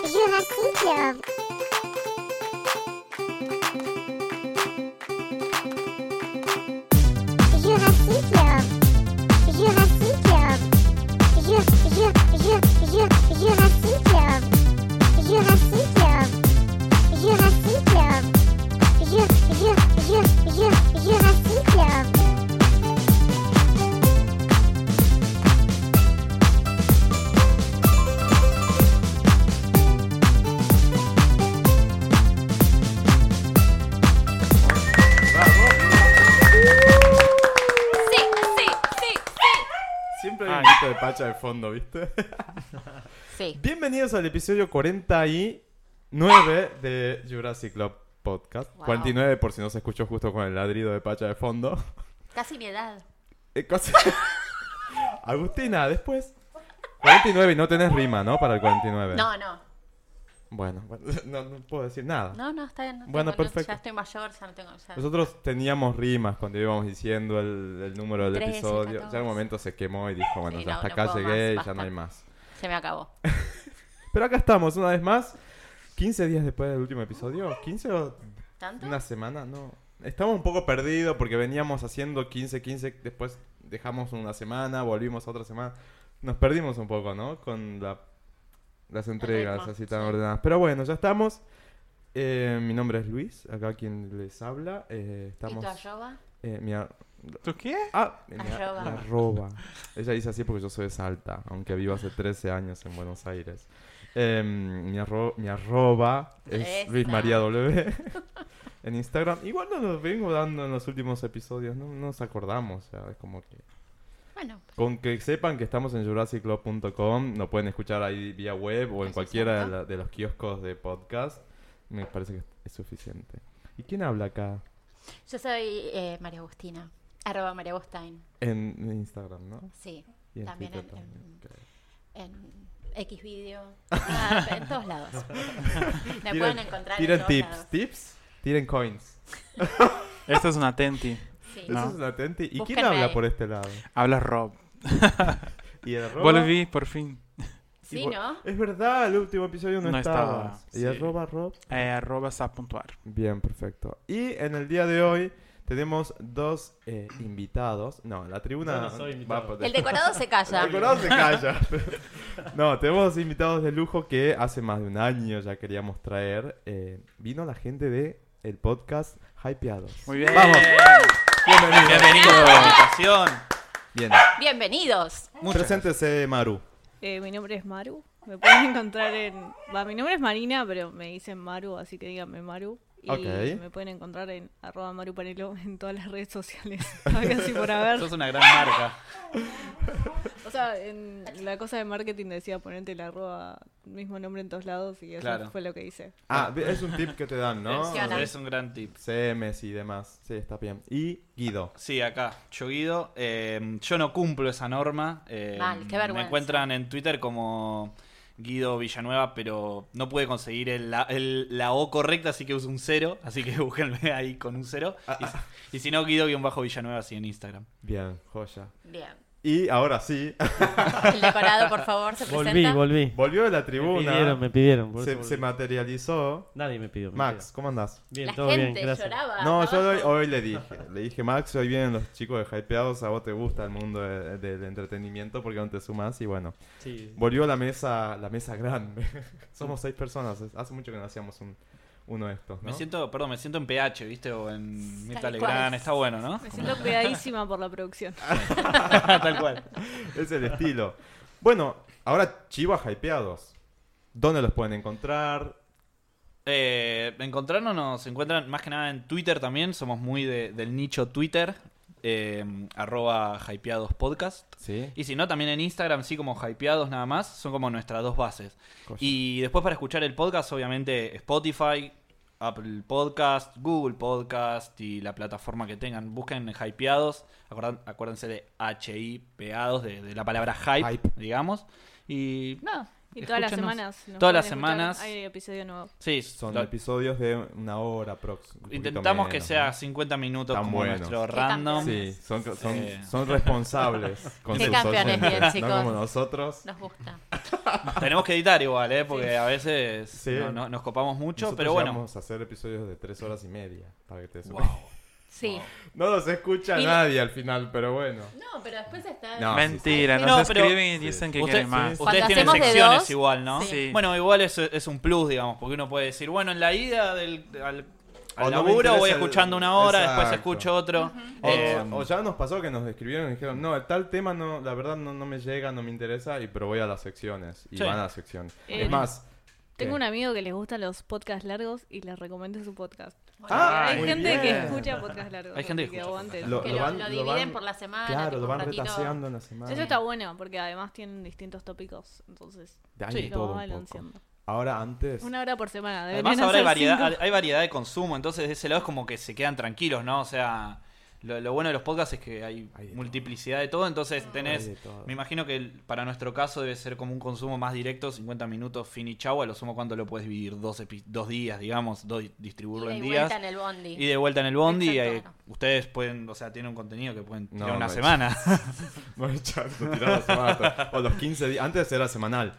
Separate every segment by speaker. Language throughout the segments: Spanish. Speaker 1: Евросетия. Евросетия. Евросетия. Ев- ев- ев- ев- Евросетия. Евросетия. Евросетия. Ев- ев- ев- ев- Евросетия.
Speaker 2: Sí, sí, sí,
Speaker 3: Siempre
Speaker 4: hay
Speaker 3: hay un
Speaker 4: un Ay.
Speaker 3: grito de pacha de fondo, ¿viste?
Speaker 2: sí. Sí.
Speaker 3: Bienvenidos al episodio 49 de Jurassic Club Podcast.
Speaker 2: Wow.
Speaker 3: 49 por si no se escuchó justo con el ladrido de pacha de fondo.
Speaker 2: Casi mi edad.
Speaker 3: Eh, cosa- Agustina, después. 49 y no tenés rima, ¿no? Para el 49.
Speaker 2: No, no.
Speaker 3: Bueno, bueno, no, no puedo decir nada.
Speaker 2: No, no, está bien. no
Speaker 3: Bueno,
Speaker 2: tengo- no-
Speaker 3: perfecto. Pues,
Speaker 2: Ya estoy mayor, ya no tengo. ya-
Speaker 3: Nosotros teníamos rimas cuando íbamos diciendo el, el número del
Speaker 2: 13,
Speaker 3: episodio. Ya en
Speaker 2: 14.
Speaker 3: un momento se quemó y dijo, bueno,
Speaker 2: Sí,
Speaker 3: ya
Speaker 2: no,
Speaker 3: hasta
Speaker 2: no
Speaker 3: acá
Speaker 2: puedo
Speaker 3: llegué
Speaker 2: más,
Speaker 3: y ya no hay
Speaker 2: basta.
Speaker 3: más.
Speaker 2: Se me acabó.
Speaker 3: Pero acá estamos, una vez más. 15 días después del último episodio. 15 o
Speaker 2: ¿Tanto?
Speaker 3: una semana, no. Estamos un poco perdidos porque veníamos haciendo 15, 15, después dejamos una semana, volvimos a otra semana. Nos perdimos un poco, ¿no? Con la- las entregas
Speaker 2: ritmo,
Speaker 3: así tan
Speaker 2: sí.
Speaker 3: ordenadas. Pero bueno, ya estamos. Eh, mi nombre es Luis, acá quien les habla. Eh,
Speaker 2: ¿Y
Speaker 3: estamos...
Speaker 2: tu arroba?
Speaker 3: eh, mi ar-
Speaker 4: ¿Tú qué?
Speaker 3: Ah, mi ar-
Speaker 2: Arroba.
Speaker 3: mi arroba. Ella dice así porque yo soy de Salta, aunque vivo hace 13 años en Buenos Aires. Em, mi, arro- mi arroba es
Speaker 2: Esa.
Speaker 3: Luis María W. en Instagram. Igual no nos vengo dando en los últimos episodios, no, no nos acordamos. o sea, es como que...
Speaker 2: Bueno,
Speaker 3: Con que sepan que estamos en jurassicclub.com, nos pueden escuchar ahí vía web o en
Speaker 2: Eso
Speaker 3: cualquiera de,
Speaker 2: cierto.
Speaker 3: la- de los kioscos de podcast. Me parece que es suficiente. ¿Y quién habla acá?
Speaker 2: yo soy eh, María Agustina. Arroba María Agustain.
Speaker 3: En Instagram, ¿no?
Speaker 2: Sí.
Speaker 3: Y en
Speaker 2: También
Speaker 3: Twitter
Speaker 2: en,
Speaker 3: también,
Speaker 2: en,
Speaker 3: creo.
Speaker 2: X video. Ah, en todos lados. Me pueden encontrar
Speaker 3: tiren
Speaker 2: en todos
Speaker 3: tips,
Speaker 2: lados.
Speaker 3: tips, tiren coins.
Speaker 4: Esta es una tenti.
Speaker 2: Sí. Ah,
Speaker 4: No.
Speaker 3: Eso es latente. ¿Y quién
Speaker 2: Búsquenme
Speaker 3: habla
Speaker 2: ahí.
Speaker 3: por este lado?
Speaker 4: Habla Rob.
Speaker 3: Y el arroba-
Speaker 4: Volví, por fin.
Speaker 2: Sí,
Speaker 3: y vo-
Speaker 2: ¿no?
Speaker 3: Es verdad, el último episodio no,
Speaker 4: No estaba,
Speaker 3: estabas. Y
Speaker 4: sí.
Speaker 3: arroba rob.
Speaker 4: Eh, arroba sap.ar.
Speaker 3: Bien, perfecto. Y en el día de hoy tenemos dos eh, invitados. No, la tribuna
Speaker 5: No, no soy invitado.
Speaker 3: va por-
Speaker 2: El decorado se calla.
Speaker 3: El decorado se calla. no, tenemos dos invitados de lujo que hace más de un año ya queríamos traer. Eh, vino la gente de el podcast Hypeados.
Speaker 4: Muy bien.
Speaker 3: Vamos.
Speaker 4: Bienvenido. Bienvenido a la invitación.
Speaker 3: Bien.
Speaker 2: Bienvenidos.
Speaker 3: Preséntese, Maru.
Speaker 6: Eh, mi nombre es Maru. Me pueden encontrar en. Va, mi nombre es Marina, pero me dicen Maru, así que díganme Maru. Y
Speaker 3: Ok.
Speaker 6: me pueden encontrar en arroba Maru Panelo en todas las redes sociales. Había así por haber.
Speaker 5: Sos una gran marca.
Speaker 6: O sea, en la cosa de marketing decía ponerte la arroba mismo nombre en todos lados y eso
Speaker 5: Claro.
Speaker 6: fue lo que hice.
Speaker 3: Ah, es un tip que te dan, ¿no?
Speaker 2: Funciona.
Speaker 5: Es un gran tip.
Speaker 3: CMs y demás. Sí, está bien. Y Guido.
Speaker 5: Sí, acá, yo Guido. eh, yo no cumplo esa norma. eh,
Speaker 2: Mal, qué vergüenza.
Speaker 5: Me encuentran en Twitter como Guido Villanueva, pero no pude conseguir el, la- el- la O correcta, así que uso un cero. Así que búsquenme ahí con un cero. Y, si- y si no, Guido-Villanueva, así en Instagram.
Speaker 3: Bien, joya.
Speaker 2: Bien.
Speaker 3: Y ahora sí,
Speaker 2: El decorado, por favor, se
Speaker 5: Volví,
Speaker 2: presenta.
Speaker 5: volví.
Speaker 3: volvió de la
Speaker 5: Me
Speaker 3: tribuna.
Speaker 5: pidieron, me pidieron. por
Speaker 3: se,
Speaker 5: eso
Speaker 3: se
Speaker 5: volví.
Speaker 3: materializó.
Speaker 5: Nadie me pidió.
Speaker 3: Max, ¿cómo andás?
Speaker 5: Bien,
Speaker 2: La
Speaker 5: todo
Speaker 2: gente
Speaker 5: bien, gracias.
Speaker 2: lloraba.
Speaker 3: No,
Speaker 2: abajo.
Speaker 3: yo hoy, hoy le dije, le dije, Max, hoy vienen los chicos de Hypeados, a vos te gusta el mundo de- del entretenimiento porque no te sumas y bueno,
Speaker 5: Sí.
Speaker 3: volvió la mesa, la mesa grande. Somos seis personas, es- hace mucho que no hacíamos un, uno de estos, ¿no?
Speaker 5: Me siento, perdón, me siento en PH, ¿viste? O en Mirta
Speaker 2: Tal
Speaker 5: Legrand,
Speaker 2: cual.
Speaker 5: está bueno, ¿no?
Speaker 6: Me siento pedadísima por la producción.
Speaker 5: Tal cual.
Speaker 3: Es el estilo. Bueno, ahora Chivas Hypeados. ¿Dónde los pueden encontrar?
Speaker 5: Eh, encontrarnos nos encuentran más que nada en Twitter también. Somos muy de- del nicho Twitter. eh, arroba hypeados podcast.
Speaker 3: Sí.
Speaker 5: Y si no, también en Instagram, sí, como hypeados nada más. Son como nuestras dos bases.
Speaker 3: Pues
Speaker 5: Y después para escuchar el podcast, obviamente Spotify, Apple Podcast, Google Podcast y la plataforma que tengan. Busquen hypeados. acuerdan- acuérdense de H-I-P-A-D-O-S, de, de la palabra hype,
Speaker 3: Hype.
Speaker 5: digamos. Y nada.
Speaker 6: Y todas las
Speaker 5: escúchenos.
Speaker 6: semanas.
Speaker 5: Todas
Speaker 6: nos pueden
Speaker 5: las
Speaker 6: escuchar.
Speaker 5: semanas.
Speaker 6: Hay episodio nuevo.
Speaker 5: Sí,
Speaker 3: Son
Speaker 5: lo-
Speaker 3: episodios de una hora próxima.
Speaker 5: Intentamos que sea 50 minutos
Speaker 3: Tan
Speaker 5: como
Speaker 3: buenos.
Speaker 5: nuestro
Speaker 2: Qué
Speaker 5: random.
Speaker 3: Sí, son, son,
Speaker 5: Sí. Eh.
Speaker 3: son responsables.
Speaker 2: Qué campeones bien,
Speaker 3: oyentes,
Speaker 2: chicos.
Speaker 3: No como nosotros.
Speaker 2: Nos gusta.
Speaker 5: Tenemos que editar igual, ¿eh? Porque a veces
Speaker 3: Sí.
Speaker 5: no- no- nos copamos mucho,
Speaker 3: Nosotros
Speaker 5: pero bueno.
Speaker 3: llegamos a hacer episodios de tres horas y media. Para que te des una-
Speaker 2: Sí.
Speaker 3: No los escucha
Speaker 2: Y-
Speaker 3: nadie al final, pero bueno.
Speaker 2: No, pero después está.
Speaker 3: No.
Speaker 4: Mentira,
Speaker 5: sí.
Speaker 4: nos
Speaker 5: No, pero-
Speaker 4: escriben y dicen que
Speaker 5: Usted-
Speaker 4: quieren más.
Speaker 2: Cuando
Speaker 5: Ustedes tienen
Speaker 2: hacemos de
Speaker 5: secciones
Speaker 2: dos,
Speaker 5: igual, ¿no?
Speaker 4: sí.
Speaker 5: Bueno, igual es, es un plus, digamos, porque uno puede decir, bueno, en la ida del, al, al
Speaker 3: O no me
Speaker 5: laburo voy
Speaker 3: interesa el-
Speaker 5: escuchando una hora, después
Speaker 3: Exacto.
Speaker 5: escucho otro.
Speaker 3: O,
Speaker 5: Eh,
Speaker 3: o ya nos pasó que nos escribieron y dijeron, no, el tal tema no, la verdad no, no me llega, no me interesa, y pero voy a las secciones. Y
Speaker 5: Sí.
Speaker 3: van a las secciones.
Speaker 6: Eh,
Speaker 3: es más, eh,
Speaker 6: Tengo
Speaker 3: ¿qué?
Speaker 6: un amigo que les gustan los podcasts largos y les recomiendo su podcast.
Speaker 3: Ah,
Speaker 6: Hay
Speaker 3: muy
Speaker 6: gente que
Speaker 3: bien.
Speaker 6: escucha podcasts largos.
Speaker 5: Hay gente
Speaker 6: así
Speaker 5: que escucha
Speaker 6: aguanten.
Speaker 3: Lo-
Speaker 2: que
Speaker 3: lo
Speaker 2: lo,
Speaker 3: van-
Speaker 2: lo
Speaker 3: lo
Speaker 2: dividen
Speaker 3: van-
Speaker 2: por la semana.
Speaker 3: Claro,
Speaker 2: tipo,
Speaker 3: lo van
Speaker 2: un ratito.
Speaker 3: retaseando en la semana.
Speaker 6: Eso está bueno porque además tienen distintos tópicos, entonces
Speaker 3: Hay
Speaker 5: Sí.
Speaker 3: de
Speaker 6: lo
Speaker 3: todo
Speaker 6: va
Speaker 3: un poco.
Speaker 6: balanceando.
Speaker 3: Ahora antes.
Speaker 6: Una hora por semana.
Speaker 5: además
Speaker 6: deberían
Speaker 5: ahora hay
Speaker 6: hacer cinco.
Speaker 5: variedad, hay variedad de consumo, entonces de ese lado es como que se quedan tranquilos, ¿no? O sea, lo, lo bueno de los podcasts es que hay,
Speaker 3: Hay de todo.
Speaker 5: multiplicidad de todo, entonces tenés...
Speaker 3: Hay de todo.
Speaker 5: Me imagino que el- para nuestro caso debe ser como un consumo más directo, 50 minutos, fin y chau, a lo sumo cuánto lo puedes dividir, dos, epi- dos días, digamos, dos,
Speaker 2: Y
Speaker 5: distribuirlo
Speaker 2: de
Speaker 5: en
Speaker 2: vuelta
Speaker 5: días.
Speaker 2: en el bondi.
Speaker 5: Y de vuelta en el bondi, y
Speaker 2: Exacto.
Speaker 5: ahí ustedes pueden, o sea, tienen un contenido que pueden tirar
Speaker 3: No, no
Speaker 5: una
Speaker 3: es-
Speaker 5: semana.
Speaker 3: No hay chance, lo tiraba hace rato. O los 15 días. Antes era semanal.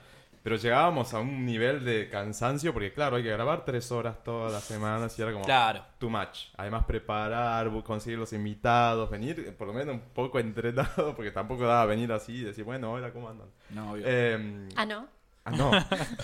Speaker 3: Pero llegábamos a un nivel de cansancio porque, claro, hay que grabar tres horas todas las semanas y era como
Speaker 5: claro.
Speaker 3: too much. Además, preparar, bu- conseguir los invitados, venir eh, por lo menos un poco entrenado porque tampoco daba venir así y decir, bueno, hola, ¿cómo andan?
Speaker 5: No, obvio.
Speaker 3: Eh,
Speaker 2: Ah, no.
Speaker 3: ah, no,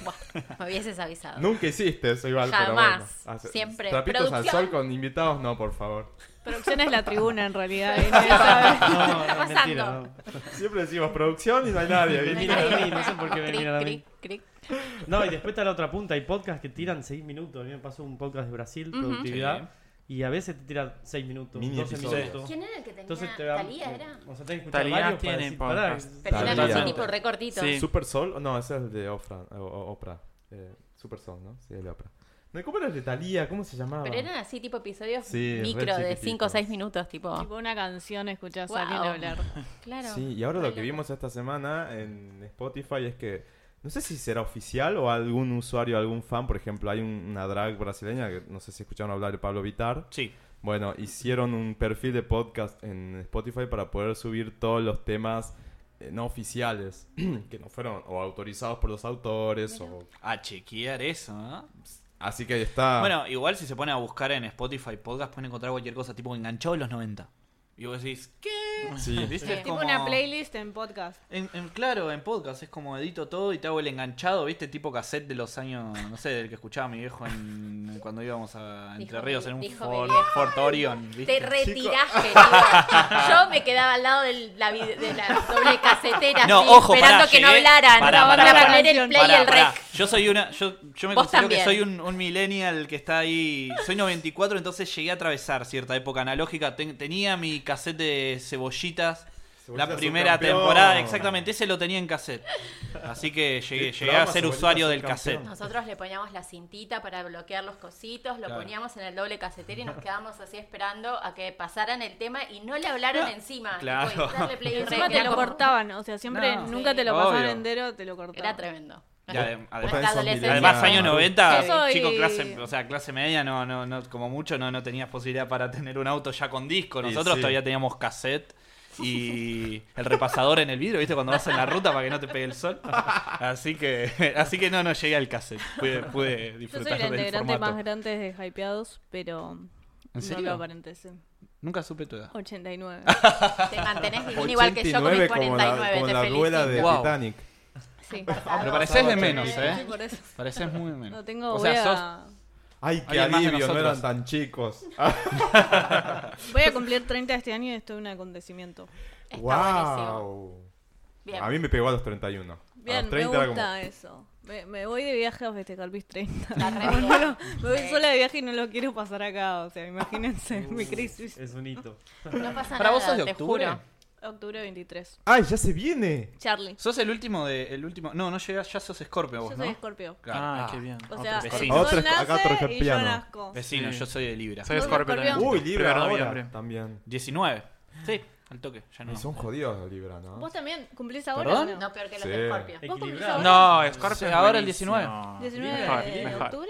Speaker 2: Buah, me hubieses avisado.
Speaker 3: nunca hiciste eso igual. pero
Speaker 2: Jamás.
Speaker 3: bueno. Hace-
Speaker 2: Siempre.
Speaker 3: Trapitos al
Speaker 2: Producción.
Speaker 3: sol con invitados, no, por favor.
Speaker 6: Producción es la tribuna en realidad. ¿eh? Nadie sabe.
Speaker 2: ¿Qué está pasando?
Speaker 7: no.
Speaker 3: Siempre decimos producción y no hay nadie.
Speaker 2: No
Speaker 7: Venir
Speaker 2: hay
Speaker 3: ¿viste?
Speaker 7: a
Speaker 2: nadie.
Speaker 7: mí, no sé por qué venir a
Speaker 2: Cric,
Speaker 7: mí.
Speaker 2: cric, cric.
Speaker 7: No, y después está la otra punta. Hay podcasts que tiran 6 minutos. A mí me pasó un podcast de Brasil, productividad. Y a veces te tiran 6 minutos,
Speaker 3: Mini
Speaker 7: 12
Speaker 3: episodios.
Speaker 7: minutos.
Speaker 2: ¿Quién era el que tenía?
Speaker 7: Oh. Entonces te dan.
Speaker 2: ¿Talía era?
Speaker 7: O sea, tenés que escuchar
Speaker 4: Thalía
Speaker 7: varios
Speaker 4: tiene
Speaker 7: para decir,
Speaker 4: podcast.
Speaker 7: pará,
Speaker 2: Pero era
Speaker 3: Talía.
Speaker 2: así tipo recortito.
Speaker 4: Sí.
Speaker 3: ¿Super Sol? No, ese es el de Ofra, o- o- Oprah. Eh, Super Sol, ¿no? Sí, el de Oprah. No, ¿Cómo era el de Thalía? ¿Cómo se llamaba?
Speaker 2: Pero eran así tipo episodios
Speaker 3: Sí, re
Speaker 2: micro de
Speaker 3: chiquititos.
Speaker 2: 5 o 6 minutos, tipo.
Speaker 6: Tipo una canción escuchás a
Speaker 2: Wow.
Speaker 6: alguien hablar.
Speaker 2: Claro.
Speaker 3: Sí, y ahora lo que
Speaker 2: Bailando.
Speaker 3: vimos esta semana en Spotify es que. No sé si será oficial o algún usuario, algún fan. Por ejemplo, hay un- una drag brasileña que no sé si escucharon hablar de Pablo Vitar.
Speaker 5: Sí.
Speaker 3: Bueno, hicieron un perfil de podcast en Spotify para poder subir todos los temas eh, no oficiales que no fueron o autorizados por los autores o
Speaker 5: A chequear eso, ¿no?
Speaker 3: así que ahí está
Speaker 5: Bueno, igual si se pone a buscar en Spotify podcast pueden encontrar cualquier cosa, tipo enganchado en los 90. Y vos decís, ¿qué?
Speaker 3: Sí.
Speaker 5: ¿Viste?
Speaker 2: Sí.
Speaker 5: Es
Speaker 6: Tipo
Speaker 5: como-
Speaker 6: una playlist en podcast.
Speaker 5: En, en- claro, en podcast es como edito todo y te hago el enganchado, ¿viste? Tipo cassette de los años, no sé, del que escuchaba mi viejo en- cuando íbamos a Entre
Speaker 2: Dijo
Speaker 5: Ríos
Speaker 2: mi-
Speaker 5: en un
Speaker 2: dijo mi
Speaker 5: Ford,
Speaker 2: viejo.
Speaker 5: Ford Orion, ¿viste?
Speaker 2: Te retirás, querido. Yo me quedaba al lado de la, vi- de la doble casetera,
Speaker 5: No,
Speaker 2: así,
Speaker 5: ojo,
Speaker 2: esperando
Speaker 5: pará,
Speaker 2: que no
Speaker 5: llegué-
Speaker 2: hablaran.
Speaker 5: pará,
Speaker 2: para,
Speaker 5: pará,
Speaker 2: poner
Speaker 6: pará.
Speaker 2: el play
Speaker 5: Pará,
Speaker 2: y el rec.
Speaker 5: pará. Yo soy una. Yo, yo me
Speaker 2: Vos
Speaker 5: considero
Speaker 2: también.
Speaker 5: que soy un, un millennial que está ahí. Soy 94, entonces llegué a atravesar cierta época analógica. Ten- tenía mi cassette de cebollitas.
Speaker 3: Cebollitas
Speaker 5: la primera
Speaker 3: subcampeón.
Speaker 5: temporada, exactamente, ese lo tenía en cassette. Así que llegué,
Speaker 3: Qué
Speaker 5: llegué a
Speaker 3: programa,
Speaker 5: ser
Speaker 3: Cebollitas
Speaker 5: usuario del cassette.
Speaker 3: subcampeón.
Speaker 2: Nosotros le poníamos la cintita para bloquear los cositos, lo
Speaker 5: Claro.
Speaker 2: poníamos en el doble casetero y nos quedábamos así esperando a que pasaran el tema y no le hablaron encima.
Speaker 5: claro.
Speaker 2: Tipo, y darle play
Speaker 6: Y
Speaker 2: y
Speaker 6: encima
Speaker 2: rec,
Speaker 6: te
Speaker 2: era
Speaker 6: lo
Speaker 2: como-
Speaker 6: cortaban, o sea, siempre,
Speaker 5: No.
Speaker 6: nunca te lo
Speaker 5: Sí.
Speaker 6: pasaban
Speaker 5: Obvio.
Speaker 6: entero, te lo
Speaker 2: Era
Speaker 6: cortaban.
Speaker 2: tremendo.
Speaker 5: Y
Speaker 2: Nuestra-
Speaker 5: adem- eh, además
Speaker 2: nuestra
Speaker 3: sos
Speaker 2: adolescencia.
Speaker 3: millennial.
Speaker 5: Además, años 90,
Speaker 6: Yo soy-
Speaker 5: chico, clase, o sea, clase media, no, no, no, como mucho, no, no tenías posibilidad para tener un auto ya con disco.
Speaker 3: Y
Speaker 5: Nosotros
Speaker 3: sí.
Speaker 5: todavía teníamos cassette y el repasador en el vidrio, ¿viste? Cuando vas en la ruta para que no te pegue el sol. Así que, así que no, no llegué al cassette. Pude, pude
Speaker 6: Yo soy
Speaker 5: disfrutar
Speaker 6: la
Speaker 5: del
Speaker 6: integrante
Speaker 5: formato.
Speaker 6: más grande de Hypeados, pero no
Speaker 5: serio?
Speaker 6: lo aparenté, sí.
Speaker 5: Nunca supe tu edad.
Speaker 6: 89.
Speaker 2: Te mantenés divino igual que yo con mis
Speaker 3: 89 como
Speaker 2: 49.
Speaker 3: la, como
Speaker 2: te
Speaker 3: la duela de
Speaker 2: felicito.
Speaker 5: Wow.
Speaker 3: Titanic.
Speaker 6: Sí.
Speaker 5: Pero pareces de menos,
Speaker 6: Sí,
Speaker 5: ¿eh?
Speaker 6: por eso.
Speaker 5: Pareces muy de menos.
Speaker 6: No tengo
Speaker 5: o sea,
Speaker 6: voy,
Speaker 5: sos...
Speaker 6: a,
Speaker 3: Ay, qué
Speaker 5: Alguien más de
Speaker 3: alivio, no
Speaker 5: nosotros.
Speaker 3: eran tan chicos.
Speaker 6: voy a cumplir 30 este año y esto es un acontecimiento.
Speaker 2: Está buenísimo.
Speaker 3: Ah, wow.
Speaker 2: Bien.
Speaker 3: A mí me pegó a los 31. a
Speaker 6: Bien,
Speaker 3: los
Speaker 6: me
Speaker 3: 30 era como,
Speaker 6: gusta eso. Me, me voy de viaje a festejar mis 30.
Speaker 2: Está re bien.
Speaker 6: Bueno, me voy
Speaker 2: Sí.
Speaker 6: sola de viaje y no lo quiero pasar acá, o sea, imagínense mi crisis.
Speaker 7: Es un hito.
Speaker 2: No pasa nada,
Speaker 5: ¿Para vos sos de
Speaker 2: te
Speaker 5: octubre?
Speaker 2: juro.
Speaker 6: Octubre 23.
Speaker 3: ¡Ay, ya se viene!
Speaker 6: Charlie,
Speaker 5: Sos el último de. El último... No, no llegas, ya sos Scorpio vos,
Speaker 6: yo
Speaker 5: ¿no?
Speaker 6: soy escorpio.
Speaker 5: Claro.
Speaker 4: ah,
Speaker 5: Ah.
Speaker 4: qué bien.
Speaker 6: O
Speaker 4: Otro
Speaker 6: sea,
Speaker 5: vecino.
Speaker 6: Escorpio
Speaker 3: Otro esco- acá otro
Speaker 6: nace y yo
Speaker 3: escorpiano.
Speaker 6: nazco.
Speaker 5: Vecino,
Speaker 4: Sí.
Speaker 5: yo soy de Libra.
Speaker 4: Soy
Speaker 6: Todo
Speaker 4: Scorpio
Speaker 6: escorpión.
Speaker 4: también.
Speaker 3: Uy, Libra
Speaker 4: Primero de
Speaker 3: ahora
Speaker 4: noviembre.
Speaker 3: también.
Speaker 5: 19. Sí, al toque, ya no.
Speaker 3: Y son jodidos los Libra, ¿no?
Speaker 6: ¿Vos también cumplís ahora?
Speaker 5: ¿Perdón?
Speaker 6: o no?
Speaker 2: No, peor que los
Speaker 3: Sí.
Speaker 2: de Scorpio.
Speaker 7: Equilibrado.
Speaker 4: No, Scorpio.
Speaker 5: Sí,
Speaker 4: es
Speaker 5: ahora el
Speaker 4: buenísimo.
Speaker 5: 19.
Speaker 6: ¿19
Speaker 4: Mejor,
Speaker 6: de
Speaker 4: mejor.
Speaker 6: octubre?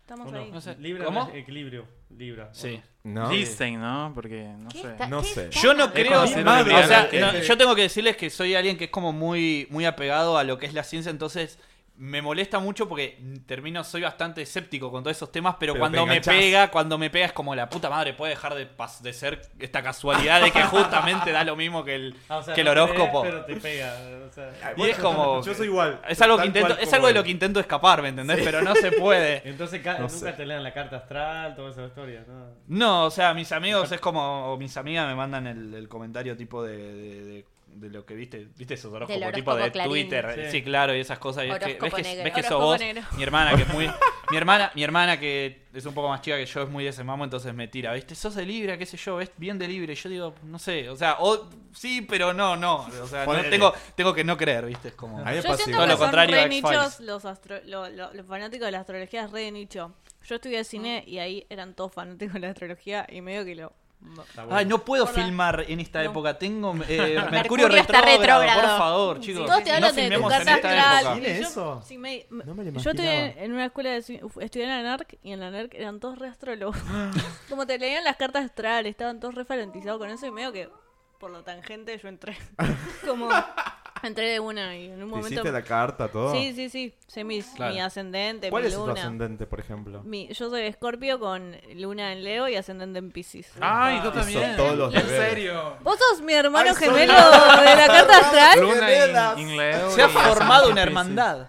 Speaker 6: Estamos
Speaker 7: ¿O no?
Speaker 6: ahí.
Speaker 5: No sé.
Speaker 7: Libra
Speaker 5: ¿Cómo?
Speaker 7: no es equilibrio. Libra. ¿o
Speaker 5: Sí.
Speaker 3: No.
Speaker 4: Dicen, ¿no? Porque no
Speaker 2: ¿Qué
Speaker 4: sé.
Speaker 2: está-
Speaker 3: No
Speaker 2: qué
Speaker 3: sé.
Speaker 2: está
Speaker 5: Yo no
Speaker 2: pasando?
Speaker 5: creo, o
Speaker 3: mi
Speaker 5: sea,
Speaker 3: madre.
Speaker 5: no, yo tengo que decirles que soy alguien que es como muy, muy apegado a lo que es la ciencia, entonces me molesta mucho porque termino, soy bastante escéptico con todos esos temas, pero,
Speaker 3: Pero
Speaker 5: cuando
Speaker 3: te
Speaker 5: me
Speaker 3: enganchás.
Speaker 5: pega, cuando me pega es como la puta madre, puede dejar de, pas- de ser esta casualidad de que justamente da lo mismo que el,
Speaker 7: Ah, o sea,
Speaker 5: que el
Speaker 7: no crees,
Speaker 5: horóscopo.
Speaker 7: pero te pega. o sea.
Speaker 3: Ay, bueno,
Speaker 5: es como-
Speaker 3: Yo soy igual.
Speaker 5: Es algo, que
Speaker 3: Tal
Speaker 5: intento,
Speaker 3: cual
Speaker 5: es
Speaker 3: como
Speaker 5: algo de
Speaker 3: él.
Speaker 5: lo que intento escapar, ¿me entendés? Pero no se puede.
Speaker 7: Entonces ca-
Speaker 3: No
Speaker 7: nunca
Speaker 3: sé.
Speaker 7: te lean la carta astral, toda esa historia. ¿no?
Speaker 5: No, o sea, mis amigos es como. O mis amigas me mandan el, el comentario tipo de. de- de- de lo que viste, viste esos horóscopos tipo
Speaker 2: horóscopo
Speaker 5: de
Speaker 2: Clarín.
Speaker 5: Twitter,
Speaker 7: Sí.
Speaker 5: sí. claro, y esas cosas, y es que-
Speaker 2: Horóscopo
Speaker 5: ves que,
Speaker 2: negro.
Speaker 5: ves que sos
Speaker 6: Horóscopo
Speaker 5: vos,
Speaker 6: negro.
Speaker 5: mi hermana que es muy, mi hermana, mi hermana que es un poco más chica que yo es muy de ese mamo, entonces me tira, viste, sos de Libra, qué sé yo, es bien de Libra, y yo digo, no sé, o sea, o- sí, pero no, no, o sea, no
Speaker 3: Ponele.
Speaker 5: tengo, tengo que no creer, viste, es como,
Speaker 3: A mí me
Speaker 6: Yo
Speaker 3: pasa
Speaker 5: Todo
Speaker 6: siento que
Speaker 3: igual.
Speaker 5: lo
Speaker 6: son
Speaker 5: contrario a
Speaker 6: re
Speaker 5: X-Files.
Speaker 6: nichos los, astro- lo- lo- los fanáticos de la astrología es re de nicho. Yo estudié cine y ahí eran todos fanáticos de la astrología y medio que lo...
Speaker 7: Está bueno.
Speaker 5: ay, no puedo
Speaker 6: Hola.
Speaker 5: filmar en esta
Speaker 6: No.
Speaker 5: época, tengo eh, Mercurio,
Speaker 2: Mercurio está
Speaker 5: retrógrado, por
Speaker 2: retrógrado.
Speaker 5: favor, chicos,
Speaker 2: Todos te
Speaker 5: no
Speaker 2: hablan de tu
Speaker 5: filmemos en
Speaker 2: carta
Speaker 5: esta
Speaker 2: astral.
Speaker 5: época.
Speaker 6: ¿Tiene
Speaker 8: ¿Tiene eso?
Speaker 6: Sí, me- me-
Speaker 8: No me lo
Speaker 6: yo estudié
Speaker 8: imaginaba.
Speaker 6: en una escuela de ci- uf, estudié en la NARC y en la NARC eran todos re astrólogos. Como te leían las cartas astrales, estaban todos re fanatizados con eso y medio que por la tangente yo entré. Como entré de una y en un
Speaker 3: ¿Te
Speaker 6: momento
Speaker 3: hiciste la carta, todo?
Speaker 6: Sí, sí, sí, sé mis, mi ascendente,
Speaker 3: ¿Cuál
Speaker 6: mi
Speaker 3: es tu
Speaker 6: luna.
Speaker 3: ascendente, por ejemplo?
Speaker 6: Mi- yo soy Escorpio con luna en Leo y ascendente en Pisces.
Speaker 4: Ay, yo
Speaker 3: Hizo
Speaker 4: también.
Speaker 3: todos los
Speaker 4: en
Speaker 3: deberes.
Speaker 4: serio.
Speaker 6: ¿Vos sos mi hermano
Speaker 8: Ay, son-
Speaker 6: gemelo de la carta astral?
Speaker 4: Luna
Speaker 8: Gemelas.
Speaker 4: y inglés.
Speaker 5: Se ha formado una hermandad.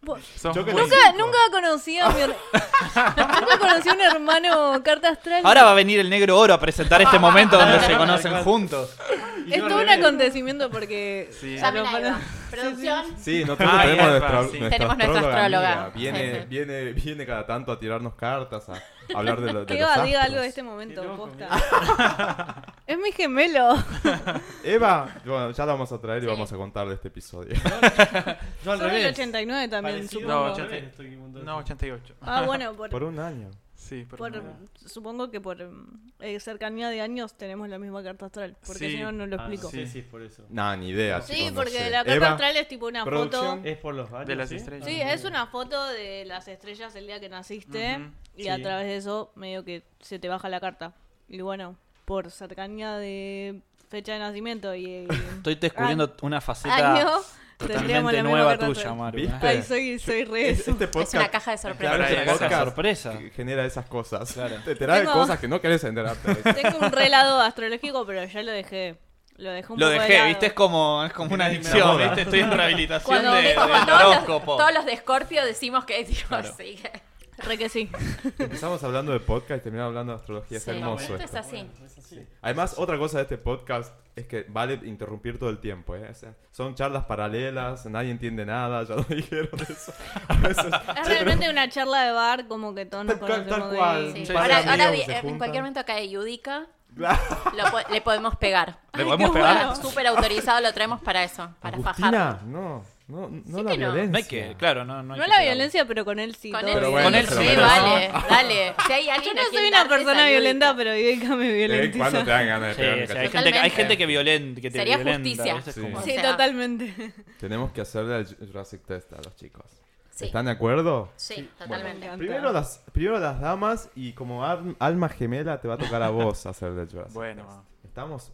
Speaker 6: Vos-
Speaker 4: Sos
Speaker 3: Yo que
Speaker 4: muy-
Speaker 3: le-
Speaker 6: Nunca, nunca conocí a mi her- Nunca conocí a un hermano carta astral.
Speaker 5: Ahora va a venir el negro oro a presentar este momento donde se conocen juntos.
Speaker 7: Y
Speaker 6: es
Speaker 7: yo
Speaker 6: todo un
Speaker 7: revés.
Speaker 6: acontecimiento porque.
Speaker 4: Sí.
Speaker 6: a los
Speaker 2: Llamen a Eva.
Speaker 6: fan-
Speaker 2: Producción.
Speaker 3: Sí, nosotros
Speaker 4: Ah,
Speaker 3: tenemos,
Speaker 4: y Alfa,
Speaker 3: nuestra,
Speaker 4: sí.
Speaker 3: nuestra
Speaker 2: Tenemos nuestra astróloga.
Speaker 3: amiga. Viene,
Speaker 2: Sí.
Speaker 3: viene, viene cada tanto a tirarnos cartas, a hablar de, lo, de
Speaker 6: Que
Speaker 3: los
Speaker 6: Eva diga
Speaker 3: astros.
Speaker 6: algo de este momento,
Speaker 7: Qué loco,
Speaker 6: posta. Es mi gemelo. este-
Speaker 3: Eva, bueno, ya la vamos a traer y
Speaker 2: Sí.
Speaker 3: vamos a contar de este episodio.
Speaker 7: Yo al
Speaker 6: Son del
Speaker 7: revés.
Speaker 6: 89 también,
Speaker 7: Parecido,
Speaker 6: supongo.
Speaker 7: al
Speaker 4: No,
Speaker 7: revés
Speaker 4: 80.
Speaker 7: estoy un montón.
Speaker 4: No, 88.
Speaker 6: Ah, bueno, por,
Speaker 3: Por un año.
Speaker 4: Sí, pero
Speaker 6: por-
Speaker 4: no.
Speaker 6: supongo que por mm, eh, cercanía de años tenemos la misma carta astral. Porque
Speaker 4: Sí.
Speaker 6: si no, no lo
Speaker 7: Ah,
Speaker 6: explico.
Speaker 7: Sí,
Speaker 4: Sí.
Speaker 7: sí, es por eso.
Speaker 3: No, ni idea.
Speaker 6: Sí,
Speaker 3: chicos, no
Speaker 6: porque
Speaker 3: sé.
Speaker 6: la carta
Speaker 3: Ah, Eva,
Speaker 6: astral es tipo una
Speaker 3: producción.
Speaker 6: foto.
Speaker 7: Es por los años.
Speaker 4: De las
Speaker 7: ¿sí?
Speaker 4: estrellas.
Speaker 3: Ah,
Speaker 6: Sí, es una foto de las estrellas el día que naciste
Speaker 4: Ujú.
Speaker 6: y
Speaker 7: Sí.
Speaker 6: a través de eso medio que se te baja la carta. Y bueno, por cercanía de fecha de nacimiento y, y
Speaker 5: Estoy descubriendo una faceta
Speaker 6: año, tendríamos
Speaker 5: totalmente
Speaker 6: la misma
Speaker 5: nueva
Speaker 6: carta
Speaker 5: tuya,
Speaker 6: astral.
Speaker 5: Maru.
Speaker 3: ¿Viste?
Speaker 6: Ay, soy, soy re
Speaker 3: Es-
Speaker 6: eso.
Speaker 3: este podcast,
Speaker 2: Es una caja de
Speaker 3: claro,
Speaker 2: sorpresas.
Speaker 3: este
Speaker 4: Claro,
Speaker 3: podcast
Speaker 5: sorpresa.
Speaker 3: que genera esas cosas.
Speaker 5: Claro.
Speaker 3: Te enterás de
Speaker 6: Tengo-
Speaker 3: cosas que no querés enterarte.
Speaker 6: Tengo un relado astrológico, pero ya lo dejé. Lo dejé un
Speaker 5: Lo
Speaker 6: poco de
Speaker 5: dejé,
Speaker 6: lado.
Speaker 5: ¿viste? Es como, es como una adicción,
Speaker 3: enamora.
Speaker 5: ¿viste? Estoy en rehabilitación
Speaker 2: Cuando
Speaker 5: de, del
Speaker 2: cuando todos, los,
Speaker 5: horóscopo.
Speaker 2: todos los de Scorpio decimos que es Dios.
Speaker 5: Claro.
Speaker 2: sí, que-
Speaker 6: Re que sí.
Speaker 3: Empezamos hablando de podcast y terminamos hablando de astrología.
Speaker 2: sí.
Speaker 3: Es hermoso.
Speaker 2: Esto es
Speaker 3: esto.
Speaker 2: así.
Speaker 7: Es así.
Speaker 3: Además, otra cosa de este podcast es que vale interrumpir todo el tiempo. ¿eh? O sea, son charlas paralelas, nadie entiende nada, ya lo dijeron eso. A veces-
Speaker 6: Es realmente una charla de bar, como que todos
Speaker 3: Tal
Speaker 6: nos
Speaker 3: cual, tal
Speaker 6: conocemos de
Speaker 3: cual.
Speaker 2: Sí.
Speaker 3: Un par de
Speaker 2: Ahora,
Speaker 3: amigos
Speaker 2: ahora
Speaker 3: que
Speaker 2: vi-
Speaker 3: se
Speaker 2: en
Speaker 3: juntan.
Speaker 2: cualquier momento cae Yudica,
Speaker 3: Claro.
Speaker 2: lo po- le podemos pegar.
Speaker 5: ¿Le podemos
Speaker 6: qué
Speaker 5: pegar?
Speaker 6: bueno.
Speaker 2: Súper autorizado, lo traemos para eso, para fajar.
Speaker 3: Agustina, no, no, no
Speaker 2: Sí
Speaker 3: la
Speaker 2: que no.
Speaker 3: violencia. Eh,
Speaker 5: No hay que, claro, no, no hay
Speaker 6: No
Speaker 5: que
Speaker 6: la
Speaker 5: pegarlo.
Speaker 6: violencia, pero con él sí.
Speaker 2: Con
Speaker 6: todo
Speaker 2: él,
Speaker 6: bien.
Speaker 3: Pero
Speaker 2: sí.
Speaker 3: bueno, se lo
Speaker 2: sí,
Speaker 3: merece.
Speaker 2: vale, dale. Si hay
Speaker 6: Yo
Speaker 2: alguien a
Speaker 6: no
Speaker 2: quien
Speaker 6: soy una
Speaker 2: darle
Speaker 6: persona
Speaker 2: esa
Speaker 6: violenta,
Speaker 2: ayudita.
Speaker 6: pero Ibeca me
Speaker 3: De vez en cuando te
Speaker 6: violentiza.
Speaker 3: dan ganas de
Speaker 5: Sí,
Speaker 3: pegar un
Speaker 5: sí,
Speaker 3: cachete.
Speaker 5: hay, gente que, hay
Speaker 2: Totalmente.
Speaker 5: gente que, violen- que te
Speaker 2: Sería
Speaker 5: violenta.
Speaker 2: justicia.
Speaker 5: ¿viste? Es
Speaker 3: Sí.
Speaker 5: como-
Speaker 2: O
Speaker 6: Sí,
Speaker 2: sea,
Speaker 6: totalmente.
Speaker 3: Tenemos que hacerle al Jurassic Test a los chicos.
Speaker 2: Sí,
Speaker 3: ¿Están de acuerdo?
Speaker 2: sí,
Speaker 6: Me
Speaker 2: totalmente.
Speaker 6: encanta.
Speaker 3: Primero las, primero las damas y como ar- alma gemela te va a tocar a vos hacer del Jurassic
Speaker 4: Bueno.
Speaker 3: Test. Estamos...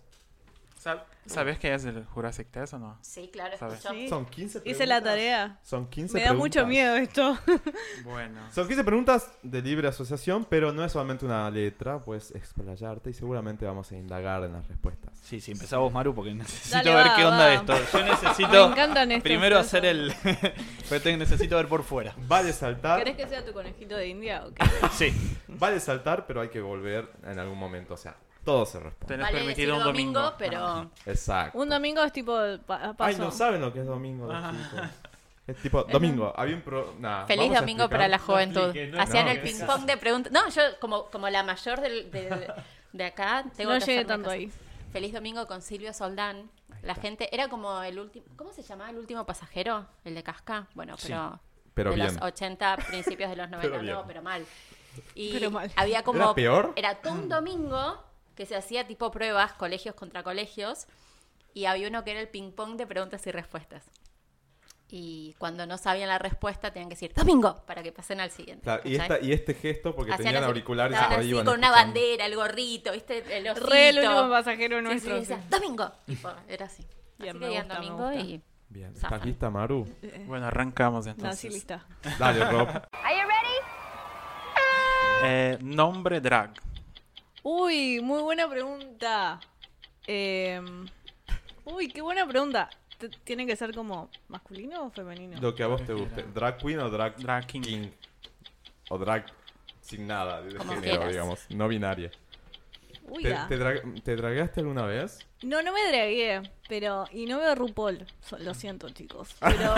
Speaker 4: Sab- ¿Sabés qué es el Jurassic Test o no?
Speaker 2: Sí, claro,
Speaker 4: Sabes.
Speaker 2: escuchó.
Speaker 6: Sí.
Speaker 3: Son 15 preguntas.
Speaker 6: Hice la tarea.
Speaker 3: Son 15
Speaker 6: Me da mucho
Speaker 3: preguntas.
Speaker 6: miedo esto.
Speaker 4: Bueno.
Speaker 3: Son 15 preguntas de libre asociación, pero no es solamente una letra, puedes explayarte y seguramente vamos a indagar en las respuestas.
Speaker 5: Sí, sí, empezá vos, Maru, porque necesito
Speaker 6: Dale,
Speaker 5: ver
Speaker 6: va,
Speaker 5: qué onda
Speaker 6: va.
Speaker 5: esto. Yo
Speaker 6: Me
Speaker 5: necesito
Speaker 6: encantan estos.
Speaker 5: primero
Speaker 6: cosas.
Speaker 5: hacer el... Pero tengo- necesito ver por fuera.
Speaker 3: Vale saltar,
Speaker 6: ¿Querés que sea tu conejito de India o qué?
Speaker 5: Sí.
Speaker 3: vale saltar, pero hay que volver en algún momento, o sea, todo se responde.
Speaker 4: Tenés
Speaker 2: Vale decir
Speaker 4: permitido un
Speaker 2: domingo,
Speaker 4: domingo.
Speaker 2: pero
Speaker 3: Exacto.
Speaker 6: Un domingo es tipo pa- paso.
Speaker 3: Ay, no saben lo que es domingo los chicos. Es tipo, domingo, había un pro... nah,
Speaker 2: feliz
Speaker 3: vamos a
Speaker 2: domingo
Speaker 3: explicar.
Speaker 2: para la juventud.
Speaker 7: explique, no
Speaker 2: Hacían el
Speaker 7: explique.
Speaker 2: ping pong de preguntas. No, yo como, como la mayor del- de, de acá, tengo
Speaker 6: No
Speaker 2: que
Speaker 6: llegué
Speaker 2: hacer
Speaker 6: tanto
Speaker 2: cosas.
Speaker 6: ahí.
Speaker 2: Feliz domingo con Silvio Soldán. La gente era como el último, ¿cómo se llamaba el último pasajero? El de Casca. Bueno,
Speaker 5: Sí.
Speaker 2: pero
Speaker 3: Pero
Speaker 2: de
Speaker 3: bien.
Speaker 2: los 80, principios de los 90,
Speaker 3: Pero bien.
Speaker 2: no, pero mal. Y
Speaker 6: Pero mal.
Speaker 2: había como
Speaker 3: ¿Era peor?
Speaker 2: era todo un domingo que se hacía tipo pruebas, colegios contra colegios, y había uno que era el ping pong de preguntas y respuestas. Y cuando no sabían la respuesta, tenían que decir domingo para que pasen al siguiente.
Speaker 3: Claro, y,
Speaker 2: ¿cachai?
Speaker 3: esta, y este gesto porque
Speaker 2: Hacían
Speaker 3: tenían
Speaker 2: así,
Speaker 3: auriculares este y
Speaker 2: estaban
Speaker 3: por ahí
Speaker 2: así
Speaker 3: iban
Speaker 2: con una
Speaker 3: escuchando.
Speaker 2: bandera, el gorrito, ¿viste? El osito.
Speaker 6: Re el último pasajero
Speaker 2: Sí, sí,
Speaker 6: nuestro. sí.
Speaker 2: decía, domingo. Tipo, era así.
Speaker 6: Bien,
Speaker 2: así
Speaker 6: me
Speaker 2: que digan
Speaker 6: gusta, me
Speaker 2: domingo
Speaker 6: gusta.
Speaker 2: y.
Speaker 3: Bien, ¿estás
Speaker 2: Zafan.
Speaker 3: lista, Maru?
Speaker 2: Ah.
Speaker 4: Bueno, arrancamos
Speaker 6: Nazi
Speaker 4: entonces.
Speaker 6: lista.
Speaker 3: Dale, Rob.
Speaker 4: Eh, nombre drag.
Speaker 6: Uy, muy buena pregunta. Em, uy, qué buena pregunta. T- ¿Tiene que ser como masculino o femenino?
Speaker 3: Lo que a vos te guste. ¿Drag queen o drag,
Speaker 4: Drag
Speaker 3: king.
Speaker 4: king.
Speaker 3: O drag sin nada de
Speaker 2: Como
Speaker 3: género,
Speaker 2: quieras.
Speaker 3: digamos. No binaria.
Speaker 6: Uy,
Speaker 3: ¿Te,
Speaker 6: ya.
Speaker 3: te dra- te dragaste alguna vez?
Speaker 6: No, no me dragué, pero. Y no veo RuPaul. So- Lo siento, chicos. Pero,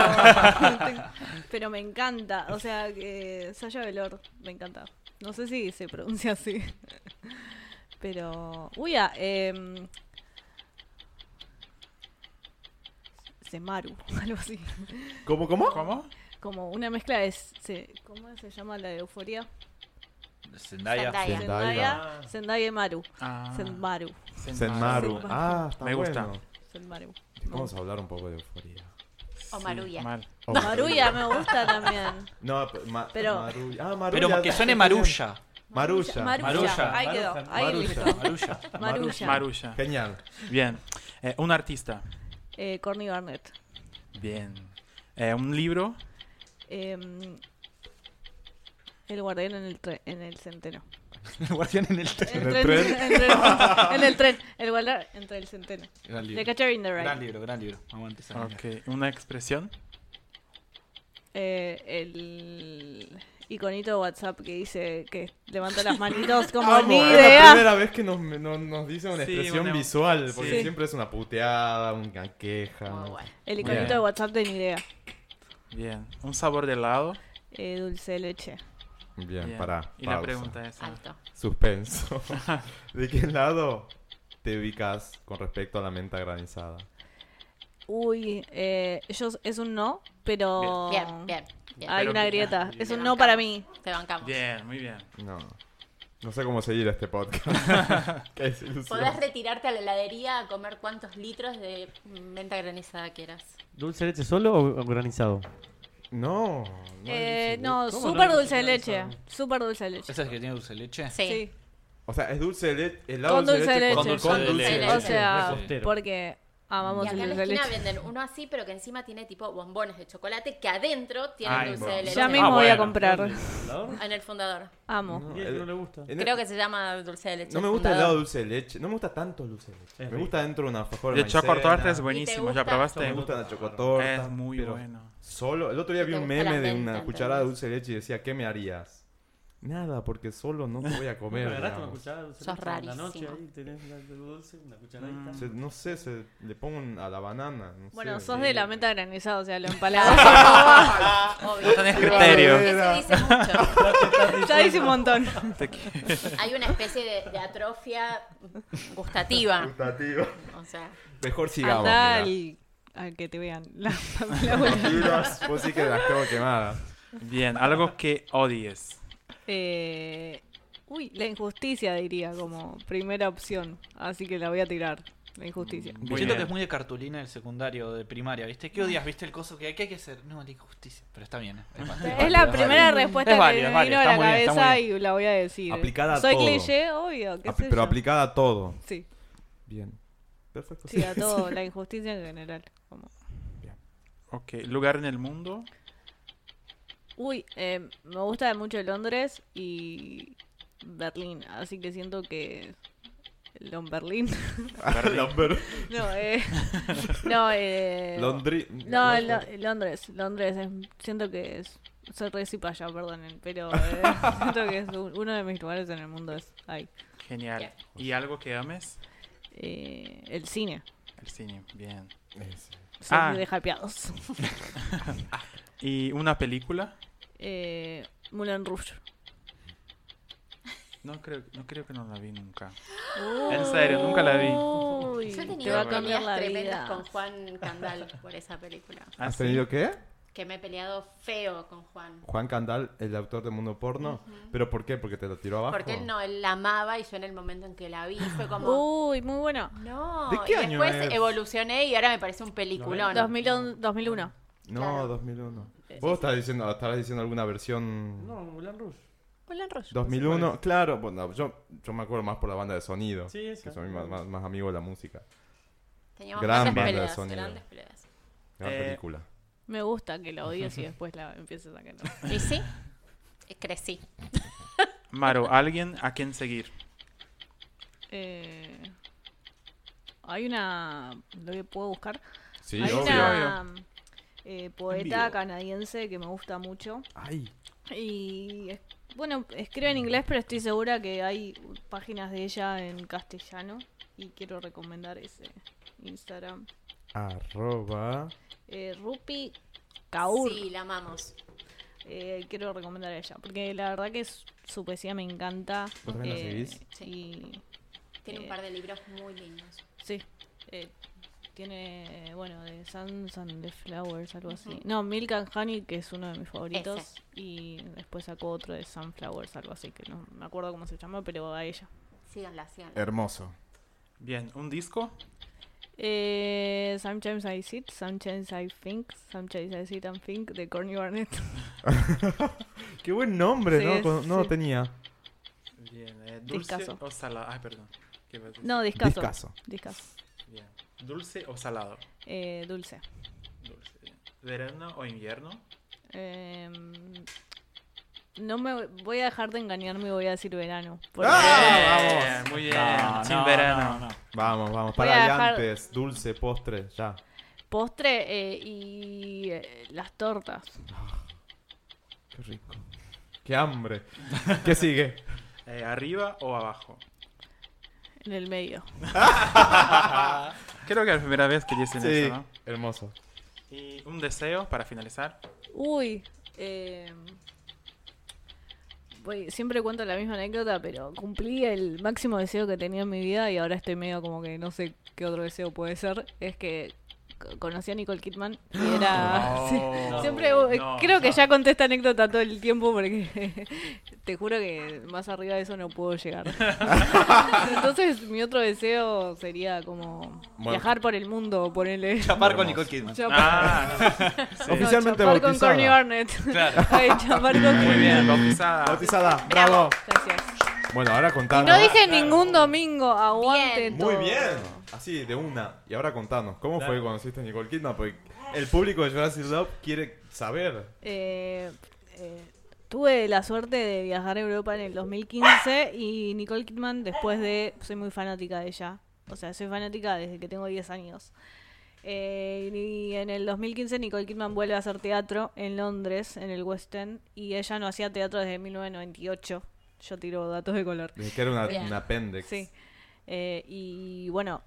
Speaker 6: pero me encanta. O sea, que Sasha Velor, me encanta. No sé si se pronuncia así. Pero. Uy, ya. Eh, Semaru, algo así.
Speaker 3: ¿Cómo, cómo?
Speaker 4: ¿Cómo?
Speaker 6: Como una mezcla de. se- ¿Cómo se llama la de euforia?
Speaker 5: Zendaya.
Speaker 2: Zendaya.
Speaker 6: Zendaya. Zendaya y Maru.
Speaker 4: Ah,
Speaker 6: Zenmaru.
Speaker 3: Senmaru.
Speaker 6: Senmaru.
Speaker 3: Ah, está
Speaker 4: Me gusta.
Speaker 3: bueno.
Speaker 6: Zenmaru.
Speaker 3: Vamos a hablar un poco de euforia. Oh,
Speaker 2: O Maruya.
Speaker 4: mal.
Speaker 6: Maruya me gusta también.
Speaker 3: No, pe- ma-
Speaker 6: Pero-
Speaker 3: Marulla. Ah, Marulla.
Speaker 5: Pero que suene Marulla.
Speaker 3: Marulla.
Speaker 6: Marulla.
Speaker 5: Marulla.
Speaker 6: Ahí quedó. Ahí
Speaker 5: Marulla.
Speaker 6: listo.
Speaker 5: Marulla.
Speaker 6: Marulla.
Speaker 4: Marulla.
Speaker 3: Genial.
Speaker 4: Bien. Eh, un artista.
Speaker 6: Eh, Corny Barnett.
Speaker 4: Bien. Eh, un libro.
Speaker 6: Em, el guardián en el, tre- en el centeno.
Speaker 5: El guardián en el
Speaker 3: ¿En el tren?
Speaker 6: en el tren. En el tren. El guardián entre el centeno.
Speaker 5: Gran
Speaker 6: The
Speaker 5: libro.
Speaker 6: Catcher in the
Speaker 5: Gran
Speaker 6: Rye.
Speaker 5: libro, gran libro. Aguante esa mierda.
Speaker 4: Ok. Una expresión.
Speaker 6: Eh, el iconito de WhatsApp que dice que levanta las manitos como
Speaker 3: Amo,
Speaker 6: ni
Speaker 3: Es la
Speaker 6: idea.
Speaker 3: primera vez que nos, no- nos dice una
Speaker 4: Sí,
Speaker 3: expresión
Speaker 4: una-
Speaker 3: visual. Porque
Speaker 6: Sí.
Speaker 3: siempre es una puteada, una queja.
Speaker 2: Muy bueno.
Speaker 6: El iconito
Speaker 3: Bien.
Speaker 6: de WhatsApp de ni idea.
Speaker 4: Bien. Un sabor de helado.
Speaker 6: Eh, dulce de leche.
Speaker 3: Bien,
Speaker 4: Bien.
Speaker 3: pará.
Speaker 4: Y la
Speaker 3: pausa.
Speaker 4: pregunta es.
Speaker 2: Alto.
Speaker 3: Suspenso. ¿De qué lado te ubicas con respecto a la menta granizada?
Speaker 6: Uy, eh, yo, es un no, pero
Speaker 2: Bien, bien. bien.
Speaker 6: hay
Speaker 4: Pero
Speaker 6: una
Speaker 4: que-
Speaker 6: grieta.
Speaker 4: bien.
Speaker 6: Es un no para mí.
Speaker 2: Te bancamos.
Speaker 4: Bien, muy bien.
Speaker 3: No. No sé cómo seguir este podcast. Qué desilusión.
Speaker 2: Podés retirarte a la heladería a comer cuantos litros de menta granizada quieras.
Speaker 7: ¿Dulce de leche solo o o granizado?
Speaker 3: No. no
Speaker 6: Eh,
Speaker 3: es dulce de
Speaker 6: no,
Speaker 3: leche.
Speaker 6: súper dulce de leche. Súper dulce de leche.
Speaker 5: ¿Esa es que tiene dulce de leche?
Speaker 2: Sí.
Speaker 6: Sí.
Speaker 3: O sea, es dulce de leche. helado
Speaker 6: Con dulce de leche.
Speaker 3: con-
Speaker 5: leche.
Speaker 3: Con dulce de leche.
Speaker 6: O sea,
Speaker 7: Repostero.
Speaker 6: porque
Speaker 2: Y
Speaker 6: amamos el
Speaker 2: acá en la
Speaker 6: dulce de
Speaker 2: esquina
Speaker 6: leche.
Speaker 2: venden uno así, pero que encima tiene tipo bombones de chocolate que adentro
Speaker 4: Ay,
Speaker 2: tienen dulce
Speaker 4: bueno.
Speaker 2: de leche.
Speaker 6: Ya mismo voy a
Speaker 4: bueno.
Speaker 6: comprar.
Speaker 7: ¿Congelador?
Speaker 2: En el fundador.
Speaker 6: Amo.
Speaker 7: Y el que no le gusta.
Speaker 3: En-
Speaker 2: Creo que se llama dulce de leche.
Speaker 3: No me gusta el
Speaker 2: fundador.
Speaker 3: helado dulce de leche. No me gusta tanto el dulce de leche.
Speaker 7: Es
Speaker 3: me gusta dentro de una alfajor de
Speaker 4: De chocotorta es
Speaker 3: maicena.
Speaker 4: buenísimo.
Speaker 2: gusta?
Speaker 4: ¿Ya probaste?
Speaker 3: Me gusta la chocotorta.
Speaker 4: Es muy
Speaker 3: pero
Speaker 4: bueno.
Speaker 3: Solo. El otro día vi
Speaker 2: Te
Speaker 3: un
Speaker 2: gusta la
Speaker 3: meme de
Speaker 2: menta,
Speaker 3: una cucharada de
Speaker 2: entonces.
Speaker 3: dulce de leche y decía, ¿qué me harías? Nada, porque solo no te voy a
Speaker 7: Me
Speaker 3: comer.
Speaker 7: agarraste una
Speaker 3: digamos.
Speaker 7: cucharada de dulce de
Speaker 2: Sos
Speaker 7: leche en la noche
Speaker 2: rarísimo.
Speaker 7: ahí, tenés una de dulce, una cucharadita.
Speaker 3: Se- no sé, se, le pongo un- a la banana. no
Speaker 6: Bueno,
Speaker 3: sé.
Speaker 6: sos
Speaker 3: Sí.
Speaker 6: de la menta granizada, o sea, lo empaladas.
Speaker 2: Ah, Obvio.
Speaker 4: tenés
Speaker 2: Pero
Speaker 4: criterio.
Speaker 2: Eso dice mucho.
Speaker 6: ya hice un montón.
Speaker 2: Hay una especie de, de atrofia gustativa.
Speaker 3: Gustativo.
Speaker 2: O sea,
Speaker 3: Mejor sigamos.
Speaker 6: Anda
Speaker 3: mirá.
Speaker 6: al, al que te vean. La, la abuela.
Speaker 3: Tiras, Vos sí que las tengo quemadas.
Speaker 4: Bien. Algo que odies.
Speaker 6: Eh, uy, la injusticia diría como primera opción. Así que la voy a tirar. La injusticia.
Speaker 4: Muy
Speaker 5: Siento
Speaker 4: bien.
Speaker 5: que es muy de cartulina del secundario, de primaria, ¿viste? ¿Qué odias? ¿Viste el coso que hay? ¿Qué hay que hacer? No, la injusticia. Pero está bien. ¿eh?
Speaker 6: Es la primera respuesta
Speaker 5: Es
Speaker 6: que
Speaker 5: válido, es
Speaker 6: me
Speaker 5: válido,
Speaker 6: vino a la
Speaker 5: está muy bien, está muy
Speaker 6: cabeza y la voy a decir.
Speaker 3: Aplicada a
Speaker 6: Soy
Speaker 3: todo.
Speaker 6: cliché, obvio. ¿qué
Speaker 3: Apli-
Speaker 6: sé
Speaker 3: pero
Speaker 6: yo.
Speaker 3: aplicada a todo.
Speaker 6: Sí,
Speaker 3: Bien. Perfecto.
Speaker 6: sí, a todo. La injusticia en general. Como...
Speaker 4: Ok. Lugar en el mundo.
Speaker 6: Uy, eh, me gusta mucho Londres y Berlín, así que siento que... Lon Berlín.
Speaker 3: Londres.
Speaker 6: No, eh... No, eh...
Speaker 3: Londri.
Speaker 6: No, Lo- Londres, Londres. es- siento que es... Soy re cipaya, perdonen, pero eh, siento que es un- uno de mis lugares en el mundo es ahí.
Speaker 4: Genial. ¿Y algo que ames?
Speaker 6: Eh, el cine.
Speaker 4: El cine. Bien.
Speaker 3: Es-
Speaker 6: Soy
Speaker 4: Ah.
Speaker 6: de hypeados.
Speaker 4: ¿Y una película?
Speaker 6: Eh, Moulin Rouge.
Speaker 4: No creo, no creo que no la vi nunca.
Speaker 6: En
Speaker 4: serio, nunca la vi.
Speaker 2: yo he
Speaker 6: te
Speaker 2: tenido
Speaker 6: va a
Speaker 4: peleas
Speaker 6: cambiar la
Speaker 2: peleas
Speaker 6: vida.
Speaker 2: tremendas con Juan Candal por esa película.
Speaker 4: Ah,
Speaker 3: ¿Has
Speaker 4: sí.
Speaker 3: tenido qué?
Speaker 2: Que me he peleado feo con Juan.
Speaker 3: Juan Candal, el autor de Mundo Porno. ¿Pero por qué? ¿Porque te lo tiró abajo?
Speaker 2: Porque él no, él la amaba y yo en el momento en que la vi fue como...
Speaker 6: Uy, muy bueno.
Speaker 2: No,
Speaker 3: ¿De qué
Speaker 2: y
Speaker 3: año
Speaker 2: después
Speaker 3: es?
Speaker 2: evolucioné y ahora me parece un peliculón.
Speaker 6: 2001.
Speaker 3: No,
Speaker 2: Claro.
Speaker 3: 2001.
Speaker 6: Eh,
Speaker 3: Vos estás diciendo, estarás diciendo alguna versión
Speaker 7: No, Moulin Rouge.
Speaker 6: Moulin Rouge.
Speaker 3: 2001. Claro, bueno, yo, yo me acuerdo más por la banda de sonido.
Speaker 7: Sí, esa.
Speaker 3: que soy más, más- más amigo de la música.
Speaker 2: Teníamos
Speaker 3: Gran
Speaker 2: grandes
Speaker 3: banda de
Speaker 2: peleas,
Speaker 3: sonido.
Speaker 2: grandes peleas.
Speaker 3: Gran
Speaker 4: Eh,
Speaker 3: película.
Speaker 6: Me gusta que la odies y después la empieces a que no.
Speaker 2: Y sí, eh, crecí.
Speaker 4: Maru, alguien a quien seguir.
Speaker 6: Eh, hay una. Lo que puedo buscar.
Speaker 3: Sí,
Speaker 6: hay
Speaker 3: obvio.
Speaker 6: una eh,
Speaker 5: En
Speaker 6: poeta
Speaker 5: vivo.
Speaker 6: canadiense que me gusta mucho.
Speaker 3: Ay,
Speaker 6: Y. es- Bueno, escribe en inglés, pero estoy segura que hay páginas de ella en castellano. Y quiero recomendar ese Instagram.
Speaker 3: arroba.
Speaker 6: Eh, Rupi Kaur.
Speaker 2: Sí, la amamos.
Speaker 6: Eh, quiero recomendar a ella. Porque la verdad que su, su poesía me encanta. Eh,
Speaker 3: ¿Vos también la seguís?
Speaker 6: Y.
Speaker 2: Tiene un
Speaker 6: Eh,
Speaker 2: par de libros muy lindos.
Speaker 6: Sí. eh, tiene, eh, bueno, de Suns and the Flowers, algo así.
Speaker 2: Ujú.
Speaker 6: No, Milk and Honey, que es uno de mis favoritos.
Speaker 2: Ese.
Speaker 6: Y después sacó otro de Sunflowers, algo así, que no me acuerdo cómo se llama, pero a ella.
Speaker 2: Síganla, síganla.
Speaker 3: Hermoso.
Speaker 4: Bien, ¿un disco?
Speaker 6: Eh, sometimes I sit, sometimes I think, sometimes I sit and think, de Corny Barnett.
Speaker 3: Qué buen nombre,
Speaker 6: Sí,
Speaker 3: ¿no?
Speaker 6: es-
Speaker 3: Con- no
Speaker 6: sí.
Speaker 3: lo tenía.
Speaker 4: Bien, eh, dulce
Speaker 6: Discazo.
Speaker 4: o salado. Ay, perdón. ¿Qué ibas a decir?
Speaker 6: No, discaso.
Speaker 3: Discaso.
Speaker 6: Discaso.
Speaker 4: Bien. ¿Dulce o salado?
Speaker 6: Eh, dulce.
Speaker 4: Dulce. bien. ¿Verano o invierno?
Speaker 6: Em, no me voy a dejar de engañarme y voy a decir verano. porque-
Speaker 4: ¡Ah, Muy bien,
Speaker 5: No,
Speaker 4: sin
Speaker 5: no,
Speaker 4: verano.
Speaker 5: no, no.
Speaker 3: Vamos, vamos.
Speaker 6: Voy
Speaker 3: Para
Speaker 6: a
Speaker 3: de
Speaker 6: dejar-
Speaker 3: antes. Dulce, postre, ya.
Speaker 6: Postre eh, y eh, las tortas.
Speaker 3: Qué rico. Qué hambre. ¿Qué sigue?
Speaker 4: Eh, ¿Arriba o abajo?
Speaker 6: En el medio.
Speaker 4: Creo que es la primera vez que dicen eso, ¿no?
Speaker 3: Hermoso.
Speaker 4: Y un deseo para finalizar.
Speaker 6: Uy. eh, voy- siempre cuento la misma anécdota, pero cumplí el máximo deseo que tenía en mi vida y ahora estoy medio como que no sé qué otro deseo puede ser. Es que c- conocí a Nicole Kidman y era... sí.
Speaker 4: No,
Speaker 6: Siempre eh,
Speaker 4: no,
Speaker 6: creo que
Speaker 4: no.
Speaker 6: ya conté esta anécdota todo el tiempo porque te juro que más arriba de eso no puedo llegar. Entonces mi otro deseo sería como viajar por el mundo, pues. ponerle
Speaker 5: Chapar con Nicole Kidman.
Speaker 4: Ah,
Speaker 3: Oficialmente
Speaker 6: chapar con
Speaker 3: bautizada.
Speaker 6: Corny Barnett.
Speaker 5: Claro.
Speaker 6: Ay, chapar con
Speaker 4: muy bien, bautizada.
Speaker 3: Bautizada. Bravo.
Speaker 6: Gracias.
Speaker 3: Bueno, ahora contanos.
Speaker 6: No dije ningún domingo, aguante
Speaker 2: Bien.
Speaker 3: Muy
Speaker 6: todo.
Speaker 3: bien. Así, de una. Y ahora contanos, ¿cómo fue que conociste a Nicole Kidman? Porque el público de Jurassic Love quiere saber.
Speaker 6: Eh, eh, tuve la suerte de viajar a Europa en el 2015 y Nicole Kidman después de... Soy muy fanática de ella. O sea, soy fanática desde que tengo 10 años. Eh, y en el 2015 Nicole Kidman vuelve a hacer teatro en Londres, en el West End, y ella no hacía teatro desde 1998. Yo tiro datos de color.
Speaker 3: Desde que era una,
Speaker 2: Bien.
Speaker 3: un apéndice.
Speaker 6: Sí. Eh, y bueno,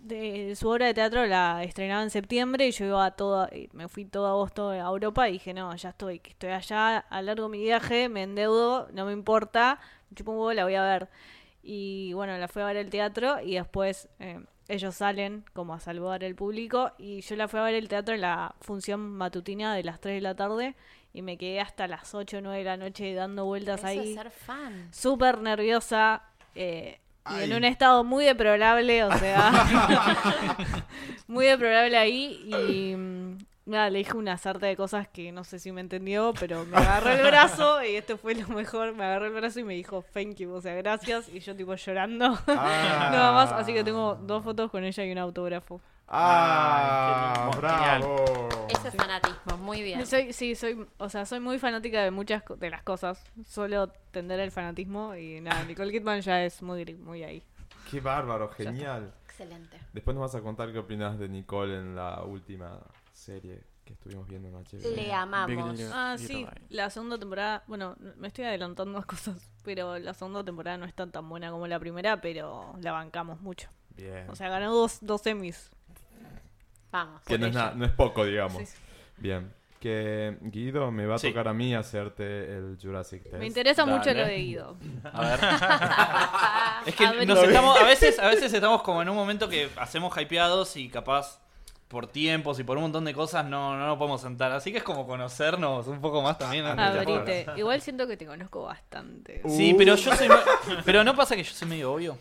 Speaker 6: de, su obra de teatro la estrenaba en septiembre y yo iba a toda, y me fui todo agosto a Europa y dije, no, ya estoy, que estoy allá, alargo mi viaje, me endeudo, no me importa, me chupo un huevo, la voy a ver. Y bueno, la fui a ver al teatro y después eh, ellos salen como a saludar al público y yo la fui a ver el teatro en la función matutina de las 3 de la tarde y me quedé hasta las 8 o 9 de la noche dando vueltas
Speaker 2: Eso
Speaker 6: ahí
Speaker 2: es ser fan.
Speaker 6: súper nerviosa eh, y
Speaker 3: Ay.
Speaker 6: en un estado muy deplorable, o sea, muy deplorable ahí y mm, nada, le dije una sarta de cosas que no sé si me entendió, pero me agarró el brazo y esto fue lo mejor, me agarró el brazo y me dijo thank you, o sea, gracias y yo tipo llorando.
Speaker 3: Ah.
Speaker 6: Nada más, así que tengo dos fotos con ella y un autógrafo.
Speaker 3: Ah,
Speaker 4: Ah, qué
Speaker 3: bravo.
Speaker 2: Eso es fanatismo, muy bien.
Speaker 6: Soy, sí, soy, o sea, soy muy fanática de muchas co- de las cosas. Solo tender el fanatismo y nada, Nicole Kidman ya es muy, muy ahí.
Speaker 3: Qué bárbaro, genial.
Speaker 2: Excelente.
Speaker 3: Después nos vas a contar qué opinas de Nicole en la última serie que estuvimos viendo en HBO.
Speaker 2: Le amamos.
Speaker 4: Big deal.
Speaker 6: Ah,
Speaker 4: Little
Speaker 6: sí,
Speaker 4: Lies.
Speaker 6: la segunda temporada, bueno, me estoy adelantando a cosas, pero la segunda temporada no está tan buena como la primera, pero la bancamos mucho.
Speaker 3: Bien.
Speaker 6: O sea, ganó dos, dos Emmys.
Speaker 2: Vamos.
Speaker 3: que no es,
Speaker 2: Ella.
Speaker 3: nada- no es poco, digamos.
Speaker 6: Sí, sí.
Speaker 3: Bien. Que Guido, me va a
Speaker 5: Sí.
Speaker 3: tocar a mí hacerte el Jurassic Test.
Speaker 6: Me interesa
Speaker 5: Dale.
Speaker 6: mucho lo de Guido.
Speaker 5: A ver. es que
Speaker 6: A ver.
Speaker 5: nos estamos, a veces, a veces estamos como en un momento que hacemos hypeados y capaz por tiempos y por un montón de cosas no, no nos podemos sentar. Así que es como conocernos un poco más también. antes de jugar.
Speaker 6: Abrite. Ah, Igual siento que te conozco bastante.
Speaker 5: Sí, pero yo soy. ma- Pero no pasa que yo soy medio obvio.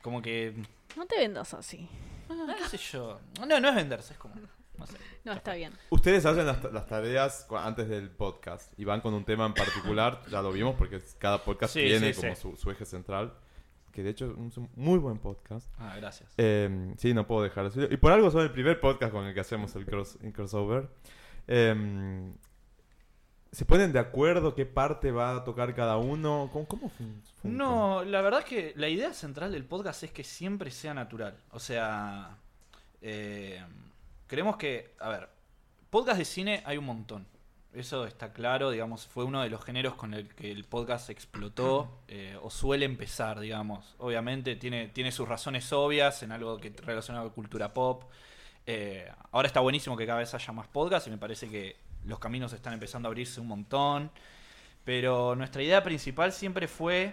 Speaker 5: Como que.
Speaker 6: No te vendas así.
Speaker 5: ah, ¿Qué sé yo? No, no es venderse, es como. No sé.
Speaker 6: No, está bien.
Speaker 3: Ustedes hacen las, las tareas cu- antes del podcast y van con un tema en particular, ya lo vimos porque cada podcast
Speaker 5: Sí,
Speaker 3: tiene
Speaker 5: sí,
Speaker 3: como
Speaker 5: sí.
Speaker 3: Su, su eje central, que de hecho es un muy buen podcast.
Speaker 5: Ah, gracias.
Speaker 3: Eh, sí, no puedo dejar de decirlo. Y por algo son el primer podcast con el que hacemos el, cross- el crossover. Eh, ¿Se ponen de acuerdo qué parte va a tocar cada uno? ¿Cómo, cómo fun- funciona?
Speaker 5: No, la verdad es que la idea central del podcast es que siempre sea natural. O sea, eh, creemos que, a ver, podcast de cine hay un montón. Eso está claro, digamos, fue uno de los géneros con el que el podcast explotó eh, o suele empezar, digamos. Obviamente tiene, tiene sus razones obvias en algo que relacionado con cultura pop. Eh, ahora está buenísimo que cada vez haya más podcasts y me parece que los caminos están empezando a abrirse un montón. Pero nuestra idea principal siempre fue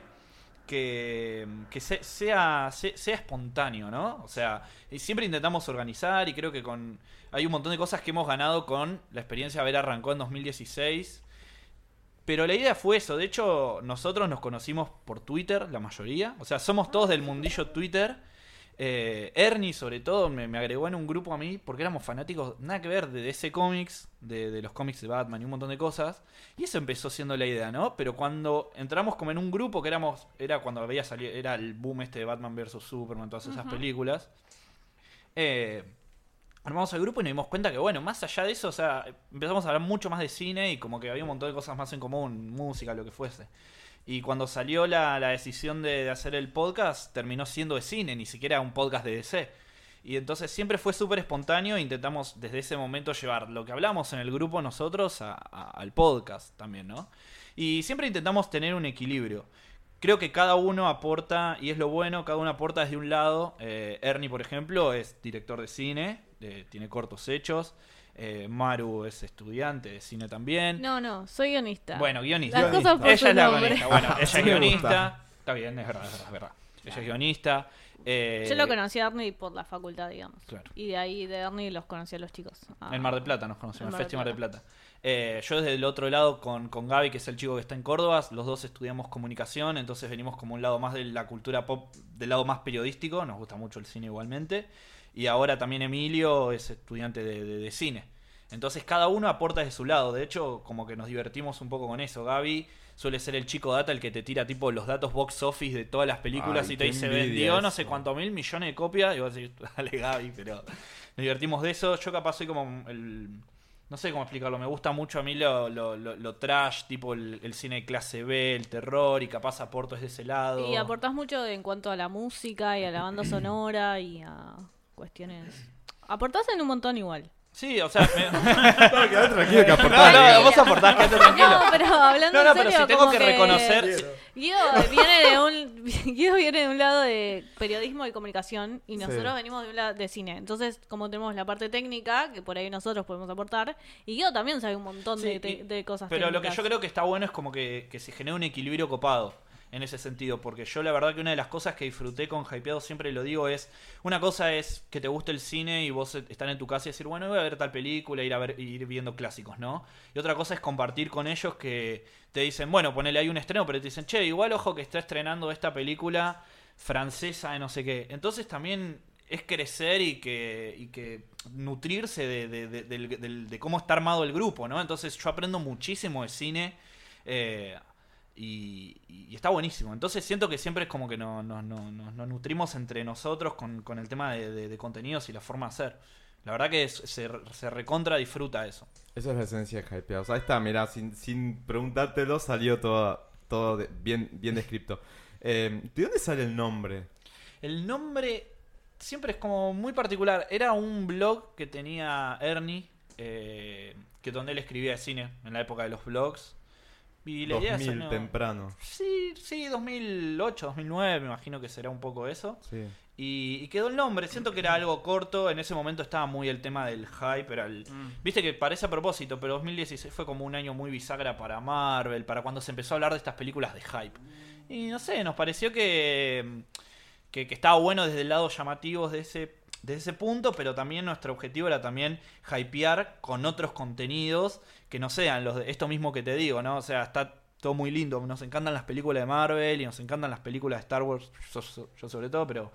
Speaker 5: que, que se- sea, se- sea espontáneo, ¿no? O sea, y siempre intentamos organizar y creo que con hay un montón de cosas que hemos ganado con la experiencia de haber arrancado en 2016. Pero la idea fue eso. De hecho, nosotros nos conocimos por Twitter, la mayoría. O sea, somos todos del mundillo Twitter. Eh, Ernie, sobre todo, me, me agregó en un grupo a mí porque éramos fanáticos, nada que ver, de DC Comics, de, de los cómics de Batman y un montón de cosas. Y eso empezó siendo la idea, ¿no? Pero cuando entramos como en un grupo que éramos, era cuando había salido, era el boom este de Batman vs. Superman, todas esas películas, eh, armamos el grupo y nos dimos cuenta que, bueno, más allá de eso, o sea, empezamos a hablar mucho más de cine y como que había un montón de cosas más en común, música, lo que fuese. Y cuando salió la, la decisión de, de hacer el podcast, terminó siendo de cine, ni siquiera un podcast de DC. Y entonces siempre fue súper espontáneo e intentamos desde ese momento llevar lo que hablamos en el grupo nosotros a- a- al podcast también, ¿no? Y siempre intentamos tener un equilibrio. Creo que cada uno aporta, y es lo bueno, cada uno aporta desde un lado. Eh, Ernie, por ejemplo, es director de cine, eh, tiene cortos hechos. Eh, Maru es estudiante de cine también.
Speaker 6: No, no, soy guionista.
Speaker 5: Bueno, guionista.
Speaker 6: Las cosas por su
Speaker 5: Ella es la
Speaker 6: nombre.
Speaker 5: guionista. Bueno, ella
Speaker 3: me
Speaker 5: es guionista. Está bien, es verdad, es verdad, es verdad. Ella es guionista. Eh,
Speaker 6: Yo lo conocí a Ernie por la facultad, digamos.
Speaker 5: Claro.
Speaker 6: Y de ahí de Ernie los conocí a los chicos. Ah.
Speaker 5: En Mar del Plata nos conocimos, en
Speaker 6: En
Speaker 5: el
Speaker 6: Mar del
Speaker 5: Festival Mar del Plata. Eh, yo desde el otro lado con, con Gaby, que es el chico que está en Córdoba, los dos estudiamos comunicación, entonces venimos como un lado más de la cultura pop, del lado más periodístico, nos gusta mucho el cine igualmente. Y ahora también Emilio es estudiante de, de- de cine. Entonces cada uno aporta de su lado, de hecho como que nos divertimos un poco con eso. Gaby suele ser el chico data el que te tira tipo los datos box office de todas las películas
Speaker 3: Ay,
Speaker 5: y te
Speaker 3: qué
Speaker 5: dice
Speaker 3: envidia
Speaker 5: vendió no sé
Speaker 3: eso.
Speaker 5: cuánto mil millones de copias y vos decís, dale Gaby, pero nos divertimos de eso. Yo capaz soy como el... No sé cómo explicarlo, me gusta mucho a mí lo, lo, lo- lo trash, tipo el, el cine de clase B, el terror, y capaz aporto desde ese lado.
Speaker 6: Y aportás mucho en cuanto a la música y a la banda sonora y a cuestiones. Aportás en un montón igual.
Speaker 5: Sí, o sea... me- no,
Speaker 3: Claro, quedá tranquilo que aportá.
Speaker 5: no, vos aportás, quédate tranquilo.
Speaker 6: No, pero hablando
Speaker 5: No, no,
Speaker 6: en
Speaker 5: pero
Speaker 6: serio,
Speaker 5: si tengo
Speaker 6: como
Speaker 5: que reconocer...
Speaker 6: Guido viene de un Guido viene de un lado de periodismo y comunicación y nosotros
Speaker 3: Sí.
Speaker 6: venimos de un lado de cine. Entonces, como tenemos la parte técnica que por ahí nosotros podemos aportar y Guido también sabe un montón
Speaker 5: Sí,
Speaker 6: de, te-
Speaker 5: y-
Speaker 6: de cosas.
Speaker 5: Pero lo que
Speaker 6: técnicas.
Speaker 5: yo creo que está bueno es como que, que se genera un equilibrio copado en ese sentido, porque yo la verdad que una de las cosas que disfruté con Hypeado, siempre lo digo, es una cosa es que te guste el cine y vos estar en tu casa y decir, bueno, voy a ver tal película, ir a ver ir viendo clásicos, ¿no? Y otra cosa es compartir con ellos que te dicen, bueno, ponele ahí un estreno, pero te dicen, "Che, igual ojo que está estrenando esta película francesa de no sé qué." Entonces también es crecer y que, y que nutrirse de, de- de- del- del- de cómo está armado el grupo, ¿no? Entonces yo aprendo muchísimo de cine eh, y, y está buenísimo. Entonces siento que siempre es como que no- no- no- no- nos nutrimos entre nosotros con, con el tema de, de- de contenidos y la forma de hacer. La verdad que es- se, se recontra disfruta eso.
Speaker 3: Esa es la esencia de hypeados. Ahí está, mirá, sin, sin preguntártelo salió todo, todo de- bien, bien descrito. Eh, ¿De dónde sale el nombre?
Speaker 5: El nombre siempre es como muy particular. Era un blog que tenía Ernie, eh, que donde él escribía de cine en la época de los blogs. Y la idea es
Speaker 3: 2000
Speaker 5: no-
Speaker 3: temprano.
Speaker 5: Sí, sí, 2008, 2009, me imagino que será un poco eso.
Speaker 3: Sí.
Speaker 5: Y, y quedó el nombre, siento que era algo corto, en ese momento estaba muy el tema del hype, era el... Viste que parece a propósito, pero 2016 fue como un año muy bisagra para Marvel, para cuando se empezó a hablar de estas películas de hype. Y no sé, nos pareció que, que, que estaba bueno desde el lado llamativo de ese, de ese punto, pero también nuestro objetivo era también hypear con otros contenidos que no sean los de esto mismo que te digo, ¿no? O sea, está todo muy lindo, nos encantan las películas de Marvel y nos encantan las películas de Star Wars, yo, yo sobre todo, pero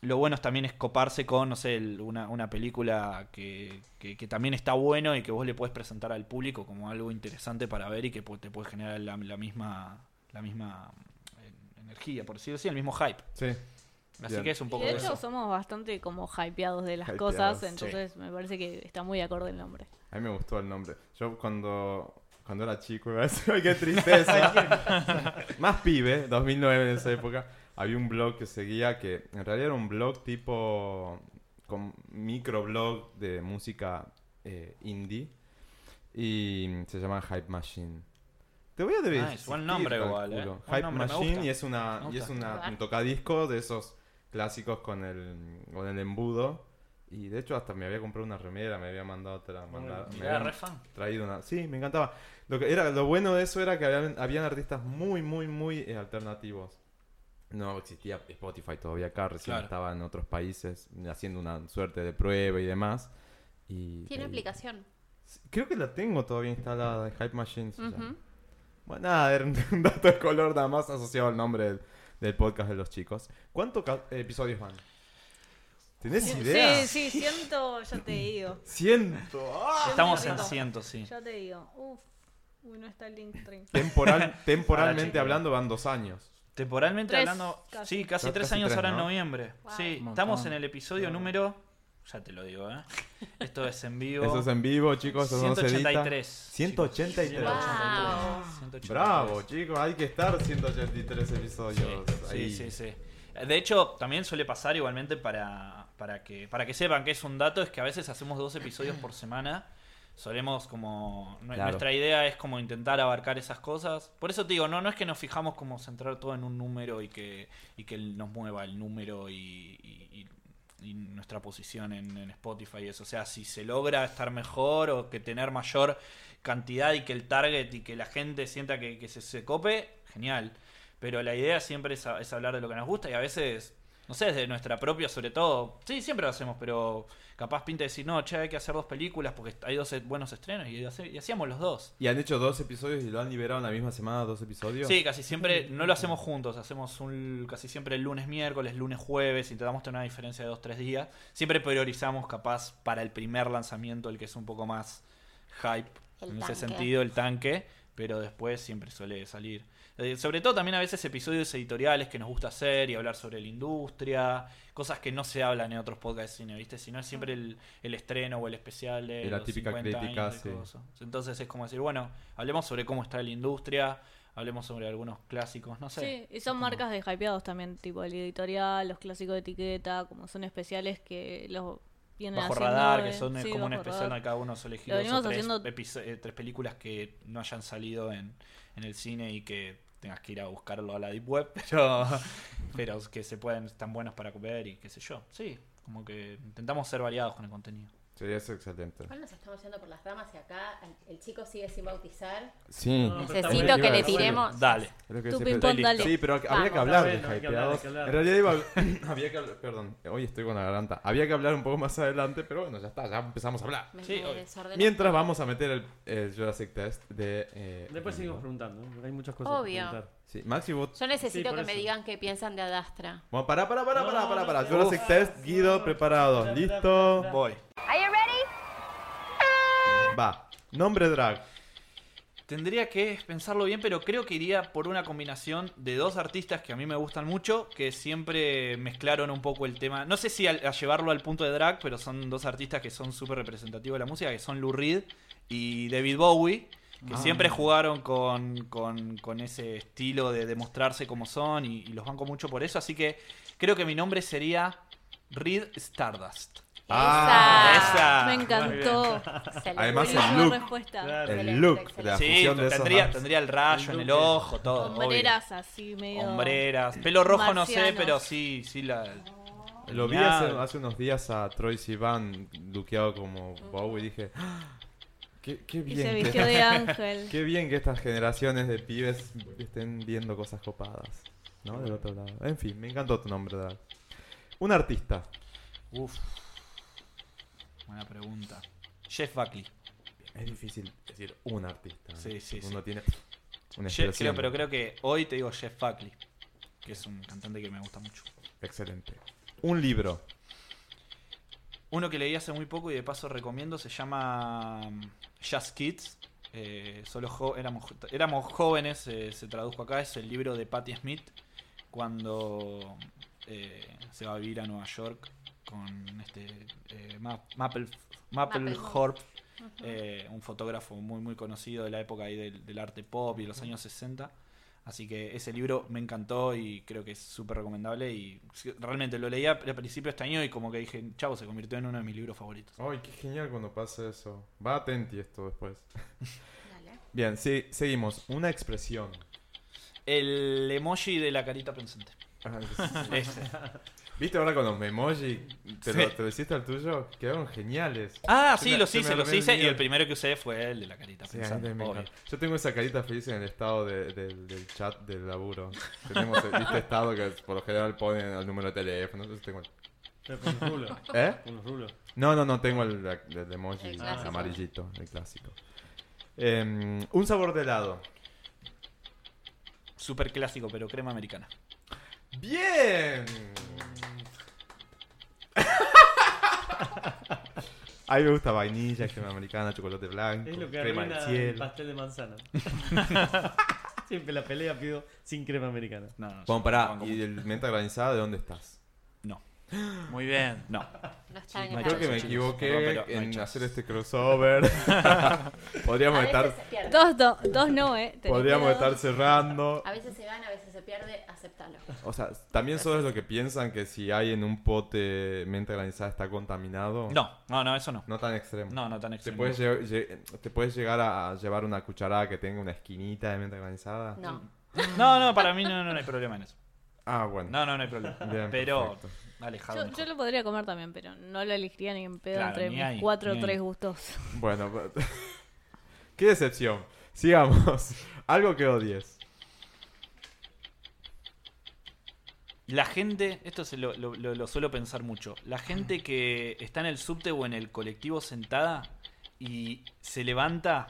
Speaker 5: lo bueno es también es coparse con, no sé, el- una, una película que, que- que también está bueno y que vos le puedes presentar al público como algo interesante para ver y que pu- te puede generar la, la misma la misma eh, energía, por decirlo así, el mismo hype.
Speaker 3: Sí.
Speaker 5: Así
Speaker 3: Bien.
Speaker 5: que es un
Speaker 6: Y
Speaker 5: poco
Speaker 6: de
Speaker 5: eso.
Speaker 6: hecho somos bastante como hypeados de las
Speaker 3: Hypeados,
Speaker 6: cosas,
Speaker 3: sí.
Speaker 6: entonces me parece que está muy acorde el nombre.
Speaker 3: A mí me gustó el nombre. Yo cuando, cuando era chico, iba a decir, "Ay, qué tristeza. Más pibe, 2009 en esa época, había un blog que seguía que en realidad era un blog tipo con microblog de música eh, indie y se llama Hype Machine. Te voy a decir.
Speaker 5: Nice, Ah, buen nombre igual, eh. Buen
Speaker 3: Hype
Speaker 5: nombre, me
Speaker 3: Machine
Speaker 5: gusta.
Speaker 3: y es una
Speaker 5: Me
Speaker 3: y es
Speaker 5: gusta.
Speaker 3: una un tocadisco de esos clásicos con el con el embudo y de hecho hasta me había comprado una remera, me había mandado otra, mandado- me
Speaker 5: Era
Speaker 3: habían-
Speaker 5: re fan.
Speaker 3: traído una. Sí, me encantaba. Lo, que era, lo bueno de eso era que habían, habían artistas muy, muy, muy eh, alternativos. No existía Spotify todavía acá, recién
Speaker 5: Claro.
Speaker 3: estaba en otros países haciendo una suerte de prueba y demás. Y,
Speaker 2: Tiene
Speaker 3: eh,
Speaker 2: aplicación.
Speaker 3: Creo que la tengo todavía instalada de Hype Machine. se llama.
Speaker 2: Ujú.
Speaker 3: Bueno, nada, era un un dato de color nada más asociado al nombre del, del podcast de los chicos. ¿Cuántos ca- episodios van? ¿Tenés idea?
Speaker 6: Sí, sí, siento, ya te digo.
Speaker 3: Ciento. ¡Ah!
Speaker 5: Estamos en cientos, sí.
Speaker 6: Ya te digo. Uf. Uy, no está el link train.
Speaker 3: Temporal, temporalmente
Speaker 5: chica.
Speaker 3: hablando van dos años.
Speaker 5: Temporalmente
Speaker 6: Tres,
Speaker 5: hablando,
Speaker 6: casi.
Speaker 5: sí, casi
Speaker 3: Casi
Speaker 5: tres años
Speaker 3: tres,
Speaker 5: ahora en
Speaker 3: ¿no?
Speaker 5: noviembre.
Speaker 6: Wow.
Speaker 5: Sí,
Speaker 4: Un
Speaker 5: estamos
Speaker 4: montón.
Speaker 5: en el episodio número, ya te lo digo, ¿eh? Esto es en vivo.
Speaker 3: Eso es en vivo, chicos. Eso no se edita.
Speaker 5: 183.
Speaker 3: 183.
Speaker 2: Wow.
Speaker 5: 183.
Speaker 3: Bravo, chicos. Hay que estar 183
Speaker 5: Sí,
Speaker 3: episodios. ahí.
Speaker 5: sí, sí, sí. De hecho, también suele pasar igualmente para, para, que, para que sepan que es un dato, es que a veces hacemos dos episodios por semana. Solemos como... nue-
Speaker 3: Claro.
Speaker 5: Nuestra idea es como intentar abarcar esas cosas. Por eso te digo, no, no es que nos fijamos como centrar todo en un número y que, y que nos mueva el número y, y- y- y nuestra posición en, en Spotify y eso. O sea, si se logra estar mejor o que tener mayor cantidad y que el target y que la gente sienta que, que se, se cope, genial. Pero la idea siempre es, a- es hablar de lo que nos gusta y a veces, no sé, desde nuestra propia sobre todo. Sí, siempre lo hacemos, pero capaz pinta decir, no, che, hay que hacer dos películas porque hay dos e- buenos estrenos y, hace- y hacíamos los dos.
Speaker 3: Y han hecho dos episodios y lo han liberado en la misma semana, dos episodios.
Speaker 5: Sí, casi siempre no lo hacemos juntos, hacemos un, casi siempre el lunes, miércoles, lunes, jueves, intentamos tener una diferencia de dos, tres días. Siempre priorizamos capaz para el primer lanzamiento, el que es un poco más hype
Speaker 2: El
Speaker 5: en ese
Speaker 2: tanque.
Speaker 5: sentido, el tanque, pero después siempre suele salir. Eh, sobre todo también a veces episodios editoriales que nos gusta hacer y hablar sobre la industria, cosas que no se hablan en otros podcasts de cine, ¿viste? Sino es siempre el, el estreno o el especial de
Speaker 3: Y la
Speaker 5: los
Speaker 3: típica
Speaker 5: 50
Speaker 3: crítica,
Speaker 5: años de
Speaker 3: sí.
Speaker 5: coso. Entonces es como decir, bueno, hablemos sobre cómo está la industria, hablemos sobre algunos clásicos, no sé.
Speaker 6: Sí, y son marcas de hypeados también, tipo el editorial, los clásicos de etiqueta, como son especiales que los vienen
Speaker 5: Bajo
Speaker 6: haciendo
Speaker 5: radar,
Speaker 6: de-
Speaker 5: que son eh,
Speaker 6: sí,
Speaker 5: como un
Speaker 6: bajo
Speaker 5: especial
Speaker 6: radar.
Speaker 5: donde cada uno suele elegir
Speaker 6: Lo
Speaker 5: dos o
Speaker 6: venimos
Speaker 5: tres,
Speaker 6: haciendo-
Speaker 5: episo- eh, tres películas que no hayan salido en, en el cine y que tengas que ir a buscarlo a la deep web, pero, pero que se pueden, están buenos para ver y qué sé yo. Sí, como que intentamos ser variados con el contenido.
Speaker 3: Sí, es excelente.
Speaker 2: Igual nos estamos yendo por las ramas y acá el- el chico sigue sin bautizar.
Speaker 3: Sí.
Speaker 7: No, pero está
Speaker 2: Necesito
Speaker 7: bueno.
Speaker 2: que le
Speaker 7: Está bueno.
Speaker 2: tiremos.
Speaker 5: Dale.
Speaker 3: Es lo que
Speaker 6: Tu
Speaker 3: siempre-
Speaker 6: ping-pong,
Speaker 3: Sí,
Speaker 6: dale.
Speaker 3: Sí, pero había
Speaker 2: Vamos,
Speaker 3: que hablar
Speaker 7: está bueno,
Speaker 3: de
Speaker 7: hay que hablar,
Speaker 3: hypeados.
Speaker 7: hay que hablar.
Speaker 3: En realidad iba- había que hablar- Perdón, hoy estoy con la garganta. Había que hablar un poco más adelante, pero bueno, ya está, ya empezamos a hablar.
Speaker 2: Me,
Speaker 5: Sí,
Speaker 2: me
Speaker 5: obvio.
Speaker 2: desordenó.
Speaker 3: Mientras vamos a meter el, el Jurassic Test de. eh, Emilio.
Speaker 7: Después seguimos preguntando, ¿eh? porque hay muchas cosas
Speaker 2: Obvio.
Speaker 7: que preguntar.
Speaker 3: Sí, Maxi, vos
Speaker 2: Yo necesito
Speaker 7: Sí, por
Speaker 2: que me
Speaker 7: eso.
Speaker 2: digan qué piensan de Adastra.
Speaker 3: Bueno, pará, pará, pará,
Speaker 7: No,
Speaker 3: pará,
Speaker 7: no,
Speaker 3: pará, pará.
Speaker 7: no,
Speaker 3: Jurassic
Speaker 7: no.
Speaker 3: Test, Guido,
Speaker 7: No.
Speaker 3: preparados.
Speaker 7: Pará,
Speaker 3: ¿Listo?
Speaker 7: pará, pará.
Speaker 5: Voy.
Speaker 3: Va. Nombre drag.
Speaker 5: Tendría que pensarlo bien, pero creo que iría por una combinación de dos artistas que a mí me gustan mucho, que siempre mezclaron un poco el tema. No sé si al- a, llevarlo al punto de drag, pero son dos artistas que son súper representativos de la música, que son Lou Reed y David Bowie, que siempre jugaron con, con- con ese estilo de demostrarse como son y, y los banco mucho por eso. Así que creo que mi nombre sería Reed Stardust.
Speaker 2: Ah,
Speaker 6: Me
Speaker 5: Esa.
Speaker 6: encantó.
Speaker 2: Excelente.
Speaker 3: Además, el
Speaker 6: Buenísima
Speaker 3: look.
Speaker 6: respuesta.
Speaker 7: Claro.
Speaker 3: El
Speaker 2: Excelente,
Speaker 3: look
Speaker 2: excelente.
Speaker 3: de la
Speaker 5: Sí,
Speaker 3: fusión de esos
Speaker 5: tendría,
Speaker 3: dos.
Speaker 5: tendría el rayo en el
Speaker 7: look.
Speaker 5: ojo, todo. obvio.
Speaker 6: Hombreras así, medio.
Speaker 5: Hombreras. Pelo rojo no sé,
Speaker 6: Marcianos.
Speaker 5: pero sí, sí la.
Speaker 3: Lo vi
Speaker 5: Genial.
Speaker 3: hace, hace unos días a Troy Sivan duqueado como Bowie y dije. "Ah, Qué, qué
Speaker 6: Y
Speaker 3: bien.
Speaker 6: se
Speaker 3: que
Speaker 6: vistió de ángel.
Speaker 3: Qué bien que estas generaciones de pibes estén viendo cosas copadas. ¿No? Del otro lado. En fin, me encantó tu nombre, drag. Un artista.
Speaker 5: Uf. Buena pregunta. Jeff Buckley.
Speaker 3: Es difícil decir un artista. ¿no?
Speaker 5: Sí, sí,
Speaker 3: Uno
Speaker 5: sí.
Speaker 3: tiene una
Speaker 5: Jeff- creo-
Speaker 3: expresión.
Speaker 5: pero creo que hoy te digo Jeff Buckley, que es un cantante que me gusta mucho.
Speaker 3: Excelente. Un libro.
Speaker 5: Uno que leí hace muy poco y de paso recomiendo se llama mm, Just Kids. Eh, solo jo- éramos, jo- éramos jóvenes, eh, se tradujo acá. Es el libro de Patti Smith cuando eh, se va a vivir a Nueva York con este eh, Ma- Maple, Maplethorpe, eh, un fotógrafo muy muy conocido de la época ahí del, del arte pop y de los años 60. Así que ese libro me encantó y creo que es súper recomendable. Y sí, realmente lo leía al principio de este año y como que dije, chavo, se convirtió en uno de mis libros favoritos.
Speaker 3: Ay, qué genial cuando pasa eso. Va atenti esto después.
Speaker 2: Dale.
Speaker 3: Bien, sí, seguimos. Una expresión.
Speaker 5: El emoji de la carita pensante. Ese.
Speaker 3: Ah, ¿Viste ahora con los memoji? ¿Te, lo,
Speaker 5: Sí.
Speaker 3: te lo hiciste al tuyo? Quedaron geniales.
Speaker 5: Ah,
Speaker 3: Se
Speaker 5: sí,
Speaker 3: me-
Speaker 5: los
Speaker 3: se me
Speaker 5: hice, los
Speaker 3: arruinó el
Speaker 5: hice. Y
Speaker 3: mío.
Speaker 5: el primero que usé fue el de la carita
Speaker 3: Sí, a mí
Speaker 5: pensante.
Speaker 3: también me
Speaker 5: obvio.
Speaker 3: encanta. Yo tengo esa carita feliz en el estado de- del- del chat del laburo. Tenemos este estado que por lo general ponen el número de teléfono. Entonces tengo el-
Speaker 7: Pero Con los rulos.
Speaker 3: ¿Eh?
Speaker 7: Con los rulos.
Speaker 3: No, no, no, tengo el, el emoji
Speaker 2: El clásico.
Speaker 3: amarillito, el clásico. Em, un sabor de helado.
Speaker 5: Súper clásico, pero crema americana.
Speaker 3: ¡Bien! A mí me gusta vainilla, crema americana, chocolate blanco,
Speaker 7: Es lo que
Speaker 3: crema
Speaker 7: arruina
Speaker 3: del
Speaker 7: el
Speaker 3: cielo.
Speaker 7: pastel de manzana. Siempre la pelea pido sin crema americana.
Speaker 5: No, no,
Speaker 3: Bueno, pará,
Speaker 5: no,
Speaker 3: ¿y el menta granizada de dónde estás?
Speaker 5: No,
Speaker 4: Muy bien.
Speaker 5: no.
Speaker 2: No está en
Speaker 5: no
Speaker 2: el
Speaker 3: Creo que
Speaker 2: chat.
Speaker 3: me
Speaker 5: chances,
Speaker 3: equivoqué
Speaker 5: chicos. Perdón, pero no hay
Speaker 3: en
Speaker 5: chances.
Speaker 3: hacer este crossover. podríamos
Speaker 2: A veces
Speaker 3: estar,
Speaker 2: se pierde.
Speaker 6: Dos, do- dos no, ¿eh? Tenés
Speaker 3: podríamos
Speaker 6: que-
Speaker 3: estar cerrando.
Speaker 2: A veces se gana, a veces se pierde, aceptalo.
Speaker 3: O sea, también solo es lo que piensan que si hay en un pote menta granizada está contaminado.
Speaker 5: No, no, no, eso no.
Speaker 3: No tan extremo.
Speaker 5: No, no tan
Speaker 3: ¿Te
Speaker 5: extremo.
Speaker 3: puedes, lle- lle- te puedes llegar a a llevar una cucharada que tenga una esquinita de menta granizada?
Speaker 2: No.
Speaker 5: No, no, para mí no, no, no hay problema en eso.
Speaker 3: Ah, bueno.
Speaker 5: No, no, no hay problema.
Speaker 3: Bien,
Speaker 5: pero
Speaker 3: perfecto.
Speaker 5: alejado.
Speaker 6: Yo, yo
Speaker 5: mejor.
Speaker 6: lo podría comer también, pero no lo elegiría ni en pedo
Speaker 5: Claro,
Speaker 6: entre
Speaker 5: ni
Speaker 6: mis
Speaker 5: ahí,
Speaker 6: cuatro o
Speaker 5: ni
Speaker 6: tres
Speaker 5: ahí.
Speaker 6: gustos.
Speaker 3: Bueno, pero- qué decepción. Sigamos. Algo que odies.
Speaker 5: La gente, esto se lo, lo- lo- lo suelo pensar mucho, la gente que está en el subte o en el colectivo sentada y se levanta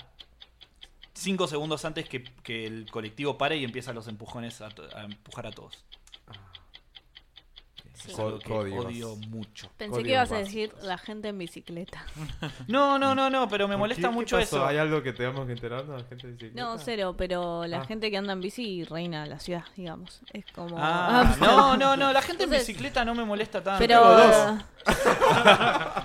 Speaker 5: cinco segundos antes que, que el colectivo pare y empieza los empujones a, to- a empujar a todos.
Speaker 2: Sí.
Speaker 5: Es algo que
Speaker 3: Códigos.
Speaker 5: odio mucho.
Speaker 6: Pensé
Speaker 3: Códigos
Speaker 6: que ibas a
Speaker 3: básicos.
Speaker 6: decir la gente en bicicleta.
Speaker 5: No, no, no, no, pero me
Speaker 3: ¿Por
Speaker 5: molesta
Speaker 3: qué? ¿Qué
Speaker 5: mucho
Speaker 3: pasó?
Speaker 5: eso.
Speaker 3: ¿Hay algo que tengamos que enterarnos? ¿La gente dice,
Speaker 6: No,
Speaker 3: "Neta"?
Speaker 6: cero, pero la
Speaker 3: Ah.
Speaker 6: gente que anda en bici reina la ciudad, digamos. Es como...
Speaker 5: Ah, no, no, no, la gente en
Speaker 6: Entonces-
Speaker 5: bicicleta no me molesta tanto.
Speaker 6: Pero...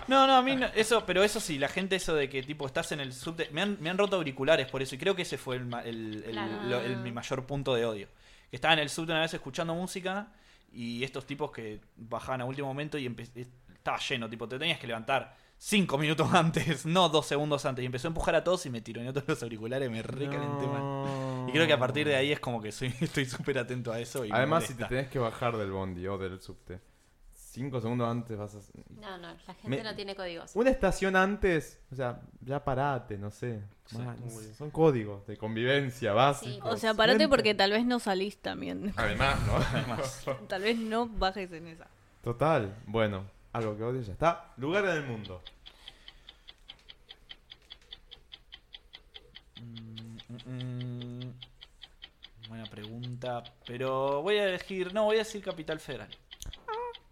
Speaker 5: No, no, a mí no- eso, pero eso sí, la gente eso de que tipo estás en el subte, me han, me han roto auriculares por eso y creo que ese fue el, ma- el- el-
Speaker 2: Claro.
Speaker 5: lo- el- mi mayor punto de odio. Que estaba en el subte una vez escuchando música y estos tipos que bajaban a último momento y empe- eh, estaba lleno, tipo te tenías que levantar cinco minutos antes, no dos segundos antes y empezó a empujar a todos y me tironeó todos los auriculares, me recalenté mal.
Speaker 3: No.
Speaker 5: Y creo que a partir de ahí es como que soy, estoy súper atento a eso. Y me
Speaker 3: Además, si te
Speaker 5: molesta.
Speaker 3: tenés que bajar del bondi o del subte, cinco segundos antes vas a.
Speaker 2: No, no, la gente
Speaker 3: Me-
Speaker 2: no tiene códigos.
Speaker 3: Una estación antes, o sea, ya parate, no sé. Man,
Speaker 7: Uy.
Speaker 3: son códigos de convivencia básicos.
Speaker 6: O sea, parate
Speaker 3: Siempre.
Speaker 6: porque tal vez no salís también.
Speaker 3: Además, ¿no? Además.
Speaker 6: Tal vez no bajes en esa.
Speaker 3: Total, bueno, algo que odio ya está. Lugar en el mundo.
Speaker 5: Mm, buena pregunta, pero voy a elegir, no, voy a decir Capital Federal.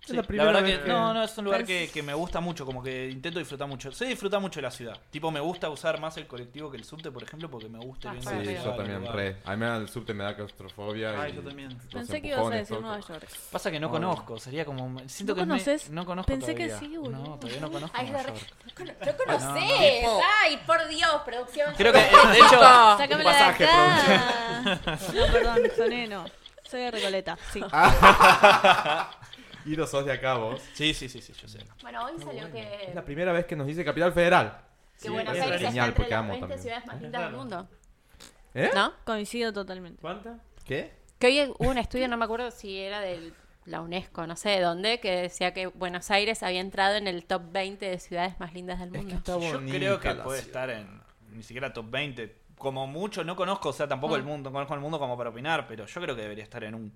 Speaker 5: Sí,
Speaker 3: la
Speaker 5: la,
Speaker 3: primera
Speaker 5: verdad
Speaker 3: vez
Speaker 5: que,
Speaker 3: que-
Speaker 5: no, no, es un lugar que,
Speaker 3: Pues-
Speaker 6: Pens-
Speaker 5: que me gusta mucho, como que intento disfrutar mucho. Sí, disfruta mucho de la ciudad. Tipo, me gusta usar más el colectivo que el subte, por ejemplo, porque me gusta
Speaker 2: Ah,
Speaker 5: bien
Speaker 2: Sí,
Speaker 3: Sí,
Speaker 2: Para
Speaker 5: conectado
Speaker 3: yo
Speaker 5: al
Speaker 3: también,
Speaker 5: lugar.
Speaker 3: re. A mí me da- el subte me da claustrofobia.
Speaker 5: Ay,
Speaker 3: y
Speaker 5: yo también.
Speaker 3: los
Speaker 6: Pensé que ibas a
Speaker 3: empujones,
Speaker 6: decir
Speaker 3: todo.
Speaker 6: Nueva York.
Speaker 5: Pasa que no
Speaker 3: Ah,
Speaker 5: conozco, sería como... Siento
Speaker 6: ¿No
Speaker 5: que es me-
Speaker 6: conoces?
Speaker 5: no conozco
Speaker 6: Pensé que
Speaker 5: todavía.
Speaker 6: sí, boludo.
Speaker 5: No, todavía no conozco
Speaker 2: Ay,
Speaker 5: Nueva
Speaker 2: lo re-
Speaker 5: York.
Speaker 2: ¡Lo conoces!
Speaker 5: Ay, no, no.
Speaker 2: ¡Ay, por Dios, producción!
Speaker 5: Creo que, de hecho,
Speaker 6: Sácamela
Speaker 3: pasaje,
Speaker 6: de acá. No, perdón, soné, no. Soy de Recoleta, sí.
Speaker 5: Ah.
Speaker 3: Y los sos de acá vos.
Speaker 5: sí, sí, sí, sí, yo sé.
Speaker 2: Bueno, hoy salió que,
Speaker 3: Es la primera vez que nos dice Capital Federal.
Speaker 2: que Buenos
Speaker 7: es
Speaker 2: Aires está
Speaker 3: genial,
Speaker 2: entre
Speaker 3: porque
Speaker 2: las
Speaker 3: amo
Speaker 2: 20
Speaker 3: también.
Speaker 2: ciudades más lindas del
Speaker 7: raro.
Speaker 2: mundo.
Speaker 3: ¿Eh?
Speaker 2: ¿No?
Speaker 6: Coincido totalmente.
Speaker 7: ¿Cuánta?
Speaker 3: ¿Qué?
Speaker 2: Que hoy hubo un estudio, no me acuerdo si era de la UNESCO, no sé de dónde, que decía que Buenos Aires había entrado en el top 20 de ciudades más lindas del mundo.
Speaker 3: está
Speaker 5: Yo
Speaker 3: bonita
Speaker 5: creo que
Speaker 3: la
Speaker 5: puede
Speaker 3: ciudad.
Speaker 5: estar en ni siquiera top 20. Como mucho, no conozco, o sea, tampoco
Speaker 3: Ah.
Speaker 5: el mundo, conozco el mundo como para opinar, pero yo creo que debería estar en un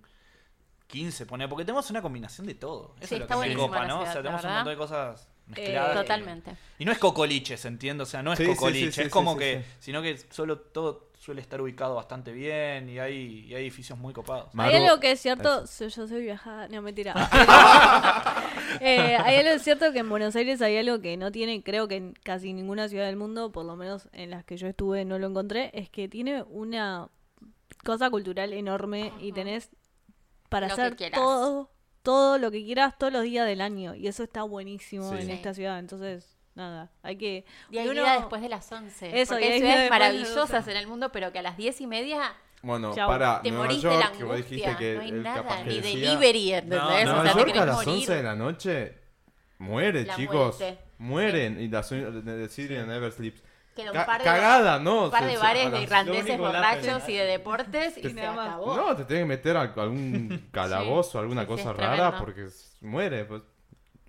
Speaker 5: 15, poner, porque tenemos una combinación de todo. Eso
Speaker 2: Sí,
Speaker 5: es lo
Speaker 2: está
Speaker 5: que me
Speaker 2: buenísima
Speaker 5: copa,
Speaker 2: la
Speaker 5: ¿no? o
Speaker 2: ciudad, la
Speaker 5: sea, tenemos un
Speaker 2: verdad.
Speaker 5: montón de cosas mezcladas.
Speaker 6: Eh,
Speaker 2: Totalmente.
Speaker 5: Y no es cocoliche, ¿se entiende? O sea, no es
Speaker 3: Sí, sí,
Speaker 5: cocoliche,
Speaker 3: sí, sí,
Speaker 5: es
Speaker 3: sí,
Speaker 5: como
Speaker 3: sí,
Speaker 5: que,
Speaker 3: sí.
Speaker 5: sino que solo todo suele estar ubicado bastante bien y hay, y hay edificios muy copados.
Speaker 3: Maru-
Speaker 6: Hay algo que es cierto, so- yo soy viajada, no mentira. Eh, hay algo cierto que en Buenos Aires hay algo que no tiene, creo que en casi ninguna ciudad del mundo, por lo menos en las que yo estuve no lo encontré, es que tiene una cosa cultural enorme y tenés para
Speaker 2: Lo que
Speaker 6: hacer
Speaker 2: quieras.
Speaker 6: todo, todo lo que quieras todos los días del año y eso está buenísimo
Speaker 3: Sí.
Speaker 6: en
Speaker 2: Sí.
Speaker 6: esta ciudad, entonces nada, hay que
Speaker 2: Y hay
Speaker 6: uno-
Speaker 2: vida después de las 11.
Speaker 6: Eso,
Speaker 2: porque
Speaker 6: y
Speaker 2: hay
Speaker 6: hay vida
Speaker 2: ciudades
Speaker 6: después de las
Speaker 2: maravillosas
Speaker 6: 12.
Speaker 2: en el mundo, pero que a las 10 y media
Speaker 3: Bueno,
Speaker 6: Chau.
Speaker 3: para
Speaker 2: te
Speaker 3: Ah, Nueva
Speaker 2: morís de la
Speaker 3: York, que vos dijiste
Speaker 2: angustia.
Speaker 3: que
Speaker 2: no hay
Speaker 3: él
Speaker 2: nada,
Speaker 3: capaz que
Speaker 2: ni
Speaker 3: decía,
Speaker 2: delivery, ¿entendés?
Speaker 5: No,
Speaker 2: o
Speaker 3: Nueva
Speaker 2: sea,
Speaker 3: York
Speaker 2: te
Speaker 3: a
Speaker 2: querés
Speaker 3: las
Speaker 2: morir.
Speaker 3: 11 de la noche muere,
Speaker 2: La
Speaker 3: chicos.
Speaker 2: muerte.
Speaker 3: Mueren. Y la The City Never Sleeps.
Speaker 2: Queda un
Speaker 3: Ca-
Speaker 2: par de,
Speaker 3: cagada, ¿no?
Speaker 2: un par
Speaker 3: Se-
Speaker 2: de
Speaker 3: se- a
Speaker 2: bares de
Speaker 3: las-
Speaker 7: Lo
Speaker 2: irlandeses
Speaker 7: único latte.
Speaker 2: borrachos y de deportes y
Speaker 6: Te-
Speaker 2: se
Speaker 6: Nada más.
Speaker 2: acabó.
Speaker 3: No, te tienen que meter a algún calabozo, alguna
Speaker 2: sí, sí,
Speaker 3: cosa
Speaker 2: es
Speaker 3: rara,
Speaker 2: tremendo.
Speaker 3: porque s- muere. pues.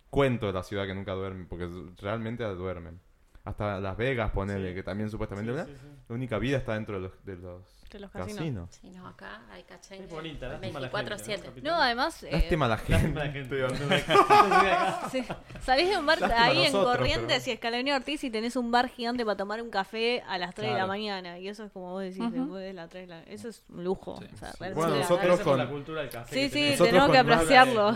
Speaker 3: Cuento de la ciudad que nunca duerme, porque s- realmente duermen. Hasta Las Vegas, ponele,
Speaker 7: Sí.
Speaker 3: que también supuestamente
Speaker 7: Sí,
Speaker 3: la-
Speaker 7: sí, sí.
Speaker 3: la única vida está dentro de los, de los
Speaker 6: de los casinos.
Speaker 3: casinos.
Speaker 2: Si no, acá hay cachengue.
Speaker 7: Es bonita, lástima la gente.
Speaker 2: 24-7.
Speaker 6: No, además eh,
Speaker 3: Lástima la gente.
Speaker 7: Lástima la gente.
Speaker 6: Sí. Salís de un bar
Speaker 3: Lástima
Speaker 6: ahí en
Speaker 3: nosotros,
Speaker 6: Corrientes
Speaker 3: pero-
Speaker 6: y Escalón y Ortiz y tenés un bar gigante para tomar un café a las 3 de la
Speaker 3: Claro.
Speaker 6: mañana. Y eso es como vos decís, después de las 3 de la Eso es un lujo.
Speaker 5: Sí.
Speaker 6: o sea,
Speaker 5: Sí.
Speaker 6: realmente
Speaker 3: Bueno,
Speaker 6: la-
Speaker 3: nosotros- con-
Speaker 7: la cultura del café.
Speaker 6: Sí,
Speaker 7: que
Speaker 6: sí,
Speaker 3: Nosotros tenemos que con-
Speaker 6: apreciarlo.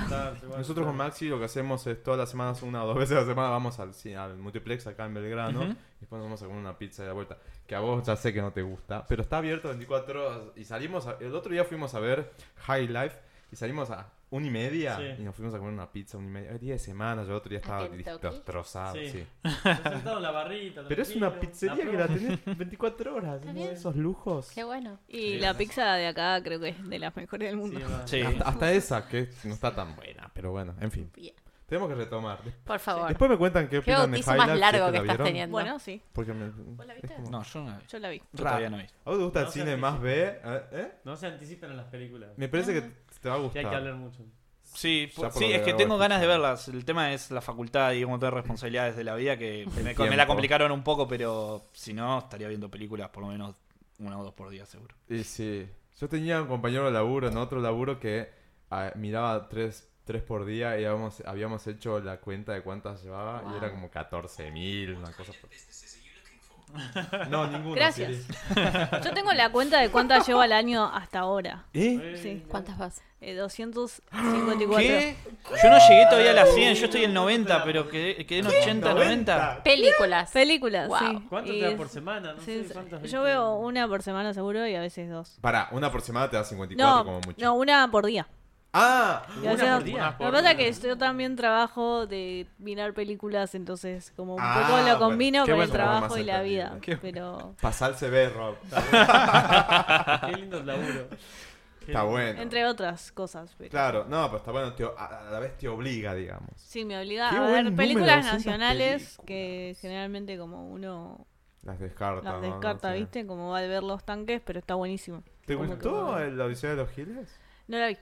Speaker 3: Nosotros con Maxi lo que hacemos es todas las semanas, una o dos veces a la semana, vamos al, ci- al multiplex acá en Belgrano y después nos vamos a comer una pizza de la vuelta. Que a vos ya sé que no te gusta, pero está abierto 24 horas y salimos. a- el otro día fuimos a ver High Life y salimos a una y media
Speaker 7: Sí.
Speaker 3: y nos fuimos a comer una pizza una y media. El día de semana, yo el otro día estaba
Speaker 2: Kentucky?
Speaker 3: destrozado.
Speaker 7: Sí.
Speaker 3: sí.
Speaker 7: Sentado en la barrita.
Speaker 3: Pero es
Speaker 7: tranquilo,
Speaker 3: una pizzería
Speaker 7: la
Speaker 3: que la
Speaker 7: promo.
Speaker 3: tenés 24 horas, ¿no?
Speaker 2: bien.
Speaker 3: esos lujos.
Speaker 2: Qué bueno.
Speaker 6: Y la pizza de acá creo que es de las mejores del mundo.
Speaker 7: Sí, va.
Speaker 5: Sí.
Speaker 3: Hasta, hasta esa, que no está tan buena, pero bueno, en fin.
Speaker 2: Bien.
Speaker 3: Tenemos que retomar.
Speaker 2: Por favor.
Speaker 3: Después me cuentan qué
Speaker 2: Qué
Speaker 3: opinan de High
Speaker 2: bautizo más
Speaker 3: Life, si es
Speaker 2: largo
Speaker 3: la
Speaker 2: que estás
Speaker 3: vieron.
Speaker 2: teniendo.
Speaker 6: Bueno, sí,
Speaker 3: Porque me...
Speaker 6: la
Speaker 3: es
Speaker 6: viste?
Speaker 3: como-
Speaker 5: No, yo no la vi.
Speaker 6: yo la vi.
Speaker 5: Yo todavía no vi.
Speaker 3: ¿A vos te gusta
Speaker 7: No
Speaker 3: el
Speaker 7: sé
Speaker 3: cine
Speaker 7: si-
Speaker 3: más B? ¿Eh? ¿Eh?
Speaker 7: No se anticipen a las películas.
Speaker 3: Me parece que te va a
Speaker 7: Que hay que hablar
Speaker 3: gustar.
Speaker 7: mucho.
Speaker 5: Sí, pues,
Speaker 3: Ya por
Speaker 5: sí
Speaker 3: lo
Speaker 5: es
Speaker 3: que
Speaker 5: que
Speaker 3: veo,
Speaker 5: tengo
Speaker 3: escucho.
Speaker 5: ganas de verlas. El tema es la facultad y cómo tener responsabilidades de la vida que me, me
Speaker 3: tiempo.
Speaker 5: la complicaron un poco, pero si no, estaría viendo películas por lo menos una o dos por día seguro.
Speaker 3: Y sí. Yo tenía un compañero de laburo, en otro laburo, que ah, miraba tres, tres por día y habíamos, habíamos hecho la cuenta de cuántas llevaba y era como 14.000, una cosa por- No, ninguna.
Speaker 6: Gracias.
Speaker 3: Siri.
Speaker 6: Yo tengo la cuenta de cuántas llevo al año hasta ahora.
Speaker 5: ¿Eh?
Speaker 6: Sí.
Speaker 2: ¿Cuántas vas?
Speaker 6: Eh, 254.
Speaker 5: ¿Qué? Yo no llegué todavía a las 100, yo estoy en 90, pero quedé, quedé en 80, 90.
Speaker 2: Películas.
Speaker 6: Películas,
Speaker 2: Wow.
Speaker 6: sí.
Speaker 7: ¿Cuánto
Speaker 6: Y
Speaker 7: te da por
Speaker 6: es-
Speaker 7: semana? No
Speaker 6: sí,
Speaker 7: sé cuántas
Speaker 6: yo
Speaker 7: veinte-
Speaker 6: veo una por semana seguro y a veces dos.
Speaker 3: Pará, una aproximada te da 54
Speaker 6: No,
Speaker 3: como mucho.
Speaker 6: no, una por día.
Speaker 3: ¡Ah!
Speaker 6: Ya
Speaker 7: Una
Speaker 6: sea-
Speaker 7: por día.
Speaker 6: Lo que pasa es que yo también trabajo de mirar películas, entonces como un
Speaker 3: Ah,
Speaker 6: poco lo
Speaker 3: bueno,
Speaker 6: combino
Speaker 3: qué
Speaker 6: con el
Speaker 3: bueno,
Speaker 6: trabajo
Speaker 3: más
Speaker 6: y la
Speaker 3: entendible.
Speaker 6: vida.
Speaker 3: Qué
Speaker 6: Pero
Speaker 3: Pasá el CV, Rob.
Speaker 7: Ah, Qué lindo el laburo. Qué
Speaker 3: Está
Speaker 7: lindo.
Speaker 3: bueno.
Speaker 6: entre otras cosas. pero-
Speaker 3: Claro, no, pero está bueno. te- a a la vez te obliga, digamos.
Speaker 6: Sí, me obliga
Speaker 3: Qué
Speaker 6: a
Speaker 3: buen
Speaker 6: ver
Speaker 3: número,
Speaker 6: películas
Speaker 3: 200
Speaker 6: nacionales
Speaker 3: películas.
Speaker 6: que generalmente como uno
Speaker 3: Las descarta.
Speaker 6: las
Speaker 3: ¿no? No
Speaker 6: descarta,
Speaker 3: sé.
Speaker 6: ¿viste? Como va a ver los tanques, pero está buenísimo.
Speaker 3: ¿Te
Speaker 6: Como que
Speaker 3: gustó
Speaker 6: bueno.
Speaker 3: el- la Odisea de los Giles?
Speaker 6: No la vi.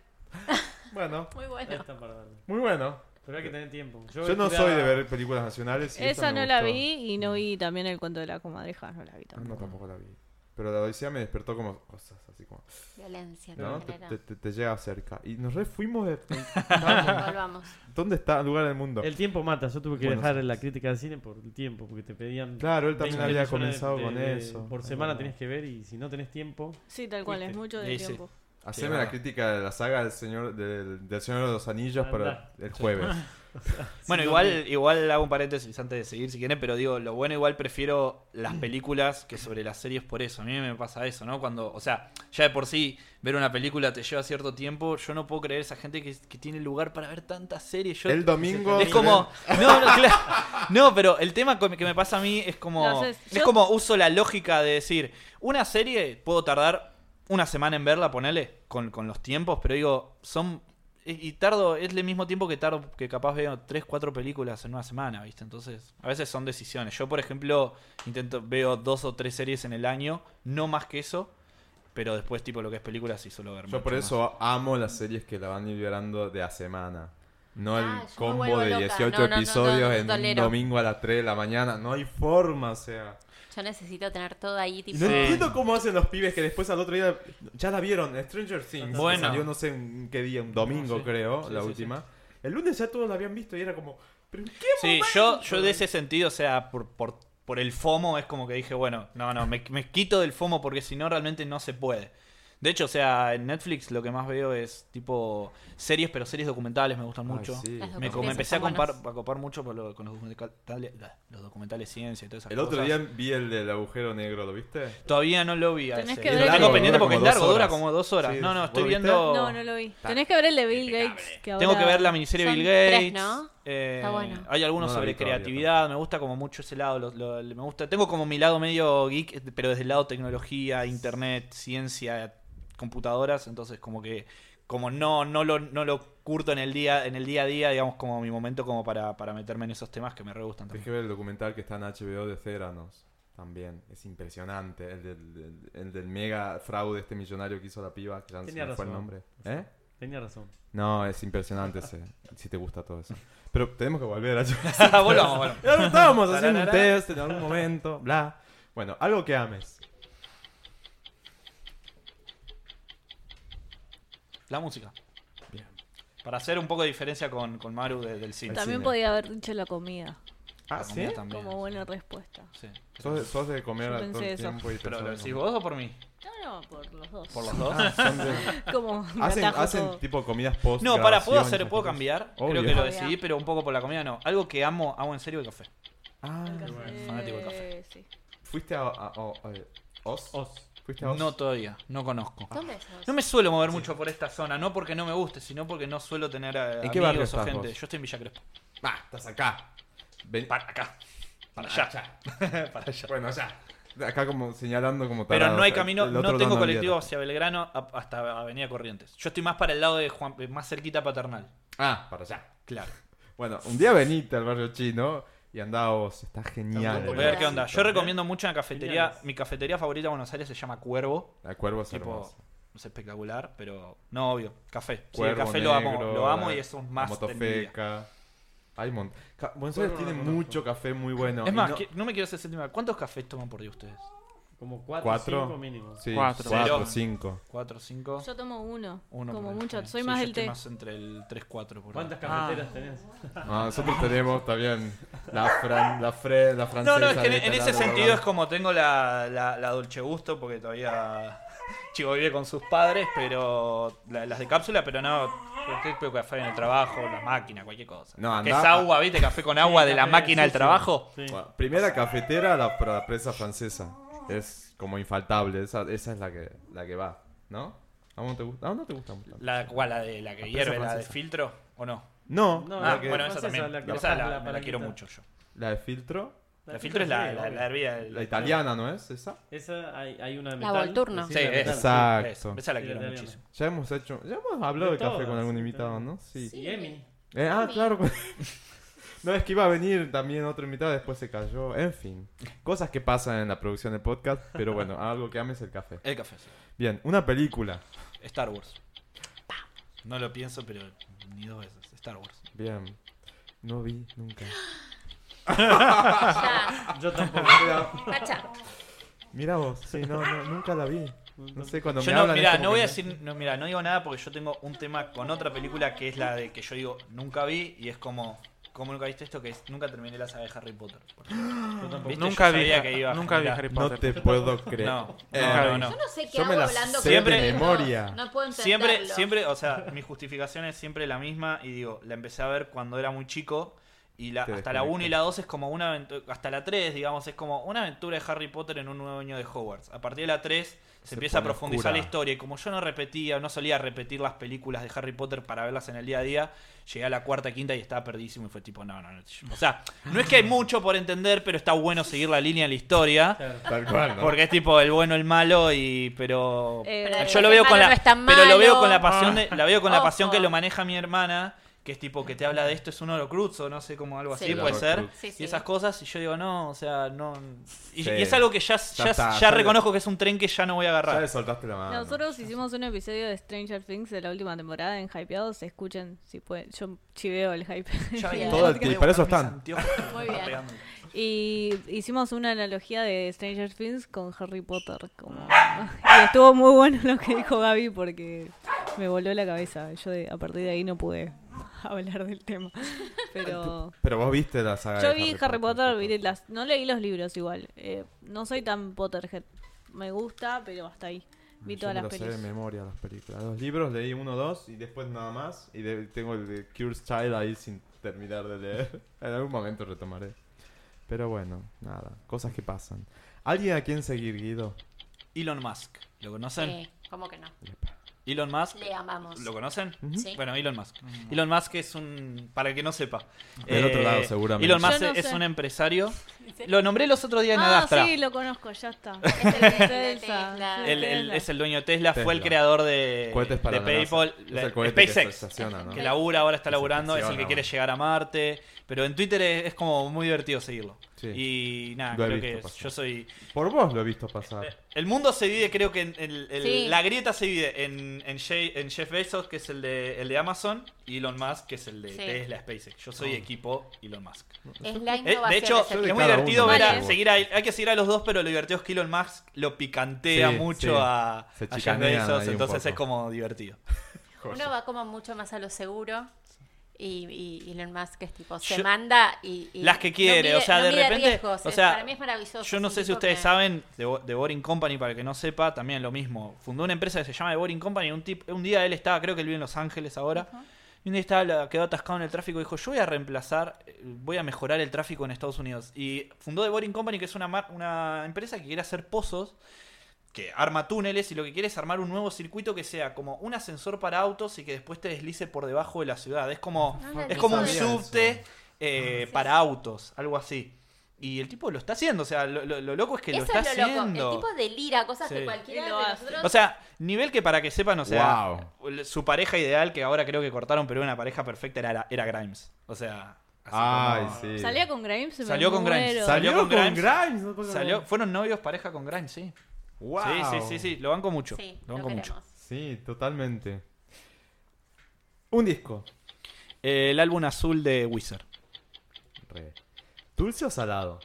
Speaker 3: Bueno,
Speaker 2: Muy
Speaker 7: Ahí
Speaker 2: bueno.
Speaker 7: están para verlo.
Speaker 3: muy bueno.
Speaker 7: Pero hay que tener tiempo.
Speaker 3: Yo no
Speaker 7: estuve
Speaker 3: soy
Speaker 7: a-
Speaker 3: de ver películas nacionales. y
Speaker 6: Esa
Speaker 3: esta me
Speaker 6: no la
Speaker 3: gustó.
Speaker 6: vi y no vi también el cuento de la comadreja, no la vi
Speaker 3: No,
Speaker 6: tampoco.
Speaker 3: tampoco la vi. Pero la Odisea me despertó como cosas así como.
Speaker 2: Violencia.
Speaker 3: ¿no?
Speaker 2: ¿no?
Speaker 3: Te, te- te- te llega cerca. Y nos re fuimos de.
Speaker 2: Volvamos.
Speaker 3: ¿Dónde está el lugar del mundo?
Speaker 7: El tiempo mata. Yo tuve que
Speaker 3: Bueno,
Speaker 7: dejar
Speaker 3: sí.
Speaker 7: la crítica del cine por el tiempo, porque te pedían.
Speaker 3: Claro, él también
Speaker 7: 20
Speaker 3: había
Speaker 7: millones
Speaker 3: comenzado
Speaker 7: de-
Speaker 3: con
Speaker 7: de-
Speaker 3: eso.
Speaker 7: Por
Speaker 3: Es
Speaker 7: semana
Speaker 3: verdad.
Speaker 7: tenés que ver y si no tenés tiempo.
Speaker 6: Sí, tal cual, es
Speaker 7: Fuiste.
Speaker 6: mucho de
Speaker 5: Sí, sí.
Speaker 6: tiempo.
Speaker 3: Haceme la
Speaker 5: Sí,
Speaker 3: crítica de la saga del Señor, del, del Señor de los Anillos para
Speaker 7: Andá.
Speaker 3: el jueves.
Speaker 5: Bueno, igual, igual hago un paréntesis antes de seguir si quieren, pero digo, lo bueno igual prefiero las películas que sobre las series por eso. A mí me pasa eso, ¿no? Cuando, o sea, ya de por sí ver una película te lleva cierto tiempo, yo no puedo creer esa gente que, que tiene lugar para ver tantas series. Yo,
Speaker 3: El domingo.
Speaker 5: es como no, no, claro. no, pero el tema con- que me pasa a mí es como
Speaker 6: No, es-
Speaker 5: es,
Speaker 6: yo-
Speaker 5: como uso la lógica de decir, una serie puedo tardar una semana en verla, ponele, con, con los tiempos, pero digo, son y y tardo, es el mismo tiempo que tardo que capaz veo tres, cuatro películas en una semana, ¿viste? Entonces, a veces son decisiones. Yo, por ejemplo, intento veo dos o tres series en el año, no más que eso, pero después tipo lo que es películas y solo ver
Speaker 3: Yo
Speaker 5: mucho
Speaker 3: por
Speaker 5: más.
Speaker 3: eso amo las series que la van liberando de a semana. No
Speaker 2: Ah,
Speaker 3: el
Speaker 2: yo me
Speaker 3: combo
Speaker 2: vuelvo
Speaker 3: de
Speaker 2: loca.
Speaker 3: 18
Speaker 2: No, no, no,
Speaker 3: episodios
Speaker 2: no, no
Speaker 3: en
Speaker 2: tolero.
Speaker 3: un domingo a las 3 de la mañana. No hay forma, o sea.
Speaker 2: Yo necesito tener todo ahí,
Speaker 3: Y
Speaker 2: tipo.
Speaker 3: no entiendo cómo hacen los pibes que después al otro día. Ya la vieron, Stranger Things. que
Speaker 5: Bueno.
Speaker 3: Salió no sé en qué día, un domingo
Speaker 5: Sí.
Speaker 3: creo,
Speaker 5: Sí,
Speaker 3: la
Speaker 5: sí,
Speaker 3: última. El lunes ya todos la habían visto y era como.
Speaker 5: Sí, yo, yo de ese sentido, o sea, por, por, por el FOMO es como que dije, bueno, no, no, me, me quito del FOMO porque si no realmente no se puede. De hecho, o sea, en Netflix lo que más veo es tipo series, pero series documentales me gustan mucho.
Speaker 3: Ah, sí.
Speaker 2: Las
Speaker 5: Me,
Speaker 2: documentales
Speaker 5: co- me empecé a,
Speaker 2: están
Speaker 5: compar-
Speaker 2: buenas.
Speaker 5: a copar mucho por lo- con los documentales, los documentales ciencia y todas esas
Speaker 3: El otro
Speaker 5: cosas.
Speaker 3: día vi el del agujero negro, ¿lo viste?
Speaker 5: Todavía no lo vi. a
Speaker 6: Tenés
Speaker 5: ese.
Speaker 6: que
Speaker 5: Lo
Speaker 6: ver el-
Speaker 5: tengo
Speaker 6: Dura
Speaker 5: pendiente
Speaker 3: como
Speaker 5: porque es
Speaker 3: dos
Speaker 5: largo, dura
Speaker 3: horas.
Speaker 5: como dos horas.
Speaker 3: Sí,
Speaker 5: no, no,
Speaker 3: ¿vos
Speaker 5: estoy
Speaker 3: lo viste?
Speaker 5: viendo.
Speaker 6: No, no lo vi. Tenés que ver el de Bill Gates. Que
Speaker 5: Oh. Tengo
Speaker 6: ahora-
Speaker 5: que ver la miniserie
Speaker 2: son
Speaker 5: Bill Gates.
Speaker 2: tres, ¿no?
Speaker 5: eh,
Speaker 2: Está bueno.
Speaker 5: Hay algunos
Speaker 3: No la vi
Speaker 5: sobre
Speaker 3: todavía,
Speaker 5: creatividad. Me gusta como mucho ese lado. lo- lo- me gusta. Tengo como mi lado medio geek, pero desde el lado tecnología, internet, ciencia, computadoras. Entonces como que como no no lo no lo curto en el día en el día a día digamos como mi momento como para, para meterme en esos temas que me re gustan
Speaker 3: Tienes
Speaker 5: también.
Speaker 3: que ver el documental que está en HBO de Céranos. También. Es impresionante. El del, del- el del mega fraude, este millonario que hizo la piba. Que ya no se
Speaker 7: Tenía
Speaker 3: me fue el
Speaker 7: razón.
Speaker 3: nombre. ¿Eh?
Speaker 7: Tenía razón.
Speaker 3: No, es impresionante ese. Si te gusta todo eso. Pero tenemos que volver a.
Speaker 5: volvamos volvamos.
Speaker 3: Ya lo estábamos haciendo un
Speaker 5: Tararara.
Speaker 3: test en algún momento. Bla. Bueno, algo que ames.
Speaker 5: la música para hacer un poco de diferencia con, con Maru de- del cine
Speaker 6: También
Speaker 3: cine.
Speaker 6: podía haber dicho la comida.
Speaker 3: Ah,
Speaker 5: La comida también,
Speaker 6: Como
Speaker 5: sí.
Speaker 6: buena respuesta.
Speaker 5: Sí.
Speaker 3: Sos de, sos de comer
Speaker 6: Yo
Speaker 3: a todo
Speaker 6: pensé
Speaker 3: el
Speaker 6: eso.
Speaker 3: tiempo y te
Speaker 5: ¿Pero
Speaker 3: sos
Speaker 5: lo
Speaker 3: de
Speaker 5: decís
Speaker 3: comer.
Speaker 5: vos o por mí?
Speaker 6: No, no, por los dos.
Speaker 5: ¿Por los dos?
Speaker 3: Ah, son de-
Speaker 6: Como me
Speaker 3: hacen
Speaker 6: atajo
Speaker 3: hacen
Speaker 6: todo.
Speaker 3: tipo comidas post.
Speaker 5: No, para, puedo
Speaker 3: grabación,
Speaker 5: hacer,
Speaker 3: esas
Speaker 5: puedo
Speaker 3: cosas?
Speaker 5: cambiar.
Speaker 3: Obvio.
Speaker 5: Creo que lo
Speaker 6: Obvio.
Speaker 5: decidí, pero un poco por la comida no. Algo que amo, amo en serio el café.
Speaker 3: Ah,
Speaker 6: Eh,
Speaker 5: Fanático del café.
Speaker 6: sí.
Speaker 3: ¿Fuiste a, a- a- a- Oz?
Speaker 7: Os.
Speaker 3: ¿Fuiste a Oz?
Speaker 5: No todavía, no conozco.
Speaker 2: ¿Dónde sos?
Speaker 5: No me suelo mover mucho por esta zona, no porque no me guste, sino porque no suelo tener eh,
Speaker 3: ¿En
Speaker 5: amigos
Speaker 3: qué barrio
Speaker 5: o
Speaker 3: estás
Speaker 5: gente.
Speaker 3: vos?
Speaker 5: Yo estoy en Villa Crespo.
Speaker 3: Ah, estás acá. Ven-
Speaker 5: Para acá. Para allá. para allá.
Speaker 3: Bueno, allá. Acá como señalando como
Speaker 5: Pero
Speaker 3: tarado,
Speaker 5: no hay
Speaker 3: o sea,
Speaker 5: camino,
Speaker 3: el
Speaker 5: no
Speaker 3: otro
Speaker 5: tengo
Speaker 3: dando
Speaker 5: colectivo
Speaker 3: mierda.
Speaker 5: hacia Belgrano a- hasta Avenida Corrientes. Yo estoy más para el lado de Juan, eh, más cerquita a paternal.
Speaker 3: Ah, para allá.
Speaker 5: Claro.
Speaker 3: Bueno, un día venite al barrio chino y andá vos. Está genial.
Speaker 5: Voy
Speaker 3: el
Speaker 5: a ver
Speaker 3: barrio
Speaker 5: qué onda.
Speaker 3: chino.
Speaker 5: Yo recomiendo mucho una cafetería.
Speaker 7: Geniales.
Speaker 5: Mi cafetería favorita de Buenos Aires se llama Cuervo.
Speaker 3: La cuervo es
Speaker 5: tipo
Speaker 3: hermosa.
Speaker 5: es espectacular, pero no obvio, café. Sí, el
Speaker 3: Cuervo
Speaker 5: café lo
Speaker 3: negro,
Speaker 5: amo, lo amo
Speaker 3: la-
Speaker 5: y es un
Speaker 3: la
Speaker 5: más de mi vida.
Speaker 3: Motofeca. Hay mon... Ca- Buenos Aires tiene mucho café muy bueno.
Speaker 5: es
Speaker 3: y
Speaker 5: más,
Speaker 3: no-
Speaker 5: que- no... me quiero hacer sentir mal. ¿Cuántos cafés toman por día ustedes?
Speaker 7: Como cuatro,
Speaker 3: ¿Cuatro?
Speaker 7: cinco mínimo.
Speaker 3: Sí,
Speaker 4: Cuatro.
Speaker 3: cuatro,
Speaker 5: Cero.
Speaker 3: cinco.
Speaker 5: ¿Cuatro, cinco?
Speaker 6: Yo tomo uno.
Speaker 5: Uno
Speaker 6: como
Speaker 5: por
Speaker 6: mucho.
Speaker 5: día.
Speaker 6: Soy
Speaker 5: Sí,
Speaker 6: más
Speaker 5: yo
Speaker 6: del
Speaker 5: estoy
Speaker 6: té.
Speaker 5: más entre el 3, 4 por
Speaker 7: ¿Cuántas
Speaker 5: ahí.
Speaker 7: cafeteras tenés?
Speaker 3: Ah, nosotros tenemos también la, fran, la, fre, la francesa.
Speaker 5: No, no, es que en,
Speaker 3: de
Speaker 5: en ese
Speaker 3: Talarro,
Speaker 5: sentido
Speaker 3: bla,
Speaker 5: es como tengo la, la, la dolce gusto porque todavía chico vive con sus padres, pero la- las de cápsula, pero no, porque creo que café en el trabajo, la máquina, cualquier cosa.
Speaker 3: No,
Speaker 5: que es
Speaker 3: andá-
Speaker 5: agua, ¿viste? Café con agua Ah, de la
Speaker 7: Café
Speaker 5: máquina del
Speaker 7: sucio.
Speaker 5: trabajo.
Speaker 7: Sí.
Speaker 3: Bueno, primera cafetera, la, pra- presa francesa. Es como infaltable. Esa, esa es la que, la que va, ¿no? ¿A vos no te gusta? ¿A vos no te gusta mucho?
Speaker 5: La, ¿Cuál? ¿La de la que
Speaker 3: La presa
Speaker 5: hierve, la de
Speaker 3: francesa.
Speaker 5: filtro o no?
Speaker 3: No,
Speaker 7: No,
Speaker 5: Ah,
Speaker 3: la, que-
Speaker 5: bueno,
Speaker 7: no
Speaker 5: esa
Speaker 7: sé,
Speaker 5: también.
Speaker 7: esa es la que
Speaker 5: esa
Speaker 7: baja
Speaker 5: la,
Speaker 7: la
Speaker 5: me la quiero
Speaker 7: palanquita.
Speaker 5: mucho yo.
Speaker 3: la de filtro.
Speaker 5: La de filtro es la, la, la hervida.
Speaker 3: La italiana, ¿no es esa?
Speaker 7: Esa hay, hay una de
Speaker 2: La
Speaker 7: metal.
Speaker 2: Volturno.
Speaker 5: Sí,
Speaker 7: la de metal.
Speaker 5: esa.
Speaker 3: Exacto.
Speaker 5: Esa la
Speaker 7: Sí,
Speaker 5: quiero
Speaker 7: la italiana.
Speaker 5: muchísimo.
Speaker 3: Ya hemos hecho, ya hemos hablado de,
Speaker 7: De
Speaker 3: café con
Speaker 7: todas,
Speaker 3: algún
Speaker 7: de
Speaker 3: invitado,
Speaker 7: todas.
Speaker 3: ¿no? Sí.
Speaker 7: Y Emi.
Speaker 3: Eh, ah, claro. no, es que iba a venir también otro invitado, después se cayó. En fin, cosas que pasan en la producción de podcast, pero bueno, algo que ames el café.
Speaker 5: El café, sí.
Speaker 3: Bien, una película.
Speaker 5: Star Wars. No lo pienso, pero ni dos veces. Star Wars.
Speaker 3: Bien. No vi nunca.
Speaker 2: Ya,
Speaker 7: Yo tampoco.
Speaker 2: Cacha.
Speaker 3: Mira vos, sí, no, no, nunca la vi. No sé, cuando
Speaker 5: Yo
Speaker 3: me
Speaker 5: no,
Speaker 3: hablan es
Speaker 5: mira,
Speaker 3: como
Speaker 5: no voy
Speaker 3: que
Speaker 5: a decir, no, mira, no digo nada porque yo tengo un tema con otra película que es la de que yo digo nunca vi y es como, ¿cómo nunca viste esto? Que es, nunca terminé la saga de Harry Potter.
Speaker 7: Yo tampoco.
Speaker 5: ¿Viste?
Speaker 4: Nunca
Speaker 5: Yo
Speaker 4: vi,
Speaker 5: sabía que iba a
Speaker 4: nunca vi
Speaker 5: generar.
Speaker 4: Harry
Speaker 3: No
Speaker 4: Potter.
Speaker 3: te puedo creer.
Speaker 5: No,
Speaker 3: Eh,
Speaker 5: no, no,
Speaker 2: Yo
Speaker 5: no.
Speaker 2: no sé qué
Speaker 3: Yo me
Speaker 2: hago
Speaker 3: la
Speaker 2: hablando
Speaker 3: sé
Speaker 5: de
Speaker 2: con ellos.
Speaker 3: memoria.
Speaker 2: No puedo entenderlo.
Speaker 5: Siempre, siempre, o sea, mi justificación es siempre la misma y digo, la empecé a ver cuando era muy chico y la,
Speaker 3: Te
Speaker 5: hasta la 1 y
Speaker 3: desconectas.
Speaker 5: la 2 es como una aventura, hasta la 3, digamos, es como una aventura de Harry Potter en un nuevo año de Hogwarts. A partir de la 3 se,
Speaker 3: Se
Speaker 5: empieza a
Speaker 3: pone
Speaker 5: profundizar
Speaker 3: oscura.
Speaker 5: la historia y como yo no repetía, no solía repetir las películas de Harry Potter para verlas en el día a día, llegué a la cuarta, quinta y estaba perdísimo y fue tipo, no, no, no. O sea, no es que hay mucho por entender, pero está bueno seguir la línea de la historia.
Speaker 7: Claro.
Speaker 3: Tal cual, ¿no?
Speaker 5: Porque es tipo el bueno, el malo y pero
Speaker 6: Eh,
Speaker 5: pero
Speaker 6: pero
Speaker 5: yo lo
Speaker 2: el
Speaker 5: veo
Speaker 2: malo
Speaker 5: con la
Speaker 2: no es tan
Speaker 5: pero lo veo
Speaker 2: malo.
Speaker 5: con la pasión de, la veo con la
Speaker 2: Ojo.
Speaker 5: pasión que lo maneja mi hermana que es tipo que te habla de esto es un Orocruz o no sé como algo
Speaker 2: Sí.
Speaker 5: así
Speaker 2: El
Speaker 5: puede ser
Speaker 3: Horcrux.
Speaker 2: Sí, sí.
Speaker 5: y esas cosas y yo digo no o sea no y,
Speaker 3: Sí.
Speaker 5: y es algo que ya ya,
Speaker 3: está,
Speaker 5: ya
Speaker 3: ya le-
Speaker 5: reconozco que es un tren que ya no voy a
Speaker 3: Ya
Speaker 5: agarrar
Speaker 3: le soltaste la mano.
Speaker 6: Nosotros hicimos un episodio de Stranger Things de la última temporada en Hypeados. Escuchen si pueden. Yo chiveo el hype.
Speaker 5: Ya venía
Speaker 2: Todo
Speaker 3: el
Speaker 5: el podcast,
Speaker 3: tiempo, para eso
Speaker 5: voy a
Speaker 3: están.
Speaker 5: buscar mis anteojos.
Speaker 2: Muy
Speaker 5: Me
Speaker 2: bien.
Speaker 5: está pegando.
Speaker 6: Y hicimos una analogía de Stranger Things con Harry Potter. Como... Y estuvo muy bueno lo que dijo Gaby porque me voló la cabeza. Yo de- a partir de ahí no pude hablar del tema. Pero.
Speaker 3: Pero vos viste la saga
Speaker 6: Yo
Speaker 3: de
Speaker 6: vi Harry Potter,
Speaker 3: ¿no?
Speaker 6: vi las, no leí los libros igual. Eh, no soy tan Potterhead. Me gusta, pero hasta ahí. Vi
Speaker 3: Yo
Speaker 6: todas
Speaker 3: me
Speaker 6: las Ah,
Speaker 3: lo sé de
Speaker 6: películas.
Speaker 3: memoria las películas. Los libros leí uno, dos y después nada más. Y de- tengo el de Cure's Child ahí sin terminar de leer. en algún momento retomaré. Pero bueno, nada. Cosas que pasan. ¿Alguien a quien seguir, Guido?
Speaker 5: Elon Musk, ¿lo conocen?
Speaker 2: Eh, ¿Cómo que no?
Speaker 5: Elon Musk,
Speaker 2: Le amamos.
Speaker 5: ¿lo conocen?
Speaker 2: Sí.
Speaker 5: Bueno, Elon Musk. Elon Musk es un. Para el que no sepa. eh,
Speaker 3: Del otro lado, seguramente.
Speaker 5: Elon Musk
Speaker 6: Yo no
Speaker 5: es
Speaker 6: sé.
Speaker 5: un empresario. Lo nombré los otros días en
Speaker 6: Ah,
Speaker 5: Adastra.
Speaker 6: sí, lo conozco, ya está.
Speaker 2: Es el de- el de
Speaker 6: Elsa.
Speaker 2: Ah, Tesla.
Speaker 6: Sí.
Speaker 5: Él- él
Speaker 6: Tesla.
Speaker 5: es el dueño de Tesla, fue el
Speaker 3: Tesla.
Speaker 5: creador de,
Speaker 3: Cohetes para
Speaker 5: de
Speaker 3: la NASA.
Speaker 5: PayPal,
Speaker 3: Es
Speaker 5: la-
Speaker 3: el cohete que
Speaker 5: SpaceX,
Speaker 3: se estaciona, ¿no?
Speaker 5: que labura, ahora está
Speaker 3: Que se
Speaker 5: laburando, es el que
Speaker 3: estaciona,
Speaker 5: quiere
Speaker 3: bueno.
Speaker 5: llegar a Marte, pero en Twitter es, es como muy divertido seguirlo.
Speaker 3: Sí.
Speaker 5: Y nada,
Speaker 3: Lo he
Speaker 5: creo
Speaker 3: visto
Speaker 5: que
Speaker 3: pasar.
Speaker 5: yo soy...
Speaker 3: Por vos lo he visto pasar.
Speaker 5: El mundo se divide, creo que en, en- en-
Speaker 2: Sí.
Speaker 5: la grieta se divide en, en, Jay- en Jeff Bezos, que es el de, el de Amazon, y Elon Musk, que es el de
Speaker 2: Sí.
Speaker 5: Tesla, SpaceX. Yo
Speaker 3: Oh.
Speaker 5: soy equipo Elon Musk.
Speaker 2: Es la
Speaker 5: Eh,
Speaker 2: innovación. este
Speaker 5: de hecho,
Speaker 2: es
Speaker 5: es
Speaker 2: el-
Speaker 3: Yo de
Speaker 5: muy
Speaker 3: cada
Speaker 5: divertido
Speaker 3: uno,
Speaker 5: ver a,
Speaker 2: Vale.
Speaker 5: seguir a- hay que seguir a los dos, pero lo divertido es que Elon Musk lo picantea
Speaker 3: Sí,
Speaker 5: mucho
Speaker 3: sí.
Speaker 5: a,
Speaker 3: Se
Speaker 5: a Jeff
Speaker 3: chicanean
Speaker 5: Bezos,
Speaker 3: ahí un
Speaker 5: entonces
Speaker 3: poco.
Speaker 5: es como divertido.
Speaker 2: Uno va como mucho más a lo seguro. Y, y Elon Musk es tipo, se
Speaker 5: Yo-
Speaker 2: manda y, y
Speaker 5: Las que
Speaker 2: no
Speaker 5: quiere,
Speaker 2: mide-
Speaker 5: o sea,
Speaker 2: no
Speaker 5: de
Speaker 2: mide
Speaker 5: repente,
Speaker 2: riesgos,
Speaker 5: o
Speaker 2: es-
Speaker 5: sea,
Speaker 2: para mí es maravilloso.
Speaker 5: Yo no
Speaker 2: es
Speaker 5: sé
Speaker 2: un
Speaker 5: si
Speaker 2: tipo
Speaker 5: ustedes
Speaker 2: que-
Speaker 5: saben, de, Bo- de Boring Company, para el que no sepa, también lo mismo. Fundó una empresa que se llama The Boring Company. Un, tip, un día él estaba, creo que él vive en Los Ángeles ahora. Y un día estaba, la- quedó atascado en el tráfico y dijo, yo voy a reemplazar, eh, voy a mejorar el tráfico en Estados Unidos. Y fundó The Boring Company, que es una, mar- una empresa que quiere hacer pozos, que arma túneles y lo que quiere es armar un nuevo circuito que sea como un ascensor para autos y que después te deslice por debajo de la ciudad. Es como,
Speaker 2: No, no,
Speaker 5: es
Speaker 2: no
Speaker 5: como un
Speaker 2: sabía
Speaker 3: eso.
Speaker 5: subte
Speaker 2: Ah,
Speaker 5: eh, para autos, algo así. Y el tipo lo está haciendo, o sea, lo, lo- lo loco es que
Speaker 2: Eso
Speaker 5: lo está
Speaker 2: es lo loco.
Speaker 5: haciendo.
Speaker 2: El tipo delira cosas
Speaker 5: Sí.
Speaker 2: que cualquiera
Speaker 6: Y
Speaker 2: de
Speaker 6: lo hace.
Speaker 2: nosotros.
Speaker 5: O sea, nivel que para que sepan, o sea, su pareja ideal, que ahora creo que cortaron, pero era una pareja perfecta, era, era Grimes. O sea, así
Speaker 3: Ay,
Speaker 5: como-
Speaker 3: sí.
Speaker 6: ¿Salía con Grimes? Me
Speaker 5: Salió con Grimes.
Speaker 6: muero.
Speaker 5: Sal-
Speaker 3: ¿Salió con Grimes. no puedo
Speaker 5: Salió,
Speaker 3: creer.
Speaker 5: fueron novios, pareja con Grimes, sí.
Speaker 3: Wow.
Speaker 5: Sí, sí, sí, sí, lo banco mucho.
Speaker 2: sí,
Speaker 5: lo
Speaker 2: lo
Speaker 5: banco mucho.
Speaker 2: queremos.
Speaker 3: Sí, totalmente. Un disco.
Speaker 5: Eh, El álbum azul de Wizard.
Speaker 3: Re. ¿Dulce o salado?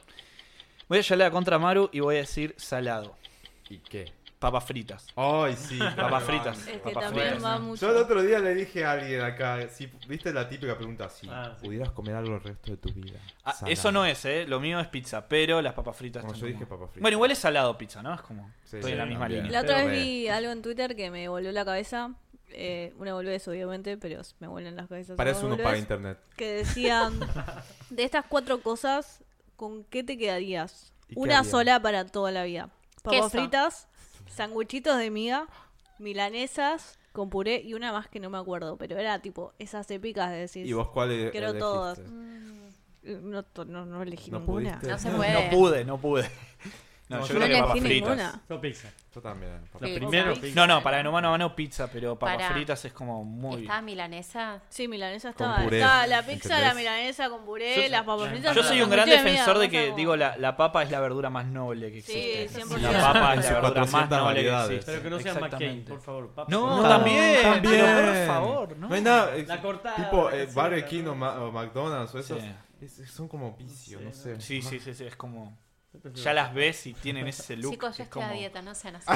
Speaker 5: Voy a llevarle a contra Maru y voy a decir salado.
Speaker 3: ¿Y qué?
Speaker 5: Papas fritas.
Speaker 3: Ay, sí.
Speaker 5: Papas fritas.
Speaker 6: Es que
Speaker 5: papas
Speaker 6: también
Speaker 5: fritas.
Speaker 6: va
Speaker 3: Yo el
Speaker 6: mucho.
Speaker 3: otro día le dije a alguien acá, si, ¿viste la típica pregunta? Si
Speaker 7: Ah, sí.
Speaker 3: pudieras comer algo el resto de tu vida.
Speaker 5: Ah, eso no es, ¿eh? Lo mío es pizza, pero las papas fritas.
Speaker 3: Bueno,
Speaker 5: están
Speaker 3: yo dije
Speaker 5: como-
Speaker 3: papas fritas.
Speaker 5: Bueno, igual es salado pizza, ¿no? Es como.
Speaker 3: Sí,
Speaker 5: estoy en la
Speaker 3: sí,
Speaker 5: misma
Speaker 3: también.
Speaker 5: línea.
Speaker 6: La otra
Speaker 3: Pero
Speaker 6: vez
Speaker 3: me-
Speaker 6: vi algo en Twitter que me voló la cabeza. Eh, una boludez, obviamente, pero me vuelven las cabezas.
Speaker 3: Parece
Speaker 6: esas
Speaker 3: uno para
Speaker 6: boludeces,
Speaker 3: internet.
Speaker 6: Que decían: De estas cuatro cosas, ¿con qué te quedarías?
Speaker 3: ¿Y qué
Speaker 6: Una
Speaker 3: harías?
Speaker 6: sola para toda la vida: papas
Speaker 2: Queso.
Speaker 6: fritas, sanguchitos de miga, milanesas con puré y una más que no me acuerdo, pero era tipo esas épicas de decir:
Speaker 3: ¿Y vos cuál e-
Speaker 6: Quiero
Speaker 3: elegiste?
Speaker 6: todas. No, to- no, no elegí
Speaker 3: ¿No
Speaker 6: ninguna.
Speaker 3: pudiste?
Speaker 2: No se
Speaker 3: No,
Speaker 2: puede.
Speaker 5: No pude, no pude. No,
Speaker 7: No,
Speaker 5: yo
Speaker 7: yo
Speaker 5: creo que
Speaker 7: no
Speaker 5: papas
Speaker 6: elegí
Speaker 5: fritas.
Speaker 6: ninguna.
Speaker 7: Yo pizza.
Speaker 3: Yo también. papas
Speaker 2: Sí.
Speaker 3: fritas.
Speaker 7: Primero
Speaker 2: sí.
Speaker 7: pizza.
Speaker 5: No, no, para no mano a mano pizza, pero papas
Speaker 2: Para.
Speaker 5: fritas es como muy.
Speaker 2: ¿Está milanesa?
Speaker 6: Sí, milanesa
Speaker 3: Con
Speaker 6: estaba.
Speaker 3: puré,
Speaker 6: Estaba la pizza,
Speaker 3: ¿entendés?
Speaker 6: la milanesa con puré,
Speaker 5: Yo-
Speaker 6: las papas fritas.
Speaker 5: Yo soy un
Speaker 6: los
Speaker 5: gran
Speaker 6: sanguchitos
Speaker 5: defensor de
Speaker 6: miga,
Speaker 5: que,
Speaker 6: cosas
Speaker 5: digo, la, la papa es la verdura más noble que
Speaker 6: Sí,
Speaker 5: existe.
Speaker 6: 100%.
Speaker 5: La papa es
Speaker 3: Sus
Speaker 5: la verdura más
Speaker 3: 400
Speaker 5: noble que
Speaker 3: variedades.
Speaker 5: existe.
Speaker 7: Pero que no sea McCain,
Speaker 5: Exactamente.
Speaker 7: por favor. papas
Speaker 5: No,
Speaker 7: fritas.
Speaker 5: también,
Speaker 3: también.
Speaker 5: pero por favor, no.
Speaker 3: hay nada. es-
Speaker 7: La cortada,
Speaker 3: Tipo,
Speaker 7: la
Speaker 3: eh,
Speaker 7: casita,
Speaker 3: Burger King
Speaker 7: ¿no?
Speaker 3: o, Ma- o McDonald's o esos.
Speaker 5: Sí.
Speaker 3: es- es- son como vicio, no sé.
Speaker 5: Sí, sí, sí, sí, es como. Ya las ves y tienen ese look.
Speaker 2: Chicos, yo
Speaker 5: es
Speaker 2: estoy a
Speaker 5: como- Ah,
Speaker 2: dieta, no sean así.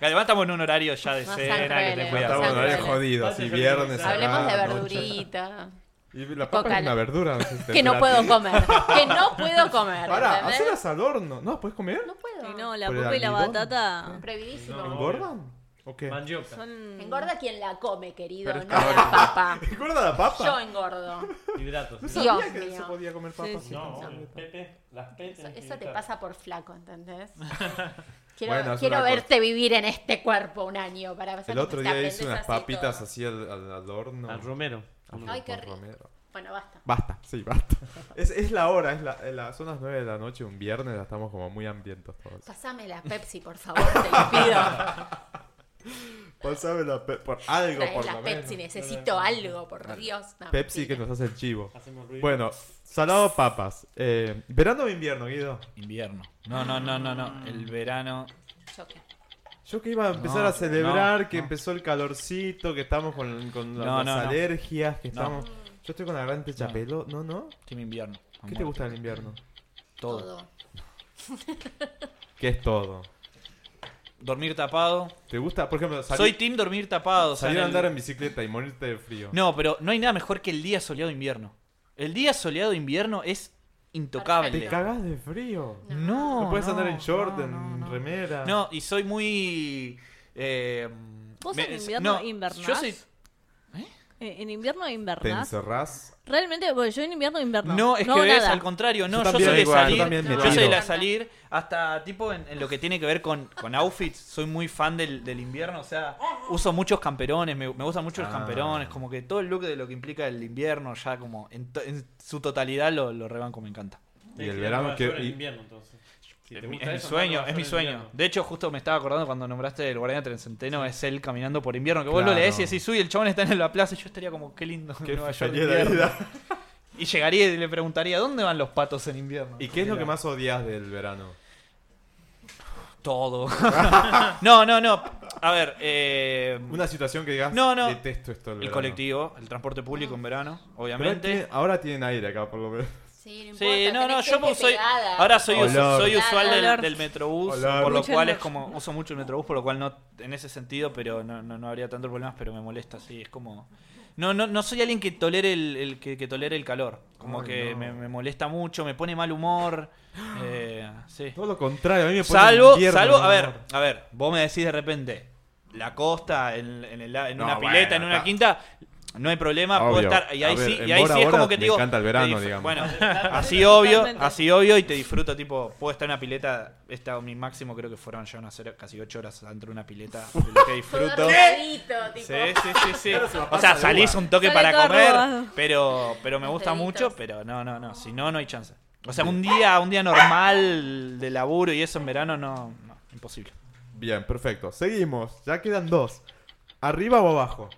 Speaker 5: Además, estamos en un horario ya de
Speaker 2: No sean
Speaker 5: cena que te
Speaker 2: crueles,
Speaker 5: cuidas.
Speaker 2: no
Speaker 3: Estamos
Speaker 2: sean
Speaker 3: en horario
Speaker 2: crueles.
Speaker 3: jodido,
Speaker 7: Pase
Speaker 3: si
Speaker 7: feliz.
Speaker 3: viernes.
Speaker 2: Hablemos de
Speaker 3: acá, noche.
Speaker 2: verdurita.
Speaker 3: Y la papa es
Speaker 2: Coca-
Speaker 3: una verdura. no sé si te
Speaker 2: Que no
Speaker 3: enteraste.
Speaker 2: puedo comer. Que no puedo comer.
Speaker 3: Pará,
Speaker 2: ¿entendés?
Speaker 3: hacerlas al horno. No, ¿puedes comer?
Speaker 2: No puedo.
Speaker 6: Sí, no, la
Speaker 3: Por el
Speaker 6: papa y la
Speaker 3: almidón.
Speaker 6: batata.
Speaker 2: Prohibidísimo.
Speaker 7: No.
Speaker 3: ¿Engordan? ¿O qué?
Speaker 7: Mandioca.
Speaker 6: Son...
Speaker 2: Engorda quien la come, querido.
Speaker 4: Pero
Speaker 2: No
Speaker 4: está
Speaker 2: la papa.
Speaker 3: ¿Engorda la papa?
Speaker 2: Yo engordo.
Speaker 7: Hidratos.
Speaker 3: No
Speaker 7: ¿sí?
Speaker 3: sabía
Speaker 2: Dios
Speaker 3: que
Speaker 2: mío.
Speaker 3: se podía comer papa.
Speaker 6: Sí, sí.
Speaker 7: No, Pepe, las Pepe.
Speaker 2: Eso,
Speaker 7: tenés que
Speaker 2: eso te
Speaker 7: evitar.
Speaker 2: pasa por flaco, ¿entendés? Quiero,
Speaker 3: Bueno, es
Speaker 2: quiero
Speaker 3: una cosa.
Speaker 2: verte vivir en este cuerpo un año para ver
Speaker 3: El
Speaker 2: que
Speaker 3: otro
Speaker 2: te
Speaker 3: día
Speaker 2: aprendes
Speaker 3: hice unas
Speaker 2: así
Speaker 3: papitas
Speaker 2: todo.
Speaker 3: así al, al- al horno.
Speaker 7: Al romero.
Speaker 3: Al
Speaker 2: Ay,
Speaker 3: ro-
Speaker 2: qué
Speaker 3: con
Speaker 2: rico.
Speaker 3: romero.
Speaker 2: Bueno, basta.
Speaker 3: Basta, sí, basta. Es, es la hora, es la, es la- son las 9 de la noche, un viernes, ya estamos como muy hambrientos todos.
Speaker 2: Pasame la Pepsi, por favor, te lo pido.
Speaker 3: Pásame la pe- por algo,
Speaker 2: Trae
Speaker 3: por
Speaker 2: la
Speaker 3: lo
Speaker 2: Pepsi,
Speaker 3: menos.
Speaker 2: necesito algo, por Dios. No,
Speaker 3: Pepsi que
Speaker 2: mentira.
Speaker 3: nos hace el chivo.
Speaker 7: Hacemos ruido.
Speaker 3: Bueno, salado papas. Eh, ¿Verano o invierno, Guido?
Speaker 5: Invierno. No, no, no, no, no. El verano.
Speaker 2: Choque.
Speaker 3: Yo que iba a empezar
Speaker 5: No,
Speaker 3: a celebrar
Speaker 5: no,
Speaker 3: que
Speaker 5: no.
Speaker 3: empezó el calorcito, que estamos con, con las,
Speaker 5: No, no,
Speaker 3: las
Speaker 5: no.
Speaker 3: alergias, que
Speaker 5: No.
Speaker 3: estamos... Yo estoy con la gran techapelo. No, no.
Speaker 5: Team invierno.
Speaker 3: ¿Qué te gusta del invierno?
Speaker 5: Todo.
Speaker 2: Todo.
Speaker 3: ¿Qué es todo?
Speaker 5: Dormir tapado.
Speaker 3: ¿Te gusta? Por ejemplo, salir,
Speaker 5: Soy team dormir tapado. o sea,
Speaker 3: salir
Speaker 5: en
Speaker 3: a
Speaker 5: el-
Speaker 3: andar en bicicleta y morirte de frío.
Speaker 5: No, pero no hay nada mejor que el día soleado de invierno. El día soleado de invierno es intocable.
Speaker 3: Te cagás de frío.
Speaker 2: No.
Speaker 5: No,
Speaker 3: No puedes andar en short,
Speaker 5: no,
Speaker 3: en
Speaker 5: no, no.
Speaker 3: remera.
Speaker 5: No, y soy muy. eh,
Speaker 6: ¿Vos
Speaker 5: me-
Speaker 6: en invierno
Speaker 5: no,
Speaker 6: invernás?
Speaker 5: Yo soy.
Speaker 6: Eh, En invierno
Speaker 3: Te
Speaker 6: invernás.
Speaker 3: encerrás.
Speaker 6: Realmente, bueno, yo en invierno invierno.
Speaker 5: No, es que
Speaker 6: hago
Speaker 5: ves,
Speaker 6: nada.
Speaker 5: al contrario, no,
Speaker 3: Yo
Speaker 5: yo,
Speaker 3: también,
Speaker 5: soy de
Speaker 3: igual, yo
Speaker 5: salir,
Speaker 3: también me
Speaker 5: yo soy
Speaker 3: tiro.
Speaker 5: de la salir, hasta tipo en, en lo que tiene que ver con, con outfits, soy muy fan del, del invierno, o sea, uso muchos camperones, me, me gustan mucho los
Speaker 3: Ah.
Speaker 5: camperones, como que todo el look de lo que implica el invierno, ya como en, to- en su totalidad lo, lo rebanco, me encanta.
Speaker 3: Y el verano que-
Speaker 7: Es
Speaker 3: y-
Speaker 7: invierno, entonces. Si te
Speaker 5: Es mi
Speaker 7: gusta
Speaker 5: es mi
Speaker 7: eso,
Speaker 5: sueño,
Speaker 7: andá a
Speaker 5: es mi
Speaker 7: hacer en
Speaker 5: sueño.
Speaker 7: invierno.
Speaker 5: De hecho, justo me estaba acordando cuando nombraste el guardián trencenteno, es él caminando por invierno, que vos
Speaker 3: Claro.
Speaker 5: lo lees y decís, uy, el chabón está en la plaza, y yo estaría como, qué lindo,
Speaker 3: Qué
Speaker 5: Nueva York
Speaker 3: feliz
Speaker 5: en
Speaker 3: la
Speaker 5: invierno".
Speaker 3: vida.
Speaker 5: Y llegaría y le preguntaría, ¿dónde van los patos en invierno?
Speaker 3: ¿Y qué es lo que más odias del verano?
Speaker 5: Todo. no, no, no. A ver, eh,
Speaker 3: Una situación que digas,
Speaker 5: No, no.
Speaker 3: detesto esto del
Speaker 5: el
Speaker 3: verano.
Speaker 5: colectivo, el transporte público en verano,
Speaker 3: Pero
Speaker 5: obviamente.
Speaker 3: tiene- ahora tienen aire acá, por lo menos.
Speaker 2: Sí, no,
Speaker 5: Sí, no, no, yo pues soy, ahora
Speaker 2: Ahora
Speaker 5: soy,
Speaker 3: Olor.
Speaker 5: usu- soy usual del,
Speaker 6: Olor.
Speaker 5: del Metrobús,
Speaker 3: Olor.
Speaker 5: por lo
Speaker 6: Mucho
Speaker 5: cual
Speaker 6: olor.
Speaker 5: es como, uso mucho el Metrobús, por lo cual no, en ese sentido, pero no, no, no habría tantos problemas, pero me molesta, sí, es como... No, no, no soy alguien que tolere el, el- que, que tolere el calor, como
Speaker 3: Ay,
Speaker 5: que
Speaker 3: no.
Speaker 5: me, me molesta mucho, me pone mal humor, eh, sí.
Speaker 3: Todo lo contrario, a mí me pone
Speaker 5: Salvo,
Speaker 3: invierno,
Speaker 5: salvo, a
Speaker 3: mi
Speaker 5: ver,
Speaker 3: amor.
Speaker 5: a ver, vos me decís de repente, la costa, en, en el- en
Speaker 3: No,
Speaker 5: una
Speaker 3: bueno,
Speaker 5: pileta, en una
Speaker 3: está.
Speaker 5: quinta, no hay problema, puedo
Speaker 3: Obvio.
Speaker 5: estar, y
Speaker 3: A
Speaker 5: ahí
Speaker 3: ver,
Speaker 5: sí,
Speaker 3: en
Speaker 5: y ahí
Speaker 3: Bora
Speaker 5: sí es
Speaker 3: Bora
Speaker 5: como que te
Speaker 3: me
Speaker 5: digo.
Speaker 3: encanta el verano,
Speaker 5: te dif-
Speaker 3: digamos.
Speaker 5: Bueno, así obvio,
Speaker 6: Totalmente.
Speaker 5: así obvio, y te disfruto, tipo, puedo estar en una pileta, esta mi máximo creo que fueron ya unas cero- casi ocho horas dentro de una pileta, de lo que disfruto. Sí, sí, sí, sí. O sea, salís un toque
Speaker 6: Sale
Speaker 5: para
Speaker 6: todo
Speaker 5: comer,
Speaker 6: arrugado.
Speaker 5: pero, pero me gusta
Speaker 2: Peditos.
Speaker 5: mucho, pero no, no, no. Si no, no hay chance. O sea, un día, un día normal de laburo y eso en verano, no, no, imposible.
Speaker 3: Bien, perfecto. Seguimos, ya quedan dos. ¿Arriba o abajo?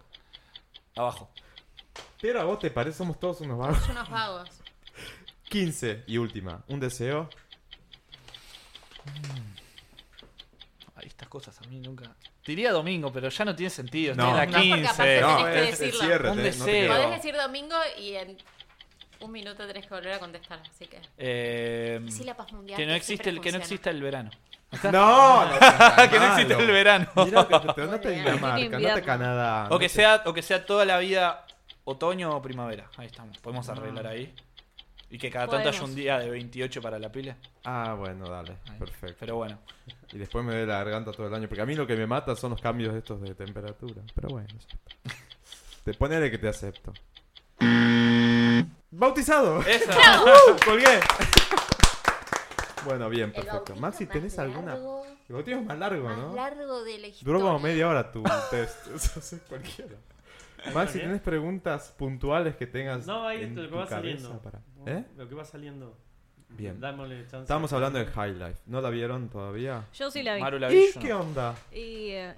Speaker 5: Abajo.
Speaker 3: Pero a vos te parece, somos todos unos vagos.
Speaker 2: unos vagos.
Speaker 3: 15 y última, un deseo.
Speaker 5: Ay, estas cosas a mí nunca. Diría domingo, pero ya no tiene sentido.
Speaker 3: No.
Speaker 5: Estoy en la
Speaker 2: Eh, No, porque aparte-
Speaker 5: 15. No.
Speaker 3: No, este
Speaker 2: tenés que
Speaker 3: es el
Speaker 2: decirlo.
Speaker 3: cierre, te- no
Speaker 5: Un
Speaker 3: te
Speaker 5: deseo.
Speaker 3: quedo.
Speaker 2: Podés decir domingo y en un minuto tenés que volver a contestar, así que.
Speaker 5: Eh,
Speaker 2: Sí, la paz mundial.
Speaker 5: que no
Speaker 2: que
Speaker 5: existe
Speaker 2: siempre
Speaker 5: el, que no
Speaker 2: funciona.
Speaker 5: exista el verano.
Speaker 3: No, no,
Speaker 5: Ah, que no existe el verano.
Speaker 3: Mira, que te andate a
Speaker 2: Muy bien.
Speaker 3: Dinamarca,
Speaker 6: Invierno.
Speaker 3: andate a Canadá.
Speaker 5: O que
Speaker 3: andate-
Speaker 5: sea, o que sea toda la vida otoño o primavera. Ahí estamos. Podemos arreglar ahí. Y que cada tanto haya
Speaker 6: Podemos.
Speaker 5: un día de 28 para la pila.
Speaker 3: Ah, bueno, dale,
Speaker 5: Ahí.
Speaker 3: perfecto.
Speaker 5: Pero bueno.
Speaker 3: Y después me duele la garganta todo el año. Porque a mí lo que me mata son los cambios estos de temperatura. Pero bueno, ya está. te ponele que te acepto. ¡Bautizado!
Speaker 5: Esa.
Speaker 3: ¡Colgué! bueno, bien,
Speaker 2: El
Speaker 3: perfecto.
Speaker 2: bautismo
Speaker 3: Maxi,
Speaker 2: más
Speaker 3: ¿tenés alguna?
Speaker 2: largo-
Speaker 3: El bautismo es más largo,
Speaker 2: Más
Speaker 3: ¿no?
Speaker 2: largo de la historia.
Speaker 3: Duró como media hora tu test. Eso es cualquiera. Maxi, ¿tenés preguntas puntuales que tengas
Speaker 7: No, ahí
Speaker 3: en
Speaker 7: lo que
Speaker 3: tu
Speaker 7: va
Speaker 3: cabeza
Speaker 7: saliendo.
Speaker 3: para-
Speaker 7: No,
Speaker 3: ¿Eh?
Speaker 7: Lo que va saliendo.
Speaker 3: Bien.
Speaker 7: Dámosle chance.
Speaker 3: Estábamos hablando de High Life. ¿No la vieron todavía?
Speaker 6: Yo sí la vi.
Speaker 5: Maru la
Speaker 3: ¿Y
Speaker 5: Villo.
Speaker 3: qué onda?
Speaker 6: Y eh,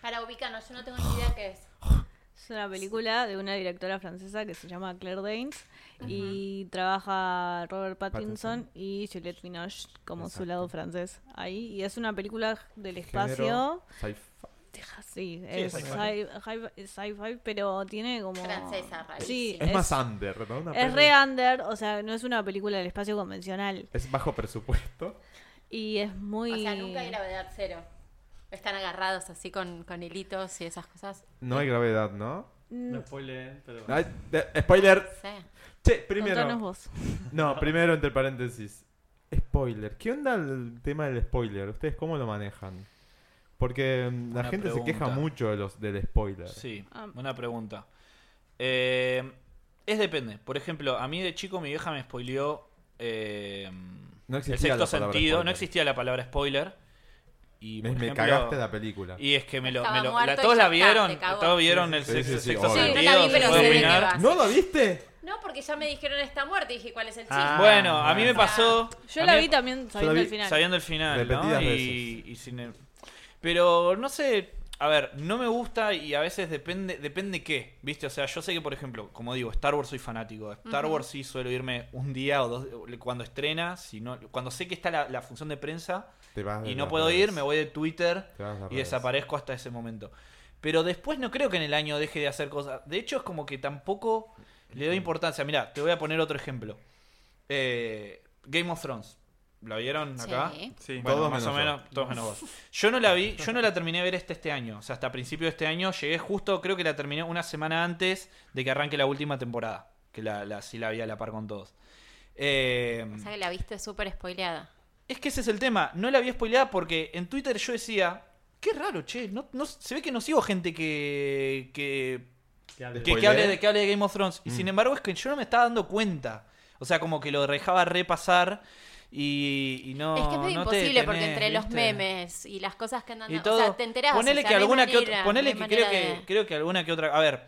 Speaker 2: Para ubicarnos, yo no tengo ni idea qué es.
Speaker 6: es una película de una directora francesa que se llama Claire Danes. Y trabaja Robert Pattinson, y Juliette Binoche como
Speaker 3: Exacto.
Speaker 6: su lado francés ahí. Y es una película del espacio.
Speaker 3: Género, sci-fi.
Speaker 6: Sí,
Speaker 5: es
Speaker 6: es
Speaker 5: sci-fi.
Speaker 6: sci- hi- sci-fi, pero tiene como...
Speaker 2: Francesa, rarísimo.
Speaker 6: Sí,
Speaker 3: Es, más under, ¿no? Una
Speaker 6: Es
Speaker 3: peli-
Speaker 6: re under, o sea, no es una película del espacio convencional.
Speaker 3: Es bajo presupuesto.
Speaker 6: Y es muy...
Speaker 2: O sea, nunca hay gravedad cero. Están agarrados así con, con hilitos y esas cosas.
Speaker 3: No hay gravedad, ¿no?
Speaker 6: Mm,
Speaker 7: No spoileen, pero.
Speaker 3: Ay, de- spoiler.
Speaker 2: Sí.
Speaker 3: Che, primero.
Speaker 6: contanos vos.
Speaker 3: No, primero entre paréntesis. Spoiler. ¿Qué onda el tema del spoiler? ¿Ustedes cómo lo manejan? Porque mm, la
Speaker 5: Buena
Speaker 3: gente se queja
Speaker 5: pregunta.
Speaker 3: mucho de los, del spoiler.
Speaker 5: Sí,
Speaker 6: Ah.
Speaker 5: buena pregunta. Eh, es depende. Por ejemplo, a mí de chico mi vieja me spoileó eh,
Speaker 3: No
Speaker 5: el
Speaker 3: existía la
Speaker 5: sexto
Speaker 3: palabra
Speaker 5: sentido.
Speaker 3: spoiler.
Speaker 5: No existía la palabra spoiler. Y
Speaker 3: Me,
Speaker 5: por
Speaker 3: me
Speaker 5: ejemplo,
Speaker 3: cagaste la película.
Speaker 5: Y es que me lo.
Speaker 2: Estaba
Speaker 5: me lo-
Speaker 2: muerto
Speaker 5: la-
Speaker 2: y
Speaker 5: todos
Speaker 2: ya
Speaker 5: la
Speaker 2: está,
Speaker 5: vieron.
Speaker 2: te cagó.
Speaker 5: todos vieron el
Speaker 3: Sí,
Speaker 5: sexto,
Speaker 3: sí, sí,
Speaker 5: sexto
Speaker 3: obvio.
Speaker 5: sentido.
Speaker 2: Sí, no la vi,
Speaker 5: se
Speaker 2: pero
Speaker 5: puede
Speaker 2: sé de qué
Speaker 5: opinar.
Speaker 2: va.
Speaker 3: ¿No lo viste?
Speaker 2: No, porque ya me dijeron está muerta y dije, ¿cuál es el chiste?
Speaker 7: Ah,
Speaker 5: Bueno, a mí me
Speaker 2: Ah.
Speaker 5: pasó.
Speaker 6: Yo
Speaker 5: a
Speaker 6: la
Speaker 5: mí-
Speaker 6: vi también sabiendo
Speaker 3: vi
Speaker 6: el final.
Speaker 5: Sabiendo el final. ¿no?
Speaker 3: Repetidas
Speaker 5: y,
Speaker 3: veces.
Speaker 5: y sin el- Pero no sé. A ver, no me gusta y a veces depende depende qué, ¿viste? O sea, yo sé que, por ejemplo, como digo, Star Wars soy fanático. Star Wars sí suelo irme un día o dos cuando estrena, si no- cuando sé que está la, la función de prensa
Speaker 3: Te vas Ah, de
Speaker 5: y no
Speaker 3: las
Speaker 5: puedo
Speaker 3: redes.
Speaker 5: ir, me voy de Twitter
Speaker 3: Te vas de las
Speaker 5: y
Speaker 3: redes.
Speaker 5: desaparezco hasta ese momento. Pero después no creo que en el año deje de hacer cosas. De hecho, es como que tampoco le doy importancia. Mira, te voy a poner otro ejemplo. Eh, Game of Thrones. ¿La vieron
Speaker 2: Sí.
Speaker 5: acá?
Speaker 4: Sí.
Speaker 5: Bueno,
Speaker 3: Todos
Speaker 5: más
Speaker 3: menos
Speaker 5: o menos, todos menos vos. Yo no la vi, yo no la terminé de ver este este año. O sea, hasta principio de este año llegué justo, creo que la terminé una semana antes de que arranque la última temporada. Que la, la, sí la vi a la par con todos. Eh,
Speaker 2: O sea que la viste súper spoileada.
Speaker 5: es que ese es el tema. No la había spoileada porque en Twitter yo decía. Qué raro, che. No, no- se ve que no sigo gente que. que.
Speaker 7: Que hable-
Speaker 5: que- que
Speaker 3: Spoiler.
Speaker 5: hable, de, que hable de Game of Thrones. Y sin embargo, es que yo no me estaba dando cuenta. O sea, como que lo dejaba repasar. Y, y no.
Speaker 2: es que es medio
Speaker 5: no te
Speaker 2: imposible porque
Speaker 5: detenés,
Speaker 2: entre los
Speaker 5: ¿viste?
Speaker 2: memes y las cosas que andan...
Speaker 5: y
Speaker 2: O
Speaker 5: todo.
Speaker 2: sea, te enterás.
Speaker 5: ponele
Speaker 2: o sea,
Speaker 5: que
Speaker 2: no hay
Speaker 5: alguna que
Speaker 2: manera,
Speaker 5: otra.
Speaker 2: no
Speaker 5: Ponele
Speaker 2: hay
Speaker 5: que creo,
Speaker 2: manera
Speaker 5: que
Speaker 2: de-
Speaker 5: creo que alguna que otra. A ver,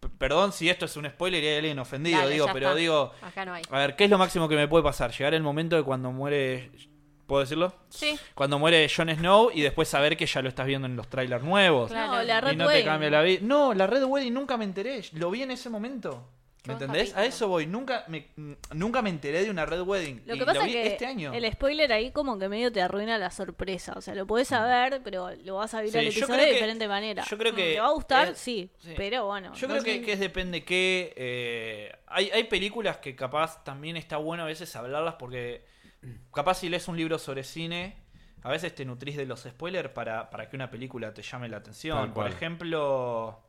Speaker 5: p- perdón si esto es un spoiler y hay alguien ofendido,
Speaker 2: Dale,
Speaker 5: digo,
Speaker 2: ya
Speaker 5: pero
Speaker 2: está.
Speaker 5: digo,
Speaker 2: Acá no hay.
Speaker 5: a ver, ¿qué es lo máximo que me puede pasar? Llegar el momento de cuando muere. ¿Puedo decirlo?
Speaker 2: Sí.
Speaker 5: Cuando muere Jon Snow y después saber que ya lo estás viendo en los trailers nuevos.
Speaker 2: Claro.
Speaker 6: No, la
Speaker 5: y
Speaker 6: Red
Speaker 5: no te
Speaker 6: Wedding.
Speaker 5: cambia la vida. No, la Red Wedding nunca me enteré. Lo vi en ese momento.
Speaker 2: Qué
Speaker 5: ¿Me
Speaker 2: buen
Speaker 5: entendés? A
Speaker 2: capítulo.
Speaker 5: eso voy. Nunca me, nunca me enteré de una Red Wedding.
Speaker 6: Lo
Speaker 5: y
Speaker 6: que pasa
Speaker 5: vi
Speaker 6: es que
Speaker 5: este año.
Speaker 6: el spoiler ahí como que medio te arruina la sorpresa. O sea, lo podés saber, pero lo vas a vivir
Speaker 5: Ah. Sí,
Speaker 6: al
Speaker 5: yo
Speaker 6: episodio
Speaker 5: creo
Speaker 6: de
Speaker 5: que-
Speaker 6: diferente manera.
Speaker 5: yo creo
Speaker 6: Mm,
Speaker 5: que
Speaker 6: ¿Te va a gustar?
Speaker 5: es-
Speaker 6: sí,
Speaker 5: sí.
Speaker 6: Pero bueno.
Speaker 5: Yo
Speaker 6: no
Speaker 5: creo
Speaker 6: sé.
Speaker 5: que, que es depende que hay, hay películas que capaz también está bueno a veces hablarlas porque capaz si lees un libro sobre cine, a veces te nutrís de los spoilers para, para que una película te llame la
Speaker 3: Tal
Speaker 5: atención. Por
Speaker 3: cual.
Speaker 5: ejemplo,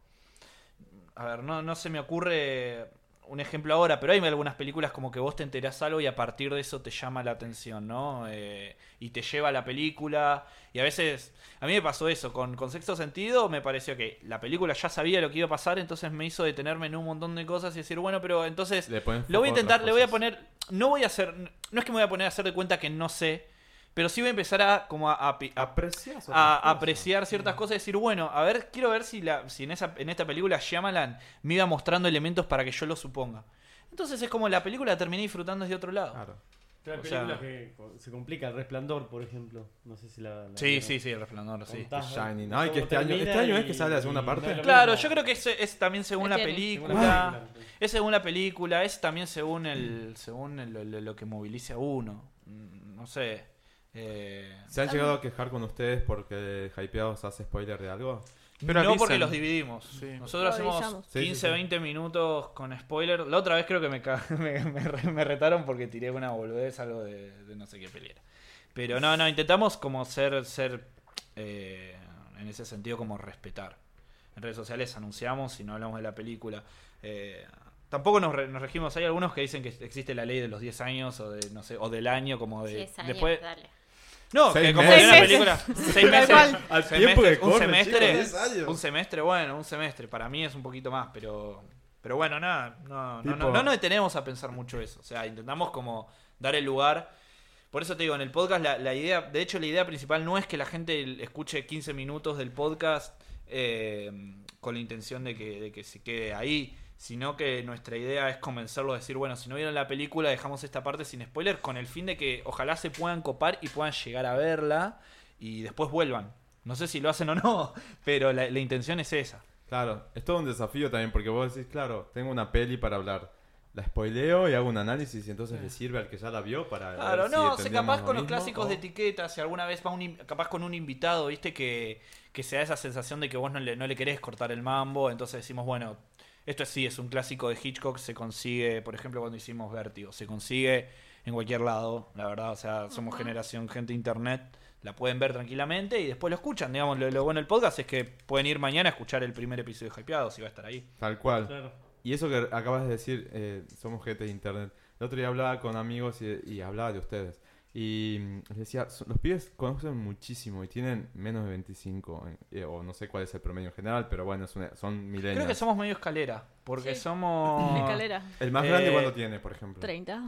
Speaker 5: a ver, no, no se me ocurre un ejemplo ahora, pero hay algunas películas como que vos te enterás algo y a partir de eso te llama la atención, ¿no? Eh, y te lleva a la película. Y a veces, a mí me pasó eso, con, con Sexto Sentido me pareció que la película ya sabía lo que iba a pasar, entonces me hizo detenerme en un montón de cosas y decir, bueno, pero entonces
Speaker 3: Le ponen foco
Speaker 5: lo voy a intentar,
Speaker 3: otras
Speaker 5: le voy a
Speaker 3: cosas.
Speaker 5: poner, no voy a hacer, no es que me voy a poner a hacer de cuenta que no sé, pero sí voy a empezar a como a, a pi- a-
Speaker 3: Aprecias otras
Speaker 5: a
Speaker 3: cosas.
Speaker 5: apreciar ciertas cosas Mm. y decir, bueno, a ver, quiero ver si, la, si en, esa, en esta película Shyamalan me iba mostrando elementos para que yo lo suponga. Entonces es como la película la terminé disfrutando desde otro lado.
Speaker 3: Claro.
Speaker 7: Pero hay
Speaker 5: O sea-
Speaker 7: películas que co- se complica, El Resplandor, por ejemplo. No sé si la. la
Speaker 5: Sí, sí, sí, el resplandor, sí.
Speaker 7: Contás
Speaker 3: Shining.
Speaker 7: cómo
Speaker 3: Ay, que este año-
Speaker 7: termina
Speaker 3: este año es
Speaker 7: y-
Speaker 3: que sale la segunda
Speaker 7: y
Speaker 3: parte.
Speaker 7: no es lo
Speaker 5: Claro,
Speaker 7: mismo.
Speaker 5: yo creo que es, es también según la
Speaker 6: Tiene.
Speaker 5: película. Es según la película, es también según el según el- lo- lo que movilice a uno. Mm, No sé. Eh,
Speaker 3: ¿Se han llegado a quejar con ustedes porque Hypeados hace spoiler de algo?
Speaker 4: Pero
Speaker 5: no porque
Speaker 4: avisan.
Speaker 5: los dividimos.
Speaker 4: Sí.
Speaker 5: Nosotros
Speaker 6: Lo
Speaker 5: hacemos
Speaker 6: avisamos.
Speaker 3: Sí, sí,
Speaker 5: 15,
Speaker 3: sí.
Speaker 5: 20 minutos con spoiler. La otra vez creo que me, ca- me, me re- me retaron porque tiré una boludez, algo de, de no sé qué pelea. Pero no, no, intentamos como ser, ser eh, en ese sentido, como respetar. En redes sociales anunciamos y no hablamos de la película. Eh, tampoco nos, re- nos regimos. Hay algunos que dicen que existe la ley de los 10 años o, de, no sé, o del año, como de.
Speaker 2: Sí, es años,
Speaker 5: después,
Speaker 2: dale.
Speaker 5: no,
Speaker 3: Seis
Speaker 5: que como
Speaker 3: meses.
Speaker 5: en una película. Seis meses.
Speaker 3: Al
Speaker 5: semestre,
Speaker 3: tiempo que
Speaker 5: un
Speaker 3: corre,
Speaker 5: semestre.
Speaker 3: chicos, diez años.
Speaker 5: Un semestre, bueno, un semestre. Para mí es un poquito más, pero. Pero bueno, nada. No, no,
Speaker 3: Tipo-
Speaker 5: no, no nos detenemos a pensar mucho eso. O sea, intentamos como dar el lugar. Por eso te digo, en el podcast la, la idea, de hecho la idea principal no es que la gente escuche 15 minutos del podcast eh, con la intención de que, de que se quede ahí, sino que nuestra idea es convencerlo a decir, bueno, si no vieron la película dejamos esta parte sin spoiler, con el fin de que ojalá se puedan copar y puedan llegar a verla y después vuelvan. No sé si lo hacen o no, pero la, la intención es esa.
Speaker 3: Claro, es todo un desafío también porque vos decís, claro, tengo una peli para hablar. La spoileo y hago un análisis y entonces le sirve al que ya la vio para.
Speaker 5: Claro,
Speaker 3: ver si
Speaker 5: no, sé,
Speaker 3: entendemos
Speaker 5: capaz
Speaker 3: lo
Speaker 5: con los
Speaker 3: mismo,
Speaker 5: clásicos
Speaker 3: o-
Speaker 5: de etiqueta, si alguna vez va un, in- capaz con un invitado, viste, que, que se da esa sensación de que vos no le, no le querés cortar el mambo, entonces decimos, bueno, esto es- sí es un clásico de Hitchcock, se consigue, por ejemplo, cuando hicimos Vértigo, se consigue en cualquier lado, la verdad, o sea, somos generación gente de internet, la pueden ver tranquilamente y después lo escuchan, digamos, lo, lo bueno del podcast es que pueden ir mañana a escuchar el primer episodio de Hypeados si va a estar ahí.
Speaker 3: Tal cual.
Speaker 7: Claro.
Speaker 3: Y eso que acabas de decir, eh, somos gente de internet. El otro día hablaba con amigos y, y hablaba de ustedes. Y mm, les decía, "So- los pibes conocen muchísimo y tienen menos de 25, eh, o no sé cuál es el promedio en general, pero bueno, es una- son milenios.
Speaker 5: Creo que somos medio escalera, porque
Speaker 6: Sí.
Speaker 5: somos...
Speaker 6: Escalera.
Speaker 3: El más
Speaker 5: Eh,
Speaker 3: grande, ¿cuánto tiene, por ejemplo?
Speaker 6: 30.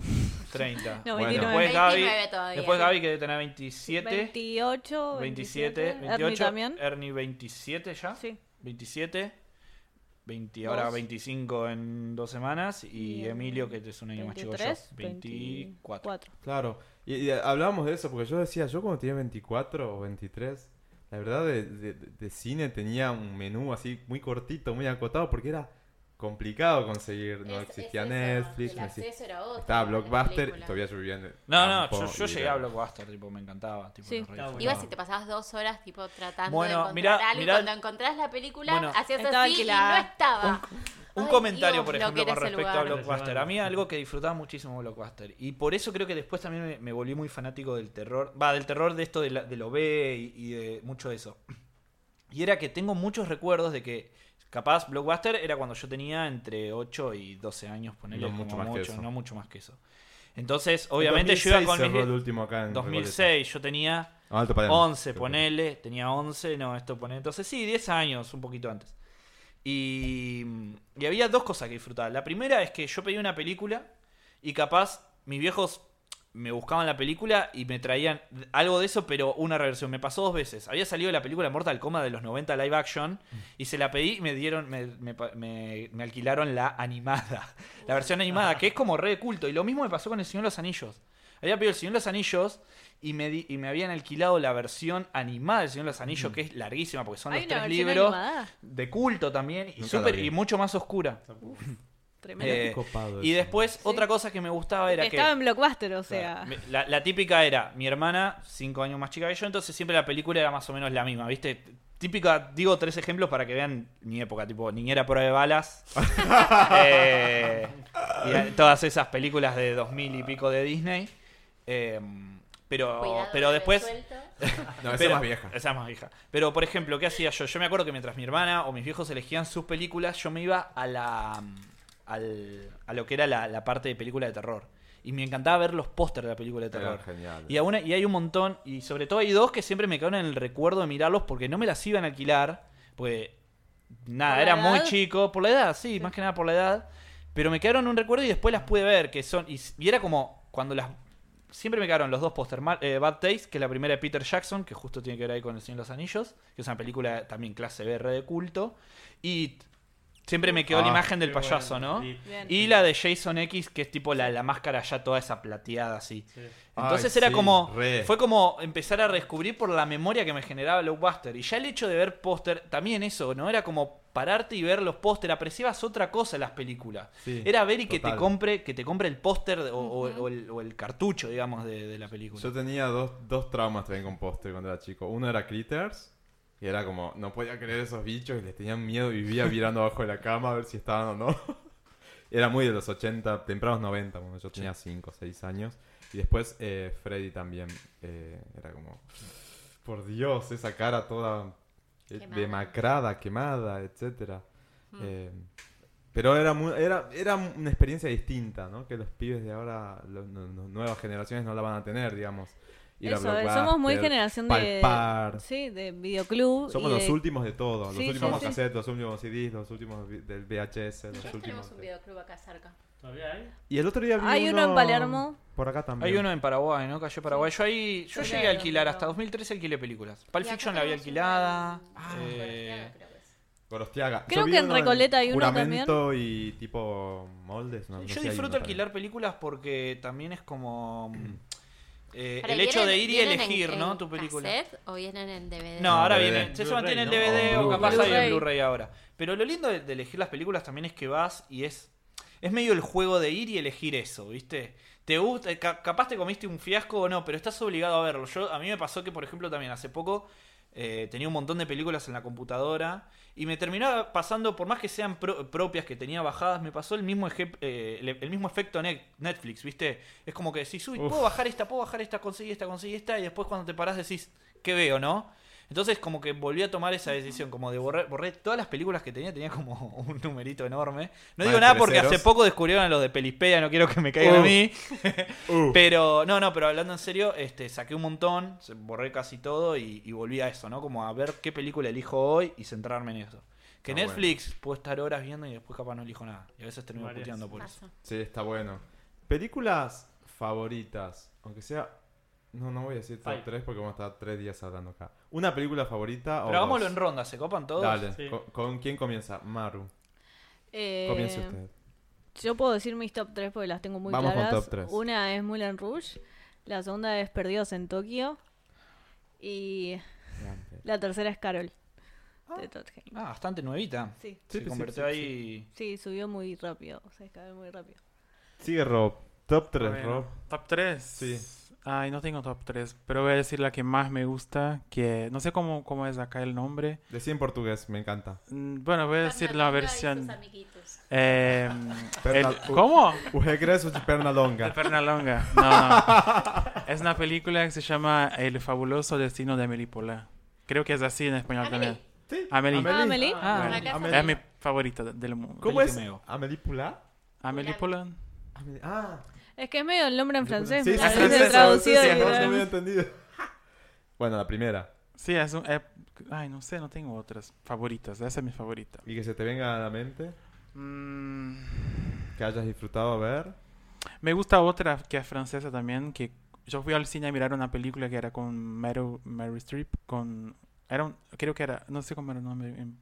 Speaker 5: 30.
Speaker 6: No,
Speaker 3: Bueno.
Speaker 6: 29.
Speaker 5: Después Gaby,
Speaker 2: 29 todavía.
Speaker 5: después Gaby que debe tener 27,
Speaker 6: 28.
Speaker 5: 27, 28.
Speaker 6: Ernie también.
Speaker 5: Ernie 27 ya.
Speaker 6: Sí.
Speaker 5: 27. 20, ahora
Speaker 6: Dos.
Speaker 5: 25 en dos semanas. Y
Speaker 6: Y,
Speaker 5: Emilio, que es un año más chico
Speaker 6: 23.
Speaker 5: que yo. 24.
Speaker 6: 24.
Speaker 3: Claro, y, y eh, hablábamos de eso, porque yo decía, yo cuando tenía 24 o 23, la verdad de, de- de cine tenía un menú así muy cortito, muy acotado, porque era complicado conseguir. No
Speaker 2: Es-
Speaker 3: existía
Speaker 2: es eso,
Speaker 3: Netflix.
Speaker 2: el
Speaker 3: no existía-
Speaker 2: acceso era otro,
Speaker 3: Estaba
Speaker 2: la
Speaker 3: Blockbuster y
Speaker 2: película.
Speaker 3: todavía yo vivía en el
Speaker 5: No, no,
Speaker 3: campo
Speaker 5: yo, yo
Speaker 3: y
Speaker 5: llegué
Speaker 3: era-
Speaker 5: a Blockbuster, tipo, me encantaba. Tipo,
Speaker 6: Sí.
Speaker 5: lo re
Speaker 7: Está
Speaker 5: disfrutaba.
Speaker 7: bueno.
Speaker 2: Igual si te pasabas dos horas tipo tratando
Speaker 5: Bueno,
Speaker 2: de encontrar
Speaker 5: mirá,
Speaker 2: algo
Speaker 5: mirá-
Speaker 2: y cuando encontrás la película
Speaker 5: Bueno,
Speaker 2: hacías
Speaker 6: estaba
Speaker 2: así y
Speaker 6: alquilada.
Speaker 2: no estaba.
Speaker 5: Un
Speaker 2: Ay,
Speaker 5: comentario,
Speaker 2: digo,
Speaker 5: por
Speaker 2: lo
Speaker 5: ejemplo,
Speaker 2: que era
Speaker 5: con
Speaker 2: ese
Speaker 5: respecto
Speaker 2: lugar.
Speaker 5: a Blockbuster. A mí
Speaker 7: Impresionante.
Speaker 5: algo que disfrutaba muchísimo de Blockbuster. Y por eso creo que después también me, me volví muy fanático del terror. Va, del terror de esto de, la- de lo B y, y de mucho de eso. Y era que tengo muchos recuerdos de que capaz Blockbuster era cuando yo tenía entre 8 y 12 años, ponele
Speaker 3: No
Speaker 5: como
Speaker 3: mucho más que eso.
Speaker 5: no mucho más que eso. Entonces,
Speaker 3: En
Speaker 5: obviamente yo iba
Speaker 3: 2006
Speaker 5: con
Speaker 3: cerró el
Speaker 5: mis... eh,
Speaker 3: último acá en
Speaker 5: 2006, yo tenía...
Speaker 3: Recoleta. Ah, Alto Padrón.
Speaker 5: 11,
Speaker 3: Creo que-
Speaker 5: ponele. Tenía 11, no, esto pone. Entonces, sí, 10 años, un poquito antes. Y, y había dos cosas que disfrutaba. La primera es que yo pedí una película y capaz mis viejos me buscaban la película y me traían algo de eso, pero una reversión. Me pasó dos veces. Había salido la película Mortal Kombat de los 90 live action y se la pedí y me dieron, me, me pa- me- me alquilaron la animada. La versión animada, que es como re de culto. Y lo mismo me pasó con El Señor de los Anillos. Había pedido El Señor de los Anillos y me, di- y me habían alquilado la versión animada del Señor de los Anillos, que es larguísima porque son
Speaker 6: Hay
Speaker 5: los
Speaker 6: una
Speaker 5: tres
Speaker 6: versión
Speaker 5: libros.
Speaker 6: animada.
Speaker 3: eh,
Speaker 5: De culto también y,
Speaker 3: Nunca
Speaker 5: súper-
Speaker 3: la vi.
Speaker 5: y mucho más oscura.
Speaker 6: Tremendo.
Speaker 5: Eh,
Speaker 3: Qué copado
Speaker 5: y
Speaker 3: eso.
Speaker 5: después,
Speaker 6: Sí.
Speaker 5: otra cosa que me gustaba era que.
Speaker 6: Estaba en Blockbuster, o sea.
Speaker 5: Claro. La, la típica era, mi hermana, cinco años más chica que yo, entonces siempre la película era más o menos la misma, ¿viste? Típica, digo tres ejemplos para que vean mi época, tipo Niñera Prueba de Balas, eh, y a- todas esas películas de 2000 y pico de Disney. eh, pero,
Speaker 2: Cuidado,
Speaker 5: pero
Speaker 2: bebé
Speaker 5: después...
Speaker 2: suelto.
Speaker 3: No, esa
Speaker 5: Pero-
Speaker 3: es más vieja.
Speaker 5: esa es más vieja. Pero, por ejemplo, ¿qué hacía yo? Yo me acuerdo que mientras mi hermana o mis viejos elegían sus películas, yo me iba a la. al- a lo que era la, la parte de película de terror. Y me encantaba ver los pósteres de la película de terror.
Speaker 3: Eran geniales.
Speaker 5: Y, a una- y hay un montón, y sobre todo hay dos que siempre me quedaron en el recuerdo de mirarlos porque no me las iban a alquilar. Porque, nada,
Speaker 6: ¿Por la
Speaker 5: era muy
Speaker 6: edad?
Speaker 5: chico. Por la edad, sí, más que nada por la edad. Pero me quedaron un recuerdo y después las pude ver. que son Y, s- y era como cuando las. Siempre me quedaron los dos póster mal- eh, Bad Taste, que es la primera de Peter Jackson, que justo tiene que ver ahí con El Señor de los Anillos, que es una película también clase B, re de culto. Y t- siempre me quedó la
Speaker 3: Ah,
Speaker 5: imagen del
Speaker 7: Qué bueno,
Speaker 5: payaso, ¿no?
Speaker 7: sí.
Speaker 6: Bien.
Speaker 5: Y la de Jason X, que es tipo la, la máscara ya toda esa plateada así.
Speaker 7: Sí.
Speaker 5: Entonces
Speaker 3: Ay,
Speaker 5: era
Speaker 3: sí,
Speaker 5: como.
Speaker 3: re.
Speaker 5: Fue como empezar a descubrir por la memoria que me generaba Blockbuster. Y ya el hecho de ver póster, también eso, ¿no? Era como pararte y ver los póster. Apreciabas otra cosa en las películas.
Speaker 3: Sí,
Speaker 5: era ver y que te
Speaker 3: total.
Speaker 5: compre, que te compre el póster o, o- o el, o el cartucho, digamos, de, de la película.
Speaker 3: Yo tenía dos, dos traumas también con póster cuando era chico. Uno era Critters, y era como, no podía creer esos bichos y les tenían miedo y vivía mirando abajo de la cama a ver si estaban o no. Era muy de los 80, tempranos 90, cuando yo tenía 5 o 6 años. Y después eh, Freddy también eh, era como, por Dios, esa cara toda eh,
Speaker 2: Quemada.
Speaker 3: demacrada, quemada, etcétera Eh, pero era, mu- era, era una experiencia distinta, ¿no? Que los pibes de ahora, las nuevas generaciones no la van a tener, digamos. Ir a
Speaker 6: Eso, eh, somos muy
Speaker 3: Blockbuster,
Speaker 6: generación de.
Speaker 3: palpar.
Speaker 6: Sí, de videoclub.
Speaker 3: Somos
Speaker 6: y
Speaker 3: los
Speaker 6: de-
Speaker 3: últimos de todo. Los
Speaker 6: Sí, sí,
Speaker 3: últimos
Speaker 6: sí.
Speaker 3: cassettes, los últimos CDs, los últimos vi- del VHS, los
Speaker 2: Nosotros tenemos
Speaker 3: últimos...
Speaker 2: un videoclub acá cerca.
Speaker 7: ¿Todavía hay?
Speaker 3: Y el otro día vi
Speaker 6: Hay uno en Palermo.
Speaker 3: Por acá también.
Speaker 5: Hay uno en Paraguay, ¿no? Cayó Paraguay. Yo ahí. Yo
Speaker 2: Sí,
Speaker 5: llegué a alquilar,
Speaker 2: claro.
Speaker 5: hasta 2013 alquilé películas. Pulp
Speaker 2: Y acá
Speaker 5: Fiction la había
Speaker 2: tenemos una Ah,
Speaker 5: alquilada.
Speaker 2: en- en
Speaker 5: eh,
Speaker 2: Florestiaga, creo que es.
Speaker 3: Gorostiaga.
Speaker 6: Creo
Speaker 3: Yo vi
Speaker 6: que en
Speaker 3: uno
Speaker 6: Recoleta hay uno
Speaker 3: Juramento y tipo moldes. no- no sé,
Speaker 5: Yo
Speaker 3: hay
Speaker 5: disfruto
Speaker 3: uno
Speaker 5: alquilar películas porque también es como mm, eh,
Speaker 2: Pero
Speaker 5: el hecho
Speaker 2: ¿vienen-
Speaker 5: de ir y
Speaker 2: vienen en-
Speaker 5: elegir,
Speaker 2: en
Speaker 5: ¿no? Tu película.
Speaker 2: cassette o vienen en DVD?
Speaker 5: No, ahora
Speaker 3: DVD.
Speaker 5: viene, se
Speaker 7: Blu-ray,
Speaker 5: mantiene el
Speaker 7: ¿no?
Speaker 5: DVD o
Speaker 3: Blu-ray.
Speaker 5: capaz hay el
Speaker 6: Blu-ray.
Speaker 5: Blu-ray ahora. Pero lo lindo de, de elegir las películas también es que vas y es es medio el juego de ir y elegir eso, ¿viste? Te gusta, ca- capaz te comiste un fiasco o no, pero estás obligado a verlo. Yo a mí me pasó que por ejemplo también hace poco eh, tenía un montón de películas en la computadora y me terminaba pasando, por más que sean pro- propias que tenía bajadas, me pasó el mismo, eje- eh, el, el mismo efecto net- Netflix, ¿viste? Es como que decís, uy,
Speaker 3: Uf.
Speaker 5: puedo bajar esta, puedo bajar esta, conseguí esta, conseguí esta, y después cuando te parás decís, ¿qué veo, no? Entonces como que volví a tomar esa decisión, como de borrar, borré todas las películas que tenía, tenía como un numerito enorme. No
Speaker 3: Más
Speaker 5: digo
Speaker 3: de
Speaker 5: nada
Speaker 3: tres
Speaker 5: porque
Speaker 3: ceros.
Speaker 5: hace poco descubrieron a los de Pelispedia, no quiero que me caigan a
Speaker 3: Uh.
Speaker 5: mí.
Speaker 3: Uh.
Speaker 5: Pero, no, no, pero hablando en serio, este, saqué un montón, se- borré casi todo y, y volví a eso, ¿no? Como a ver qué película elijo hoy y centrarme en eso. Que
Speaker 3: Ah,
Speaker 5: Netflix puedo estar horas viendo y después capaz no elijo nada. Y a veces termino
Speaker 7: Varias.
Speaker 5: puteando por eso.
Speaker 2: Pasa.
Speaker 3: Sí, está bueno. Películas favoritas, aunque sea... No, no voy a decir top
Speaker 7: Five.
Speaker 3: 3 porque vamos a estar 3 días hablando acá. ¿Una película favorita o
Speaker 5: Pero hagámoslo
Speaker 3: dos?
Speaker 5: en ronda, ¿se copan todos?
Speaker 3: Dale,
Speaker 7: Sí.
Speaker 3: ¿Con, con quién comienza? Maru,
Speaker 6: Eh,
Speaker 3: comience usted.
Speaker 6: Yo puedo decir mis top 3 porque las tengo muy
Speaker 3: Vamos con
Speaker 6: claras.
Speaker 3: top tres.
Speaker 6: Una es Moulin Rouge, la segunda es Perdidos en Tokio y la tercera es Carol. de Todd Haynes.
Speaker 5: Ah, bastante nuevita.
Speaker 6: Sí,
Speaker 5: Se
Speaker 3: Sí, sí,
Speaker 5: convirtió
Speaker 3: sí,
Speaker 5: ahí.
Speaker 6: sí, subió muy rápido. O sea, escaló muy rápido.
Speaker 3: Sigue Rob. Top 3,
Speaker 4: Bueno,
Speaker 3: Rob.
Speaker 4: Top 3.
Speaker 3: Sí.
Speaker 4: Ay, no tengo top 3, pero voy a decir la que más me gusta, que no sé cómo, cómo es acá el nombre.
Speaker 3: Decí en portugués, me encanta.
Speaker 4: Mm, Bueno, voy a decir la versión... eh,
Speaker 3: Perna-
Speaker 4: el- ¿Cómo?
Speaker 3: Usted cree su perna
Speaker 4: De
Speaker 3: longa.
Speaker 4: Pernalonga. No, no. Es una película que se llama El fabuloso destino de Amélie Poulain. Creo que es así en español
Speaker 2: Amélie.
Speaker 4: también.
Speaker 3: Sí.
Speaker 4: Amélie.
Speaker 6: Ah, Amélie.
Speaker 5: Ah,
Speaker 4: Bueno,
Speaker 2: Amélie.
Speaker 4: Es mi favorita de- del mundo.
Speaker 3: ¿Cómo es?
Speaker 5: Meo.
Speaker 3: ¿Amélie Poulain?
Speaker 4: Amélie Poulain.
Speaker 3: Amélie- Ah.
Speaker 6: Es que es medio el nombre en francés.
Speaker 3: Sí, sí,
Speaker 6: me
Speaker 4: es
Speaker 3: sí,
Speaker 6: parece
Speaker 4: francesa,
Speaker 3: sí,
Speaker 6: traducido
Speaker 3: sí,
Speaker 6: y-
Speaker 3: sí, no había entendido. Bueno, la primera.
Speaker 4: Sí, es un... eh, ay, no sé, no tengo otras favoritas. Esa es mi favorita.
Speaker 3: Y que se te venga a la mente,
Speaker 4: Mm.
Speaker 3: que hayas disfrutado a ver.
Speaker 4: Me gusta otra que es francesa también, que yo fui al cine a mirar una película que era con Meryl, Meryl Streep, con... Era un- creo que era, no sé cómo era el nombre, em,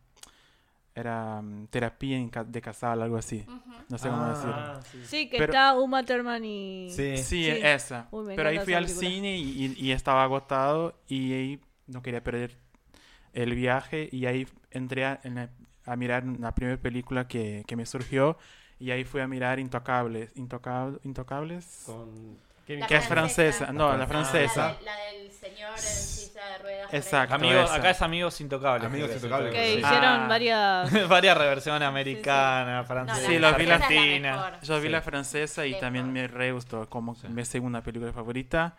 Speaker 4: era mm, terapia en ca- de casal, algo así. No sé cómo
Speaker 3: Ah.
Speaker 4: decirlo.
Speaker 7: Ah, sí.
Speaker 6: Sí, que
Speaker 4: Pero-
Speaker 6: está Uma Thurman y...
Speaker 4: Sí,
Speaker 6: Sí.
Speaker 4: esa.
Speaker 6: Uy, me
Speaker 4: Pero ahí
Speaker 6: encanta
Speaker 4: fui
Speaker 6: esa
Speaker 4: al
Speaker 6: película.
Speaker 4: cine y, y- y estaba agotado y ahí no quería perder el viaje y ahí entré a, en la- a mirar la primera película que, que me surgió y ahí fui a mirar Intocables. Intocab- Intocables.
Speaker 7: Con Kevin
Speaker 2: La
Speaker 4: Que es
Speaker 7: Costner.
Speaker 4: francesa. No,
Speaker 5: Ah.
Speaker 4: la francesa.
Speaker 2: La del señor en silla de ruedas.
Speaker 4: Exacto.
Speaker 5: Amigo-
Speaker 4: esa.
Speaker 5: acá es Amigos Intocables.
Speaker 3: Amigos
Speaker 5: creo que
Speaker 3: Intocables,
Speaker 5: se
Speaker 6: Que
Speaker 3: Sí.
Speaker 5: llama.
Speaker 6: hicieron
Speaker 4: Ah.
Speaker 6: varias...
Speaker 5: Varias reversiones americanas, francesas,
Speaker 4: Sí, lo vi la-
Speaker 5: argentinas.
Speaker 4: Yo vi
Speaker 5: Sí.
Speaker 4: la francesa y
Speaker 2: Mejor.
Speaker 4: también me re gustó como mi segunda película favorita.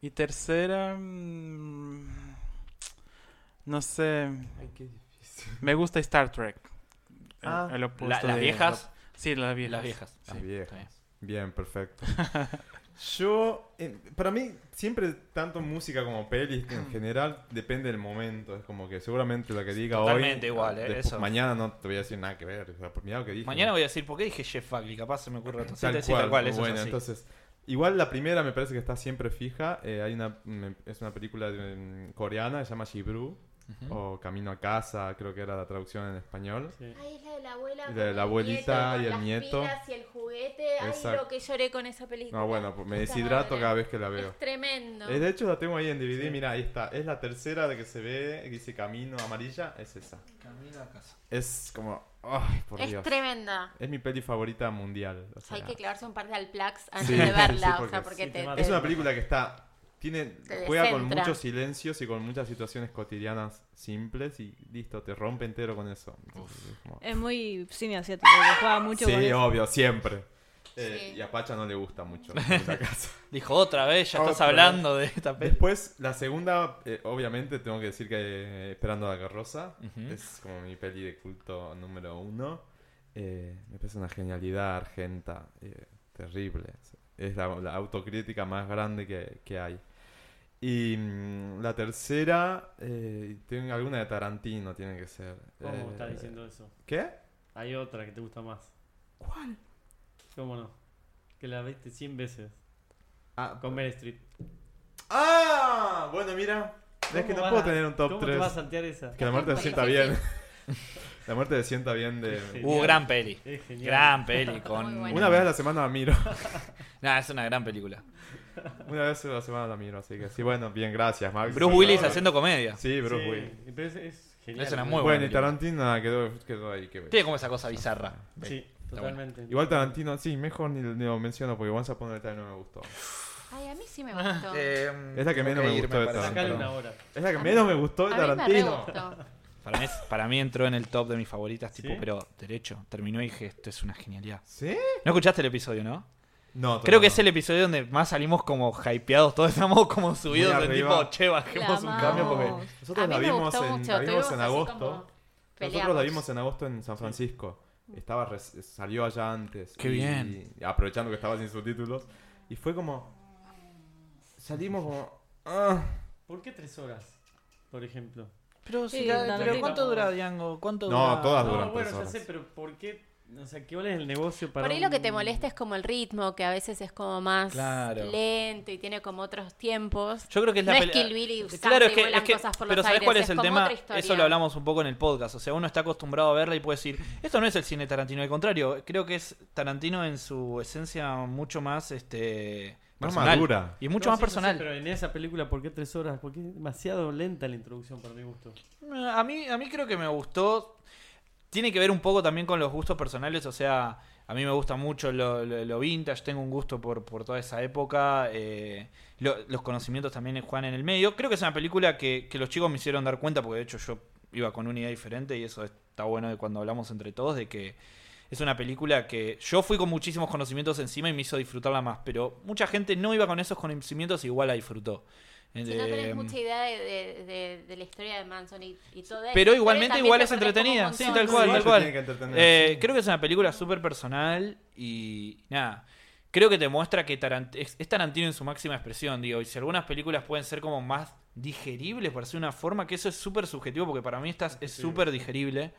Speaker 4: Y tercera... mm, No sé.
Speaker 3: Ay, qué difícil.
Speaker 4: Me gusta Star Trek. El-
Speaker 3: Ah.
Speaker 4: el
Speaker 5: La-
Speaker 4: opuesto
Speaker 5: las
Speaker 4: de-
Speaker 5: viejas.
Speaker 4: Sí, las viejas.
Speaker 5: Las viejas.
Speaker 3: Las
Speaker 5: Sí,
Speaker 3: viejas.
Speaker 5: está bien.
Speaker 3: Bien, perfecto. Yo, eh, para mí, siempre tanto música como pelis
Speaker 5: Mm.
Speaker 3: en general depende del momento. Es como que seguramente la que diga
Speaker 5: Totalmente
Speaker 3: hoy.
Speaker 5: igual, eh,
Speaker 3: después-
Speaker 5: eso.
Speaker 3: Mañana no te voy a decir nada que ver. O sea, por- mirá lo que dije.
Speaker 5: Mañana voy a decir, ¿por qué dije Jeff Buckley? Capaz se me ocurre otra.
Speaker 3: Tal
Speaker 5: Sí, sí, tal cual, eso es
Speaker 3: bueno,
Speaker 5: así.
Speaker 3: entonces. Igual la primera me parece que está siempre fija. Eh, hay una, me- es una película de- mm, coreana, se llama Shibru. O Camino a casa, creo que era la traducción en español.
Speaker 7: Sí.
Speaker 2: Ay, es la de la abuela.
Speaker 3: Y la
Speaker 2: con
Speaker 3: de la
Speaker 2: el
Speaker 3: abuelita
Speaker 2: nieto,
Speaker 3: y
Speaker 2: con
Speaker 3: el
Speaker 2: las
Speaker 3: nieto.
Speaker 2: pilas y el juguete. Ay,
Speaker 3: Exacto.
Speaker 2: lo que lloré con esa película.
Speaker 3: No, bueno, pues me
Speaker 2: Puta
Speaker 3: deshidrato
Speaker 2: madre.
Speaker 3: cada vez que la veo.
Speaker 2: Es tremendo.
Speaker 3: Eh, de hecho, la tengo ahí en DVD. Mira, ahí está. Es la tercera de que se ve, que dice camino amarilla. Es esa. Es como. ¡Ay, por
Speaker 2: Es
Speaker 3: Dios!
Speaker 2: tremenda.
Speaker 3: Es mi peli favorita mundial. o sea.
Speaker 2: Hay que clavarse un par de alplax antes
Speaker 3: Sí,
Speaker 2: de
Speaker 3: sí,
Speaker 2: verla,
Speaker 3: sí,
Speaker 2: o sea, porque
Speaker 7: porque sí,
Speaker 2: te,
Speaker 7: te mata.
Speaker 2: te-
Speaker 3: Es una película que está. Tiene,
Speaker 2: Te
Speaker 3: juega con
Speaker 2: descentra.
Speaker 3: muchos silencios y con muchas situaciones cotidianas simples y listo, te rompe entero con eso. Entonces, es como-
Speaker 6: Es muy cine asiático, que juega mucho con
Speaker 3: Sí,
Speaker 6: eso.
Speaker 3: obvio, siempre. Eh,
Speaker 2: Sí.
Speaker 3: Y a Pacha no le gusta mucho. la casa.
Speaker 5: Dijo otra vez, ya estás
Speaker 3: Otra
Speaker 5: hablando de esta peli.
Speaker 3: Después, la segunda, eh, obviamente tengo que decir que eh, Esperando a la carroza
Speaker 5: Ujú.
Speaker 3: es como mi peli de culto número uno. Eh, me parece una genialidad argenta eh, terrible. Es la, la autocrítica más grande que, que hay. Y mm, la tercera, eh, tiene alguna de Tarantino, tiene que ser.
Speaker 7: ¿Cómo
Speaker 3: Eh,
Speaker 7: estás diciendo eso?
Speaker 3: ¿Qué?
Speaker 7: Hay otra que te gusta más. ¿Cuál? ¿Cómo no? Que la viste 100 veces.
Speaker 3: Ah,
Speaker 7: Con Meryl Streep.
Speaker 3: ah, bueno, mira. Es que
Speaker 7: ¿Cómo
Speaker 3: no
Speaker 7: vas
Speaker 3: puedo
Speaker 7: a-
Speaker 3: tener un top
Speaker 7: ¿Cómo
Speaker 3: 3.
Speaker 7: te vas a saltear esa?
Speaker 3: Que la muerte te
Speaker 2: Sí,
Speaker 3: sienta
Speaker 2: sí,
Speaker 3: bien. la muerte te sienta bien de...
Speaker 7: Sí.
Speaker 5: Uh, gran peli.
Speaker 7: Es genial.
Speaker 5: Gran peli. Con...
Speaker 2: Muy buena.
Speaker 3: Una vez a la semana la miro.
Speaker 5: Nah, es una gran película.
Speaker 3: Una vez a la semana la miro, así que sí, bueno, bien, gracias, Max.
Speaker 5: Bruce Willis haciendo comedia.
Speaker 3: Sí, Bruce
Speaker 7: Sí,
Speaker 3: Willis.
Speaker 7: pero es, es genial.
Speaker 5: Es una muy
Speaker 3: Bueno,
Speaker 5: buena.
Speaker 3: y
Speaker 5: película.
Speaker 3: Tarantino nada, quedó, quedó ahí. Que...
Speaker 5: Tiene como esa cosa bizarra.
Speaker 7: Sí, totalmente.
Speaker 3: Igual Tarantino, sí, mejor ni, ni lo menciono porque Once Upon a Time no me gustó.
Speaker 2: Ay, a mí sí me gustó.
Speaker 3: Eh,
Speaker 5: Em,
Speaker 3: Es la que menos me gustó de Tarantino.
Speaker 7: Sacale
Speaker 3: Perdón.
Speaker 7: una hora.
Speaker 3: Es la que menos me gustó de
Speaker 2: a mí me re
Speaker 3: Tarantino.
Speaker 2: gustó.
Speaker 5: Para mí, es- para mí entró en el top de mis favoritas, tipo,
Speaker 7: ¿Sí?
Speaker 5: pero derecho. Terminó y dije, esto es una genialidad.
Speaker 3: ¿Sí?
Speaker 5: ¿No escuchaste el episodio, no?
Speaker 3: No,
Speaker 5: Creo que es el episodio donde más salimos como hypeados, todos estamos como subidos
Speaker 3: Muy
Speaker 5: en
Speaker 3: arriba.
Speaker 5: tipo, che, bajemos
Speaker 6: La
Speaker 5: un
Speaker 6: amamos.
Speaker 5: cambio
Speaker 3: porque
Speaker 5: porque...
Speaker 2: Ah. A
Speaker 3: nosotros
Speaker 2: mí
Speaker 3: la
Speaker 2: me
Speaker 3: vimos
Speaker 2: gustó
Speaker 3: en,
Speaker 2: mucho,
Speaker 3: la vimos
Speaker 2: tuvimos
Speaker 3: en
Speaker 2: así
Speaker 3: agosto.
Speaker 2: como
Speaker 3: Nosotros la
Speaker 2: peleamos.
Speaker 3: vimos en agosto en San Francisco. Estaba res- salió allá antes.
Speaker 5: Qué
Speaker 3: y-
Speaker 5: bien.
Speaker 3: y aprovechando que estaba sin subtítulos. Y fue como. Salimos como. ah,
Speaker 7: ¿Por qué tres horas? Por ejemplo.
Speaker 5: Pero,
Speaker 6: si Sí, la- pero Tarantino.
Speaker 7: ¿cuánto dura
Speaker 5: Django? ¿Cuánto
Speaker 3: No, dura- todas duran
Speaker 7: No, bueno,
Speaker 3: tres
Speaker 7: ya
Speaker 3: horas.
Speaker 7: sé, pero ¿por qué? O sea, ¿cuál es el negocio para
Speaker 2: Por ahí lo que
Speaker 7: un-
Speaker 2: te molesta es como el ritmo, que a veces es como más
Speaker 5: Claro.
Speaker 2: lento y tiene como otros tiempos.
Speaker 5: Yo creo que es la
Speaker 2: No es
Speaker 5: peli-
Speaker 2: Kill Bill y
Speaker 5: Eh,
Speaker 2: sangre y vuelan cosas por
Speaker 5: pero
Speaker 2: los
Speaker 5: ¿sabés
Speaker 2: aires,
Speaker 5: cuál es,
Speaker 2: es
Speaker 5: el
Speaker 2: como
Speaker 5: tema?
Speaker 2: otra historia.
Speaker 5: Eso lo hablamos un poco en el podcast. O sea, uno está acostumbrado a verla y puede decir, esto no es el cine Tarantino. Al contrario, creo que es Tarantino en su esencia mucho más este
Speaker 3: Más
Speaker 5: personal.
Speaker 3: madura.
Speaker 5: Y mucho
Speaker 7: No,
Speaker 5: más
Speaker 7: sí, sí, sí,
Speaker 5: personal.
Speaker 7: pero en esa película, ¿por qué tres horas? Porque es demasiado lenta la introducción para mi gusto.
Speaker 5: Eh, A mí, a mí creo que me gustó. Tiene que ver un poco también con los gustos personales. O sea, a mí me gusta mucho lo, lo- lo vintage. Tengo un gusto por, por toda esa época. eh, lo- los conocimientos también juegan en el medio. Creo que es una película que, que los chicos me hicieron dar cuenta. Porque de hecho yo iba con una idea diferente. Y eso está bueno de cuando hablamos entre todos. De que es una película que yo fui con muchísimos conocimientos encima. Y me hizo disfrutarla más. Pero mucha gente no iba con esos conocimientos. y Igual la disfrutó.
Speaker 2: Si no
Speaker 5: Eh,
Speaker 2: tenés mucha idea de, de- de- de la historia de Manson y, y todo eso.
Speaker 5: Pero igualmente
Speaker 2: también
Speaker 5: igual
Speaker 2: te
Speaker 5: es
Speaker 2: perdés como un
Speaker 5: entretenida, sí,
Speaker 2: montón.
Speaker 5: tal cual,
Speaker 3: Igual
Speaker 5: tal
Speaker 3: te
Speaker 5: cual.
Speaker 3: tiene que entretener.
Speaker 5: Eh, creo que es una película súper personal y nada. Creo que te muestra que Tarant- es, es Tarantino en su máxima expresión, digo. Y si algunas películas pueden ser como más digeribles, por decir una forma, que eso es súper subjetivo, porque para mí esta es súper digerible.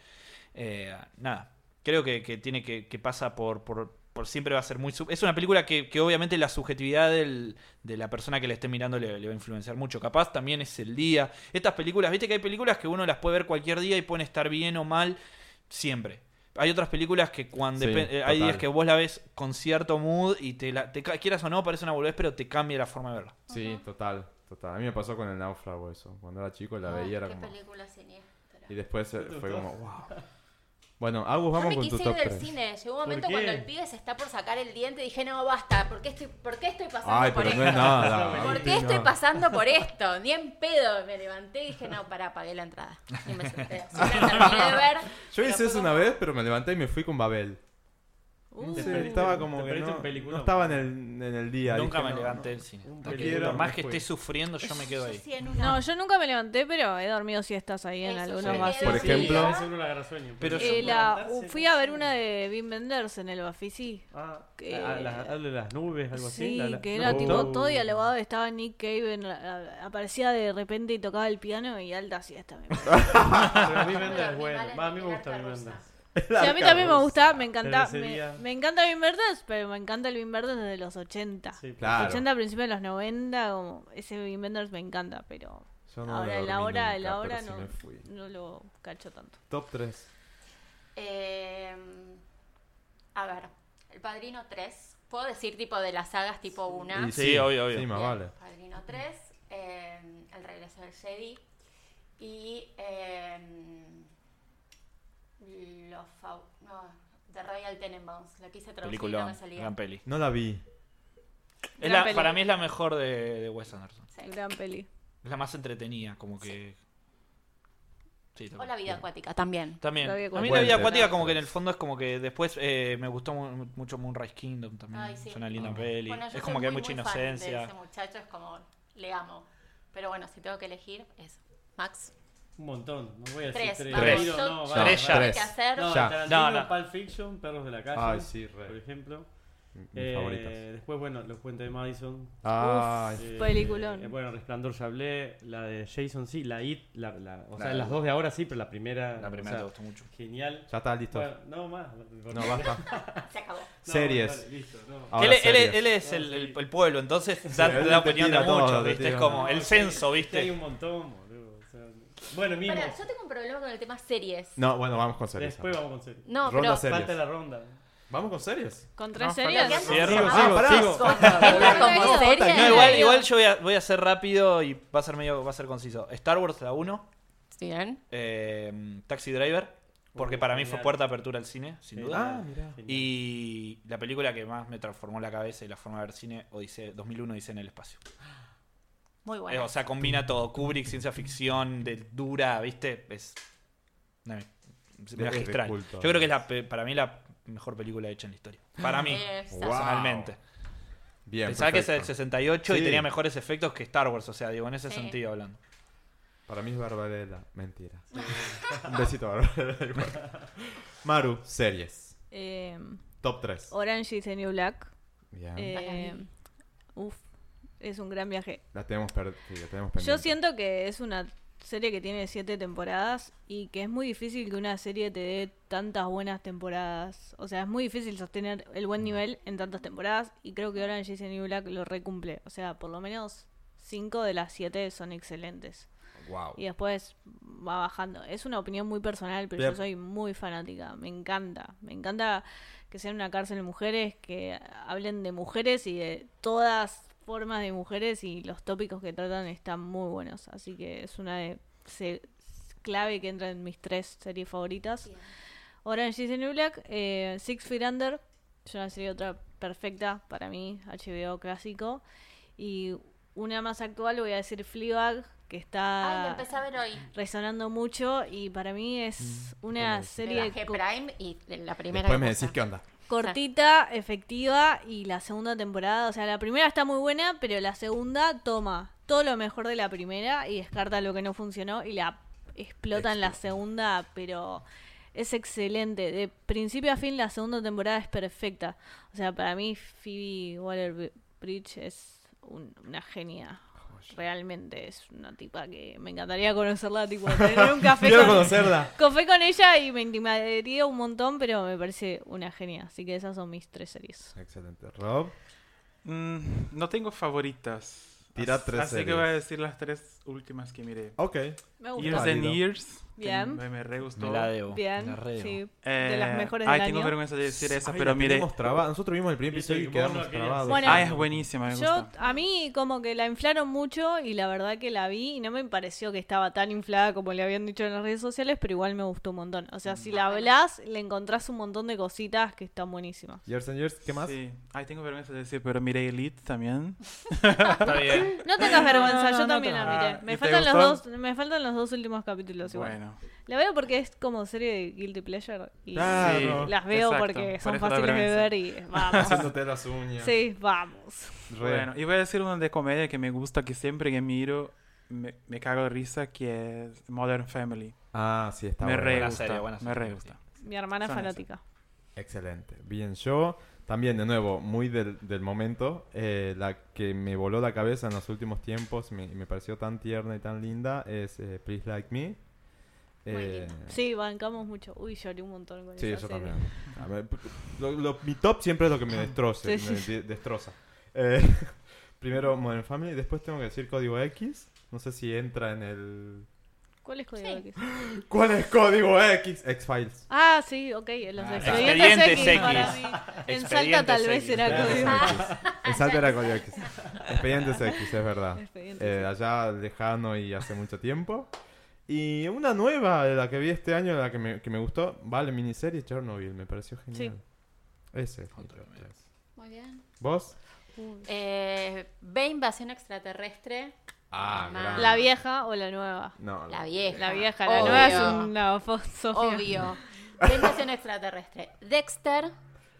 Speaker 5: Eh, nada, creo que, que tiene que, que pasa por, por, por siempre va a ser muy... sub- Es una película que, que obviamente la subjetividad del- de la persona que la esté mirando le, le va a influenciar mucho. Capaz también es el día. Estas películas, viste que hay películas que uno las puede ver cualquier día y pueden estar bien o mal siempre. Hay otras películas que cuando...
Speaker 3: Sí,
Speaker 5: depen- eh, hay
Speaker 3: total.
Speaker 5: días que vos la ves con cierto mood y te, la, te ca- quieras o no, parece una volvés, pero te cambia la forma de verla.
Speaker 3: Sí, total, total. A mí me pasó con el náufrago eso. Cuando era chico la
Speaker 2: Ah,
Speaker 3: veía, era
Speaker 2: qué
Speaker 3: como...
Speaker 2: película siniestra.
Speaker 3: Y después eh, fue como, wow. Bueno, Agus,
Speaker 2: Yo
Speaker 3: vamos
Speaker 2: me
Speaker 3: con tu
Speaker 2: quise
Speaker 3: top
Speaker 2: ir del
Speaker 3: 3.
Speaker 2: cine. Llegó un momento
Speaker 7: qué?
Speaker 2: cuando el pibe se está por sacar el diente. Dije, no, basta. ¿Por qué estoy, por qué estoy pasando
Speaker 3: Ay,
Speaker 2: por
Speaker 3: pero
Speaker 2: esto?
Speaker 3: no es nada.
Speaker 2: ¿Por qué estoy pasando por esto? Ni en pedo me levanté y dije, no, pará, pagué la entrada. Y me senté. Así que la terminé de ver.
Speaker 3: Yo
Speaker 2: pero
Speaker 3: hice
Speaker 2: fue
Speaker 3: eso
Speaker 2: como,
Speaker 3: una vez, pero me levanté y me fui con Babel.
Speaker 2: uh,
Speaker 3: Sí,
Speaker 7: perdiste-
Speaker 3: estaba
Speaker 7: te
Speaker 3: como que
Speaker 7: perdiste
Speaker 3: no,
Speaker 7: un peliculón.
Speaker 3: no estaba en el, en el día.
Speaker 5: Nunca
Speaker 3: dije,
Speaker 5: me
Speaker 3: no,
Speaker 5: levanté del cine.
Speaker 7: Un
Speaker 5: Hasta que-
Speaker 3: peligro,
Speaker 5: por más
Speaker 3: me
Speaker 5: que
Speaker 3: fui.
Speaker 5: esté sufriendo, yo me quedo ahí.
Speaker 6: No, yo nunca me levanté, pero he dormido siestas ahí en
Speaker 2: Eso,
Speaker 6: algunos
Speaker 2: sí.
Speaker 6: vacíos.
Speaker 3: Por
Speaker 7: Sí,
Speaker 3: ejemplo-
Speaker 7: a veces uno le agarra sueño,
Speaker 5: Pero yo-
Speaker 6: Eh, la- fui a ver una de Wim Wenders en el Bafisi.
Speaker 7: Ah,
Speaker 6: que-
Speaker 7: a- a las- algo de las nubes, algo así.
Speaker 6: Sí,
Speaker 7: la- la-
Speaker 6: que
Speaker 7: ¿no
Speaker 6: era
Speaker 7: te
Speaker 6: tipo
Speaker 7: gustó?
Speaker 6: todo dialogado, estaba Nick Cave, en la- a- aparecía de repente y tocaba el piano y alta siesta. me parece.
Speaker 7: Pero a mí me
Speaker 2: Los
Speaker 7: es bueno.
Speaker 2: animales
Speaker 7: Va, a mí
Speaker 2: de
Speaker 7: me gusta
Speaker 2: Gerta
Speaker 7: Wim
Speaker 2: Rosa.
Speaker 7: Wenders.
Speaker 6: Sí, a mí también me gusta, me
Speaker 7: Pero
Speaker 6: encanta,
Speaker 7: ese día-
Speaker 6: me, me encanta Wim Wenders, pero me encanta el Wim Wenders desde los 80.
Speaker 7: Sí, pues.
Speaker 3: Claro.
Speaker 6: 80 a principios de los 90, como ese Wim Wenders me encanta, pero
Speaker 3: Yo no
Speaker 6: ahora
Speaker 3: dormí
Speaker 6: la hora,
Speaker 3: nunca,
Speaker 6: la hora
Speaker 3: pero sí
Speaker 6: no,
Speaker 3: me fui.
Speaker 6: no lo cacho tanto.
Speaker 3: Top 3.
Speaker 2: Eh, a ver, El Padrino 3. ¿Puedo decir tipo de las sagas tipo una?
Speaker 5: Y Sí, obvio, obvio.
Speaker 3: Sí, más
Speaker 2: Bien,
Speaker 3: Ah, vale.
Speaker 2: Padrino 3, eh, El regreso del Jedi y eh, los fau- no, The Royal Tenenbaums. La quise traducir y no
Speaker 5: Película,
Speaker 2: me salía.
Speaker 5: gran peli.
Speaker 3: No la vi.
Speaker 5: Es
Speaker 6: Gran
Speaker 5: la-
Speaker 6: peli.
Speaker 5: Para mí es la mejor de, de Wes Anderson.
Speaker 2: Sí.
Speaker 6: Gran peli.
Speaker 5: Es la más entretenida, como que... Sí,
Speaker 2: O la vida
Speaker 5: acuática.
Speaker 2: acuática también.
Speaker 5: También.
Speaker 6: La vida
Speaker 5: a mí
Speaker 6: acuática.
Speaker 5: la vida
Speaker 3: Puente.
Speaker 5: acuática como que en el fondo es como que después eh, me gustó mu- mucho Moonrise Kingdom también.
Speaker 2: Ay, sí.
Speaker 5: Es una linda
Speaker 2: Ah.
Speaker 5: peli.
Speaker 2: Bueno, yo
Speaker 5: es como
Speaker 2: soy
Speaker 5: que hay
Speaker 2: muy,
Speaker 5: mucha
Speaker 2: muy fan de Ese
Speaker 5: inocencia.
Speaker 2: muchacho es como, le amo. Pero bueno, si tengo que elegir, es Max.
Speaker 7: Un montón. No voy a decir
Speaker 2: Tres.
Speaker 7: tres.
Speaker 2: Vamos,
Speaker 5: Tres.
Speaker 2: yo-
Speaker 7: Yo- No,
Speaker 2: yo
Speaker 7: va,
Speaker 5: Tres
Speaker 2: tengo
Speaker 5: ya.
Speaker 2: que hacer-
Speaker 7: No,
Speaker 3: Ya.
Speaker 7: Tarantino,
Speaker 5: No, no.
Speaker 7: Pulp Fiction, Perros de la Calle.
Speaker 3: Ay, sí, re.
Speaker 7: Por ejemplo.
Speaker 3: Mis
Speaker 7: Eh,
Speaker 3: favoritas.
Speaker 7: Después, bueno, Los Puentes de Madison.
Speaker 3: Ay,
Speaker 7: Eh,
Speaker 6: Peliculón.
Speaker 7: eh, bueno, Resplandor ya hablé. La de Jason, sí. La IT. La, la- o sea,
Speaker 5: La-
Speaker 7: las dos de ahora sí, pero la primera.
Speaker 5: La primera
Speaker 7: o sea,
Speaker 5: te gustó mucho.
Speaker 7: Genial.
Speaker 3: ya está listo.
Speaker 7: Bueno, no más.
Speaker 3: No, basta.
Speaker 2: Se acabó.
Speaker 3: Series.
Speaker 7: vale, listo, no.
Speaker 3: Ahora
Speaker 5: él, él-
Speaker 3: series.
Speaker 5: él es el, el- el pueblo, entonces da
Speaker 3: él
Speaker 5: da
Speaker 3: te
Speaker 5: la opinión de
Speaker 3: tira todo,
Speaker 5: muchos,
Speaker 3: te
Speaker 5: ¿viste? Es
Speaker 3: tira.
Speaker 5: como el
Speaker 7: No, es que-
Speaker 5: censo,
Speaker 7: es que Hay
Speaker 5: ¿viste?
Speaker 7: un montón, boludo. o sea, bueno, mismo.
Speaker 2: Pará, yo tengo un problema con el tema series.
Speaker 3: No, bueno, vamos con series.
Speaker 7: Después vamos con series.
Speaker 2: No,
Speaker 3: Ronda
Speaker 2: pero...
Speaker 3: series.
Speaker 7: Falta la ronda.
Speaker 3: Vamos con series.
Speaker 6: ¿Con
Speaker 4: No,
Speaker 6: tres
Speaker 2: Lo que
Speaker 6: series?
Speaker 2: antes
Speaker 5: Cierro,
Speaker 2: se llamaba
Speaker 3: sigo, pará.
Speaker 2: Softcore. Entra como
Speaker 6: No,
Speaker 2: serie.
Speaker 5: No, igual, igual yo voy a, voy a ser rápido y va a ser medio, va a ser conciso. Star Wars la 1,
Speaker 2: Bien.
Speaker 5: eh, Taxi Driver, porque
Speaker 7: Uh,
Speaker 5: para mí fue
Speaker 7: genial.
Speaker 5: puerta de apertura al cine, sin
Speaker 7: Sí.
Speaker 5: duda.
Speaker 7: Ah,
Speaker 3: mira.
Speaker 5: Y la película que más me transformó la cabeza y la forma de ver cine, Odisea, 2001 Odisea en el espacio.
Speaker 2: Muy
Speaker 5: Eh,
Speaker 2: bueno.
Speaker 5: o sea, combina todo. Kubrick, ciencia ficción, de dura, ¿viste? Es no, es magistral.
Speaker 3: de este culto,
Speaker 5: Yo creo que es
Speaker 3: además.
Speaker 5: la, pe- para mí la mejor película hecha en la historia. Para mí,
Speaker 6: Eh,
Speaker 2: Es-
Speaker 3: Wow.
Speaker 5: personalmente.
Speaker 3: Bien.
Speaker 5: Pensaba que es el
Speaker 3: perfecto.
Speaker 5: 68 y
Speaker 3: Sí.
Speaker 5: tenía mejores efectos que Star Wars. O sea, digo, en ese
Speaker 2: Sí.
Speaker 5: sentido hablando.
Speaker 3: Para mí es Barbarella. Mentira. Un besito a Barbarella. igual. Maru, series.
Speaker 6: Eh,
Speaker 3: Top 3.
Speaker 6: Orange is the New Black.
Speaker 3: Bien.
Speaker 6: Eh,
Speaker 2: Para mí.
Speaker 6: uf, es un gran viaje.
Speaker 3: La tenemos, per- sí, la tenemos pendiente.
Speaker 6: Yo siento que es una serie que tiene siete temporadas y que es muy difícil que una serie te dé tantas buenas temporadas. O sea, es muy difícil sostener el
Speaker 3: Mm.
Speaker 6: buen nivel en tantas temporadas y creo que Orange is the New Black lo recumple. O sea, por lo menos cinco de las siete son excelentes.
Speaker 3: Wow.
Speaker 6: Y después va bajando. Es una opinión muy personal, pero
Speaker 3: Bien.
Speaker 6: yo soy muy fanática. Me encanta. Me encanta que sea una cárcel de mujeres, que hablen de mujeres y de todas formas de mujeres y los tópicos que tratan están muy buenos. Así que es una de se- clave que entra en mis tres series favoritas. Orange is the New Black, eh, Six Feet Under, es una serie otra perfecta para mí, HBO clásico. Y una más actual voy a decir Fleabag, que
Speaker 2: Ay, lo
Speaker 6: está
Speaker 2: empecé a ver hoy.
Speaker 6: resonando mucho y para mí es una
Speaker 2: Me
Speaker 6: serie
Speaker 2: bajé
Speaker 6: co-
Speaker 2: Prime y la primera.
Speaker 3: Después me
Speaker 2: cosa.
Speaker 3: decís qué onda.
Speaker 6: cortita, efectiva y la segunda temporada, o sea, la primera está muy buena, pero la segunda toma todo lo mejor de la primera y descarta lo que no funcionó y la explota en la segunda, pero es excelente. De principio a fin la segunda temporada es perfecta. O sea, para mí Phoebe Waller-Bridge es un- una genia. Realmente es una tipa que me encantaría conocerla, tipo, tener un café
Speaker 3: Quiero
Speaker 6: con-
Speaker 3: conocerla.
Speaker 6: Confé con ella y me intimidaría un montón, pero me parece una genia. Así que esas son mis tres series.
Speaker 3: Excelente. Rob,
Speaker 4: Mm, no tengo favoritas.
Speaker 3: Tira
Speaker 4: As-
Speaker 3: tres
Speaker 4: Así que
Speaker 3: series.
Speaker 4: voy a decir las tres últimas que miré.
Speaker 3: ok.
Speaker 6: Me
Speaker 4: Years
Speaker 3: gusta.
Speaker 6: gusta.
Speaker 4: and
Speaker 3: Válido.
Speaker 4: Years. que
Speaker 6: Bien.
Speaker 4: Me, me re gustó.
Speaker 5: Me la debo. me
Speaker 6: Bien,
Speaker 5: la re debo.
Speaker 6: sí.
Speaker 4: Eh,
Speaker 6: de las mejores del
Speaker 4: ay,
Speaker 6: año.
Speaker 4: tengo vergüenza de decir esa,
Speaker 3: Ay,
Speaker 4: pero
Speaker 3: la
Speaker 4: mire.
Speaker 3: tenemos trabada. Nosotros vimos el primer
Speaker 7: Y
Speaker 3: episodio
Speaker 7: sí,
Speaker 3: y
Speaker 7: vos
Speaker 3: quedamos
Speaker 7: no querías.
Speaker 3: trabados.
Speaker 6: Bueno,
Speaker 4: Ah, es buenísima, me
Speaker 6: Yo,
Speaker 4: gusta.
Speaker 6: a mí como que la inflaron mucho y la verdad que la vi y no me pareció que estaba tan inflada como le habían dicho en las redes sociales, pero igual me gustó un montón. O sea,
Speaker 4: Mm.
Speaker 6: si la hablas, le encontrás un montón de cositas que están buenísimas.
Speaker 3: Years and Years, ¿qué más?
Speaker 4: Sí. Ay, tengo vergüenza de decir, pero miré Elite también.
Speaker 5: Está bien.
Speaker 6: No tengas vergüenza,
Speaker 4: No, no,
Speaker 6: yo
Speaker 4: no
Speaker 6: también
Speaker 4: te-
Speaker 6: la
Speaker 4: Ah,
Speaker 6: miré. Me
Speaker 4: ¿y te
Speaker 6: faltan, los
Speaker 4: gustó?
Speaker 6: dos, me faltan los dos últimos capítulos igual.
Speaker 4: Bueno.
Speaker 6: La veo porque es como serie de Guilty Pleasure y
Speaker 3: Claro.
Speaker 6: las veo
Speaker 4: Exacto,
Speaker 6: porque
Speaker 4: por
Speaker 6: son
Speaker 4: eso da
Speaker 6: fáciles de
Speaker 4: vergüenza.
Speaker 6: ver y vamos.
Speaker 3: Haciéndote las uñas.
Speaker 6: sí, vamos.
Speaker 3: Re.
Speaker 4: Bueno, y voy a decir una de comedia que me gusta, que siempre que miro me, me cago de risa, que es Modern Family.
Speaker 3: Ah, sí, está
Speaker 4: me
Speaker 3: bueno.
Speaker 4: re
Speaker 5: Buena
Speaker 4: gusta,
Speaker 5: serie, buena
Speaker 4: me
Speaker 5: serie,
Speaker 4: re
Speaker 5: sí.
Speaker 4: gusta.
Speaker 6: Mi hermana
Speaker 4: Son
Speaker 6: fanática.
Speaker 3: Excelente. Bien, yo también, de nuevo, muy del, del momento, eh, la que me voló la cabeza en los últimos tiempos me, me pareció tan tierna y tan linda es eh, Please Like Me. Eh,
Speaker 6: Sí, bancamos mucho. Uy, lloré un montón con
Speaker 3: sí,
Speaker 6: esa
Speaker 3: yo
Speaker 6: serie.
Speaker 3: también. A ver, p- lo- lo- mi top siempre es lo que me destroce,
Speaker 6: Sí, sí.
Speaker 3: me de- destroza. Eh, primero Modern Family, después tengo que decir Código X. No sé si entra en el...
Speaker 6: ¿Cuál es código
Speaker 2: Sí.
Speaker 6: X?
Speaker 3: ¿Cuál es Código X? X-Files.
Speaker 6: Ah, sí, ok, los
Speaker 4: Ah,
Speaker 6: expedientes,
Speaker 5: Expedientes
Speaker 6: X,
Speaker 5: X.
Speaker 6: para mí. En Salta
Speaker 5: Expedientes
Speaker 6: tal
Speaker 5: X.
Speaker 6: vez era
Speaker 3: Claro.
Speaker 6: código
Speaker 3: El salto era Código X. Expedientes X, es verdad.
Speaker 6: Expedientes
Speaker 3: Eh,
Speaker 6: X.
Speaker 3: allá lejano y hace mucho tiempo. Y una nueva, de la que vi este año, la que me, que me gustó, vale, miniserie Chernobyl, me pareció genial. Ese. es mi
Speaker 5: Otra
Speaker 3: top
Speaker 5: vez.
Speaker 3: tres.
Speaker 2: Muy bien.
Speaker 3: ¿Vos?
Speaker 6: Uy.
Speaker 2: Eh, ve Invasión Extraterrestre.
Speaker 3: Ah,
Speaker 2: Mamá.
Speaker 3: gran.
Speaker 6: ¿La vieja o la nueva?
Speaker 3: No,
Speaker 2: La
Speaker 3: no.
Speaker 2: vieja.
Speaker 6: La vieja, la
Speaker 2: Obvio.
Speaker 6: nueva es una fo- Sofía.
Speaker 2: Obvio. Ve Invasión Extraterrestre. Dexter.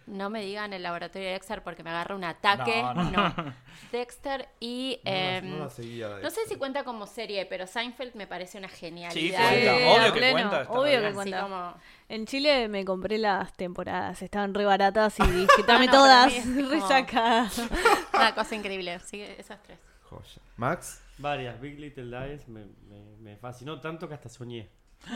Speaker 2: No me digan el laboratorio de Dexter porque me agarra un ataque.
Speaker 5: No,
Speaker 2: No.
Speaker 5: no.
Speaker 2: Dexter y.
Speaker 3: Eh, No la-
Speaker 2: em,
Speaker 3: no la seguía. la
Speaker 2: no sé
Speaker 3: Dexter.
Speaker 2: si cuenta como serie, pero Seinfeld me parece una
Speaker 5: Sí,
Speaker 2: genialidad.
Speaker 5: cuenta.
Speaker 6: Sí,
Speaker 5: Obvio
Speaker 6: a
Speaker 5: que
Speaker 6: pleno,
Speaker 5: cuenta. está
Speaker 6: obvio
Speaker 5: re
Speaker 6: que
Speaker 5: bien.
Speaker 2: Así
Speaker 6: cuenta.
Speaker 2: como-
Speaker 6: En Chile me compré las temporadas, estaban re baratas y dije, dame
Speaker 2: No, no,
Speaker 6: todas,
Speaker 2: para mí es
Speaker 6: re
Speaker 2: como-
Speaker 6: sacadas.
Speaker 2: Una cosa increíble. Así que esas tres.
Speaker 3: Joya. Max,
Speaker 7: Varias. Big Little Lies me, me- me fascinó tanto que hasta soñé.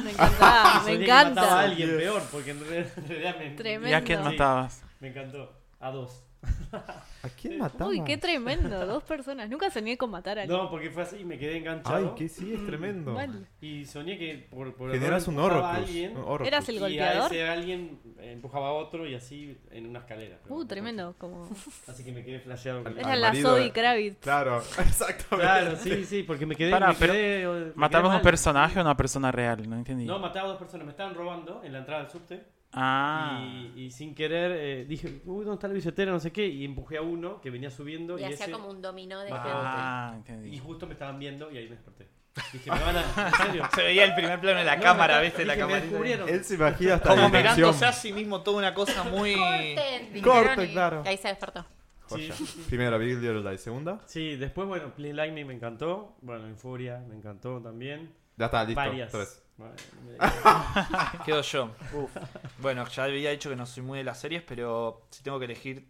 Speaker 6: Me encanta, me
Speaker 7: Soñé que mataba a
Speaker 6: encanta.
Speaker 7: alguien peor, porque en re- en realidad me,
Speaker 4: ¿Y a quién
Speaker 6: Tremendo.
Speaker 4: matabas?
Speaker 7: me encantó. A dos.
Speaker 3: ¿a quién mataba?
Speaker 6: Uy, qué tremendo, dos personas. Nunca soñé con matar a alguien.
Speaker 7: No, porque fue así y me quedé enganchado.
Speaker 3: Ay, que sí, es tremendo.
Speaker 6: Mal.
Speaker 7: Y soñé que por, por
Speaker 3: Generas
Speaker 7: error
Speaker 3: un
Speaker 7: empujaba a
Speaker 5: pues.
Speaker 3: Horrocrux. un
Speaker 7: alguien.
Speaker 5: Oh.
Speaker 3: Horrocrux.
Speaker 6: Eras el-
Speaker 7: Y a
Speaker 6: golpeador?
Speaker 7: ese alguien eh, empujaba a otro y así en una escalera. Pero
Speaker 6: Uh,
Speaker 7: bueno,
Speaker 6: tremendo, como...
Speaker 7: Así que me quedé flasheado. con-
Speaker 6: Era
Speaker 3: Al
Speaker 6: la
Speaker 3: marido de-
Speaker 6: Zoe Kravitz.
Speaker 3: Claro, exactamente.
Speaker 7: Claro, sí, sí, porque me quedé.
Speaker 4: Pará,
Speaker 7: me
Speaker 4: pero
Speaker 7: quedé, o- me quedé
Speaker 4: ¿Matabas un
Speaker 7: mal.
Speaker 4: personaje o una persona real? No entendí.
Speaker 7: No, mataba a dos personas. Me estaban robando en la entrada del subte.
Speaker 4: ah.
Speaker 7: Y, y sin querer eh, dije, uy, ¿dónde está la billetera? No sé qué. Y empujé a uno que venía subiendo. Y,
Speaker 2: Y hacía
Speaker 7: ese-
Speaker 2: como un dominó de gente.
Speaker 4: Ah,
Speaker 7: y
Speaker 4: entendí.
Speaker 7: justo me estaban viendo y ahí me desperté. Dije, me van a. ¿En serio?
Speaker 5: Se veía el primer plano de la
Speaker 7: No,
Speaker 5: cámara,
Speaker 7: me-
Speaker 5: ¿viste?
Speaker 7: dije,
Speaker 5: La
Speaker 7: me
Speaker 5: cámara.
Speaker 7: descubrieron.
Speaker 3: Él se imagina hasta
Speaker 5: Como
Speaker 3: la dirección.
Speaker 5: mirándose a sí mismo, toda una cosa muy.
Speaker 2: Corten, dijeron,
Speaker 3: Corten,
Speaker 2: y-
Speaker 3: claro.
Speaker 2: y ahí se despertó.
Speaker 3: Joya.
Speaker 7: Sí.
Speaker 3: Primero, Big Little Lies. Segunda.
Speaker 7: Sí, después, bueno, Please Like Me me encantó. Bueno, Euforia me encantó también.
Speaker 3: Ya está, listo.
Speaker 7: Varias.
Speaker 3: Tres.
Speaker 7: Bueno, me-
Speaker 5: Quedo yo. Bueno, ya había dicho que no soy muy de las series, pero si tengo que elegir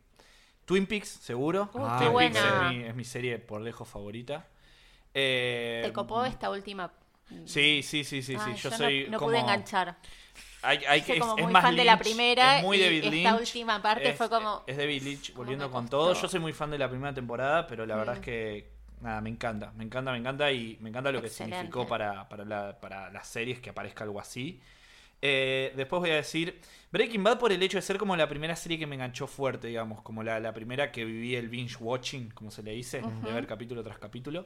Speaker 5: Twin Peaks, seguro.
Speaker 3: Ah,
Speaker 5: Twin
Speaker 3: qué
Speaker 5: Peaks
Speaker 2: Uh, buena.
Speaker 5: es mi, es mi serie por lejos favorita. Eh,
Speaker 2: Te copó esta última.
Speaker 5: Sí, sí, sí, sí, sí.
Speaker 2: Ay,
Speaker 5: yo,
Speaker 2: no-
Speaker 5: soy
Speaker 2: no,
Speaker 5: como...
Speaker 2: pude enganchar.
Speaker 5: Hay, hay que,
Speaker 2: Soy
Speaker 5: es,
Speaker 2: como
Speaker 5: es
Speaker 2: muy
Speaker 5: más
Speaker 2: fan de la
Speaker 5: Lynch,
Speaker 2: primera
Speaker 5: es muy
Speaker 2: y
Speaker 5: David
Speaker 2: esta
Speaker 5: Lynch,
Speaker 2: última parte
Speaker 5: es-
Speaker 2: fue como-
Speaker 5: Es David Lynch
Speaker 2: como
Speaker 5: volviendo
Speaker 2: me
Speaker 5: con
Speaker 2: costó.
Speaker 5: todo. Yo soy muy fan de la primera temporada, pero la verdad
Speaker 2: Mm.
Speaker 5: es que... Nada, me encanta, me encanta, me encanta y me encanta lo que
Speaker 2: Excelente.
Speaker 5: significó para, para, la- para las series que aparezca algo así. Eh, después voy a decir Breaking Bad por el hecho de ser como la primera serie que me enganchó fuerte, digamos, como la, la primera que viví el binge watching, como se le dice, de ver capítulo tras capítulo.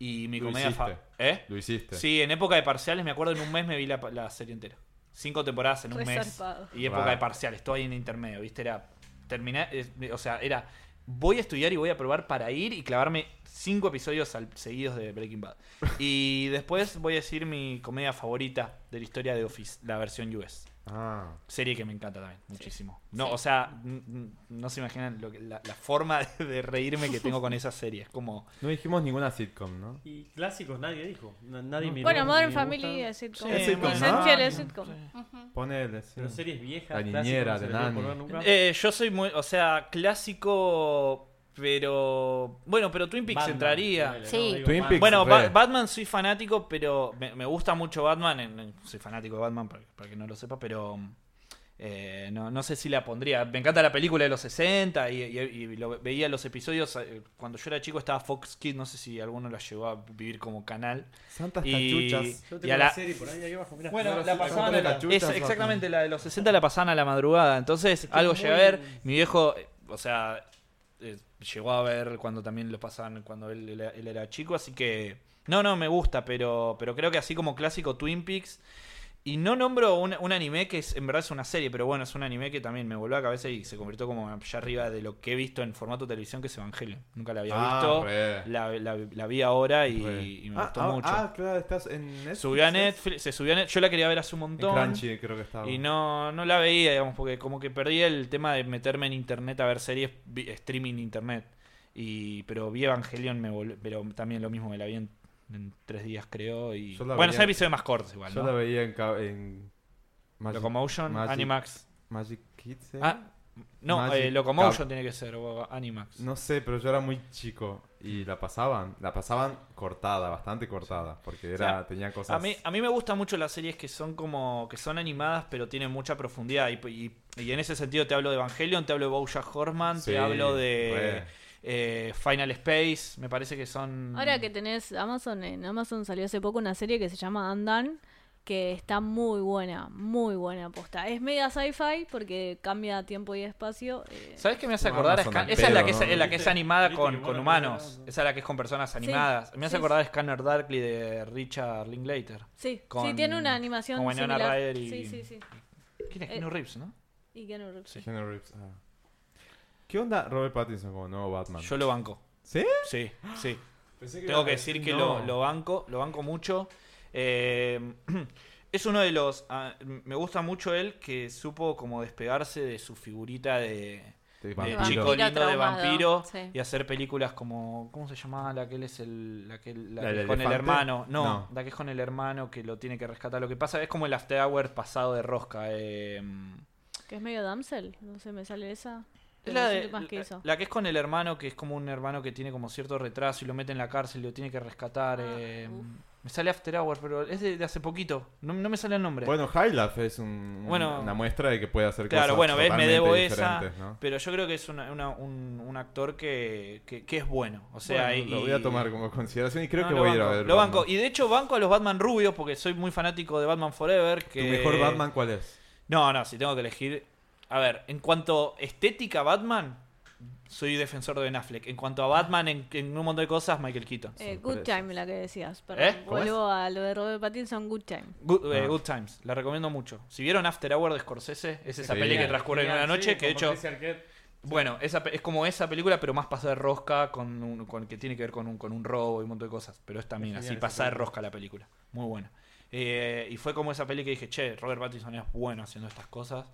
Speaker 5: Y mi
Speaker 3: Lo
Speaker 5: comedia fa-
Speaker 3: hiciste.
Speaker 5: ¿Eh?
Speaker 3: Lo hiciste.
Speaker 5: Sí, en época de parciales, me acuerdo en un mes me vi la, la serie entera. Cinco temporadas en un
Speaker 6: Re
Speaker 5: mes.
Speaker 6: zarpado.
Speaker 5: Y época
Speaker 3: Wow.
Speaker 5: de parciales, todo ahí en intermedio, ¿viste? Era terminar, eh, o sea, era voy a estudiar y voy a probar para ir y clavarme cinco episodios al- seguidos de Breaking Bad. Y después voy a decir mi comedia favorita de la historia de Office, la versión US.
Speaker 3: Ah.
Speaker 5: Serie que me encanta también, muchísimo. No,
Speaker 2: Sí.
Speaker 5: o sea, n- n- no se imaginan lo que- la, la forma de reírme que tengo con esa serie. Es como...
Speaker 3: No dijimos ninguna sitcom, ¿no?
Speaker 7: Y clásicos nadie dijo. na- Nadie miró.
Speaker 6: Bueno, Modern
Speaker 7: ni gusta.
Speaker 6: Family es sitcom.
Speaker 5: Sí, Es sitcom,
Speaker 3: ¿no?
Speaker 6: Esencial es sitcom.
Speaker 3: Ponele, sí.
Speaker 7: Pero series viejas.
Speaker 3: La
Speaker 7: clásicos,
Speaker 3: niñera,
Speaker 7: no se
Speaker 3: de
Speaker 7: le dio
Speaker 3: Nani.
Speaker 7: por ver nunca.
Speaker 5: Eh, yo soy muy, o sea, clásico, pero... Bueno, pero Twin Peaks
Speaker 7: Batman,
Speaker 5: entraría.
Speaker 7: ponele,
Speaker 2: Sí.
Speaker 7: Digo,
Speaker 3: eh. Twin
Speaker 7: Batman.
Speaker 3: Peaks.
Speaker 5: Bueno,
Speaker 3: Re.
Speaker 5: Ba- Batman soy fanático, pero me, me gusta mucho Batman. en- en- soy fanático de Batman, para, para que no lo sepa, pero eh, no, no sé si la pondría. Me encanta la película de los 60 y, y- y lo- veía los episodios. eh, Cuando yo era chico estaba Fox Kids, no sé si alguno la llegó a vivir como canal.
Speaker 3: Santas
Speaker 5: Y-
Speaker 3: cachuchas.
Speaker 7: Yo
Speaker 5: y
Speaker 7: tengo
Speaker 5: a
Speaker 7: la
Speaker 5: la-
Speaker 7: serie por ahí, ahí abajo, mirá.
Speaker 5: bueno,
Speaker 3: Ahora
Speaker 5: la
Speaker 3: sí,
Speaker 5: pasaban
Speaker 3: compré
Speaker 5: a la-
Speaker 3: cachuchas,
Speaker 5: esa-
Speaker 3: Batman.
Speaker 5: exactamente, la de los 60 la pasaban a la madrugada. Entonces, algo
Speaker 7: muy-
Speaker 5: llegué a ver. Mi viejo, eh, o sea, eh, llegó a ver cuando también lo pasaban cuando él, él- él era chico. Así que, no, no, me gusta, pero, pero creo que así como clásico Twin Peaks. Y no nombro un, un anime que es, en verdad es una serie, pero bueno, es un anime que también me volvió a la cabeza y se convirtió como allá arriba de lo que he visto en formato televisión, que es Evangelio. Nunca la había
Speaker 3: Ah, re.
Speaker 5: visto. La, la- la vi ahora
Speaker 3: Re.
Speaker 5: y, y me
Speaker 3: Ah,
Speaker 5: gustó
Speaker 3: ah,
Speaker 5: mucho.
Speaker 3: Ah, claro, estás en Netflix.
Speaker 5: Subió a
Speaker 3: ¿es?
Speaker 5: Netflix, se subió a Net- yo la quería ver hace un
Speaker 3: En
Speaker 5: montón.
Speaker 3: Crunchy creo que estaba.
Speaker 5: Y no, no la veía, digamos, porque como que perdí el tema de meterme en internet a ver series, vi- streaming internet. Y, pero vi Evangelion, me vol- pero también lo mismo, me la vi en, en tres días creo. Y...
Speaker 3: Yo la
Speaker 5: Bueno,
Speaker 3: veía-
Speaker 5: son episodios más cortos igual,
Speaker 3: Yo
Speaker 5: ¿no?
Speaker 3: la veía en... ca- en Magic,
Speaker 5: Locomotion,
Speaker 3: Magic-
Speaker 5: Animax.
Speaker 3: Magic Kids. ¿eh?
Speaker 5: Ah, no,
Speaker 3: Magic
Speaker 5: eh, Locomotion tiene que ser, o Animax.
Speaker 3: No sé, pero yo era muy chico y la pasaban, la pasaban cortada, bastante cortada, porque era
Speaker 5: O sea,
Speaker 3: tenía cosas.
Speaker 5: A mí, a mí me gustan mucho las series que son como que son animadas pero tienen mucha profundidad y, y- y en ese sentido te hablo de Evangelion, te hablo de Bojack Horseman,
Speaker 3: Sí,
Speaker 5: te hablo de
Speaker 3: re.
Speaker 5: eh, Final Space, me parece que son
Speaker 6: Ahora que tenés Amazon, en Amazon salió hace poco una serie que se llama Andan, que está muy buena, muy buena aposta. Es media sci-fi porque cambia tiempo y espacio. eh,
Speaker 5: ¿Sabes qué me hace
Speaker 3: No,
Speaker 5: acordar a
Speaker 3: Amazon
Speaker 5: Scan-
Speaker 3: al
Speaker 5: Esa es
Speaker 3: pedo,
Speaker 5: la que es,
Speaker 3: ¿no?
Speaker 5: es la que es animada
Speaker 7: Viste
Speaker 5: con,
Speaker 7: que
Speaker 5: con
Speaker 7: bueno,
Speaker 5: humanos.
Speaker 7: no.
Speaker 5: Esa es la que es con personas animadas. Me hace
Speaker 6: sí,
Speaker 5: acordar a Scanner Darkly de Richard Linklater.
Speaker 6: sí,
Speaker 5: con-
Speaker 6: sí, tiene una animación
Speaker 5: con Winona
Speaker 6: similar.
Speaker 5: Ryder y-
Speaker 6: Sí, sí, sí.
Speaker 5: ¿Quién es
Speaker 6: Eh,
Speaker 5: Keanu Reeves, no?
Speaker 6: Y Keanu Reeves.
Speaker 5: Sí.
Speaker 3: Keanu Reeves, ah. ¿Qué onda Robert Pattinson como nuevo Batman?
Speaker 5: Yo lo banco.
Speaker 3: ¿Sí?
Speaker 5: Sí, sí. Tengo que decir que lo, lo banco, lo banco mucho. Eh, es uno de los. ah, me gusta mucho él que supo como despegarse de su figurita de,
Speaker 3: De
Speaker 5: de
Speaker 3: vampiro.
Speaker 5: chico lindo de
Speaker 2: traumado,
Speaker 5: vampiro
Speaker 2: sí.
Speaker 5: y hacer películas como. ¿Cómo se llamaba la que él es el. La que,
Speaker 3: ¿La
Speaker 5: la que
Speaker 3: del
Speaker 5: es con el
Speaker 3: elefante?
Speaker 5: hermano. No,
Speaker 3: No.
Speaker 5: la que es con el hermano que lo tiene que rescatar. Lo que pasa es como el After Hours pasado de rosca. eh,
Speaker 6: Que es medio damsel, no sé, me sale esa.
Speaker 5: es
Speaker 6: Pero
Speaker 5: la,
Speaker 6: no
Speaker 5: de-
Speaker 6: sé más que
Speaker 5: la-
Speaker 6: eso.
Speaker 5: la que es con el hermano, que es como un hermano que tiene como cierto retraso y lo mete en la cárcel y lo tiene que rescatar.
Speaker 6: Ah,
Speaker 5: eh,
Speaker 6: uf.
Speaker 5: me sale After Hours, pero es de, de hace poquito. No, no me sale el nombre.
Speaker 3: Bueno, High Life es un-
Speaker 5: Bueno.
Speaker 3: una muestra de que puede hacer cosas
Speaker 5: claro, bueno, ves, me
Speaker 3: totalmente
Speaker 5: debo esa.
Speaker 3: diferentes, ¿no?
Speaker 5: Pero yo creo que es una- una- un, un actor que, que- que es bueno. O sea,
Speaker 3: Bueno,
Speaker 5: y-
Speaker 3: lo voy a tomar como consideración y creo
Speaker 5: No,
Speaker 3: que
Speaker 5: lo
Speaker 3: voy a ir a
Speaker 5: banco,
Speaker 3: ver.
Speaker 5: Lo
Speaker 3: Batman.
Speaker 5: banco. Y de hecho, banco a los Batman rubios porque soy muy fanático de Batman Forever. Que...
Speaker 3: ¿Tu mejor Batman cuál es?
Speaker 5: No, no, si tengo que elegir. A ver, en cuanto a estética Batman, soy defensor de Ben Affleck. En cuanto a Batman, en, en un montón de cosas, Michael Keaton.
Speaker 6: Eh,
Speaker 3: Sí, por
Speaker 6: Good
Speaker 3: eso.
Speaker 6: Time, la que decías. Perdón,
Speaker 5: ¿Eh?
Speaker 3: ¿Cómo es?
Speaker 6: vuelvo a lo de Robert Pattinson, Good Time.
Speaker 5: Good, eh,
Speaker 3: Ah.
Speaker 5: Good Times, la recomiendo mucho. Si vieron After Hour de Scorsese, es esa
Speaker 3: Sí.
Speaker 5: peli que transcurre en una
Speaker 7: Genial,
Speaker 5: noche,
Speaker 7: sí,
Speaker 5: que de
Speaker 7: con
Speaker 5: hecho,
Speaker 7: Patricia Arquette.
Speaker 5: bueno, esa pe- es como esa película, pero más pasada de rosca, con un- con- que tiene que ver con un, con un robo y un montón de cosas. Pero es también
Speaker 7: Es
Speaker 5: así,
Speaker 7: genial esa
Speaker 5: pasada de
Speaker 7: película.
Speaker 5: rosca la película. Muy buena. Eh, y fue como esa peli que dije, che, Robert Pattinson es bueno haciendo estas cosas.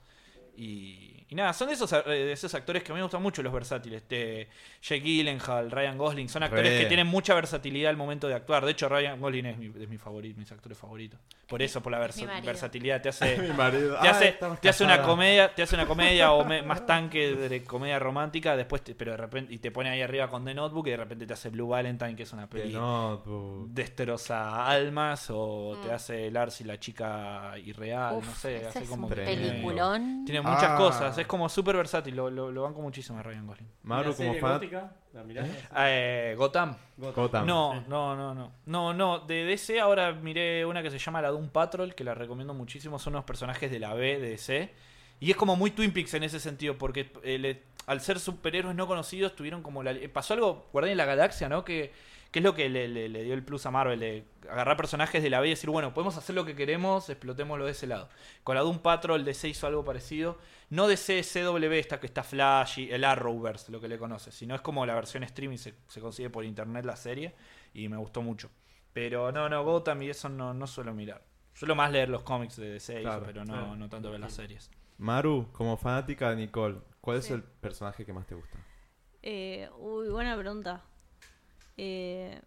Speaker 5: Y, y nada, son de esos, eh, de esos actores que a mí me gustan mucho los versátiles. Este, Jake Gyllenhaal, Ryan Gosling, son actores
Speaker 3: Re.
Speaker 5: que tienen mucha versatilidad al momento de actuar. De hecho, Ryan Gosling es mi, es mi favorito, mis actores favoritos. Por eso, por la versa-
Speaker 2: mi marido.
Speaker 5: versatilidad, te hace,
Speaker 3: Mi marido.
Speaker 5: te
Speaker 3: Ah,
Speaker 5: hace,
Speaker 3: estabas
Speaker 5: te hace una
Speaker 3: casada.
Speaker 5: comedia, te hace una comedia o me- más tanque de comedia romántica, después te- pero de repente y te pone ahí arriba con The Notebook y de repente te hace Blue Valentine, que es una
Speaker 3: Que
Speaker 5: peli
Speaker 3: no, tú.
Speaker 5: destroza almas o te
Speaker 2: Mm.
Speaker 5: hace Lars y la chica irreal,
Speaker 2: Uf,
Speaker 5: ah, no sé,
Speaker 2: esa
Speaker 5: hace
Speaker 2: es
Speaker 5: como
Speaker 2: un
Speaker 5: que tiene-
Speaker 2: peliculón.
Speaker 5: Tiene muchas
Speaker 3: Ah.
Speaker 5: cosas. Es como súper versátil. Lo, lo, lo banco muchísimo a Ryan Gosling.
Speaker 3: Maru
Speaker 7: Una
Speaker 3: como
Speaker 7: serie
Speaker 3: fan.
Speaker 7: gótica, ¿La mirás?
Speaker 5: Eh, Gotham.
Speaker 3: Gotham.
Speaker 5: No, no, no, no. No, no. De DC ahora miré una que se llama la Doom Patrol, que la recomiendo muchísimo. Son unos personajes de la B de DC. Y es como muy Twin Peaks en ese sentido, porque eh, le- al ser superhéroes no conocidos tuvieron como la... eh, Pasó algo, Guardián de la Galaxia, ¿no? Que, que es lo que le, le- le dio el plus a Marvel, de agarrar personajes de la B y decir, bueno, podemos hacer lo que queremos, explotémoslo de ese lado. Con la Doom Patrol DC hizo algo parecido. No DC CW, esta que está Flash y el Arrowverse, lo que le conoce, sino es como la versión streaming, se, se consigue por internet la serie y me gustó mucho. Pero no, no, Gotham y eso no, no suelo mirar. Suelo más leer los cómics de DC, y eso,
Speaker 3: Claro,
Speaker 5: pero no,
Speaker 7: claro.
Speaker 5: no tanto ver las series.
Speaker 3: Maru, como fanática de Nicole, ¿cuál es
Speaker 6: Sí.
Speaker 3: el personaje que más te gusta?
Speaker 6: Eh, uy, buena pregunta. Eh,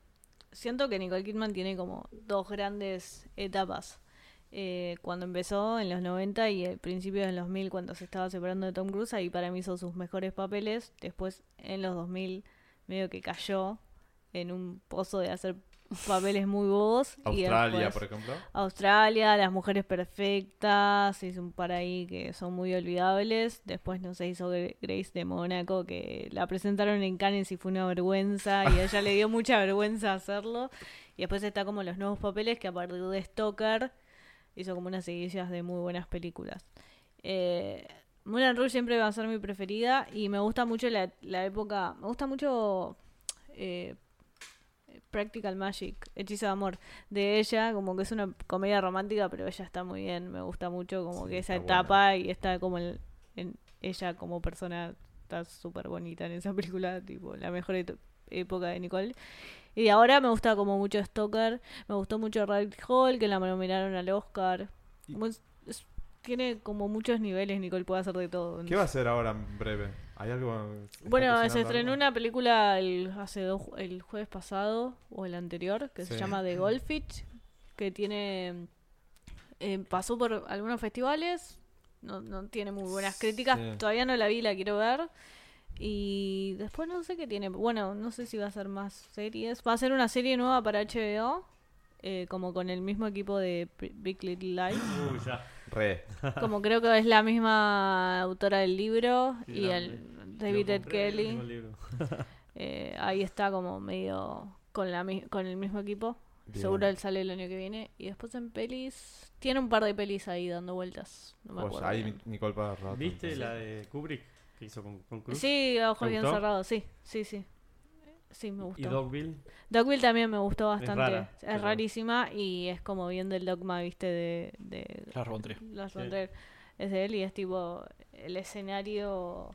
Speaker 6: siento que Nicole Kidman tiene como dos grandes etapas. Eh, cuando empezó en los 90 y el principio de los 2000 cuando se estaba separando de Tom Cruise, ahí para mí hizo sus mejores papeles. Después en los 2000 medio que cayó en un pozo de hacer papeles muy bobos. y
Speaker 3: Australia,
Speaker 6: después-
Speaker 3: por ejemplo.
Speaker 6: Australia, Las Mujeres Perfectas, hizo un par ahí que son muy olvidables. Después, no sé, hizo Gre- Grace de Mónaco, que la presentaron en Cannes y fue una vergüenza, y a ella le dio mucha vergüenza hacerlo. Y después está como los nuevos papeles, que a partir de Stoker hizo como unas seguidillas de muy buenas películas. Eh, Moulin Rouge siempre va a ser mi preferida, y me gusta mucho la, la época, me gusta mucho... eh, Practical Magic, Hechizo de Amor, de ella, como que es una comedia romántica, pero ella está muy bien, me gusta mucho como
Speaker 3: Sí,
Speaker 6: que esa
Speaker 3: está buena.
Speaker 6: etapa y está como en, en- ella como persona está súper bonita en esa película, tipo la mejor eto- época de Nicole. Y ahora me gusta como mucho Stoker, me gustó mucho Rabbit Hall, que la nominaron al Oscar.
Speaker 3: Y-
Speaker 6: Muy- es- tiene como muchos niveles, Nicole puede hacer de todo.
Speaker 3: ¿Qué va a hacer ahora en breve? ¿Hay algo? está
Speaker 6: Bueno,
Speaker 3: cocinando
Speaker 6: se estrenó
Speaker 3: algo?
Speaker 6: una película el, hace dos, ju- el jueves pasado o el anterior que se
Speaker 3: Sí.
Speaker 6: llama The Goldfish, que tiene eh, pasó por algunos festivales, no, no tiene muy buenas críticas,
Speaker 3: Sí.
Speaker 6: todavía no la vi, la quiero ver. Y después no sé qué tiene, bueno, no sé si va a ser más series, va a ser una serie nueva para HBO, eh, como con el mismo equipo de P- Big Little Lies
Speaker 7: Uy, ya.
Speaker 3: Re.
Speaker 6: como creo que es la misma autora del libro
Speaker 7: Sí,
Speaker 6: y
Speaker 7: la-
Speaker 6: el David Ed Kelly, eh, ahí está como medio con, la, mi- con el mismo equipo.
Speaker 3: Bien.
Speaker 6: Seguro él sale el año que viene. Y después en pelis. Tiene un par de pelis ahí dando vueltas. No me
Speaker 3: Pues
Speaker 6: acuerdo.
Speaker 3: ahí
Speaker 6: bien.
Speaker 3: Nicole para rato.
Speaker 7: ¿Viste
Speaker 3: entonces.
Speaker 7: la de Kubrick que hizo con, con Cruz?
Speaker 6: Sí, ojos
Speaker 7: ¿Te
Speaker 6: bien
Speaker 7: gustó?
Speaker 6: cerrados. Sí, sí, sí. Sí, me
Speaker 7: Y
Speaker 6: gustó.
Speaker 7: Dogville.
Speaker 6: Dogville también me gustó bastante. Es,
Speaker 7: rara, pero-
Speaker 6: rarísima y es como bien del dogma, viste, de, de
Speaker 5: Las Rontres.
Speaker 6: Las
Speaker 7: Sí.
Speaker 6: Frontier es de él y es tipo. El escenario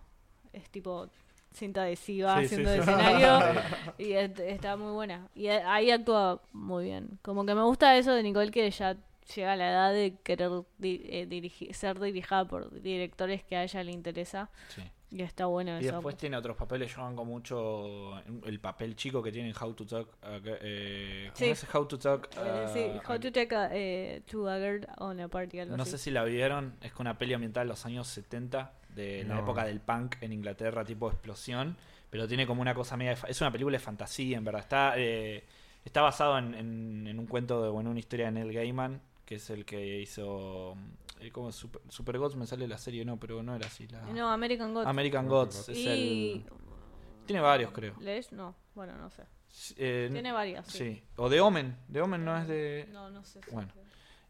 Speaker 6: es tipo cinta adhesiva
Speaker 7: Sí, sí,
Speaker 6: haciendo
Speaker 7: sí.
Speaker 6: de escenario y es- está muy buena. Y a- ahí actúa muy bien. Como que me gusta eso de Nicole que ya llega a la edad de querer di- eh, dirigi- ser dirigida por directores que a ella le interesa
Speaker 5: Sí.
Speaker 6: y está bueno
Speaker 5: Y
Speaker 6: eso.
Speaker 5: después tiene otros papeles. Yo banco mucho el papel chico que tiene en How to Talk. uh, que- eh, ¿cómo
Speaker 6: Sí.
Speaker 5: es? How to Talk.
Speaker 6: Eh,
Speaker 5: uh,
Speaker 6: sí, How to Take a, eh, to a Girl on a Party, algo
Speaker 5: No
Speaker 6: así.
Speaker 5: sé si la vieron, es que una peli ambiental de los años 70, de la
Speaker 3: No.
Speaker 5: época del punk en Inglaterra, tipo explosión, pero tiene como una cosa media... de fa- es una película de fantasía, en verdad. Está, eh, está basado en, en- en un cuento, de, bueno, una historia de Neil Gaiman, que es el que hizo... eh, ¿Cómo? es? Super, Super Gods me sale la serie, no, pero no era así. La...
Speaker 6: No, American Gods.
Speaker 5: American Gods. Es el...
Speaker 6: y...
Speaker 5: Tiene varios, creo.
Speaker 6: ¿Lees? No, bueno, no sé.
Speaker 5: S- eh,
Speaker 6: Tiene varias.
Speaker 5: Sí. O de Omen. De Omen no es de...
Speaker 6: No, no sé. si-
Speaker 5: Bueno.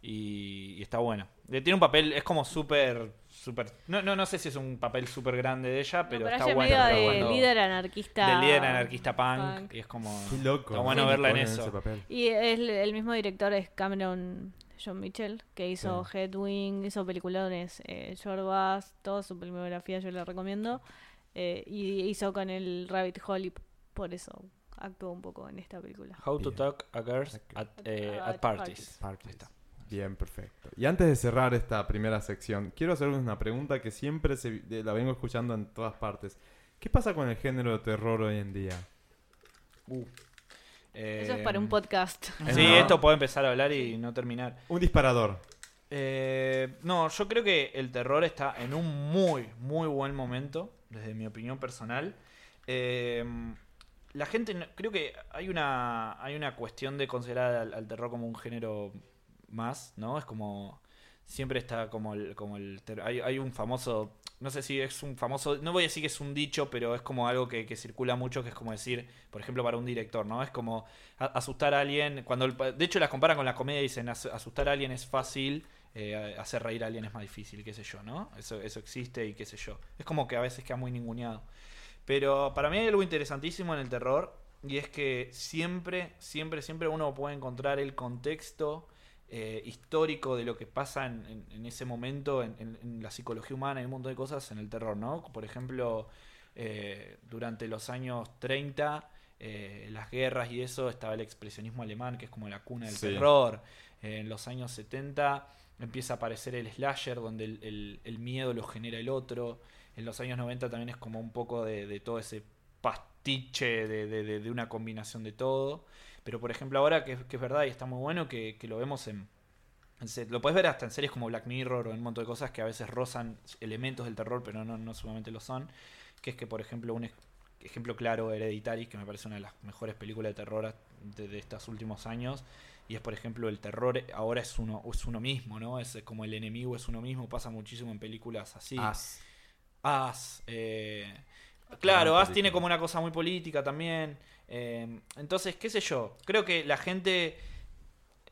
Speaker 5: y, y está buena. Eh, Tiene un papel, es como súper, súper... No, no, no sé si es un papel súper grande de ella,
Speaker 6: No,
Speaker 5: pero,
Speaker 6: pero
Speaker 5: está
Speaker 6: ella es
Speaker 5: bueno.
Speaker 6: medio
Speaker 5: está
Speaker 6: de
Speaker 5: bueno.
Speaker 6: líder anarquista.
Speaker 5: De líder anarquista punk,
Speaker 6: punk.
Speaker 5: Y es como...
Speaker 3: Qué loco.
Speaker 5: Está bueno
Speaker 3: ¿no?
Speaker 5: verla en
Speaker 3: Nicole
Speaker 5: eso.
Speaker 3: ese papel.
Speaker 6: Y es el- el mismo director es Cameron John Mitchell, que hizo Headwing, hizo peliculones, eh, Short Bus, toda su filmografía yo la recomiendo. Eh, y hizo con el Rabbit Hole y p- por eso actuó un poco en esta película.
Speaker 5: How to
Speaker 3: Bien.
Speaker 5: talk a girls
Speaker 3: Ok.
Speaker 5: at, eh,
Speaker 6: At
Speaker 5: at parties.
Speaker 3: Parties.
Speaker 5: Ahí está.
Speaker 3: Bien, perfecto. Y antes de cerrar esta primera sección, quiero hacerles una pregunta que siempre se- de- la vengo escuchando en todas partes. ¿Qué pasa con el género de terror hoy en día?
Speaker 6: Eso es para
Speaker 5: Uh.
Speaker 6: un
Speaker 5: Eh,
Speaker 6: podcast.
Speaker 5: Sí,
Speaker 3: No.
Speaker 5: esto puedo empezar a hablar y no terminar.
Speaker 3: Un disparador.
Speaker 5: Eh, no, yo creo que el terror está en un muy, muy buen momento, desde mi opinión personal. Eh, la gente, no- creo que hay una, hay una cuestión de considerar al, al terror como un género más, ¿no? Es como siempre está como el... Como el ter- hay, hay un famoso... No sé si es un famoso... No voy a decir que es un dicho, pero es como algo que, que circula mucho, que es como decir, por ejemplo, para un director, ¿no? Es como a- asustar a alguien... cuando el pa- De hecho, las comparan con la comedia y dicen, "As- asustar a alguien es fácil, eh, a- hacer reír a alguien es más difícil, qué sé yo, ¿no? Eso, eso existe y qué sé yo. Es como que a veces queda muy ninguneado. Pero para mí hay algo interesantísimo en el terror y es que siempre, siempre, siempre uno puede encontrar el contexto eh, histórico de lo que pasa en, en- en ese momento en, en- en la psicología humana y un montón de cosas en el terror, ¿no? Por ejemplo, eh, durante los años 30, eh, las guerras y eso, estaba el expresionismo alemán, que es como la cuna del
Speaker 3: Sí.
Speaker 5: terror. Eh, en los años 70 empieza a aparecer el slasher, donde el, el- el miedo lo genera el otro. En los años 90 también es como un poco de, de todo ese pastiche de, de- de- de una combinación de todo. Pero por ejemplo ahora, que, que es verdad y está muy bueno, que, que lo vemos en, en se- Lo puedes ver hasta en series como Black Mirror o en un montón de cosas que a veces rozan elementos del terror, pero no, no sumamente lo son. Que es que, por ejemplo, un ej- ejemplo claro, Hereditary, que me parece una de las mejores películas de terror a- de, de estos últimos años. Y es, por ejemplo, el terror ahora es uno, es uno mismo, ¿no? Es como el enemigo es uno mismo. Pasa muchísimo en películas así.
Speaker 3: As.
Speaker 5: As. eh, claro,
Speaker 3: Gran
Speaker 5: As tiene
Speaker 3: película.
Speaker 5: como una cosa muy política también. eh, entonces, qué sé yo. Creo que la gente.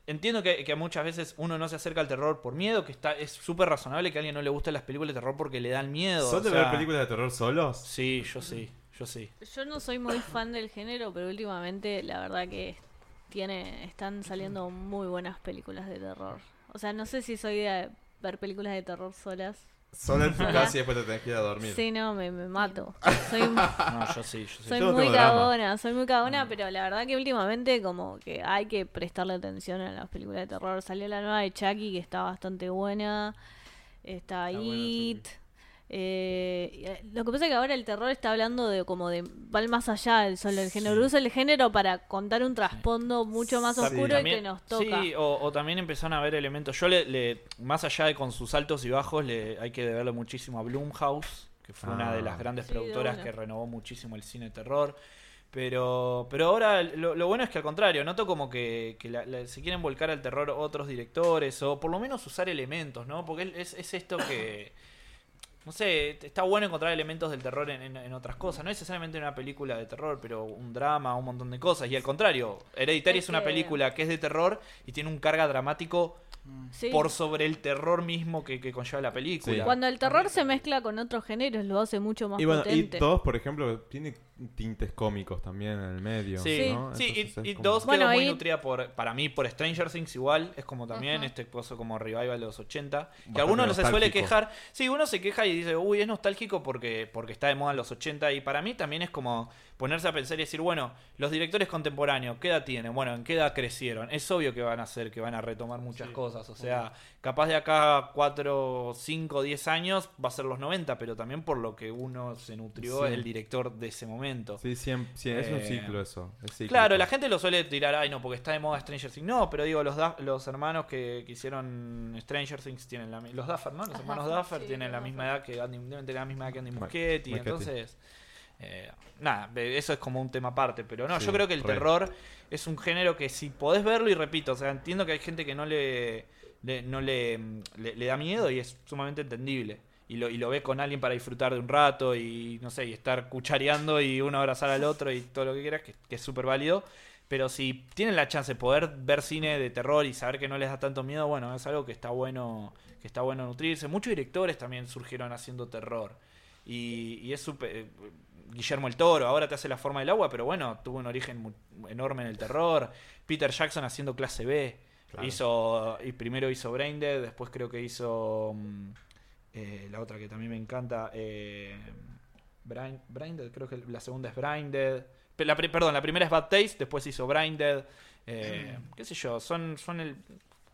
Speaker 5: Entiendo que, que muchas veces uno no se acerca al terror por miedo, que está es súper razonable que a alguien no le gusten las películas de terror porque le dan miedo.
Speaker 3: ¿Son
Speaker 5: o
Speaker 3: de
Speaker 5: sea,
Speaker 3: ver películas de terror solos?
Speaker 5: Sí, yo sí, yo sí.
Speaker 6: Yo no soy muy fan del género, pero últimamente la verdad que tiene están saliendo muy buenas películas de terror. O sea, no sé si soy de ver películas de terror solas.
Speaker 3: Solo en tu
Speaker 6: Ajá.
Speaker 3: casa y después te tenés que ir a dormir.
Speaker 6: Sí, no, me, me mato. Soy,
Speaker 5: No, yo sí, yo sí.
Speaker 6: soy
Speaker 3: Pues yo no
Speaker 6: muy
Speaker 3: tengo drama. Ah.
Speaker 6: cagona, soy muy cagona, pero la verdad que últimamente como que hay que prestarle atención a las películas de terror. Salió la nueva de Chucky que está bastante buena. Está
Speaker 7: Está buena,
Speaker 6: It. Eh, y, eh, lo que pasa es que ahora el terror está hablando de como de va más allá del solo el género, usa el género para contar un trasfondo mucho más
Speaker 3: Sí.
Speaker 6: oscuro y que
Speaker 5: También-
Speaker 6: nos toca.
Speaker 5: Sí, o, o también empezaron a ver elementos. Yo le, le- más allá de con sus altos y bajos, le, hay que deberle muchísimo a Blumhouse, que fue una
Speaker 3: Ah.
Speaker 5: de las grandes
Speaker 6: Sí, de
Speaker 5: productoras
Speaker 6: una.
Speaker 5: que renovó muchísimo el cine de terror. Pero, pero ahora lo, lo bueno es que al contrario, noto como que, que la- la- se quieren volcar al terror otros directores, o por lo menos usar elementos, ¿no? Porque es, es esto que. No sé, está bueno encontrar elementos del terror en, en- en otras cosas. No necesariamente una película de terror, pero un drama, un montón de cosas. Y al contrario, Hereditary
Speaker 6: Es
Speaker 5: es, una
Speaker 6: que-
Speaker 5: película que es de terror y tiene un carga dramático
Speaker 6: Sí.
Speaker 5: por sobre el terror mismo que, que conlleva la película.
Speaker 3: Sí.
Speaker 6: Cuando el terror se mezcla con otros géneros lo hace mucho más
Speaker 3: Y bueno, y
Speaker 6: potente.
Speaker 3: dos, por ejemplo, tiene tintes cómicos también en el medio.
Speaker 5: Sí,
Speaker 3: ¿no?
Speaker 5: sí, y-
Speaker 3: Entonces es
Speaker 5: y,
Speaker 3: como-
Speaker 5: dos
Speaker 6: Bueno,
Speaker 5: quedó muy
Speaker 6: ahí-
Speaker 5: nutrida por, para mí por Stranger Things igual, es como también
Speaker 6: Ajá.
Speaker 5: este coso como revival de los 80, que
Speaker 3: Bastante
Speaker 5: algunos no se suele
Speaker 3: nostálgico.
Speaker 5: quejar, sí, uno se queja y dice, uy, es nostálgico porque, porque está de moda los 80 y para mí también es como ponerse a pensar y decir, bueno, los directores contemporáneos, ¿qué edad tienen? Bueno, ¿en qué edad crecieron? Es obvio que van a hacer, que van a retomar muchas
Speaker 7: Sí,
Speaker 5: cosas, o sea, capaz de acá 4, 5, 10 años va a ser los 90, pero también por lo que uno se nutrió
Speaker 3: Sí.
Speaker 5: el director de ese momento.
Speaker 3: Sí, siem- sí, es un
Speaker 5: Eh,
Speaker 3: ciclo eso. es cíclico.
Speaker 5: Claro, la gente lo suele tirar, ay no, porque está de moda Stranger Things. No, pero digo, los, Da- los hermanos que, que hicieron Stranger Things tienen la mi- Los Duffer, ¿no? Los
Speaker 6: Los
Speaker 5: hermanos
Speaker 6: Duffer,
Speaker 5: Duffer
Speaker 6: sí,
Speaker 5: tienen la
Speaker 6: los Duffer.
Speaker 5: misma edad que Andy, deben tener la misma edad que Andy
Speaker 3: Ma-
Speaker 5: Muschietti.
Speaker 3: Muschietti.
Speaker 5: Entonces, eh, nada, ve- eso es como un tema aparte. Pero no,
Speaker 3: Sí,
Speaker 5: yo creo que el
Speaker 3: re.
Speaker 5: terror es un género que si podés verlo, y repito, o sea, entiendo que hay gente que no le, le- no le, mm, le, le da miedo y es sumamente entendible. Y lo, y lo ve con alguien para disfrutar de un rato y no sé, y estar cuchareando y uno abrazar al otro y todo lo que quieras, que, que es súper válido. Pero si tienen la chance de poder ver cine de terror y saber que no les da tanto miedo, bueno, es algo que está bueno, que está bueno nutrirse. Muchos directores también surgieron haciendo terror. Y, y es súper. eh, Guillermo el Toro, ahora te hace la forma del agua, pero bueno, tuvo un origen mu- enorme en el terror. Peter Jackson haciendo clase B.
Speaker 3: Claro.
Speaker 5: Hizo. Y primero hizo Braindead, después creo que hizo. mm, eh, la otra que también me encanta. Eh, Brain- Braindead, creo que la segunda es Braindead. Pe- La, pri- perdón, la primera es Bad Taste, después hizo Braindead. Eh, qué sé yo, son, son el.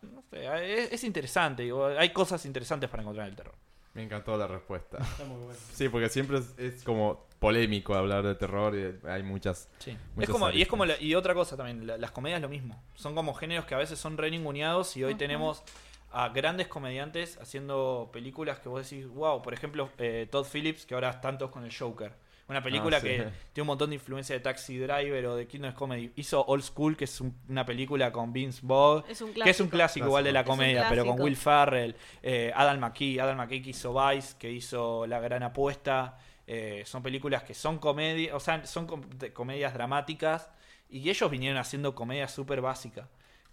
Speaker 5: no sé, es, es interesante, digo, hay cosas interesantes para encontrar en el terror.
Speaker 3: Me encantó la respuesta.
Speaker 7: Está muy bueno.
Speaker 3: Sí, porque siempre es, es como polémico hablar de terror y hay muchas.
Speaker 5: Es
Speaker 3: Muchas
Speaker 5: como, y es
Speaker 3: aristas.
Speaker 5: como la- y otra cosa también, la- las comedias lo mismo. Son como géneros que a veces son re ninguneados y hoy tenemos a grandes comediantes haciendo películas que vos decís, wow, por ejemplo, eh, Todd Phillips, que ahora están todos con el Joker. Una película
Speaker 3: Ah, sí.
Speaker 5: que tiene un montón de influencia de Taxi Driver o de Kidness Comedy. Hizo Old School, que es un- una película con Vince Vaughn.
Speaker 6: Es un
Speaker 5: Que es un
Speaker 6: clásico.
Speaker 5: clásico igual de la
Speaker 6: Es un
Speaker 5: comedia, pero con
Speaker 6: clásico.
Speaker 5: Will Farrell, eh, Adam McKay, Adam McKay que hizo Vice, que hizo La Gran Apuesta. eh, son películas que son comedia, o sea, son com- de- comedias dramáticas y ellos vinieron haciendo comedia súper básica.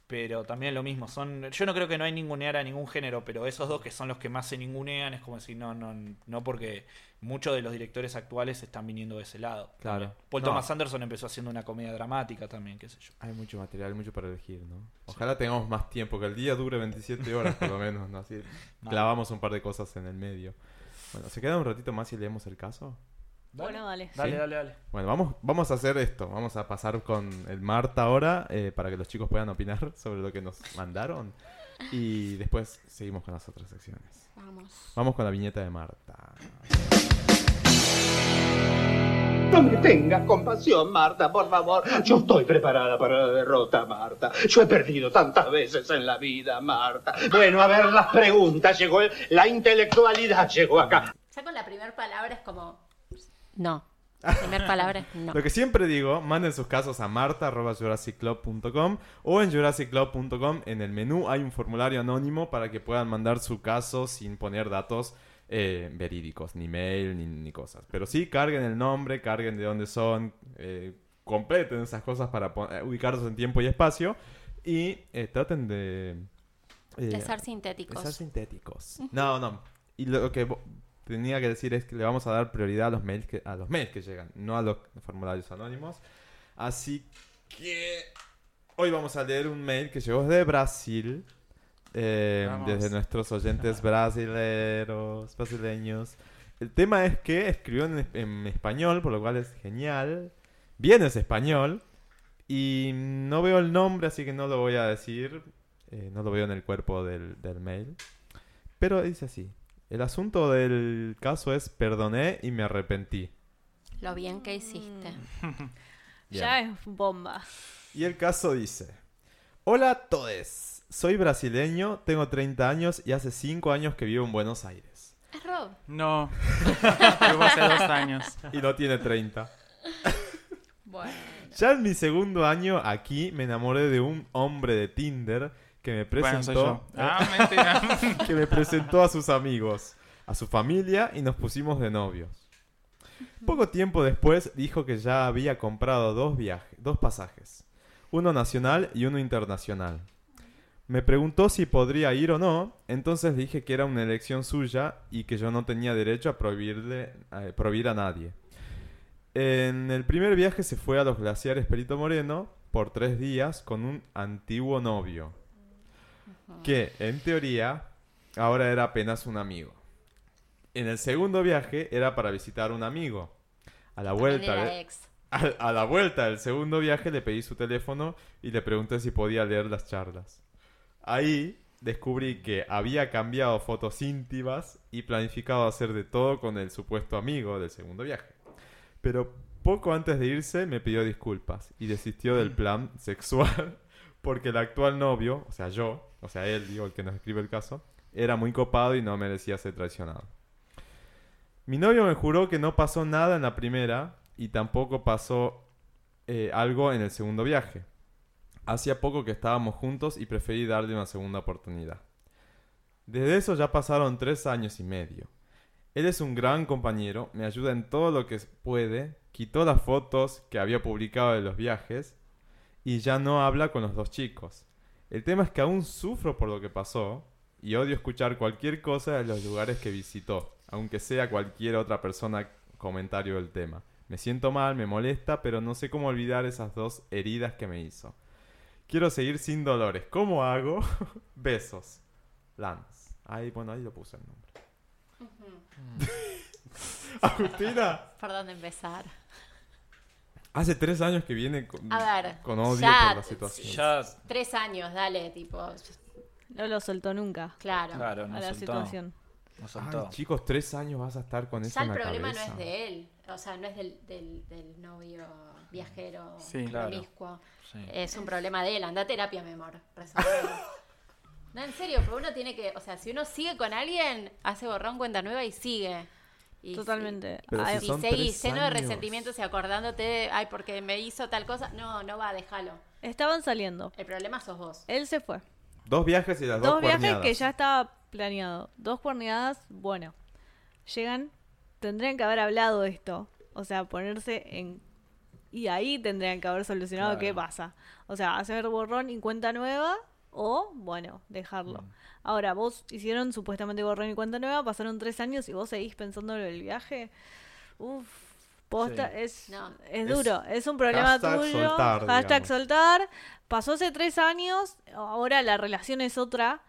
Speaker 5: Pero también lo mismo, son yo no creo que no hay ningunear a ningún género, pero esos dos que son los que más se ningunean es como decir, no, no, no, porque muchos de los directores actuales están viniendo de ese lado.
Speaker 3: Claro.
Speaker 5: Paul
Speaker 3: No,
Speaker 5: Thomas Anderson empezó haciendo una comedia dramática también, qué sé yo.
Speaker 3: Hay mucho material, mucho para elegir, ¿no? Ojalá tengamos más tiempo, que el día dure 27 horas por lo menos, ¿no? Así clavamos un par de cosas en el medio. Bueno, ¿se queda un ratito más y leemos el caso?
Speaker 6: Bueno, dale.
Speaker 5: Dale,
Speaker 3: ¿Sí?
Speaker 5: dale, dale.
Speaker 3: Bueno, vamos, vamos a hacer esto. Vamos a pasar con el Marta ahora eh, para que los chicos puedan opinar sobre lo que nos mandaron. Y después seguimos con las otras secciones.
Speaker 2: Vamos.
Speaker 3: Vamos con la viñeta de Marta.
Speaker 8: Hombre, tenga compasión, Marta, por favor. Yo estoy preparada para la derrota, Marta. Yo he perdido tantas veces en la vida, Marta. Bueno, a ver las preguntas. Llegó el- la intelectualidad, llegó acá.
Speaker 2: Ya con la primera palabra es como. No. La primera palabra es no.
Speaker 3: Lo que siempre digo, manden sus casos a marta.jurassicclub.com o en jurassicclub.com en el menú hay un formulario anónimo para que puedan mandar su caso sin poner datos eh, verídicos, ni mail, ni, ni cosas. Pero sí, carguen el nombre, carguen de dónde son, eh, completen esas cosas para pon- eh, ubicarlos en tiempo y espacio y eh, traten de... eh,
Speaker 2: De ser sintéticos.
Speaker 3: de ser sintéticos. No, no. Y lo que vo- tenía que decir es que le vamos a dar prioridad a los mails que, a los mails que llegan, no a los formularios anónimos. Así que hoy vamos a leer un mail que llegó desde Brasil. eh,
Speaker 4: Vamos.
Speaker 3: desde nuestros oyentes brasileros, brasileños. El tema es que escribió en, en español, por lo cual es genial. Bien es español. Y no veo el nombre, así que no lo voy a decir. Eh, no lo veo en el cuerpo del, del mail. Pero dice así. El asunto del caso es perdoné y me arrepentí.
Speaker 2: Lo bien que hiciste.
Speaker 5: Mm.
Speaker 6: Ya es bomba.
Speaker 3: Y el caso dice: Hola a todos. Soy brasileño, tengo 30 años y hace 5 años que vivo en Buenos Aires.
Speaker 2: Es Rob.
Speaker 4: No. Estuvo hace dos años.
Speaker 3: Y no tiene 30.
Speaker 2: Bueno.
Speaker 3: Ya en mi segundo año aquí me enamoré de un hombre de Tinder que me
Speaker 4: Bueno,
Speaker 3: presentó
Speaker 4: soy yo. Ah, mentira.
Speaker 3: que me presentó a sus amigos, a su familia y nos pusimos de novios. Poco tiempo después dijo que ya había comprado dos viajes, dos pasajes, uno nacional y uno internacional. Me preguntó si podría ir o no, entonces dije que era una elección suya y que yo no tenía derecho a prohibirle, a prohibir a nadie. En el primer viaje se fue a los glaciares Perito Moreno por tres días con un antiguo novio que en teoría ahora era apenas un amigo. En el segundo viaje era para visitar un amigo. A la vuelta, ¿eh?
Speaker 2: Era
Speaker 3: de-
Speaker 2: ex.
Speaker 3: a, a la vuelta del segundo viaje le pedí su teléfono y le pregunté si podía leer las charlas. Ahí descubrí que había cambiado fotos íntimas y planificado hacer de todo con el supuesto amigo del segundo viaje. Pero poco antes de irse me pidió disculpas y desistió del plan sexual porque el actual novio, o sea yo, o sea él, digo, el que nos escribe el caso, era muy copado y no merecía ser traicionado. Mi novio me juró que no pasó nada en la primera y tampoco pasó eh, algo en el segundo viaje. Hacía poco que estábamos juntos y preferí darle una segunda oportunidad. Desde eso ya pasaron tres años y medio. Él es un gran compañero, me ayuda en todo lo que puede, quitó las fotos que había publicado de los viajes y ya no habla con los dos chicos. El tema es que aún sufro por lo que pasó y odio escuchar cualquier cosa de los lugares que visitó, aunque sea cualquier otra persona comentario del tema. Me siento mal, me molesta, pero no sé cómo olvidar esas dos heridas que me hizo. Quiero seguir sin dolores. ¿Cómo hago? Besos. Lance. Ahí, bueno, ahí lo puse el nombre. Agustina,
Speaker 2: ¿Por dónde empezar?
Speaker 3: hace tres años que viene con,
Speaker 2: A ver,
Speaker 3: con odio
Speaker 2: ya,
Speaker 3: por la situación.
Speaker 5: Ya,
Speaker 2: Tres años, dale, tipo.
Speaker 6: No lo soltó nunca
Speaker 2: Claro.
Speaker 5: claro,
Speaker 6: a
Speaker 5: no
Speaker 6: la
Speaker 5: soltó.
Speaker 6: situación.
Speaker 5: No
Speaker 3: Ay,
Speaker 5: soltó.
Speaker 3: chicos, tres años vas a estar con eso
Speaker 2: Ya
Speaker 3: en
Speaker 2: el
Speaker 3: la
Speaker 2: problema no
Speaker 3: cabeza.
Speaker 2: es de él. O sea, no es del, del, del novio viajero
Speaker 4: Sí,
Speaker 5: claro.
Speaker 2: promiscuo.
Speaker 5: Sí.
Speaker 2: Es un problema de él. Anda a terapia, mi amor. Resolvelo. No, en serio, pero uno tiene que. O sea, si uno sigue con alguien, hace borrón, cuenta nueva y sigue. Y
Speaker 6: Totalmente. Ah,
Speaker 3: Pero
Speaker 6: Ay,
Speaker 2: Si,
Speaker 3: si son
Speaker 2: si seguís
Speaker 3: tres
Speaker 2: lleno de
Speaker 3: años.
Speaker 2: resentimientos y acordándote, de, ay, porque me hizo tal cosa, no, no va, déjalo.
Speaker 6: Estaban saliendo.
Speaker 2: El problema sos vos.
Speaker 6: Él se fue.
Speaker 3: Dos viajes y las dos
Speaker 6: Dos viajes
Speaker 3: cuerneadas.
Speaker 6: que ya estaba planeado. Dos cuerneadas, bueno. Llegan, tendrían que haber hablado de esto. O sea, ponerse en... Y ahí tendrían que haber solucionado qué pasa. O sea, hacer borrón y cuenta nueva o, bueno, dejarlo.
Speaker 3: Mm.
Speaker 6: Ahora, vos hicieron supuestamente borrón y cuenta nueva, pasaron tres años y vos seguís pensando en el viaje. Uf, posta,
Speaker 5: Sí.
Speaker 6: es,
Speaker 2: No.
Speaker 6: es
Speaker 3: Es
Speaker 6: duro. Es un problema
Speaker 3: hashtag
Speaker 6: tuyo.
Speaker 3: soltar,
Speaker 6: hashtag
Speaker 3: digamos.
Speaker 6: soltar. Pasó hace tres años, ahora la relación es otra.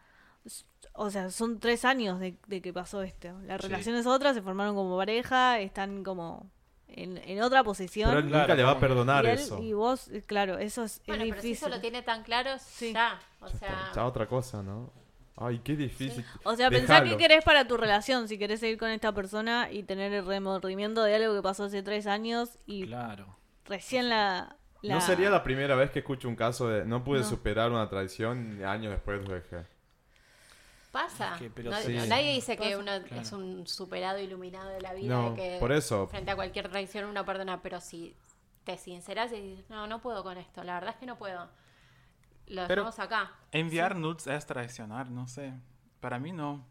Speaker 6: S- O sea, son tres años de, de que pasó esto. La
Speaker 5: Sí.
Speaker 6: relación es otra, se formaron como pareja, están como en, en otra posición.
Speaker 3: Pero él
Speaker 5: Claro,
Speaker 3: nunca le va a
Speaker 5: como que-
Speaker 3: perdonar
Speaker 6: y, él-
Speaker 3: eso.
Speaker 6: y vos, eh, claro, eso es, es
Speaker 2: Bueno, pero si
Speaker 6: difícil.
Speaker 2: eso lo tiene tan claro,
Speaker 6: Sí.
Speaker 2: ya. O
Speaker 3: Ya está,
Speaker 2: sea,
Speaker 3: ya otra cosa, ¿no? Ay, qué difícil.
Speaker 6: O sea, pensá qué
Speaker 3: Dejalo.
Speaker 6: querés para tu relación, si querés seguir con esta persona y tener el remordimiento de algo que pasó hace tres años y
Speaker 5: Claro.
Speaker 6: recién la, la-
Speaker 3: No sería la primera vez que escucho un caso de no pude
Speaker 6: No.
Speaker 3: superar una traición años después de que...
Speaker 2: pasa.
Speaker 5: Que, pero
Speaker 2: No-
Speaker 5: sí.
Speaker 2: Nadie dice que
Speaker 6: Pasa.
Speaker 2: uno es un superado iluminado de la vida.
Speaker 3: No,
Speaker 2: que
Speaker 3: por eso.
Speaker 2: Frente a cualquier traición uno perdona, pero si te sinceras y dices, no, no puedo con esto, la verdad es que no puedo. Lo
Speaker 4: Pero-
Speaker 2: dejamos acá.
Speaker 4: Enviar nudes es traicionar, no sé. Para mí no.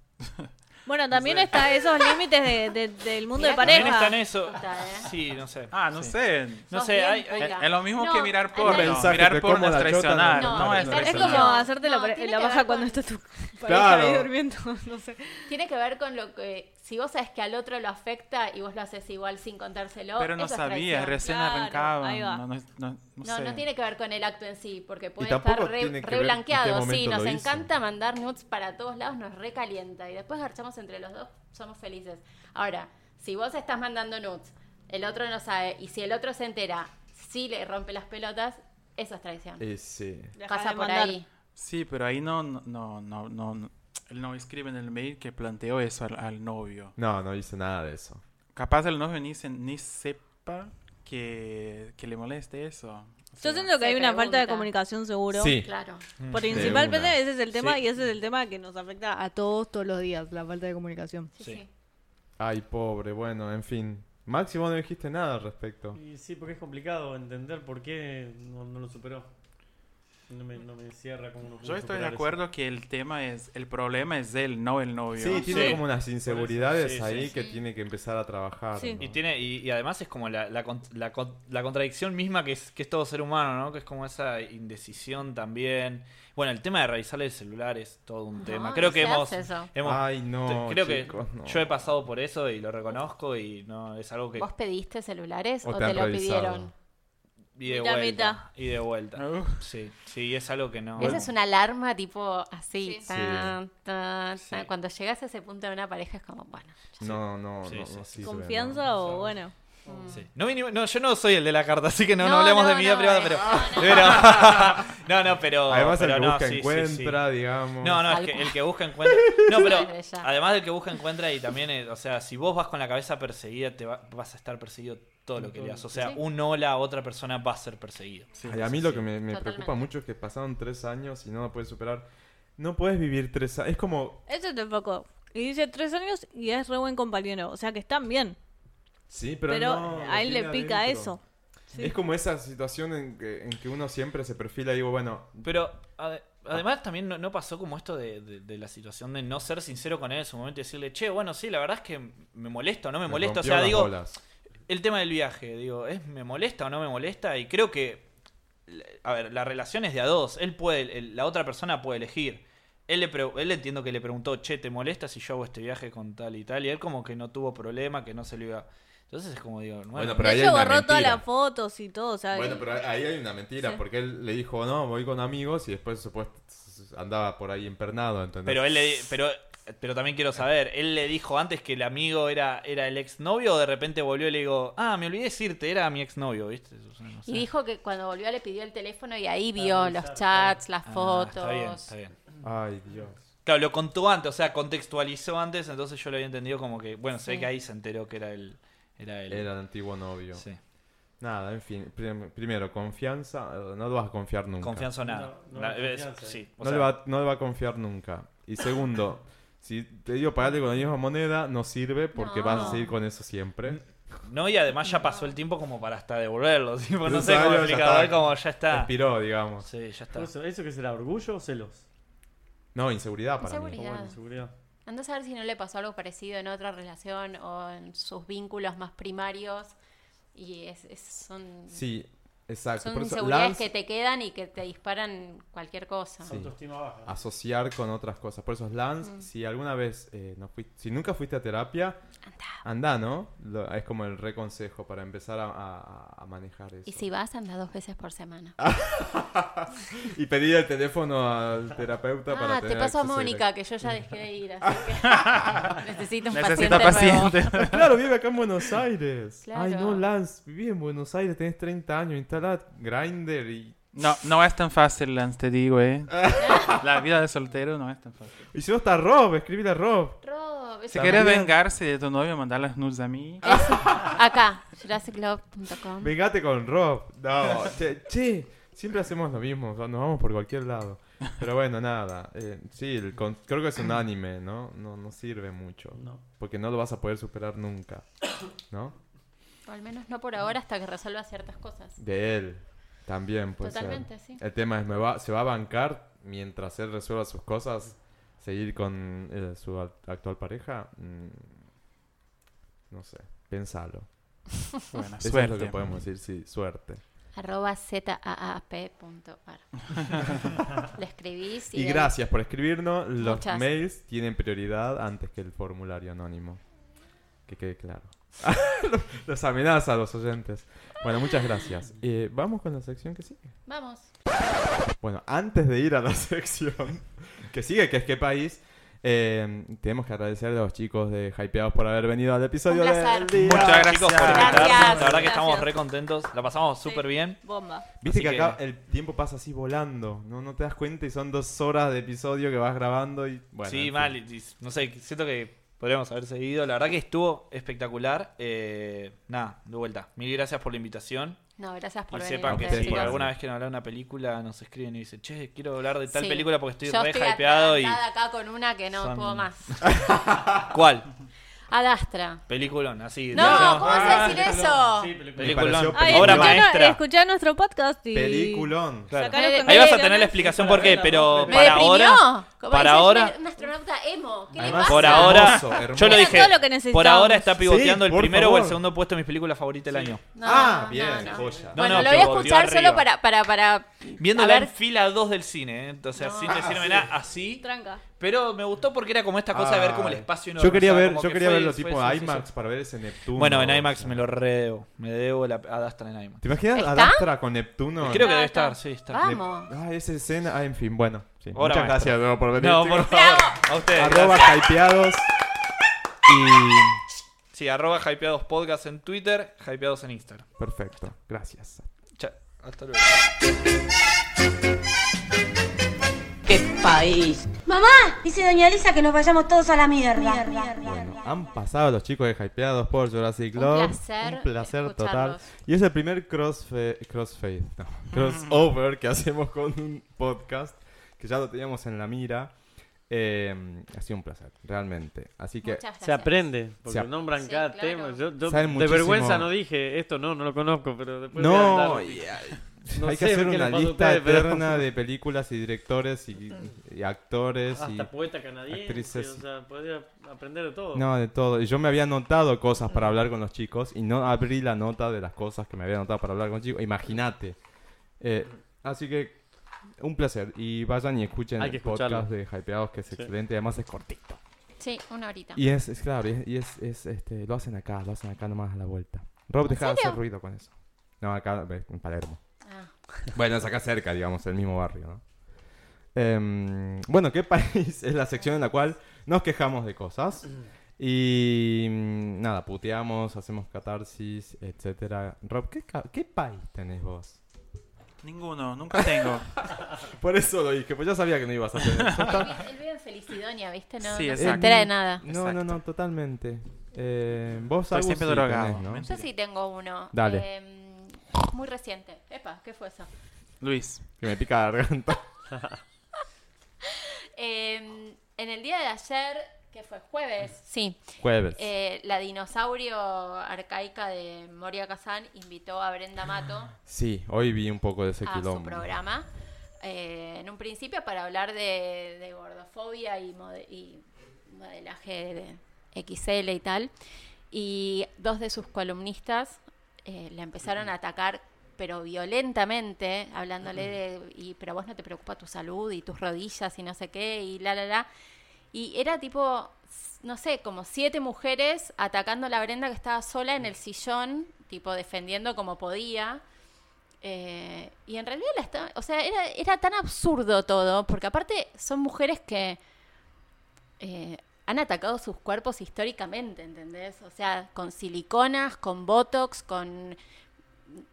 Speaker 6: Bueno, también está esos límites de- de- del mundo de
Speaker 2: Mirá
Speaker 6: pareja.
Speaker 5: También está en eso.
Speaker 2: Puta, eh.
Speaker 5: Sí, no sé.
Speaker 4: Ah, no
Speaker 5: Sí.
Speaker 4: sé.
Speaker 5: No
Speaker 2: Sos
Speaker 5: sé,
Speaker 2: bien
Speaker 5: hay- hay-
Speaker 2: puta.
Speaker 4: Es Eh, lo mismo
Speaker 2: No,
Speaker 4: que mirar
Speaker 2: no,
Speaker 4: porno.
Speaker 3: Mensaje,
Speaker 4: mirar
Speaker 3: te
Speaker 4: porno
Speaker 3: como
Speaker 4: es
Speaker 3: la chota,
Speaker 4: traicionar.
Speaker 2: no,
Speaker 4: No,
Speaker 2: no,
Speaker 4: es
Speaker 2: claro.
Speaker 6: Es
Speaker 2: Pero
Speaker 4: traicionar.
Speaker 6: como
Speaker 2: no,
Speaker 6: hacerte la,
Speaker 2: no,
Speaker 6: pare-
Speaker 2: tiene
Speaker 6: la
Speaker 2: que
Speaker 6: baja
Speaker 2: ver
Speaker 6: cuando
Speaker 2: con-
Speaker 6: está tu pareja
Speaker 3: Claro.
Speaker 6: ahí durmiendo, no sé.
Speaker 2: Tiene que ver con lo que. Si vos sabes que al otro lo afecta y vos lo haces igual sin contárselo.
Speaker 4: Pero no
Speaker 2: eso es
Speaker 4: sabía,
Speaker 2: traición.
Speaker 4: recién
Speaker 6: Claro,
Speaker 4: arrancaba.
Speaker 6: ahí va.
Speaker 4: No, no, es- no- no
Speaker 2: No,
Speaker 4: sé.
Speaker 2: no tiene que ver con el acto en sí, porque puede
Speaker 3: tampoco
Speaker 2: estar re,
Speaker 3: tiene que
Speaker 2: re
Speaker 3: ver en qué
Speaker 2: blanqueado. Sí,
Speaker 3: momento
Speaker 2: nos
Speaker 3: lo hizo.
Speaker 2: encanta mandar nudes para todos lados, nos recalienta. Y después garchamos entre los dos, somos felices. Ahora, si vos estás mandando nudes, el otro no sabe, y si el otro se entera, sí le rompe las pelotas, eso es traición.
Speaker 3: Y sí.
Speaker 6: Dejá
Speaker 2: Pasa
Speaker 6: de
Speaker 2: por
Speaker 6: mandar.
Speaker 2: ahí.
Speaker 4: Sí, pero ahí no, no, no, no, no- él no escribe en el mail que planteó eso al, al novio.
Speaker 3: No, no hice nada de eso.
Speaker 4: Capaz el novio ni, se- ni sepa que, que le moleste eso. O
Speaker 6: Yo
Speaker 4: sea,
Speaker 6: siento que
Speaker 2: Se
Speaker 6: hay una falta de
Speaker 2: pregunta.
Speaker 6: comunicación seguro.
Speaker 3: Sí.
Speaker 2: Claro.
Speaker 3: una.
Speaker 6: Principalmente ese es el tema
Speaker 4: Sí.
Speaker 6: y ese es el tema que nos afecta a todos todos los días, la falta de comunicación.
Speaker 2: Sí,
Speaker 5: Sí.
Speaker 2: sí.
Speaker 3: Ay, pobre, bueno, en fin. Máximo no dijiste nada al respecto.
Speaker 7: Y sí, porque es complicado entender por qué no, no lo superó. No me, no me cierra como uno
Speaker 4: Yo estoy
Speaker 7: pudo
Speaker 4: de
Speaker 7: superar eso.
Speaker 4: acuerdo que el tema es, el problema es él, no el novio.
Speaker 3: Sí, tiene
Speaker 5: Sí.
Speaker 3: como unas inseguridades
Speaker 5: Sí, sí,
Speaker 3: ahí
Speaker 5: sí.
Speaker 3: que tiene que empezar a trabajar.
Speaker 6: Sí.
Speaker 3: ¿no?
Speaker 5: Y, tiene, y, y además es como la, la, con- la con- la contradicción misma que es, que es todo ser humano, ¿no? Que es como esa indecisión también. Bueno, el tema de revisar el celular es todo un
Speaker 2: No,
Speaker 5: tema.
Speaker 2: no
Speaker 5: Creo que
Speaker 2: se
Speaker 5: hemos...
Speaker 2: hace eso.
Speaker 5: hemos-
Speaker 3: Ay, Ah, no.
Speaker 5: creo
Speaker 3: chicos,
Speaker 5: que
Speaker 3: no.
Speaker 5: yo he pasado por eso y lo reconozco y no es algo que...
Speaker 2: ¿Vos pediste celulares o,
Speaker 3: O te
Speaker 2: te,
Speaker 3: han
Speaker 2: lo
Speaker 3: revisado.
Speaker 2: pidieron?
Speaker 5: Y de
Speaker 6: Mitad,
Speaker 5: vuelta.
Speaker 6: mitad.
Speaker 5: Y de vuelta.
Speaker 4: Uh,
Speaker 5: Sí, sí, es algo
Speaker 3: Ah,
Speaker 5: que no...
Speaker 2: Esa es una alarma tipo así.
Speaker 6: Sí.
Speaker 2: tan, tan,
Speaker 5: Sí.
Speaker 2: tan. Cuando llegas a ese punto de una pareja es como, bueno,
Speaker 3: No, no,
Speaker 5: Sí,
Speaker 3: no,
Speaker 5: sí,
Speaker 3: no, sí
Speaker 5: sí.
Speaker 3: se ve,
Speaker 6: ¿Confianza
Speaker 3: no.
Speaker 6: o bueno?
Speaker 5: Sí. No, vinimos- no, yo no soy el de la carta, así que no, no,
Speaker 2: No,
Speaker 5: hablemos
Speaker 2: no,
Speaker 5: de mi vida
Speaker 2: no,
Speaker 5: privada,
Speaker 2: eh,
Speaker 5: pero.
Speaker 2: no,
Speaker 5: pero- No, no, pero.
Speaker 3: Además,
Speaker 5: pero
Speaker 3: el que
Speaker 5: no,
Speaker 3: busca
Speaker 5: sí, sí,
Speaker 3: encuentra, digamos.
Speaker 5: sí. No, no,
Speaker 2: Tal
Speaker 5: el que,
Speaker 2: cual.
Speaker 5: el que busca encuentra. No, pero
Speaker 2: Madre, ya.
Speaker 5: además del que busca encuentra y también, eh, o sea, si vos vas con la cabeza perseguida, te va- vas a estar perseguido todo lo que leas. O sea,
Speaker 2: Sí.
Speaker 5: un hola a otra persona va a ser perseguido.
Speaker 3: Ay, a mí lo que me, me
Speaker 2: Totalmente.
Speaker 3: preocupa mucho es que pasaron tres años y no lo puedes superar. No puedes vivir tres años. Es como.
Speaker 6: Eso te enfocó. Y dice tres años y es re buen compañero. O sea que están bien.
Speaker 3: Sí, pero,
Speaker 6: Pero,
Speaker 3: no, lo
Speaker 6: a él le
Speaker 3: tiene
Speaker 6: pica
Speaker 3: adentro.
Speaker 6: eso.
Speaker 3: Es como esa situación en que, en que uno siempre se perfila y digo, bueno,
Speaker 5: Pero ade- además también no, no pasó como esto de, de- de la situación de no ser sincero con él en su momento y decirle, che, bueno, sí, la verdad es que me molesto, no me molesto. O
Speaker 3: rompió
Speaker 5: sea,
Speaker 3: las
Speaker 5: digo,
Speaker 3: bolas.
Speaker 5: El tema del viaje, digo, ¿es me molesta o no me molesta? Y creo que, a ver, la relación es de a dos. Él puede, el- la otra persona puede elegir. Él, le pre- él entiendo que le preguntó, che, ¿te molesta si yo hago este viaje con tal y tal? Y él como que no tuvo problema, que no se lo iba... Entonces es como digo, bueno,
Speaker 3: Bueno, Pero
Speaker 6: De
Speaker 3: ahí
Speaker 6: hecho
Speaker 3: hay una
Speaker 6: borró todas
Speaker 3: mentira.
Speaker 6: las fotos y todo. O sea,
Speaker 3: Bueno,
Speaker 6: y-
Speaker 3: pero ahí hay una mentira,
Speaker 6: Sí.
Speaker 3: porque él le dijo, no, voy con amigos y después supuesto andaba por ahí empernado, ¿entendés?
Speaker 5: pero él le- pero, pero también quiero saber, ¿él le dijo antes que el amigo era, era el exnovio o de repente volvió y le digo, ah, me olvidé decirte, era mi exnovio, ¿viste? O sea, no sé.
Speaker 2: Y dijo que cuando volvió le pidió el teléfono y ahí vio
Speaker 7: Ah,
Speaker 2: los
Speaker 7: claro,
Speaker 2: chats, las
Speaker 5: Ah,
Speaker 2: fotos.
Speaker 5: está bien, está bien.
Speaker 3: Ay, Dios.
Speaker 5: Claro, lo contó antes, o sea, contextualizó antes, entonces yo lo había entendido como que, bueno, se ve
Speaker 2: Sí.
Speaker 5: que ahí se enteró que era el... Era el...
Speaker 3: Era el antiguo novio.
Speaker 5: sí.
Speaker 3: Nada, en fin. prim- Primero, confianza. eh, No lo vas a confiar nunca.
Speaker 5: Confianza o nada.
Speaker 7: No, no,
Speaker 5: La- es-
Speaker 7: confianza.
Speaker 5: sí, o
Speaker 3: No, le
Speaker 5: sea,
Speaker 3: va, no le va a confiar nunca. Y segundo, Si te digo pagate con la misma moneda, no sirve porque
Speaker 2: No.
Speaker 3: vas a seguir con eso
Speaker 5: Mm,
Speaker 3: siempre.
Speaker 5: No, y además ya pasó el tiempo como para hasta devolverlo. ¿sí? Porque No
Speaker 3: Esos
Speaker 5: sé cómo
Speaker 3: años ya
Speaker 5: explicarlo,
Speaker 3: está.
Speaker 5: como ya está.
Speaker 3: Expiró, digamos.
Speaker 5: ah. Sí, ya está.
Speaker 7: ¿Eso, ¿Eso qué será? ¿Orgullo o celos?
Speaker 3: No, inseguridad para
Speaker 7: O
Speaker 2: Inseguridad.
Speaker 7: bueno, seguridad.
Speaker 2: Andás a ver si no le pasó algo parecido en otra relación o en sus vínculos más primarios. Y es, es- son,
Speaker 3: mí. Sí, exacto.
Speaker 2: son
Speaker 3: Por eso,
Speaker 2: inseguridades
Speaker 3: Lance,
Speaker 2: que te quedan y que te disparan cualquier cosa.
Speaker 3: Sí.
Speaker 7: Autoestima baja.
Speaker 3: asociar con otras cosas. Por eso, Lance,
Speaker 2: Mm.
Speaker 3: si alguna vez eh, no fuiste, si nunca fuiste a terapia, anda, ¿no? Lo- es como el reconsejo para empezar a, a- a manejar eso.
Speaker 2: Y si vas, anda dos veces por semana.
Speaker 5: Ah,
Speaker 3: Y pedir el teléfono al terapeuta para
Speaker 2: Ah, te
Speaker 3: tener
Speaker 2: paso a
Speaker 3: acceso
Speaker 2: Mónica, que yo ya dejé de ir, así que necesito un
Speaker 4: Necesita
Speaker 2: paciente. nuevo.
Speaker 4: paciente.
Speaker 3: directo. Claro, vive acá en Buenos Aires.
Speaker 2: Claro.
Speaker 3: Ay, no, Lance, viví en Buenos Aires, tenés 30 años, instalad Grinder y...
Speaker 4: No, no es tan fácil, Lance, te digo, eh. La vida de soltero no es tan fácil.
Speaker 3: Y si no está Rob, escribile a Rob.
Speaker 2: Rob,
Speaker 4: Si
Speaker 2: eso-
Speaker 3: También-
Speaker 4: quieres vengarse de tu novio, mandar las nudes a mí.
Speaker 2: eso. acá, jurassiclove.com.
Speaker 3: Vengate con Rob. No, che, che, siempre hacemos lo mismo, o sea, nos vamos por cualquier lado. Pero bueno, nada. eh, sí, el con- creo que es un anime, ¿no? No, no sirve mucho.
Speaker 7: No.
Speaker 3: Porque no lo vas a poder superar nunca. ¿No?
Speaker 2: O al menos no por ahora, hasta que resuelva ciertas cosas.
Speaker 3: De él. También, pues.
Speaker 2: Totalmente, sí.
Speaker 3: El tema es, me va, se va a bancar mientras él resuelva sus cosas, seguir con eh, su a- actual pareja. Mm, no sé, pensalo.
Speaker 4: Buena
Speaker 3: Eso es lo que
Speaker 4: suerte.
Speaker 3: podemos decir, sí, suerte.
Speaker 2: Arroba zaap.ar. Le escribís y,
Speaker 3: Y
Speaker 2: de-
Speaker 3: gracias por escribirnos. Los
Speaker 2: Muchas.
Speaker 3: mails tienen prioridad antes que el formulario anónimo. Que quede claro. los amenaza a los oyentes. Bueno, muchas gracias. Eh, Vamos con la sección que sigue.
Speaker 2: Vamos.
Speaker 3: Bueno, antes de ir a la sección que sigue, que es qué país, eh, tenemos que agradecer a los chicos de Hypeados por haber venido al episodio
Speaker 2: Un
Speaker 3: del
Speaker 2: placer.
Speaker 3: día.
Speaker 4: Muchas gracias.
Speaker 5: Chicos, por
Speaker 2: Gracias.
Speaker 5: invitarnos. La verdad que
Speaker 2: Gracias.
Speaker 5: estamos re contentos. La pasamos súper bien.
Speaker 6: Bomba.
Speaker 3: Viste
Speaker 5: Así
Speaker 3: que,
Speaker 5: que-
Speaker 3: acá el tiempo pasa así volando, ¿no? No te das cuenta y son dos horas de episodio que vas grabando y... Bueno, en
Speaker 5: sí,
Speaker 3: fin.
Speaker 5: mal. y- y- No sé, siento que podríamos haber seguido. La verdad que estuvo espectacular. Eh, nada, de vuelta. Mil gracias por la invitación.
Speaker 2: No, gracias por
Speaker 5: Y
Speaker 2: venir.
Speaker 5: sepan
Speaker 3: a
Speaker 5: que
Speaker 3: ustedes
Speaker 5: si
Speaker 3: por
Speaker 5: alguna
Speaker 3: venir.
Speaker 5: vez quieren hablar de una película, nos escriben y dicen, che, quiero hablar de tal
Speaker 2: Sí.
Speaker 5: película porque estoy
Speaker 2: Yo
Speaker 5: re
Speaker 2: estoy
Speaker 5: hypeado y.
Speaker 2: atragantada acá con una que no
Speaker 5: Son-
Speaker 2: puedo más.
Speaker 5: ¿Cuál?
Speaker 2: Adastra.
Speaker 5: Peliculón, así.
Speaker 2: No,
Speaker 5: digamos.
Speaker 2: ¿cómo vas a
Speaker 7: Ah,
Speaker 2: decir eso?
Speaker 7: Sí, película.
Speaker 5: Peliculón.
Speaker 3: Me pareció
Speaker 6: Ay,
Speaker 5: Obra
Speaker 6: escuchá,
Speaker 5: maestra.
Speaker 6: escuchá nuestro podcast y.
Speaker 3: Peliculón.
Speaker 5: Claro.
Speaker 6: sacalo con
Speaker 5: Ahí vas a
Speaker 6: ganas.
Speaker 5: tener la explicación por qué, pero
Speaker 2: Me
Speaker 5: para
Speaker 2: deprimió.
Speaker 5: ahora.
Speaker 2: Como
Speaker 5: Para
Speaker 2: dice, es
Speaker 5: ahora.
Speaker 2: Un astronauta emo. ¿Qué
Speaker 3: Además,
Speaker 2: le
Speaker 5: Por
Speaker 2: pasa?
Speaker 5: ahora.
Speaker 3: Hermoso, hermoso.
Speaker 5: Yo lo
Speaker 6: Era
Speaker 5: dije.
Speaker 6: todo lo que necesitábamos.
Speaker 5: por ahora está
Speaker 3: Sí,
Speaker 5: pivoteando el
Speaker 3: por
Speaker 5: primero o
Speaker 3: favor.
Speaker 5: el segundo puesto de mi película favorita del año.
Speaker 2: No,
Speaker 3: Ah,
Speaker 2: no,
Speaker 3: bien,
Speaker 2: no.
Speaker 3: joya. No,
Speaker 2: Bueno,
Speaker 5: no,
Speaker 2: lo voy a
Speaker 5: pivoteó
Speaker 2: escuchar
Speaker 5: arriba.
Speaker 2: solo para, para, para
Speaker 5: Viéndola
Speaker 2: a ver
Speaker 5: en fila 2 del cine, ¿eh? entonces
Speaker 2: No.
Speaker 5: sin
Speaker 3: Ah,
Speaker 5: decirme nada así.
Speaker 6: Tranca.
Speaker 5: Pero me gustó porque era como esta cosa de ver como el espacio
Speaker 3: Ah, Yo quería
Speaker 5: o sea,
Speaker 3: ver,
Speaker 5: como
Speaker 3: yo
Speaker 5: que
Speaker 3: quería
Speaker 5: fue-
Speaker 3: verlo
Speaker 5: fue
Speaker 3: tipo
Speaker 5: eso, eso,
Speaker 3: IMAX
Speaker 5: eso.
Speaker 3: para ver ese Neptuno.
Speaker 5: Bueno, en
Speaker 3: o
Speaker 5: IMAX
Speaker 3: sea.
Speaker 5: me lo redebo. Me debo la a Dastra en IMAX.
Speaker 3: ¿Te imaginas
Speaker 2: ¿Está?
Speaker 3: a Dastra con Neptuno?
Speaker 5: Creo que
Speaker 2: No,
Speaker 5: debe
Speaker 2: está.
Speaker 5: estar, sí, está.
Speaker 2: Vamos.
Speaker 3: Nep- Ah, esa escena. Ah, en fin, bueno. sí.
Speaker 5: Ahora
Speaker 3: Muchas
Speaker 5: maestro.
Speaker 3: gracias de nuevo por venir.
Speaker 5: No,
Speaker 3: chicos.
Speaker 5: por favor. A ustedes.
Speaker 3: Arroba
Speaker 5: gracias.
Speaker 3: hypeados. Y.
Speaker 5: Sí, arroba hypeados podcast en Twitter, hypeados en Instagram.
Speaker 3: Perfecto. Gracias.
Speaker 5: Chao. Hasta luego.
Speaker 9: ¡Qué país!
Speaker 10: Mamá, dice doña Lisa que nos vayamos todos a la mierda.
Speaker 3: Bueno, han pasado los chicos de Hypeados por Jurassic
Speaker 2: Un
Speaker 3: Love.
Speaker 2: placer
Speaker 3: Un placer total.
Speaker 2: escucharlos. Mm.
Speaker 3: Y es el primer crossfe- crossfade, no, crossover que hacemos con un podcast que ya lo teníamos en la mira. Eh, ha sido un placer, realmente. Así que
Speaker 2: Muchas gracias.
Speaker 7: Se aprende, porque
Speaker 3: Se ap-
Speaker 7: nombran
Speaker 2: Sí,
Speaker 7: cada
Speaker 2: claro.
Speaker 7: tema. Yo, yo
Speaker 3: Saben
Speaker 7: de
Speaker 3: muchísimo.
Speaker 7: vergüenza no dije esto, no, no lo conozco, pero después. voy a
Speaker 3: No,
Speaker 7: andar-
Speaker 3: y- eh,
Speaker 7: no
Speaker 3: hay
Speaker 7: sé
Speaker 3: que hacer
Speaker 7: qué les
Speaker 3: una
Speaker 7: pasa a
Speaker 3: lista
Speaker 7: ustedes, pero-
Speaker 3: eterna de películas y directores y, y actores y
Speaker 7: Hasta poeta canadiense.
Speaker 3: actrices.
Speaker 7: O sea, podría aprender de todo.
Speaker 3: no de todo. Y Yo me había anotado cosas para hablar con los chicos y no abrí la nota de las cosas que me había anotado para hablar con los chicos. Imagínate. Eh, así que un placer y vayan y escuchen
Speaker 7: Hay que
Speaker 3: el podcast
Speaker 7: escucharlo.
Speaker 3: de Hypeados que es
Speaker 7: Sí.
Speaker 3: excelente, además es cortito.
Speaker 2: Sí, una horita.
Speaker 3: Y es, es claro, y es, y es- es, este, lo hacen acá, lo hacen acá nomás a la vuelta. Rob, deja de hacer ruido con eso. No, acá ve, en Palermo.
Speaker 2: Ah.
Speaker 3: Bueno, es acá cerca, digamos, el mismo barrio, ¿no? Em, bueno, ¿qué país es la sección en la cual nos quejamos de cosas? Y mm, nada, puteamos, hacemos catarsis, etcétera. Rob, ¿qué, ca- qué país tenés vos?
Speaker 4: Ninguno, nunca tengo.
Speaker 3: Por eso lo dije, pues ya sabía que no ibas a tener. eso.
Speaker 2: Él vi- Él vive en Felicidonia, ¿viste? No,
Speaker 4: Sí,
Speaker 2: no se
Speaker 4: exacto.
Speaker 2: entera de nada.
Speaker 3: No, no, no, totalmente. Eh, vos
Speaker 4: Estoy
Speaker 3: Agus,
Speaker 4: siempre
Speaker 3: sí
Speaker 4: drogado,
Speaker 3: tenés, ¿no?
Speaker 2: Yo sí tengo uno.
Speaker 3: Dale.
Speaker 2: eh, muy reciente. Epa, ¿qué fue eso?
Speaker 4: Luis,
Speaker 3: Que me pica la garganta.
Speaker 2: Eh, en el día de ayer, que fue jueves, sí,
Speaker 3: Jueves.
Speaker 2: eh, la dinosaurio arcaica de Moria Kazan invitó a Brenda Mato
Speaker 3: Sí, hoy vi un poco de ese
Speaker 2: a Ah, su
Speaker 3: quilombo.
Speaker 2: programa. eh, en un principio para hablar de, de gordofobia y, mode- y modelaje de XL y tal. Y dos de sus columnistas eh, la empezaron a atacar, pero violentamente, hablándole de, y, pero vos no te preocupa tu salud y tus rodillas y no sé qué, y la, la, la. Y era tipo, no sé, como siete mujeres atacando a la Brenda que estaba sola en el sillón, tipo defendiendo como podía. Eh, y en realidad la estaba- o sea, era, era tan absurdo todo, porque aparte son mujeres que eh, han atacado sus cuerpos históricamente, ¿entendés? O sea, con siliconas, con botox, con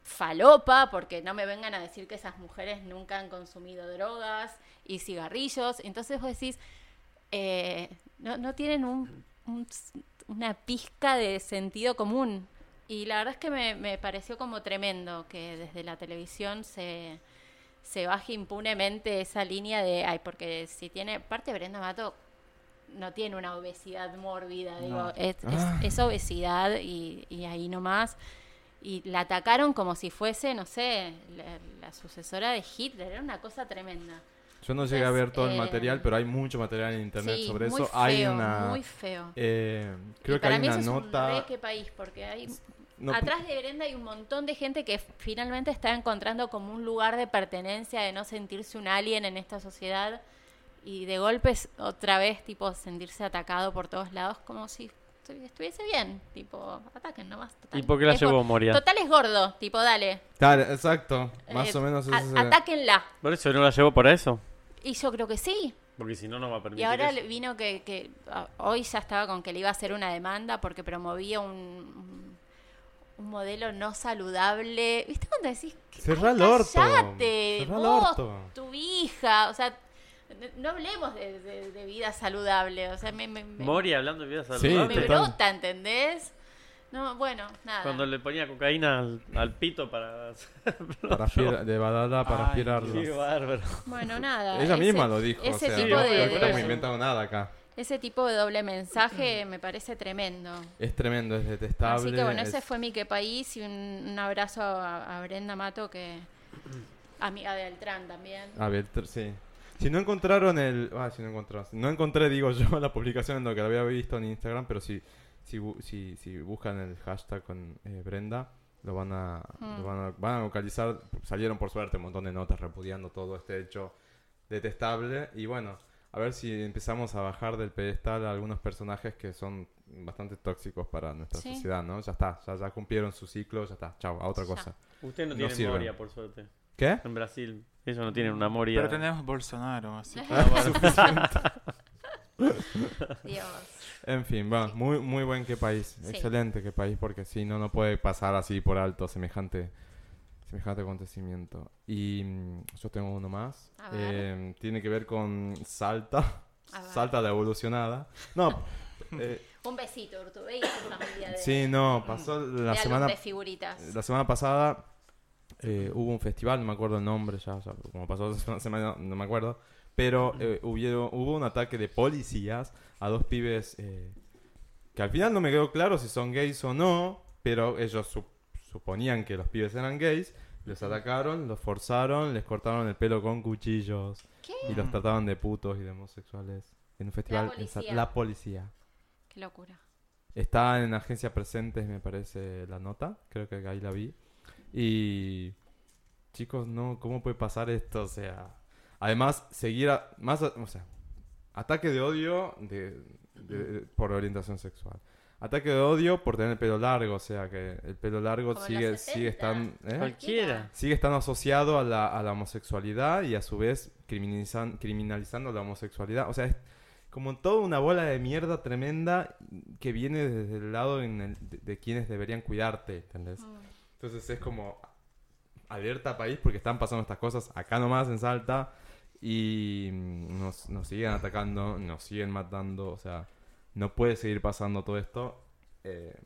Speaker 2: falopa, porque no me vengan a decir que esas mujeres nunca han consumido drogas y cigarrillos. Entonces vos decís, eh, no, no tienen un- un- una pizca de sentido común. Y la verdad es que me, me pareció como tremendo que desde la televisión se, se baje impunemente esa línea de, ay, porque si tiene, parte Brenda Mato no tiene una obesidad mórbida, digo, es, es-
Speaker 3: Ah.
Speaker 2: es obesidad y, y ahí nomás. Y la atacaron como si fuese, no sé, la, la sucesora de Hitler, era una cosa tremenda.
Speaker 3: Yo no llegué a ver todo el
Speaker 2: eh,
Speaker 3: material, pero hay mucho material en internet
Speaker 2: Sí,
Speaker 3: sobre
Speaker 2: muy
Speaker 3: eso.
Speaker 2: feo,
Speaker 3: hay una.
Speaker 2: muy feo.
Speaker 3: eh,
Speaker 2: Y
Speaker 3: creo que
Speaker 2: para
Speaker 3: hay
Speaker 2: mí
Speaker 3: una
Speaker 2: eso es un
Speaker 3: nota.
Speaker 2: re que país, porque hay
Speaker 3: no-
Speaker 2: Atrás de Brenda hay un montón de gente que finalmente está encontrando como un lugar de pertenencia, de no sentirse un alien en esta sociedad y de golpes otra vez, tipo, sentirse atacado por todos lados como si estu- estuviese bien, tipo, ataquen nomás. total.
Speaker 11: ¿Y por qué la
Speaker 2: Es go-
Speaker 11: llevó Moria?
Speaker 2: Total es gordo, tipo, dale,
Speaker 3: Claro, exacto. Más
Speaker 2: eh,
Speaker 3: o menos
Speaker 2: a-
Speaker 3: eso es. eh,
Speaker 2: atáquenla.
Speaker 11: Por eso no la llevó por eso.
Speaker 2: Y yo creo que sí,
Speaker 7: Porque si no, no va a permitir.
Speaker 2: Y ahora
Speaker 7: eso.
Speaker 2: le vino que, que, ah, hoy ya estaba con que le iba a hacer una demanda porque promovía un, un- un modelo no saludable. ¿Viste cuando decís? que-
Speaker 3: Cerrá
Speaker 2: "Ay,
Speaker 3: el orto,
Speaker 2: ¡Oh, cállate, ¡Oh!
Speaker 3: cerrá el
Speaker 2: vos,
Speaker 3: orto".
Speaker 2: tu hija, o sea, n- no hablemos de, de- de vida saludable, o sea, me, me, me-
Speaker 11: Moria hablando de vida
Speaker 3: Sí,
Speaker 2: me
Speaker 11: saludable.
Speaker 3: total.
Speaker 2: brota, ¿entendés? No, bueno, nada.
Speaker 11: Cuando le ponía cocaína al, al pito para.
Speaker 3: para aspira- de badada para
Speaker 4: Ay,
Speaker 3: aspirarlo.
Speaker 11: Qué bárbaro.
Speaker 2: Bueno, nada.
Speaker 3: Ella
Speaker 2: ese-
Speaker 3: misma lo dijo.
Speaker 2: Ese
Speaker 3: o sea,
Speaker 2: tipo
Speaker 3: no
Speaker 2: de-
Speaker 3: no estamos
Speaker 2: de-
Speaker 3: inventando nada acá.
Speaker 2: ese tipo de doble mensaje me parece tremendo.
Speaker 3: Es tremendo, es detestable.
Speaker 2: Así que bueno,
Speaker 3: es-
Speaker 2: ese fue mi que país y un, un abrazo a, a Brenda Mato que amiga de Beltrán también.
Speaker 3: A ver, ter- sí. Si no encontraron el... Ah, si no encontraron. si no encontré, digo yo, la publicación en lo que la había visto en Instagram, pero si, si, bu- si, si buscan el hashtag con eh, Brenda, lo van a, lo van, a, van a localizar. Salieron por suerte un montón de notas repudiando todo este hecho detestable. Y bueno, a ver si empezamos a bajar del pedestal a algunos personajes que son bastante tóxicos para nuestra
Speaker 2: Sí.
Speaker 3: sociedad, ¿no? Ya está, ya, ya cumplieron su ciclo, ya está, chao, a otra
Speaker 2: Ya.
Speaker 3: cosa.
Speaker 11: Usted
Speaker 3: No
Speaker 11: no tiene
Speaker 3: sirve.
Speaker 11: Moria, por suerte.
Speaker 3: ¿Qué?
Speaker 11: En Brasil, ellos no tienen una Moria.
Speaker 4: Pero tenemos Bolsonaro, así que-
Speaker 2: Dios.
Speaker 3: En fin, va, muy, muy buen qué país.
Speaker 2: Sí.
Speaker 3: Excelente qué país, porque si no, no puede pasar así por alto semejante, semejante acontecimiento. Y mm, yo tengo uno más.
Speaker 2: A ver.
Speaker 3: Eh, tiene que ver con Salta.
Speaker 2: A ver.
Speaker 3: Salta la evolucionada. No, eh,
Speaker 2: Un besito, Urtubey y su familia de,
Speaker 3: sí, no, pasó
Speaker 2: de
Speaker 3: la
Speaker 2: álbum
Speaker 3: semana
Speaker 2: de figuritas.
Speaker 3: Eh, la semana pasada eh, hubo un festival, no me acuerdo el nombre, ya, ya, como pasó hace una semana, no me acuerdo. Pero eh, hubieron- hubo un ataque de policías a dos pibes eh, que al final no me quedó claro si son gays o no, pero ellos su- suponían que los pibes eran gays. Los atacaron, los forzaron, les cortaron el pelo con cuchillos
Speaker 2: ¿Qué?
Speaker 3: y los trataban de putos y de homosexuales en un festival. en Sa-
Speaker 2: policía.
Speaker 3: la policía.
Speaker 2: Qué locura.
Speaker 3: Está en Agencia Presentes, me parece, la nota. Creo que ahí la vi. Y. Chicos, no, ¿cómo puede pasar esto? O sea. Además, seguir a- más. a- o sea, ataque de odio de- de- por orientación sexual. Ataque de odio por tener el pelo largo. O sea, que el pelo largo
Speaker 2: Como en
Speaker 3: sigue,
Speaker 2: los 70.
Speaker 3: sigue estando. ¿eh?
Speaker 11: Cualquiera.
Speaker 3: sigue estando asociado a la, a la homosexualizar y a su vez criminalizan- criminalizando la homosexualidad. O sea, es como toda una bola de mierda tremenda que viene desde el lado en el- de, de quienes deberían cuidarte, ¿entendés? Entonces es como alerta país porque están pasando estas cosas acá nomás en Salta y mm, nos, nos siguen atacando, nos siguen matando, o sea, no puede seguir pasando todo esto. Eh,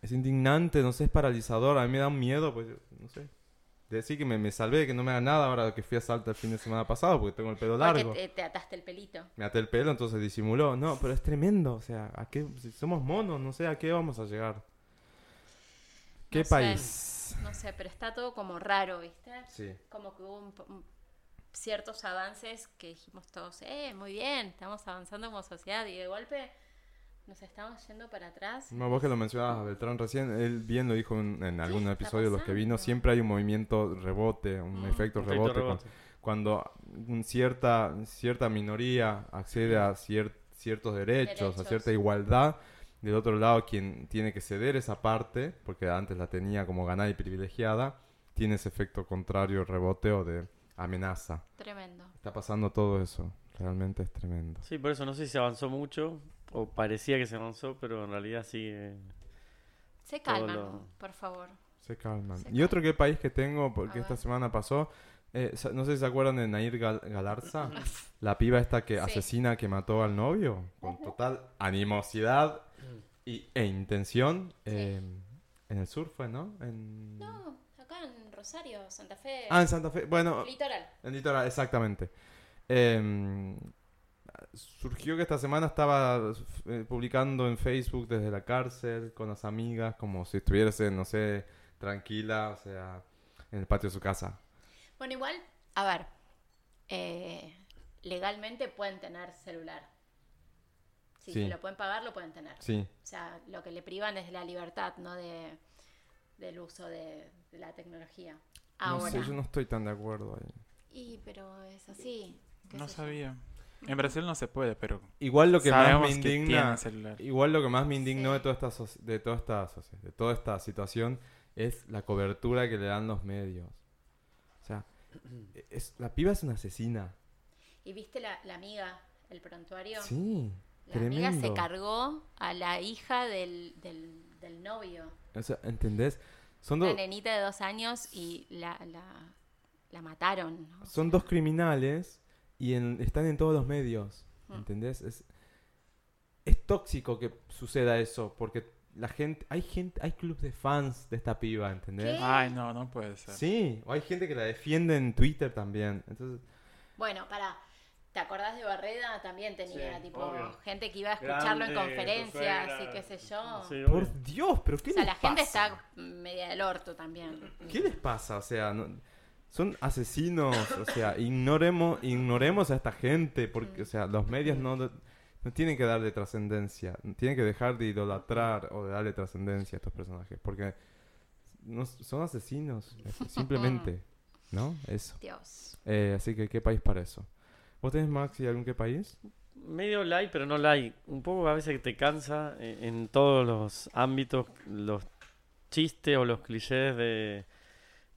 Speaker 3: es indignante, no sé, es paralizador, a mí me da un miedo, pues, no sé. Decir que me, me salvé, que no me haga nada ahora que fui a Salta el fin de semana pasado porque tengo el pelo largo.
Speaker 2: Porque te, te ataste el pelito.
Speaker 3: Me até el pelo, entonces disimuló. No, pero es tremendo. O sea, ¿a qué, si somos monos, no sé a qué vamos a llegar. ¿Qué
Speaker 2: No sé.
Speaker 3: país?
Speaker 2: No sé, pero está todo como raro, ¿viste?
Speaker 3: Sí.
Speaker 2: Como que hubo un po- un- ciertos avances que dijimos todos, eh, muy bien, estamos avanzando como sociedad y de golpe nos estamos yendo para atrás.
Speaker 3: No, vos que lo mencionabas a Beltrán recién, él bien lo dijo en, en algún
Speaker 2: está
Speaker 3: episodio de los que vino, siempre hay un movimiento rebote, un efecto
Speaker 7: Un efecto
Speaker 3: rebote. cu-
Speaker 7: rebote.
Speaker 3: Cuando un cierta, cierta minoría accede a cier- ciertos derechos, a
Speaker 7: Derechos.
Speaker 3: cierta igualdad, del otro lado quien tiene que ceder esa parte, porque antes la tenía como ganada y privilegiada, tiene ese efecto contrario, reboteo de amenaza.
Speaker 2: Tremendo.
Speaker 3: Está pasando todo eso, realmente es tremendo.
Speaker 7: Sí, por eso no sé si se avanzó mucho o parecía que se avanzó, pero en realidad sigue.
Speaker 2: Se
Speaker 7: todo
Speaker 2: calman,
Speaker 7: lo-
Speaker 2: por favor.
Speaker 3: Se calman.
Speaker 2: Se
Speaker 3: Y otro que país que tengo, porque esta semana pasó, eh, sa- no sé si se acuerdan de Nair Gal- Galarza, la piba esta que
Speaker 7: Sí.
Speaker 3: asesina que mató al novio, con total animosidad y, e intención. eh, en el sur fue, ¿no? En...
Speaker 2: No, acá en Rosario, Santa Fe.
Speaker 3: Ah, en Santa Fe. Bueno.
Speaker 2: Litoral.
Speaker 3: En Litoral, exactamente. Eh, surgió que esta semana estaba eh, publicando en Facebook desde la cárcel con las amigas, como si estuviese, no sé, tranquila, o sea, en el patio de su casa.
Speaker 2: Bueno, igual, a ver, eh, legalmente pueden tener celular. Si
Speaker 3: Sí.
Speaker 2: se lo pueden pagar, lo pueden tener.
Speaker 3: Sí.
Speaker 2: O sea, lo que le privan es de la libertad, no de, del uso de, de la tecnología. Ahora.
Speaker 3: No sé, yo no estoy tan de acuerdo ahí.
Speaker 2: Y, pero es así. qué
Speaker 4: No
Speaker 2: sé yo.
Speaker 4: sabía. En Brasil no se puede, pero.
Speaker 3: Igual lo que más
Speaker 4: sabemos
Speaker 3: me
Speaker 4: que
Speaker 3: indigna,
Speaker 4: tienen celular.
Speaker 3: igual lo que más me indignó de toda esta soci- de toda esta soci- de toda esta situación es la cobertura que le dan los medios. O sea, es, la piba es una asesina.
Speaker 2: ¿Y viste la, la amiga, el prontuario?
Speaker 3: Sí,
Speaker 2: La amiga se
Speaker 3: tremendo.
Speaker 2: cargó a la hija del, del, del novio.
Speaker 3: O sea, ¿entendés? Son,
Speaker 2: Una
Speaker 3: dos-
Speaker 2: nenita de dos años y la, la, la mataron. ¿no?
Speaker 3: son dos criminales y en- están en todos los medios.
Speaker 2: Mm.
Speaker 3: ¿Entendés? Es, es tóxico que suceda eso porque la gente, hay gente, hay clubes de fans de esta piba, ¿entendés?
Speaker 4: Ay, no, no puede ser.
Speaker 3: Sí, o hay gente que la defiende en Twitter también. Entonces,
Speaker 2: Bueno, para. ¿Te acordás de Barreda? También tenía
Speaker 7: Sí,
Speaker 2: tipo
Speaker 7: obvio.
Speaker 2: gente que iba a escucharlo en
Speaker 7: Grande, tu
Speaker 2: conferencias
Speaker 7: suegra.
Speaker 2: y qué sé yo.
Speaker 7: Sí, obvio.
Speaker 3: por Dios, pero ¿qué
Speaker 2: o sea,
Speaker 3: les
Speaker 2: la gente
Speaker 3: pasa?
Speaker 2: está media del orto también.
Speaker 3: ¿Qué les pasa? O sea, no- son asesinos. O sea, ignoremos, ignoremos a esta gente. Porque, o sea, los medios no, no tienen que darle trascendencia. Tienen que dejar de idolatrar o de darle trascendencia a estos personajes. Porque no, son asesinos, este, simplemente. ¿No? Eso.
Speaker 2: Dios.
Speaker 3: Eh, así que, ¿qué país para eso? ¿Vos tenés, Maxi, algún qué país?
Speaker 7: Medio like, pero no like. Un poco a veces que te cansa en, en todos los ámbitos, los chistes o los clichés de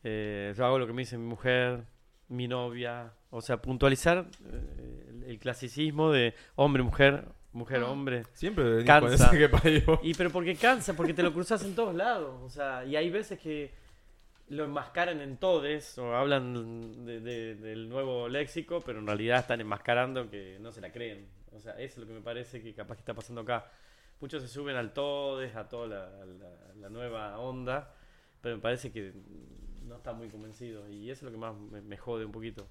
Speaker 7: eh, yo hago lo que me dice mi mujer, mi novia. O sea, puntualizar eh, el, el clasicismo de hombre, mujer, mujer, hombre.
Speaker 3: Siempre venís con
Speaker 7: cansa.
Speaker 3: ese qué país vos.
Speaker 7: Y pero porque cansa, porque te lo cruzas en todos lados. O sea, y hay veces que lo enmascaran en todes o hablan de- de- del nuevo léxico, pero en realidad están enmascarando que no se la creen. O sea, eso es lo que me parece que capaz que está pasando acá. Muchos se suben al todes, a toda la, la- la nueva onda, pero me parece que no están muy convencidos. Y eso es lo que más me, me jode un poquito.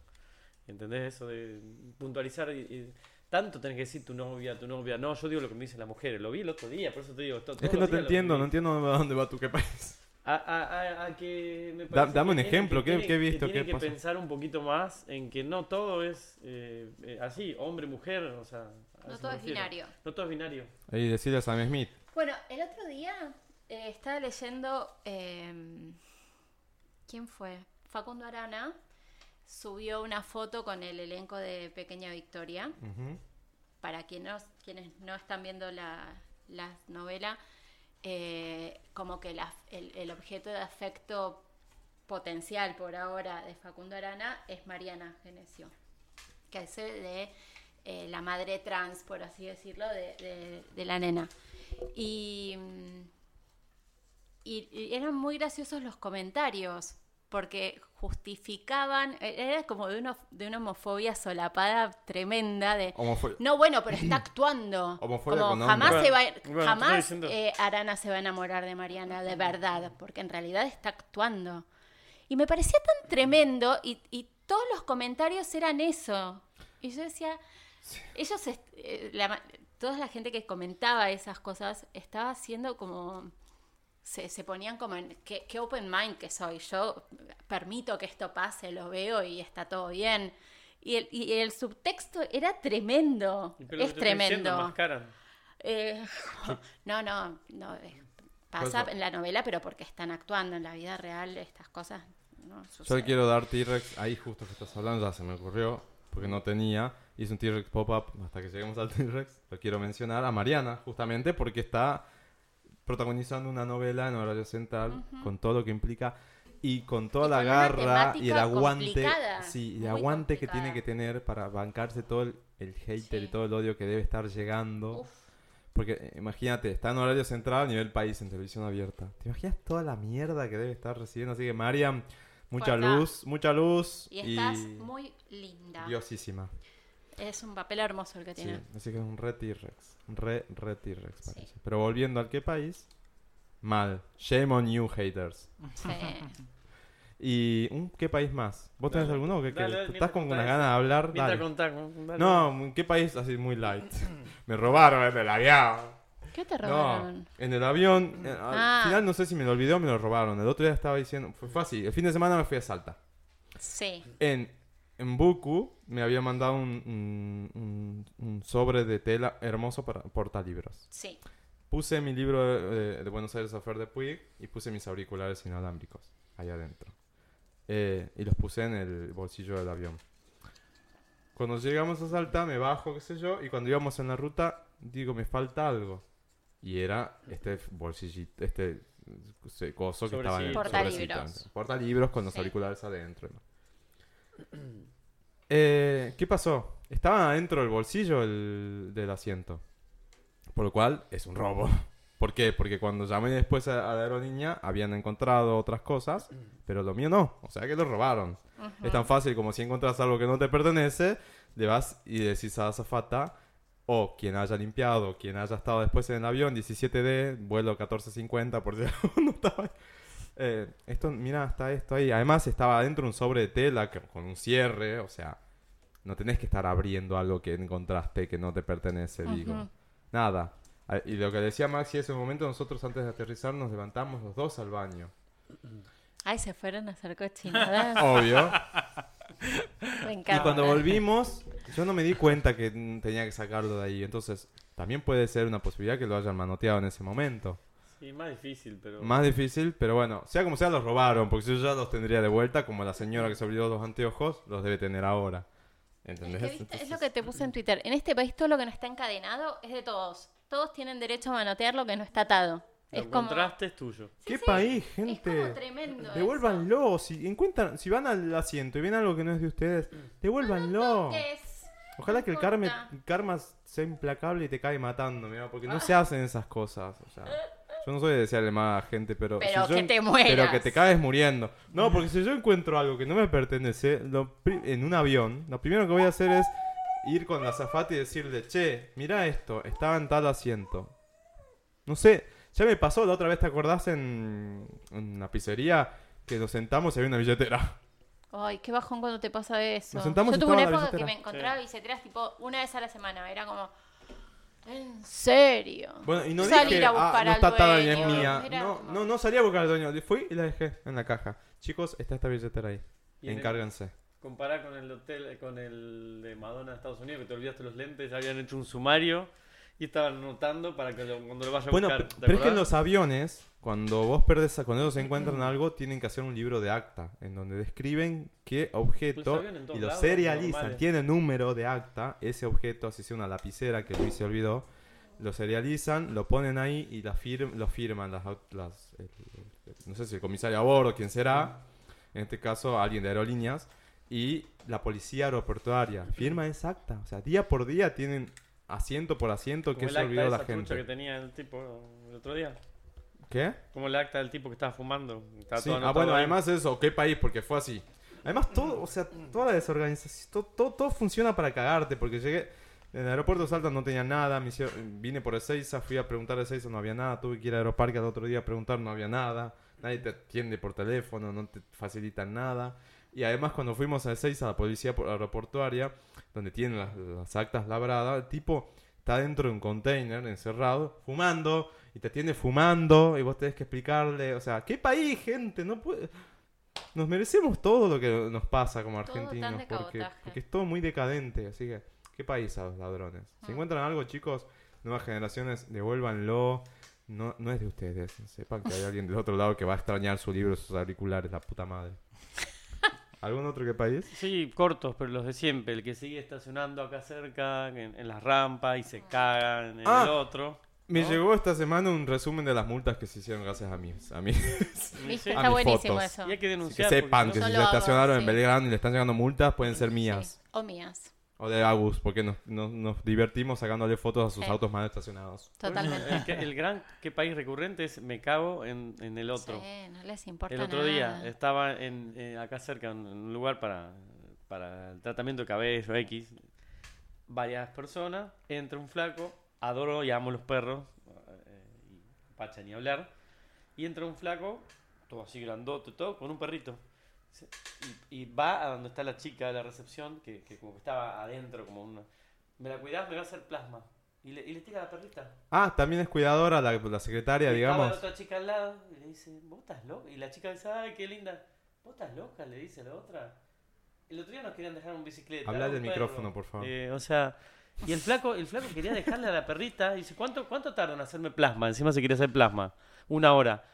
Speaker 7: ¿Entendés? Eso de puntualizar y- y tanto tenés que decir tu novia, tu novia. No, yo digo lo que me dicen las mujeres. Lo vi el otro día, por eso te digo. esto-
Speaker 3: Es
Speaker 7: todos
Speaker 3: que no
Speaker 7: los días
Speaker 3: te
Speaker 7: lo
Speaker 3: entiendo,
Speaker 7: vi.
Speaker 3: no entiendo a dónde va tu qué país.
Speaker 7: A, a- a- a que me
Speaker 3: Da-
Speaker 7: parece
Speaker 3: dame un
Speaker 7: que tienen
Speaker 3: ejemplo,
Speaker 7: que-
Speaker 3: ¿qué-
Speaker 7: tienen-
Speaker 3: qué he visto?
Speaker 7: Que tienen
Speaker 3: ¿Qué
Speaker 7: que
Speaker 3: pasó?
Speaker 7: pensar un poquito más en que no todo es eh, eh, así, hombre, mujer, o sea. a
Speaker 2: No
Speaker 7: eso
Speaker 2: todo
Speaker 7: me
Speaker 2: es
Speaker 7: refiero.
Speaker 2: binario.
Speaker 7: No todo es binario.
Speaker 3: Y decirle a Sam Smith.
Speaker 2: Bueno, el otro día eh, estaba leyendo. eh, ¿Quién fue? Facundo Arana subió una foto con el elenco de Pequeña Victoria.
Speaker 3: Ujú.
Speaker 2: para quien no- quienes no están viendo la, la novela, eh, como que la- el, el objeto de afecto potencial por ahora de Facundo Arana es Mariana Genesio, que es eh, de eh, la madre trans, por así decirlo, de, de- de la nena. Y, mm, y- y eran muy graciosos los comentarios, porque justificaban, e-, era como de una, de una homofobia solapada tremenda de...
Speaker 3: Homofo-
Speaker 2: No, bueno, pero está actuando.
Speaker 3: Homofobia
Speaker 2: Como
Speaker 3: con hombre.
Speaker 2: jamás se va,
Speaker 7: Bueno, bueno, te
Speaker 2: jamás
Speaker 7: estoy diciendo.
Speaker 2: eh, Arana se va a enamorar de Mariana de verdad, porque en realidad está actuando. Y Y me parecía tan tremendo y, y todos los comentarios eran eso. Y yo decía, ellos, est- eh, la ma- toda la gente que comentaba esas cosas estaba haciendo como, se, se ponían como en, qué, qué open mind que soy, yo permito que esto pase, lo veo y está todo bien. Y el, y el subtexto era tremendo, es
Speaker 7: Pero lo que te estoy
Speaker 2: tremendo.
Speaker 7: diciendo, enmascaran.
Speaker 2: Eh, no, no, no. eh, Pasa
Speaker 3: Pasa.
Speaker 2: en la novela, pero porque están actuando en la vida real estas cosas. No
Speaker 3: Yo
Speaker 2: suceden.
Speaker 3: le quiero dar T-Rex, ahí justo que estás hablando, ya se me ocurrió, porque no tenía. Hice un T-Rex pop-up hasta que lleguemos al T-Rex. Lo quiero mencionar a Mariana, justamente, porque está protagonizando una novela en horario central, con todo lo que implica y con toda la
Speaker 2: con una
Speaker 3: garra y el
Speaker 2: temática
Speaker 3: aguante,
Speaker 2: complicada,
Speaker 3: sí, el
Speaker 2: muy
Speaker 3: aguante que tiene
Speaker 2: complicada.
Speaker 3: que tener para bancarse todo el, el hater
Speaker 2: Sí.
Speaker 3: y todo el odio que debe estar llegando.
Speaker 2: Uf.
Speaker 3: Porque eh, imagínate, está en horario central a nivel país, en televisión abierta. ¿Te imaginas toda la mierda que debe estar recibiendo? Así que Mariam, mucha
Speaker 2: Fuerza.
Speaker 3: luz, mucha luz.
Speaker 2: Y estás muy linda.
Speaker 3: Diosísima.
Speaker 2: Es un papel hermoso el que
Speaker 3: Sí,
Speaker 2: tiene.
Speaker 3: así que es un re T-Rex. Un Re, re T-Rex parece. Pero volviendo al qué país, mal. Shame on you, haters.
Speaker 2: Sí.
Speaker 3: ¿Y un qué país más? ¿Vos tenés
Speaker 7: Dale.
Speaker 3: alguno? o ¿Qué, qué?
Speaker 7: Dale, dale,
Speaker 3: ¿Estás
Speaker 7: mientras
Speaker 3: con
Speaker 7: contás
Speaker 3: unas
Speaker 7: eso.
Speaker 3: ganas de hablar?
Speaker 7: Mientras
Speaker 3: Dale.
Speaker 7: contás, dale.
Speaker 3: No, un qué país así muy light. me robaron en el avión.
Speaker 2: ¿Qué te
Speaker 3: No,
Speaker 2: robaron?
Speaker 3: en el avión. eh,
Speaker 2: Ah.
Speaker 3: Al final no sé si me lo olvidé o me lo robaron. El otro día estaba diciendo. Fue, fue así. El fin de semana me fui a Salta.
Speaker 2: Sí.
Speaker 3: En, en Buku me había mandado un, un- un- un sobre de tela hermoso para portalibros.
Speaker 2: Sí.
Speaker 3: Puse mi libro eh, de, Buenos Aires a Fer de Puig y puse mis auriculares inalámbricos ahí adentro. Eh, y los puse en el bolsillo del avión. Cuando llegamos a Salta, me bajo, qué sé yo, y cuando íbamos en la ruta, digo, me falta algo. Y era este bolsillito, este eh, se- coso que estaba en el
Speaker 2: Sobrecito.
Speaker 3: sobrecito.
Speaker 2: Portalibros.
Speaker 3: Portalibros con los
Speaker 2: Sí.
Speaker 3: auriculares adentro. y más. Eh, ¿Qué pasó? Estaba adentro del bolsillo el- del asiento. Por lo cual es un robo. ¿Por qué? Porque cuando llamé después a, a la aerolínea habían encontrado otras cosas, pero lo mío no. O sea que lo robaron. Es tan fácil como si encontrás algo que no te pertenece, le vas y decís a la azafata o quien haya limpiado, quien haya estado después en el avión, 17D, vuelo 1450, por si no estaba... Eh, esto, mira, está esto ahí. Además estaba adentro un sobre de tela que- con un cierre, o sea, no tenés que estar abriendo algo que encontraste que no te pertenece, digo.
Speaker 2: Ujú.
Speaker 3: Nada. A- Y lo que decía Maxi ese momento, nosotros antes de aterrizar nos levantamos los dos al baño.
Speaker 2: Ay, se fueron a hacer cochinadas.
Speaker 3: Obvio.
Speaker 2: Me encanta.
Speaker 3: Y cuando volvimos, yo no me di cuenta que mm, tenía que sacarlo de ahí. Entonces, también puede ser una posibilidad que lo hayan manoteado en ese momento.
Speaker 7: Sí, más difícil, pero.
Speaker 3: Más difícil, pero bueno, sea como sea, los robaron, porque yo ya los tendría de vuelta, como la señora que se olvidó los anteojos, los debe tener ahora.
Speaker 2: Es,
Speaker 3: ¿Entendés?
Speaker 2: que, ¿viste? es lo
Speaker 3: Entonces-
Speaker 2: que te puse en Twitter. En este país todo lo que no está encadenado es de todos. Todos tienen derecho a manotear lo que no está atado.
Speaker 7: Lo
Speaker 2: es como...
Speaker 7: contraste es tuyo.
Speaker 3: ¿Qué país,
Speaker 2: Es
Speaker 3: gente?
Speaker 2: como tremendo.
Speaker 3: Devuélvanlo, si encuentran, si van al asiento y ven algo que no es de ustedes,
Speaker 2: Mm.
Speaker 3: devuélvanlo.
Speaker 2: eso. ¿Qué es?
Speaker 3: Ojalá
Speaker 2: no
Speaker 3: que el
Speaker 2: importa. Ah.
Speaker 3: karma, karma sea implacable y te cae matando, mira, porque no se hacen esas cosas. O sea, yo no soy de desearle mal a la gente, pero.
Speaker 2: Pero
Speaker 3: yo
Speaker 2: que
Speaker 3: en-
Speaker 2: te mueras.
Speaker 3: Pero que te caes muriendo. No, porque si yo encuentro algo que no me pertenece lo pri- en un avión, lo primero que voy a hacer es ir con la azafata y decirle, che, mira esto, estaba en tal asiento. No sé, ya me pasó la otra vez, ¿te acordás en, en una pizzería? Que nos sentamos y había una billetera.
Speaker 2: Ay, qué bajón cuando te pasa eso.
Speaker 3: Nos sentamos
Speaker 2: Yo
Speaker 3: y
Speaker 2: tuve una
Speaker 3: estaba la
Speaker 2: época que me
Speaker 3: billetera.
Speaker 2: encontraba billeteras tipo una vez a la semana. Era como, ¿en serio?
Speaker 3: Bueno, y no
Speaker 2: Salir
Speaker 3: dije,
Speaker 2: a buscar
Speaker 3: "Ah, no
Speaker 2: al
Speaker 3: está atada y es
Speaker 2: dueño".
Speaker 3: mía.
Speaker 2: Era
Speaker 3: No,
Speaker 2: como-
Speaker 3: no, no salí a buscar al dueño. Fui y la dejé en la caja. Chicos, está esta billetera ahí.
Speaker 7: Y en el-
Speaker 3: Encárganse.
Speaker 7: Compará con el hotel, eh, con el de Madonna de Estados Unidos, que te olvidaste los lentes, habían hecho un sumario y estaban anotando para que lo- cuando lo vaya a
Speaker 3: Bueno,
Speaker 7: buscar.
Speaker 3: pe-
Speaker 7: ¿te
Speaker 3: pero es que en
Speaker 7: acordás?
Speaker 3: los aviones, cuando vos perdés, cuando ellos encuentran algo, tienen que hacer un libro de acta, en donde describen qué
Speaker 7: Los
Speaker 3: objeto
Speaker 7: aviones Pues en todos
Speaker 3: y lo
Speaker 7: lados,
Speaker 3: serializan.
Speaker 7: normales.
Speaker 3: Tiene número de acta, ese objeto, así sea una lapicera que Luis se olvidó, lo serializan, lo ponen ahí y la fir- lo firman las, au- las- el- el- el- no sé si el comisario a bordo, quién será, en este caso alguien de aerolíneas, y la policía aeroportuaria. Firma esa acta, o sea, día por día tienen asiento por asiento
Speaker 7: Como
Speaker 3: que
Speaker 7: el
Speaker 3: se
Speaker 7: acta
Speaker 3: olvidó
Speaker 7: esa
Speaker 3: la
Speaker 7: trucha que
Speaker 3: gente.
Speaker 7: tenía el tipo el otro día.
Speaker 3: ¿Qué?
Speaker 7: Como el acta del tipo que estaba fumando. Estaba
Speaker 3: Sí,
Speaker 7: todo
Speaker 3: Ah,
Speaker 7: anotado
Speaker 3: bueno,
Speaker 7: ahí.
Speaker 3: además eso, qué país, porque fue así. Además, todo, o sea, toda la desorganización, to- todo, todo funciona para cagarte, porque llegué en el aeropuerto de Salta, no tenía nada, me hicieron- vine por Ezeiza, fui a preguntar a Ezeiza, no había nada, tuve que ir a Aeroparque al otro día a preguntar, no había nada, nadie te atiende por teléfono, no te facilitan nada. Y además cuando fuimos a seis a la policía por- aeroportuaria, donde tienen las, las actas labradas, el tipo está dentro de un container, encerrado, fumando, y te atiende fumando, y vos tenés que explicarle, o sea, ¿qué país, gente? No puede... Nos merecemos todo lo que nos pasa como
Speaker 2: Todo tan
Speaker 3: argentinos,
Speaker 2: de
Speaker 3: porque,
Speaker 2: cabotaje.
Speaker 3: porque es todo muy decadente, así que, ¿qué país a los ladrones?
Speaker 2: Ah.
Speaker 3: Si encuentran algo, chicos, nuevas generaciones, devuélvanlo. No, no es de ustedes. Sepan que hay alguien del otro lado que va a extrañar su libro, sus auriculares, la puta madre. ¿Algún otro que país?
Speaker 7: Sí, cortos, pero los de siempre. El que sigue estacionando acá cerca, en, en las rampas, y se cagan en
Speaker 3: Ah.
Speaker 7: el otro.
Speaker 3: Me llegó esta semana un resumen de las multas que se hicieron gracias a mis, a mis,
Speaker 2: Viste,
Speaker 3: a
Speaker 2: está
Speaker 3: mis
Speaker 2: buenísimo
Speaker 3: fotos.
Speaker 2: eso.
Speaker 7: Y hay que
Speaker 3: Así que
Speaker 7: denunciar. porque
Speaker 3: sepan
Speaker 2: yo
Speaker 3: que si
Speaker 2: lo
Speaker 3: se
Speaker 2: hago,
Speaker 3: estacionaron
Speaker 2: sí.
Speaker 3: en Belgrano y le están llegando multas, pueden ser mías.
Speaker 2: O mías.
Speaker 3: O de Agus, porque nos, nos- nos divertimos sacándole fotos a sus
Speaker 2: Sí.
Speaker 3: autos mal estacionados.
Speaker 2: Totalmente.
Speaker 7: El, que- el gran que país recurrente es me cago en, en el otro.
Speaker 2: Sí, no les importa
Speaker 7: El otro
Speaker 2: nada.
Speaker 7: día estaba en, eh, acá cerca, en un lugar para, para el tratamiento de cabello X. Varias personas, entra un flaco, adoro y amo los perros, eh, y pacha ni hablar. Y entra un flaco, todo así grandote, todo, con un perrito. Dice, Y, y va a donde está la chica de la recepción, que, que como que estaba adentro, como una. ¿Me la cuidás? Me va a hacer plasma. Y le, y le tira la perrita.
Speaker 3: Ah, también es cuidadora la, la secretaria,
Speaker 7: Y estaba
Speaker 3: digamos.
Speaker 7: la otra chica al lado y le dice, ¿vos estás loca? Y la chica dice, ¡ay, qué linda! ¿Vos estás loca? Le dice la otra. El otro día nos querían dejar un bicicleta.
Speaker 3: Habla
Speaker 7: un
Speaker 3: del
Speaker 7: perro.
Speaker 3: micrófono, por favor.
Speaker 7: Eh, o sea, y el flaco, el flaco quería dejarle a la perrita. Y dice, ¿cuánto, cuánto tarda en hacerme plasma? Encima se quería hacer plasma. Una hora.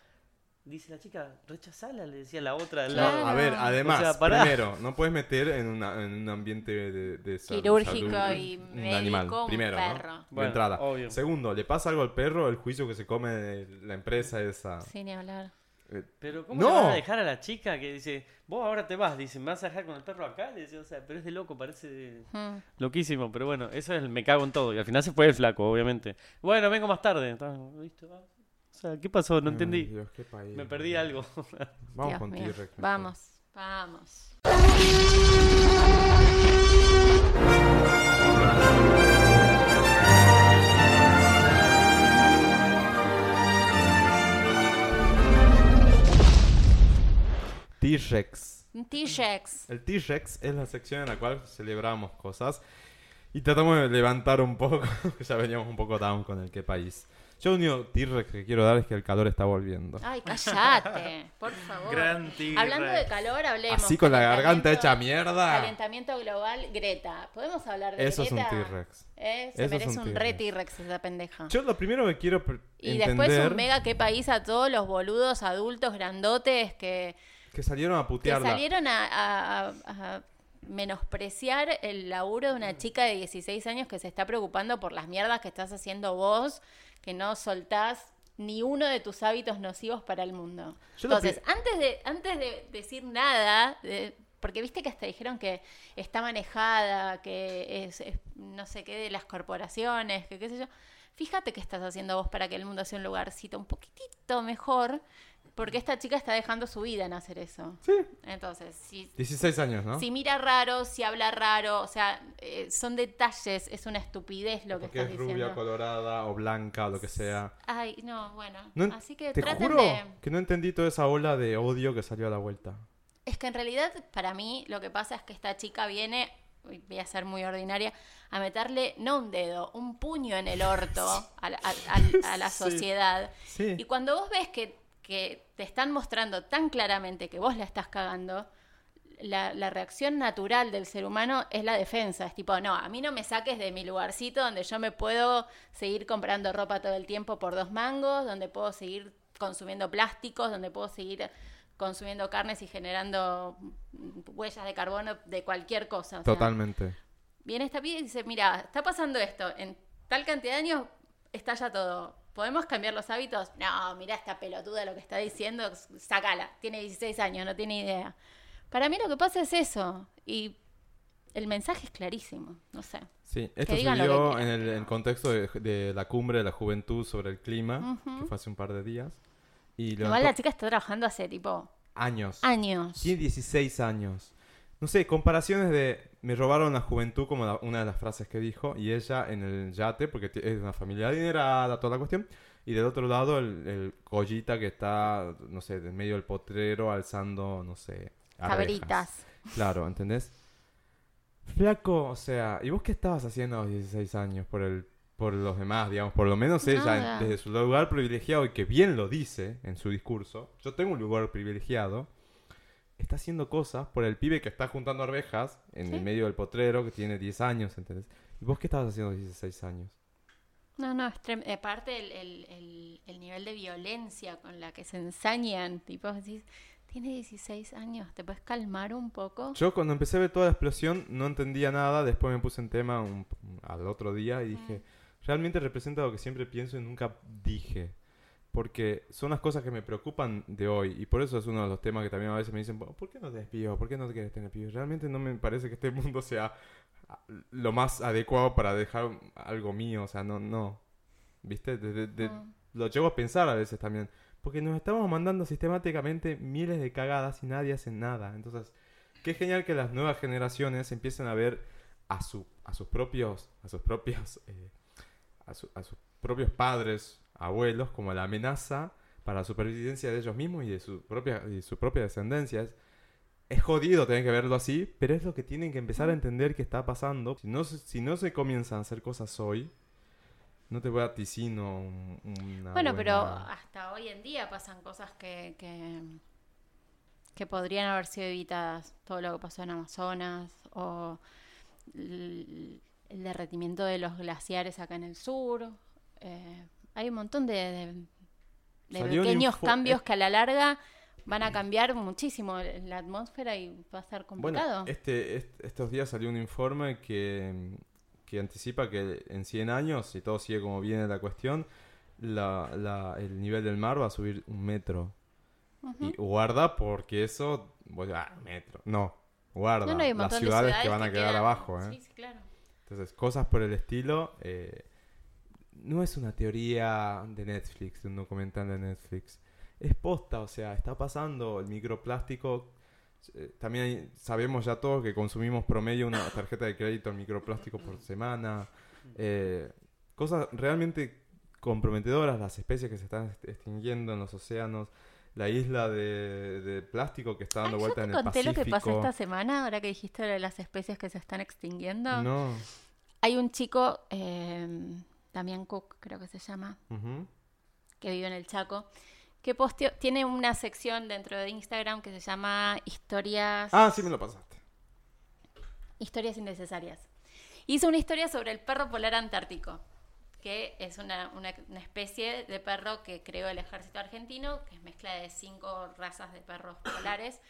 Speaker 7: Dice la chica, rechazala, le decía la otra al
Speaker 3: No,
Speaker 7: lado.
Speaker 3: a
Speaker 2: Ah.
Speaker 3: ver, además,
Speaker 7: O sea, pará.
Speaker 3: primero, no puedes meter en, una- en un ambiente de, de sal-
Speaker 2: Quirúrgico
Speaker 3: salud
Speaker 2: y
Speaker 3: un
Speaker 2: médico,
Speaker 3: animal.
Speaker 2: un
Speaker 3: primero, ¿no?
Speaker 2: perro.
Speaker 3: De
Speaker 7: Bueno,
Speaker 3: entrada.
Speaker 7: obvio.
Speaker 3: Segundo, le pasa algo al perro, el juicio que se come la empresa esa.
Speaker 7: este.
Speaker 2: Sí, ni hablar.
Speaker 3: Eh,
Speaker 7: Pero ¿cómo
Speaker 3: No.
Speaker 7: le van a dejar a la chica que dice, vos ahora te vas? Dice, ¿me vas a dejar con el perro acá? Le dice, o sea, pero es de loco, parece...
Speaker 2: Mm.
Speaker 7: Loquísimo, pero bueno, eso es el me cago en todo. Y al final se fue el flaco, obviamente. Bueno, vengo más tarde. Estaba, ¿viste? Ah, O sea, ¿qué pasó? No
Speaker 3: Ay,
Speaker 7: entendí.
Speaker 3: Dios, qué país.
Speaker 7: Me perdí algo.
Speaker 3: Vamos
Speaker 2: Dios
Speaker 3: con
Speaker 2: mío.
Speaker 3: T-Rex. mejor.
Speaker 2: Vamos, vamos.
Speaker 3: T-Rex.
Speaker 2: Un T-Rex.
Speaker 3: El T-Rex es la sección en la cual celebramos cosas y tratamos de levantar un poco. ya veníamos un poco down con el qué país. Yo, el único T-Rex que quiero dar es que el calor está volviendo.
Speaker 2: Ay, callate, por favor.
Speaker 12: Gran T-Rex.
Speaker 2: Hablando de calor, hablemos.
Speaker 3: Así con la
Speaker 2: Calentamiento-
Speaker 3: garganta hecha mierda.
Speaker 2: Calentamiento global, Greta. ¿Podemos hablar de
Speaker 3: Eso es un
Speaker 2: Greta?
Speaker 3: T-Rex.
Speaker 2: ¿Eh?
Speaker 3: Eso
Speaker 2: Se
Speaker 3: es
Speaker 2: merece
Speaker 3: un
Speaker 2: un, re
Speaker 3: T-Rex.
Speaker 2: T-Rex esa pendeja.
Speaker 3: Yo lo primero que quiero per-
Speaker 2: y
Speaker 3: entender
Speaker 2: después un mega qué país a todos los boludos adultos grandotes que,
Speaker 3: que salieron a
Speaker 2: que
Speaker 3: putearla.
Speaker 2: salieron a, a- a- a menospreciar el laburo de
Speaker 3: Mm.
Speaker 2: una chica de 16 años que se está preocupando por las mierdas que estás haciendo vos, que no soltás ni uno de tus hábitos nocivos para el mundo.
Speaker 3: Yo la
Speaker 2: Entonces, antes de, antes de decir nada, de- porque viste que hasta dijeron que está manejada, que es, es no sé qué de las corporaciones, que qué sé yo. Fíjate qué estás haciendo vos para que el mundo sea un lugarcito un poquitito mejor, porque esta chica está dejando su vida en hacer eso.
Speaker 3: Sí, Ah.
Speaker 2: Entonces, si,
Speaker 3: 16 años, ¿no?
Speaker 2: si mira raro, si habla raro, o sea, eh, son detalles, es una estupidez lo que
Speaker 3: Porque
Speaker 2: estás
Speaker 3: es rubia,
Speaker 2: diciendo.
Speaker 3: colorada o blanca o lo que sea.
Speaker 2: Ay, no, bueno.
Speaker 3: No en-
Speaker 2: Así que
Speaker 3: te
Speaker 2: traten
Speaker 3: juro
Speaker 2: de...
Speaker 3: que no entendí toda esa ola de odio que salió a la vuelta.
Speaker 2: Es que en realidad, para mí, lo que pasa es que esta chica viene, uy, voy a ser muy ordinaria, a meterle no un dedo, un puño en el orto a, la- a- a- a la
Speaker 3: Sí.
Speaker 2: sociedad.
Speaker 3: Sí.
Speaker 2: Y cuando vos ves que, que te están mostrando tan claramente que vos la estás cagando, la, la reacción natural del ser humano es la defensa. Es tipo, no, a mí no me saques de mi lugarcito donde yo me puedo seguir comprando ropa todo el tiempo por dos mangos, donde puedo seguir consumiendo plásticos, donde puedo seguir consumiendo carnes y generando mm, huellas de carbono de cualquier cosa. o sea,
Speaker 3: Totalmente.
Speaker 2: Viene esta piba y dice, mira, está pasando esto, en tal cantidad de años está ya todo. ¿Podemos cambiar los hábitos? No, mira esta pelotuda lo que está diciendo, s- sacala. Tiene 16 años, no tiene idea. Para mí lo que pasa es eso. Y el mensaje es clarísimo, no sé.
Speaker 3: Sí, esto se
Speaker 2: digan lo que
Speaker 3: dio en
Speaker 2: quieran,
Speaker 3: el,
Speaker 2: pero-
Speaker 3: en contexto de, de la cumbre de la juventud sobre el clima,
Speaker 2: Ujú.
Speaker 3: que fue hace un par de días. Y
Speaker 2: Igual la
Speaker 3: levantó
Speaker 2: chica está trabajando hace tipo
Speaker 3: años.
Speaker 2: años.
Speaker 3: Tiene 16 años. No sé, comparaciones de me robaron la juventud como la- una de las frases que dijo y ella en el yate, porque ti- es de una familia adinerada, toda la cuestión, Y del otro lado, el, el collita que está, no sé, en medio del potrero alzando, no sé. arvejas.
Speaker 2: Cabritas.
Speaker 3: Claro, ¿entendés? Flaco, o sea, ¿y vos qué estabas haciendo a los 16 años por el por los demás, digamos? Por lo menos ella,
Speaker 2: Nada.
Speaker 3: en- desde su lugar privilegiado y que bien lo dice en su discurso, yo tengo un lugar privilegiado, está haciendo cosas por el pibe que está juntando arvejas en el medio del potrero que tiene 10 años, ¿entendés? ¿Y vos qué estabas haciendo a los 16 años?
Speaker 2: No, no, es trem- aparte el, el- el- el nivel de violencia con la que se ensañan, tipo, decís, tiene 16 años, ¿te puedes calmar un poco?
Speaker 3: Yo cuando empecé a ver toda la explosión no entendía nada, después me puse en tema un- al otro día y dije, realmente representa lo que siempre pienso y nunca dije. Porque son las cosas que me preocupan de hoy y por eso es uno de los temas que también a veces me dicen, "Po- ¿por qué no te despido? ¿Por qué no te quieres tener pibes? Realmente no me parece que este mundo sea ah, lo más adecuado para dejar algo mío, o sea, no, no. ¿Viste? De- de- de- Lo llevo a pensar a veces también. Porque nos estamos mandando sistemáticamente miles de cagadas y nadie hace nada. Entonces, qué genial que las nuevas generaciones empiecen a ver a, su, a sus propios, a sus propios, eh, a, su- a sus propios padres, abuelos, como la amenaza para la supervivencia de ellos mismos y de su propia, y su propia descendencia. Es, es jodido tener que verlo así, pero es lo que tienen que empezar a entender que está pasando. Si no, se- si no se comienzan a hacer cosas hoy, no te voy a ticino un, una
Speaker 2: Bueno, pero
Speaker 3: buena-
Speaker 2: hasta hoy en día pasan cosas que, que, que podrían haber sido evitadas. Todo lo que pasó en Amazonas o l- el, derretimiento de los glaciares acá en el sur. Eh, hay un montón de, de- de
Speaker 3: Salió un
Speaker 2: pequeños
Speaker 3: info-
Speaker 2: cambios
Speaker 3: eh. mm.
Speaker 2: que a la larga van a cambiar muchísimo la atmósfera y va a estar complicado.
Speaker 3: Bueno, este, est- estos días salió un informe que, que anticipa que en 100 años, si todo sigue como viene la cuestión, la- la- el nivel del mar va a subir un metro. Y guarda porque eso... bueno, ah, metro. No, guarda.
Speaker 2: No, no, hay un
Speaker 3: Las
Speaker 2: montón de
Speaker 3: ciudades que
Speaker 2: ciudades
Speaker 3: van a
Speaker 2: que
Speaker 3: quedar
Speaker 2: quedan-
Speaker 3: abajo. ¿eh?
Speaker 2: Sí, sí, claro.
Speaker 3: Entonces, cosas por el estilo. eh, no es una teoría de Netflix, de un documental de Netflix. Es posta, o sea, está pasando el microplástico. eh, También hay- sabemos ya todos que consumimos promedio una tarjeta de crédito en microplástico por semana. Eh, cosas realmente comprometedoras, las especies que se están est- extinguiendo en los océanos, la isla de, de plástico que está dando
Speaker 2: Ay, yo
Speaker 3: vuelta
Speaker 2: te
Speaker 3: en el
Speaker 2: conté
Speaker 3: Pacífico.
Speaker 2: lo que pasó esta semana, ahora que dijiste lo de las especies que se están extinguiendo.
Speaker 3: No.
Speaker 2: Hay un chico, eh, Damián Cook creo que se llama,
Speaker 3: Ujú.
Speaker 2: que vive en el Chaco, que posteó, tiene una sección dentro de Instagram que se llama Historias,
Speaker 3: Ah, sí me lo pasaste.
Speaker 2: historias Innecesarias. Hizo una historia sobre el perro polar antártico, que es una, una- una especie de perro que creó el ejército argentino, que es mezcla de cinco razas de perros polares,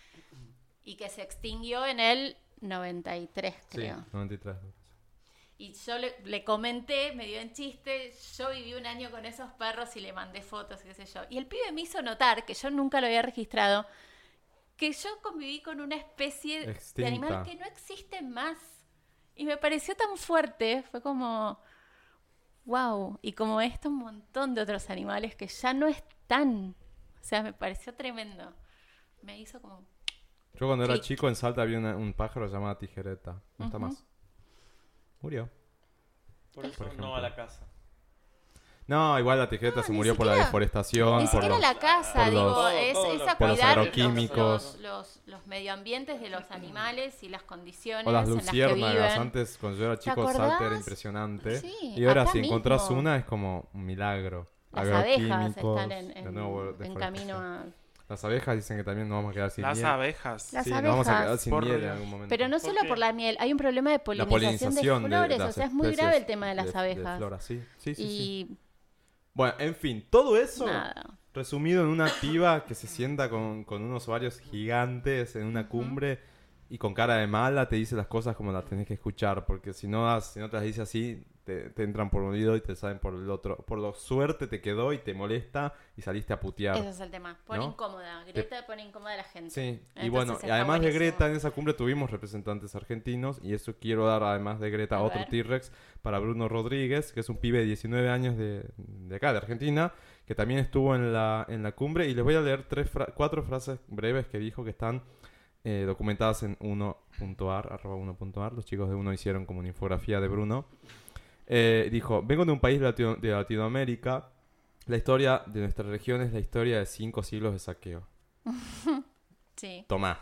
Speaker 2: y que se extinguió en el 93, creo.
Speaker 3: Sí, 93.
Speaker 2: Y yo le, le comenté, me dio en chiste, yo viví un año con esos perros y le mandé fotos, qué sé yo. Y el pibe me hizo notar, que yo nunca lo había registrado, que yo conviví con una especie de
Speaker 3: Extinta.
Speaker 2: animal que no existe más. Y me pareció tan fuerte, fue como, wow. Y como esto, un montón de otros animales que ya no están. O sea, me pareció tremendo. Me hizo como,
Speaker 3: Yo cuando era
Speaker 2: Clic.
Speaker 3: chico en Salta había una- un pájaro llamado tijereta. No está
Speaker 2: Ujú.
Speaker 3: más. Murió.
Speaker 11: Por eso
Speaker 3: ejemplo.
Speaker 11: no a la casa.
Speaker 3: No, igual la tijereta
Speaker 2: No,
Speaker 3: se
Speaker 2: Ah, ni
Speaker 3: murió por la
Speaker 2: siquiera-
Speaker 3: deforestación.
Speaker 2: ni
Speaker 3: por
Speaker 2: siquiera
Speaker 3: los-
Speaker 2: la casa,
Speaker 3: por
Speaker 2: digo,
Speaker 3: los-
Speaker 2: es,
Speaker 11: todo
Speaker 2: es
Speaker 11: lo-
Speaker 2: a
Speaker 3: por los
Speaker 2: cuidar
Speaker 3: agroquímicos.
Speaker 2: los, los, los medioambientes de los animales y las condiciones
Speaker 3: O las
Speaker 2: en las que
Speaker 3: luciérnagas.
Speaker 2: viven.
Speaker 3: Antes, cuando yo era
Speaker 2: ¿Te
Speaker 3: chico, Salta era
Speaker 2: acordás?
Speaker 3: impresionante.
Speaker 2: Sí,
Speaker 3: y ahora,
Speaker 2: acá
Speaker 3: si encontrás
Speaker 2: mismo.
Speaker 3: una, es como un milagro.
Speaker 2: Las abejas
Speaker 3: Agroquímicos,
Speaker 2: están en,
Speaker 3: de
Speaker 2: en-
Speaker 3: nuevo
Speaker 2: en
Speaker 3: deforestación.
Speaker 2: camino a...
Speaker 3: Las abejas dicen que también nos vamos a quedar sin
Speaker 4: Las
Speaker 3: miel.
Speaker 4: abejas.
Speaker 2: Las
Speaker 3: sí, nos vamos a
Speaker 2: abejas.
Speaker 3: quedar sin
Speaker 4: Por
Speaker 3: miel en
Speaker 4: Dios.
Speaker 3: algún momento.
Speaker 2: Pero no
Speaker 11: ¿Por
Speaker 2: solo
Speaker 11: qué?
Speaker 2: por la miel, hay un problema de
Speaker 3: la
Speaker 2: polinización,
Speaker 3: polinización
Speaker 2: de
Speaker 3: de,
Speaker 2: flores,
Speaker 3: las
Speaker 2: o sea, es muy
Speaker 3: especies
Speaker 2: grave el tema de las
Speaker 3: de-
Speaker 2: abejas.
Speaker 3: De flora, sí. Sí, sí, sí.
Speaker 2: y
Speaker 3: Bueno, en fin, todo eso
Speaker 2: nada.
Speaker 3: resumido en una piba que se sienta con, con unos ovarios gigantes en una cumbre y con cara de mala te dice las cosas como las tenés que escuchar, porque si no, das- si no te las dice así, te, te entran por un oído y te salen por el otro. Por lo suerte te quedó y te molesta y saliste a putear.
Speaker 2: Ese es el tema. Pone
Speaker 3: ¿No?
Speaker 2: incómoda. Greta pone incómoda a la gente.
Speaker 3: Sí, y
Speaker 2: Entonces
Speaker 3: bueno, y
Speaker 2: está
Speaker 3: además de
Speaker 2: buenísimo.
Speaker 3: Greta, en esa cumbre tuvimos representantes argentinos, y eso quiero dar, además de Greta,
Speaker 2: A
Speaker 3: otro
Speaker 2: ver.
Speaker 3: T-Rex para Bruno Rodríguez, que es un pibe de 19 años de, de acá, de Argentina, que también estuvo en la, en la cumbre, y les voy a leer tres fra- cuatro frases breves que dijo que están eh, documentadas en 1.ar, arroba 1.ar, los chicos de 1 hicieron como una infografía de Bruno. Eh, dijo, vengo de un país latino- de Latinoamérica La historia de nuestra región es la historia de cinco siglos de saqueo.
Speaker 2: Sí.
Speaker 3: Tomá.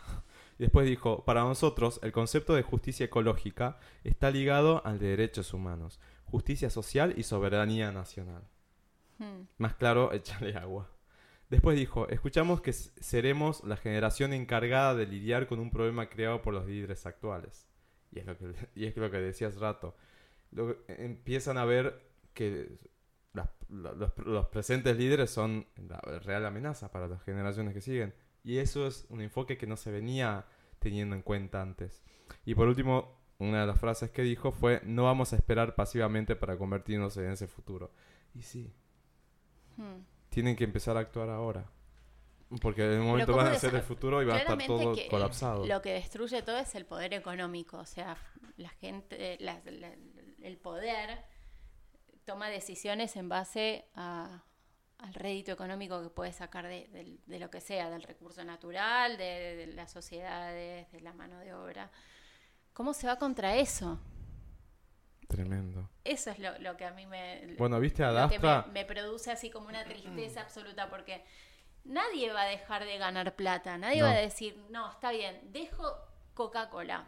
Speaker 3: Y después dijo, para nosotros el concepto de justicia ecológica está ligado al de derechos humanos, justicia social y soberanía nacional.
Speaker 2: Hmm.
Speaker 3: Más claro, échale agua. Después dijo, escuchamos que s- seremos la generación encargada de lidiar con un problema creado por los líderes actuales. Y es lo que, y es lo que decía hace rato. Lo- eh, empiezan a ver que las- la- los, los presentes líderes son la real amenaza para las generaciones que siguen. Y eso es un enfoque que no se venía teniendo en cuenta antes. Y por último, una de las frases que dijo fue, no vamos a esperar pasivamente para convertirnos en ese futuro. Y sí,
Speaker 2: Hmm.
Speaker 3: tienen que empezar a actuar ahora. Porque en un momento
Speaker 2: Pero
Speaker 3: van
Speaker 2: cómo
Speaker 3: a ser
Speaker 2: desa-
Speaker 3: el futuro y va a estar
Speaker 2: Claramente
Speaker 3: todo
Speaker 2: que el-
Speaker 3: colapsado.
Speaker 2: Lo que destruye todo es el poder económico, o sea, la gente, eh, la- la- el poder toma decisiones en base a- al rédito económico que puede sacar de, del- de lo que sea, del recurso natural, de, de las sociedades, de la mano de obra. ¿Cómo se va contra eso?
Speaker 3: Tremendo.
Speaker 2: Eso es lo, lo que a mí me...
Speaker 3: Bueno, ¿viste a
Speaker 2: lo que
Speaker 3: Dastra?
Speaker 2: me, me produce así como una tristeza absoluta porque nadie va a dejar de ganar plata, nadie
Speaker 3: No.
Speaker 2: va a decir, no, está bien, dejo Coca-Cola.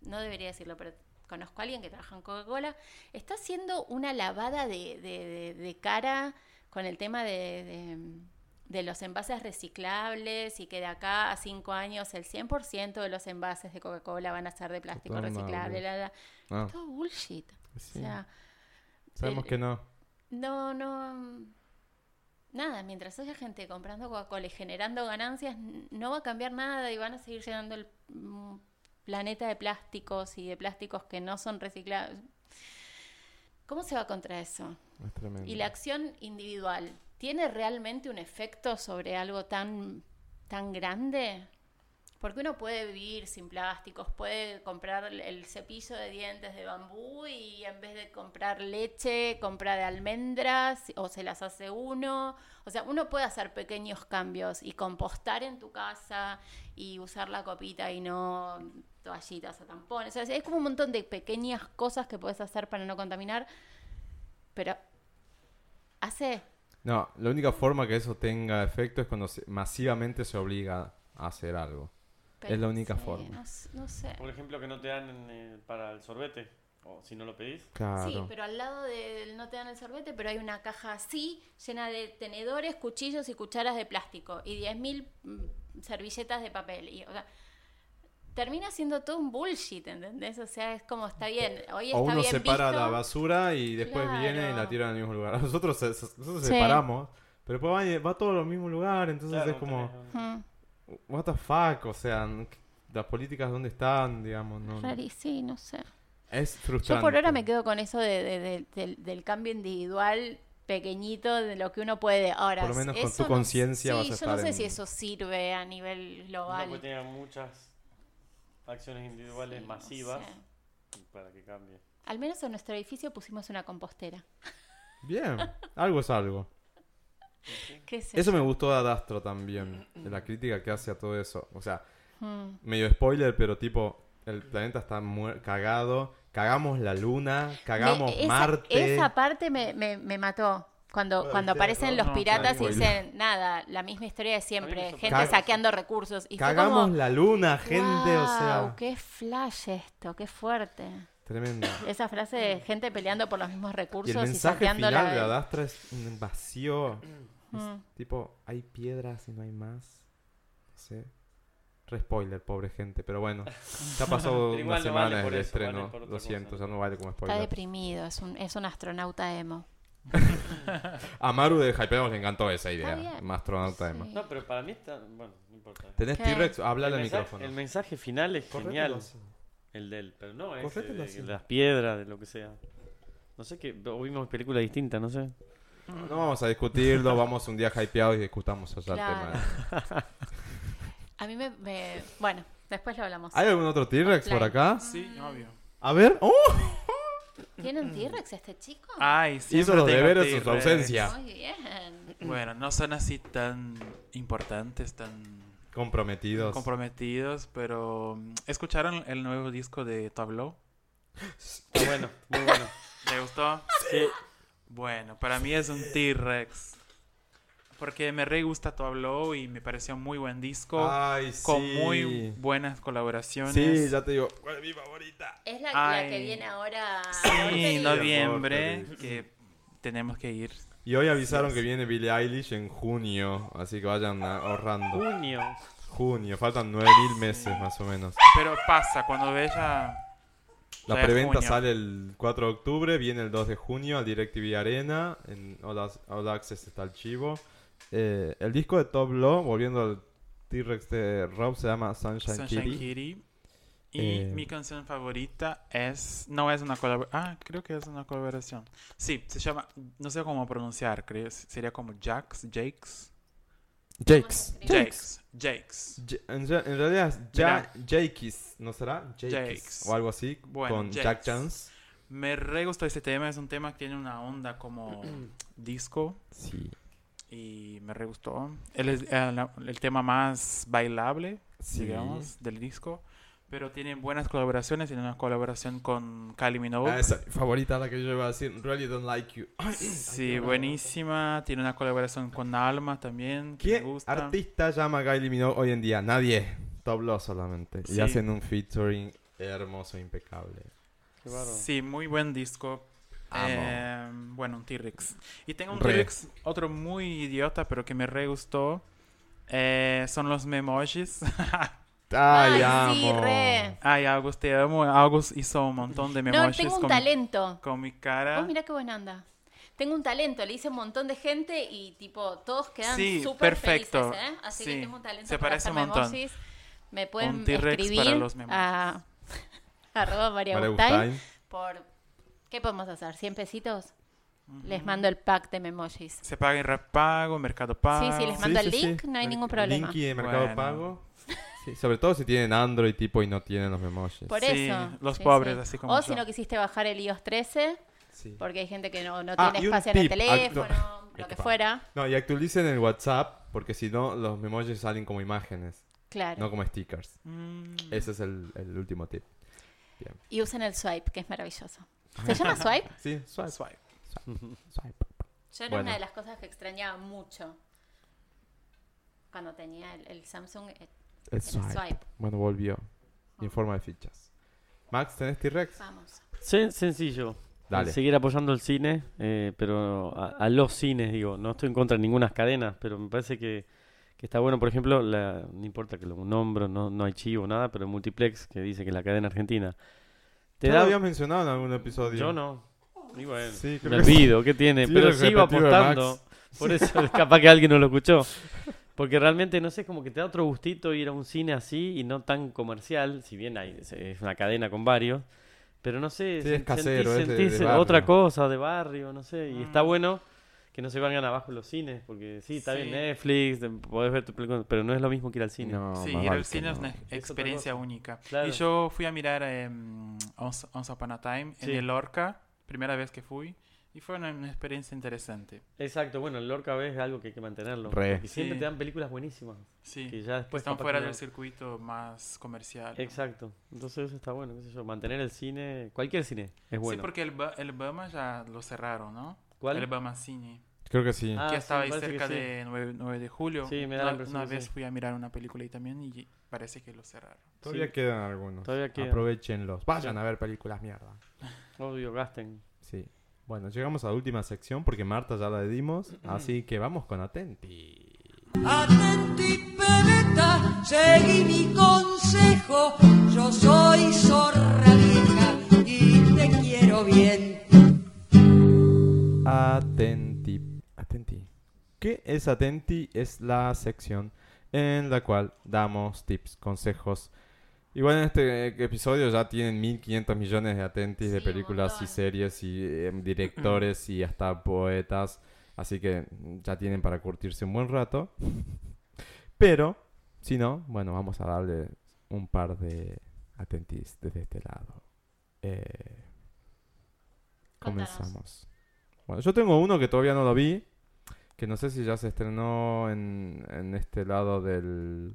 Speaker 2: No debería decirlo, pero conozco a alguien que trabaja en Coca-Cola. Está haciendo una lavada de, de- de- de cara con el tema de, de- de los envases reciclables y que de acá a cinco años el 100% de los envases de Coca-Cola van a ser de plástico
Speaker 3: Total, no,
Speaker 2: reciclable.
Speaker 3: boludo.
Speaker 2: la, la.
Speaker 3: No. pues
Speaker 2: Es todo bullshit.
Speaker 3: Sí.
Speaker 2: O sea,
Speaker 3: Sabemos
Speaker 2: el-
Speaker 3: que no.
Speaker 2: no, no. mm, Nada, mientras haya gente comprando Coca-Cola y generando ganancias, n- no va a cambiar nada y van a seguir llenando el mm, planeta de plásticos y de plásticos que no son reciclables. ¿Cómo se va contra eso?
Speaker 3: Es tremendo.
Speaker 2: Y la acción individual, ¿tiene realmente un efecto sobre algo tan, tan grande? Porque uno puede vivir sin plásticos, puede comprar el- el cepillo de dientes de bambú y en vez de comprar leche, compra de almendras o se las hace uno. O sea, uno puede hacer pequeños cambios y compostar en tu casa y usar la copita y no toallitas o tampones. O sea, es como un montón de pequeñas cosas que puedes hacer para no contaminar, pero hace
Speaker 3: No, la única forma que eso tenga efecto es cuando se- masivamente se obliga a hacer algo.
Speaker 2: Pero
Speaker 3: es la única
Speaker 2: sí, No,
Speaker 3: forma.
Speaker 2: s- no sé.
Speaker 11: Por ejemplo, que no te dan eh, para el sorbete, o si no lo pedís.
Speaker 3: Claro.
Speaker 2: Sí, pero al lado del no te dan el sorbete, pero hay una caja así llena de tenedores, cuchillos y cucharas de plástico y 10.000 mm, servilletas de papel. Y, o sea, termina siendo todo un bullshit, ¿entendés? O sea, es como está bien. Hoy está
Speaker 3: O uno
Speaker 2: bien
Speaker 3: separa
Speaker 2: visto.
Speaker 3: la basura y después
Speaker 2: Claro.
Speaker 3: viene y la tira en el mismo lugar. Nosotros, se- se- nosotros
Speaker 2: Sí.
Speaker 3: separamos, pero después va, y- va todo al mismo lugar, entonces
Speaker 11: Claro,
Speaker 3: es como,
Speaker 11: tenés-
Speaker 2: Mm,
Speaker 3: what the fuck, o sea, n- las políticas dónde están, digamos, no.
Speaker 2: rari- sí, no sé.
Speaker 3: Es frustrante.
Speaker 2: Yo por ahora me quedo con eso de- de- de- del, del cambio individual pequeñito de lo que uno puede. Ahora,
Speaker 3: Por lo menos con
Speaker 2: eso
Speaker 3: tu
Speaker 2: no-
Speaker 3: conciencia vas
Speaker 2: sí,
Speaker 3: a
Speaker 2: yo no
Speaker 3: estar
Speaker 2: sé
Speaker 3: en-
Speaker 2: si eso sirve a nivel global.
Speaker 11: No, pues, porque tenga muchas acciones individuales
Speaker 2: Sí, no
Speaker 11: masivas
Speaker 2: sé.
Speaker 11: para que cambie.
Speaker 2: Al menos en nuestro edificio pusimos una compostera.
Speaker 3: Bien, algo es algo.
Speaker 2: ¿Qué es
Speaker 3: Eso me gustó de Adastro también, de la crítica que hace a todo eso. O sea,
Speaker 2: Mm.
Speaker 3: medio spoiler, pero tipo, el planeta está muer- cagado, cagamos la luna, cagamos
Speaker 2: Me- esa,
Speaker 3: Marte.
Speaker 2: Esa parte me, me- me mató. Cuando,
Speaker 3: Bueno,
Speaker 2: cuando
Speaker 3: viste,
Speaker 2: aparecen
Speaker 3: no,
Speaker 2: los
Speaker 3: no,
Speaker 2: piratas y
Speaker 3: claro.
Speaker 2: dicen, nada, la misma historia de
Speaker 11: A mí me
Speaker 2: siempre, gente
Speaker 11: sorprendió.
Speaker 3: Cag-
Speaker 2: saqueando recursos. Y fue
Speaker 3: Cagamos
Speaker 2: como,
Speaker 3: la luna, gente, o sea.
Speaker 2: "Guau, qué flash esto, qué fuerte.
Speaker 3: Tremendo.
Speaker 2: Esa frase de gente peleando por los mismos
Speaker 3: Y el
Speaker 2: recursos y,
Speaker 3: mensaje
Speaker 2: saqueando
Speaker 3: final
Speaker 2: la...
Speaker 3: de Adastra es un vacío. Es
Speaker 2: Mm.
Speaker 3: tipo, hay piedras y no hay más. No sé. Re spoiler, pobre gente. Pero bueno, ya pasó
Speaker 11: Pero
Speaker 3: una
Speaker 11: igual no
Speaker 3: semana
Speaker 11: vale por
Speaker 3: el
Speaker 11: eso,
Speaker 3: estreno.
Speaker 11: vale por otra
Speaker 3: Lo siento,
Speaker 11: cosa.
Speaker 3: ya no vale como
Speaker 2: Está
Speaker 3: spoiler.
Speaker 2: deprimido, es un, es un astronauta emo.
Speaker 3: A Maru de Hypeamos le encantó esa
Speaker 2: Está
Speaker 3: idea.
Speaker 2: bien.
Speaker 3: Más astronauta
Speaker 2: Sí.
Speaker 3: Emma.
Speaker 11: No, pero para mí está. Bueno, no importa.
Speaker 3: ¿Tenés
Speaker 2: ¿Qué?
Speaker 3: T-Rex?
Speaker 11: el,
Speaker 3: Háblale al
Speaker 11: mensaje,
Speaker 3: micrófono.
Speaker 11: el mensaje final es
Speaker 3: Corrételo
Speaker 11: genial.
Speaker 3: así.
Speaker 11: El del. Pero no, es
Speaker 3: Corrételo así.
Speaker 11: de las piedras, de lo que sea. No sé qué. O vimos películas distintas, no sé.
Speaker 3: No vamos a discutirlo, vamos un día hypeados y discutamos allá el
Speaker 2: Claro.
Speaker 3: tema.
Speaker 2: A mí me, me- Bueno, después lo hablamos.
Speaker 3: ¿Hay algún otro T-Rex por
Speaker 2: Offline.
Speaker 3: acá?
Speaker 4: Sí, obvio.
Speaker 3: A ver. ¡Oh!
Speaker 2: ¿Tiene un T-Rex este chico?
Speaker 3: Ah.
Speaker 4: Ay, sí.
Speaker 3: Hizo los deberes en su ausencia.
Speaker 2: Muy bien.
Speaker 4: Bueno, no son así tan importantes, tan
Speaker 3: Comprometidos.
Speaker 4: comprometidos, pero mm, ¿escucharon el nuevo disco de Tableau?
Speaker 11: Está Ah, bueno, muy bueno.
Speaker 4: ¿Te gustó?
Speaker 11: Sí.
Speaker 4: Bueno, para mí es un T-Rex. Porque me re gusta Tu Habló y me pareció muy buen disco.
Speaker 3: Ay,
Speaker 4: con
Speaker 3: Ah, sí.
Speaker 4: muy buenas colaboraciones.
Speaker 3: Sí, ya te digo, ¿cuál es mi favorita?
Speaker 2: Es la, la que
Speaker 4: Ay.
Speaker 2: viene ahora.
Speaker 4: Sí,
Speaker 2: ahorita.
Speaker 4: noviembre, que tenemos que ir.
Speaker 3: Y hoy avisaron que viene Billie Eilish en junio, así que vayan a- ahorrando.
Speaker 7: Junio.
Speaker 3: Junio, faltan 9000 meses más o menos.
Speaker 4: Pero pasa, cuando ves ya...
Speaker 3: La
Speaker 4: ya es
Speaker 3: preventa
Speaker 4: junio.
Speaker 3: sale el 4 de octubre, viene el 2 de junio al DirecTV Arena, en All, Ac- All Access está el chivo. Eh, el disco de Top Law, volviendo al T-Rex de Rob, se llama Sunshine,
Speaker 4: Sunshine
Speaker 3: Kitty.
Speaker 4: Kitty. Y
Speaker 3: Eh,
Speaker 4: mi canción favorita es. No es una colaboración. Ah, creo que es una colaboración. Sí, se llama. No sé cómo pronunciar. Creo, sería como Jax, Jakes.
Speaker 3: Jakes.
Speaker 4: Jakes. Jakes.
Speaker 3: Ja- En, re- en realidad es ja Jakeys, ¿no será? Jakeys.
Speaker 4: Jakes.
Speaker 3: O algo así,
Speaker 4: Bueno,
Speaker 3: con
Speaker 4: Jakes.
Speaker 3: Jack Chance.
Speaker 4: Me re gustó este tema. Es un tema que tiene una onda como disco.
Speaker 3: Sí.
Speaker 4: Y me re gustó. Él es eh, la- el, tema más bailable,
Speaker 3: Sí.
Speaker 4: digamos, del disco. Pero tiene buenas colaboraciones. Tiene una colaboración con Kylie Minogue.
Speaker 3: Ah, esa es mi favorita, la que yo iba a decir, Really Don't Like You.
Speaker 4: Ah,
Speaker 3: Ay,
Speaker 4: Sí, buenísima. Tiene una colaboración con Alma también. Que
Speaker 3: ¿Qué
Speaker 4: me gusta.
Speaker 3: artista llama a Kylie Minogue hoy en día? Nadie. Top Law solamente.
Speaker 4: Sí.
Speaker 3: Y hacen un featuring hermoso, impecable.
Speaker 7: Qué bárbaro.
Speaker 4: Sí, muy buen disco.
Speaker 3: Amo.
Speaker 4: Eh, bueno, un T-Rex. Y tengo un
Speaker 3: Re.
Speaker 4: T-Rex, otro muy idiota, pero que me re gustó. Eh, son los memojis.
Speaker 3: Ay,
Speaker 2: Ay, sí,
Speaker 3: amo.
Speaker 2: re.
Speaker 4: Ay, Agus, te amo. Agus hizo un montón de
Speaker 2: No,
Speaker 4: memojis
Speaker 2: tengo un
Speaker 4: con,
Speaker 2: talento. Oh,
Speaker 4: con mi cara.
Speaker 2: Vos mirá qué buena onda. Tengo un talento, le hice un montón de gente y tipo todos quedan
Speaker 4: Sí,
Speaker 2: súper
Speaker 4: perfecto.
Speaker 2: felices, ¿eh? Así
Speaker 4: Sí,
Speaker 2: que tengo un talento
Speaker 4: se
Speaker 2: para
Speaker 4: parece
Speaker 2: hacer
Speaker 4: un montón.
Speaker 2: memojis. Me pueden
Speaker 4: Un T-Rex
Speaker 2: escribir
Speaker 4: para los memojis.
Speaker 2: a arroba María
Speaker 3: María
Speaker 2: Agustain
Speaker 3: Agustain.
Speaker 2: por ¿qué podemos hacer? ¿100 pesitos? Les mando el pack de memojis.
Speaker 4: Se paga en Rapago, Mercado Pago.
Speaker 2: sí, les mando el link, no hay ningún problema.
Speaker 3: Linky de Mercado
Speaker 4: Bueno.
Speaker 3: Pago. Sí, sobre todo si tienen Android tipo y no tienen los memojis.
Speaker 2: Por
Speaker 4: Sí,
Speaker 2: eso.
Speaker 4: los pobres, así como
Speaker 2: O
Speaker 4: yo.
Speaker 2: si no quisiste bajar el iOS 13,
Speaker 3: Sí.
Speaker 2: porque hay gente que no, no
Speaker 3: Ah, y
Speaker 2: tiene
Speaker 3: un
Speaker 2: espacio en el
Speaker 3: tip,
Speaker 2: teléfono,
Speaker 3: actu-
Speaker 2: lo que
Speaker 3: Epa.
Speaker 2: fuera.
Speaker 3: No, y actualicen el WhatsApp porque si no los memojis salen como imágenes,
Speaker 2: Claro.
Speaker 3: no como stickers.
Speaker 4: Mm,
Speaker 3: Ese es el, el último tip.
Speaker 2: Y usen el swipe, que es maravilloso.
Speaker 3: Ah.
Speaker 2: ¿Se llama swipe?
Speaker 3: Sí, swipe.
Speaker 4: swipe.
Speaker 3: swipe.
Speaker 2: Yo era
Speaker 3: Bueno.
Speaker 2: una de las cosas que extrañaba mucho cuando tenía el, el Samsung. eh,
Speaker 3: El
Speaker 2: swipe. Ah.
Speaker 3: swipe. Bueno, volvió. Y en forma de fichas. Max, ¿tenés T-Rex?
Speaker 2: Vamos.
Speaker 7: Sen- sencillo.
Speaker 3: Dale.
Speaker 7: Seguir apoyando el cine, eh, pero a, a los cines, digo. No estoy en contra de ninguna cadena, pero me parece que, que está bueno. Por ejemplo, la- no importa que lo nombro, no, no hay chivo, nada, pero Multiplex, que dice que es la cadena argentina.
Speaker 3: Te
Speaker 7: Te
Speaker 3: lo
Speaker 7: da...
Speaker 3: habías mencionado en algún episodio.
Speaker 7: Yo no. Y bueno,
Speaker 3: Sí, creo
Speaker 7: me
Speaker 3: que
Speaker 7: olvido, ¿qué tiene?
Speaker 3: Sí,
Speaker 7: pero
Speaker 3: lo
Speaker 7: sigo
Speaker 3: repetió de
Speaker 7: apostando. Por eso, capaz que alguien no lo escuchó. Porque realmente, no sé, como que te da otro gustito ir a un cine así y no tan comercial, si bien hay, es- es una cadena con varios. Pero no sé,
Speaker 3: Sí, es
Speaker 7: sen-
Speaker 3: casero, es de- de barrio.
Speaker 7: otra cosa de barrio, no sé. Y
Speaker 4: Mm.
Speaker 7: está bueno que no se vayan abajo los cines, porque sí, está bien
Speaker 4: Sí.
Speaker 7: Netflix, te- podés ver tu película, pero no es lo mismo que ir al cine.
Speaker 3: No,
Speaker 4: sí,
Speaker 3: más vale
Speaker 4: ir al
Speaker 3: que
Speaker 4: cine es
Speaker 3: no.
Speaker 4: una experiencia única.
Speaker 7: Claro.
Speaker 4: Y yo fui a mirar eh, Once, Once Upon a Time
Speaker 7: Sí.
Speaker 4: en el Lorca, primera vez que fui, y fue una, una experiencia interesante.
Speaker 7: Exacto, bueno, el Lorca ves es algo que hay que mantenerlo.
Speaker 3: Re.
Speaker 7: Y siempre
Speaker 4: Sí.
Speaker 7: te dan películas buenísimas.
Speaker 4: Sí,
Speaker 7: Que ya después
Speaker 4: están
Speaker 7: capaz
Speaker 4: fuera
Speaker 7: que no-
Speaker 4: del circuito más comercial.
Speaker 7: Exacto. Entonces eso está bueno, qué sé yo. Mantener el cine, cualquier cine, es bueno.
Speaker 4: Sí, porque el, Ba- el Bama ya lo cerraron, ¿no?
Speaker 7: ¿Cuál?
Speaker 4: El Bama Cine,
Speaker 3: Creo que sí.
Speaker 7: Ah,
Speaker 4: que
Speaker 7: sí,
Speaker 4: estaba
Speaker 7: me
Speaker 4: ahí
Speaker 7: parece que
Speaker 4: cerca
Speaker 7: sí.
Speaker 4: de 9, de julio.
Speaker 7: Sí, me da la
Speaker 4: una,
Speaker 7: impresión
Speaker 4: una
Speaker 7: que
Speaker 4: vez
Speaker 7: sí.
Speaker 4: fui a mirar una película ahí también y parece que lo cerraron.
Speaker 3: Todavía
Speaker 7: sí.
Speaker 3: quedan algunos.
Speaker 7: Todavía quedan.
Speaker 3: Aprovechenlos. Vayan a ver películas mierda.
Speaker 7: Obvio, gasten.
Speaker 3: Sí. Bueno, llegamos a la última sección porque Marta ya la dimos. Así que vamos con Atenti.
Speaker 9: Atenti, peleta, seguí mi consejo. Yo soy zorra vieja y te quiero bien.
Speaker 3: Atenti. Atenti. ¿Qué es Atenti? Es la sección en la cual damos tips, consejos. Igual en este eh, episodio ya tienen 1500 millones de atentis de
Speaker 2: Sí, un
Speaker 3: películas y
Speaker 2: montón.
Speaker 3: series y eh, directores y hasta poetas. Así que ya tienen para curtirse un buen rato. Pero, si no, bueno, vamos a darle un par de atentis desde este lado. Eh,
Speaker 2: Contanos.
Speaker 3: comenzamos. Bueno, yo tengo uno que todavía no lo vi, que no sé si ya se estrenó en, en este lado del,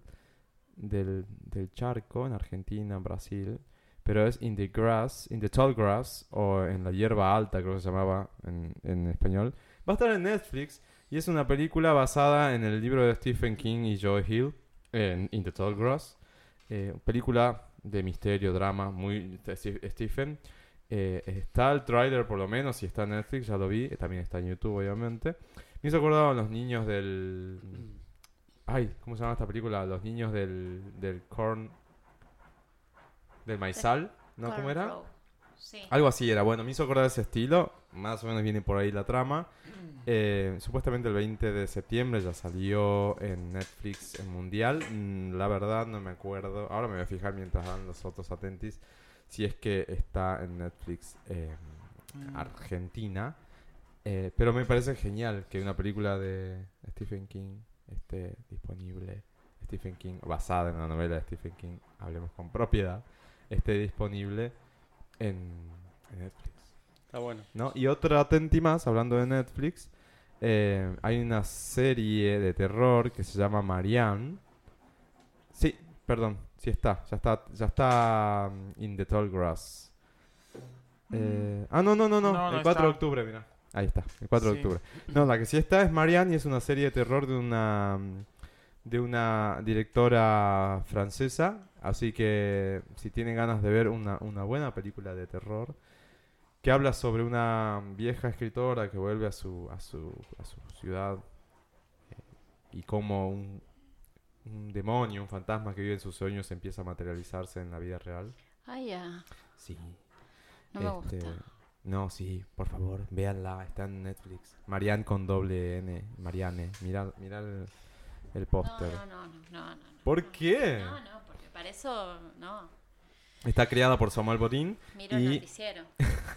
Speaker 3: del, del charco, en Argentina, en Brasil, pero es In the Grass, In the Tall Grass, o En la Hierba Alta, creo que se llamaba en, en español. Va a estar en Netflix Y es una película basada en el libro de Stephen King y Joe Hill, en In the Tall Grass. Eh, película de misterio, drama, muy de Steve- Stephen. Eh, está el trailer por lo menos, y está en Netflix, ya lo vi. eh, También está en YouTube, obviamente. Me hizo acordar a los niños del... Ay, ¿cómo se llama esta película? Los niños del, del corn... Del maizal, ¿no? ¿Cómo era? Ah.
Speaker 2: Cornrow. Sí.
Speaker 3: Algo así era. Bueno, me hizo acordar ese estilo. Más o menos viene por ahí la trama. Eh, supuestamente el 20 de septiembre ya salió en Netflix en Mundial. Mm, La verdad no me acuerdo. Ahora me voy a fijar mientras dan los otros atentis. Si es que está en Netflix eh, Argentina. Eh, pero me parece genial que una película de Stephen King esté disponible. Stephen King, basada en una novela de Stephen King, hablemos con propiedad, esté disponible en, en Netflix.
Speaker 11: Está bueno.
Speaker 3: ¿no? Y otra atenti más, hablando de Netflix, eh, hay una serie de terror que se llama Marianne. Sí, perdón, sí está, ya está, ya está mm, In the Tall Grass. Eh, ah, no, no, no, no,
Speaker 4: Mm. No, no
Speaker 3: el 4 de
Speaker 4: está.
Speaker 3: octubre, mira. Ahí está, el 4 de
Speaker 4: Sí.
Speaker 3: octubre. No, la que sí está es Marianne y es una serie de terror de una de una directora francesa, así que si tienen ganas de ver una, una buena película de terror que habla sobre una vieja escritora que vuelve a su a su, a su ciudad eh, y cómo un, un demonio, un fantasma que vive en sus sueños empieza a materializarse en la vida real.
Speaker 2: Ay, ah,
Speaker 3: Sí.
Speaker 2: no me gusta.
Speaker 3: Este, No, sí, por favor, véanla, está en Netflix. Marianne con doble N, Marianne, mira, mira el, el
Speaker 2: No,
Speaker 3: póster.
Speaker 2: no, no, no, no, no.
Speaker 3: ¿Por qué?
Speaker 2: No, no, porque para eso no.
Speaker 3: Está creada por Samuel Botín
Speaker 2: Miro el
Speaker 3: y
Speaker 2: noticiero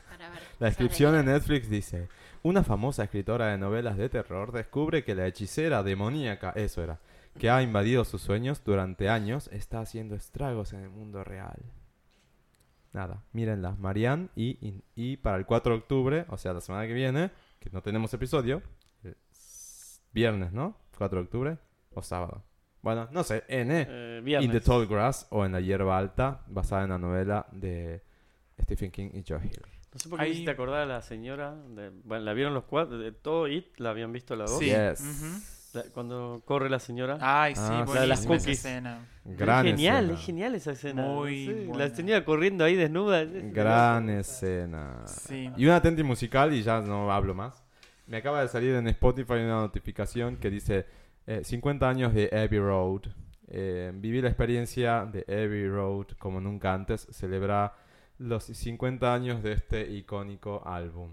Speaker 2: para
Speaker 3: la
Speaker 2: ver. cosas de
Speaker 3: descripción en
Speaker 2: terror.
Speaker 3: Netflix dice, una famosa escritora de novelas de terror descubre que la hechicera demoníaca, eso era, que ha invadido sus sueños durante años, está haciendo estragos en el mundo real. Nada, mírenla, Marianne, y, y- y para el 4 de octubre, o sea, la semana que viene, que no tenemos episodio, eh, s- viernes, ¿no? 4 de octubre o sábado. Bueno, no sé, N.
Speaker 11: Eh,
Speaker 3: In the
Speaker 11: viernes.
Speaker 3: Tall Grass o En la Hierba Alta, basada en la novela de Stephen King y Joe Hill.
Speaker 11: No sé por qué
Speaker 4: Ahí-
Speaker 11: me hiciste acordar a la señora. de- bueno, la vieron los cuatro. De todo IT la habían visto la dos.
Speaker 4: Sí.
Speaker 3: Yes.
Speaker 11: La- cuando corre la señora.
Speaker 4: Ay, sí,
Speaker 3: Ah, sí.
Speaker 4: buenísima
Speaker 3: La de las
Speaker 4: esa
Speaker 11: cookies.
Speaker 4: escena.
Speaker 3: Gran
Speaker 11: es genial,
Speaker 3: escena.
Speaker 11: es genial esa escena.
Speaker 4: Muy
Speaker 11: Sí, La
Speaker 4: buena.
Speaker 11: señora corriendo ahí desnuda. es-
Speaker 3: Gran escena.
Speaker 4: Sí.
Speaker 3: Y una atenti musical y ya no hablo más. Me acaba de salir en Spotify una notificación que dice eh, 50 años de Abbey Road. Eh, viví la experiencia de Abbey Road como nunca antes. Celebra los 50 años de este icónico álbum.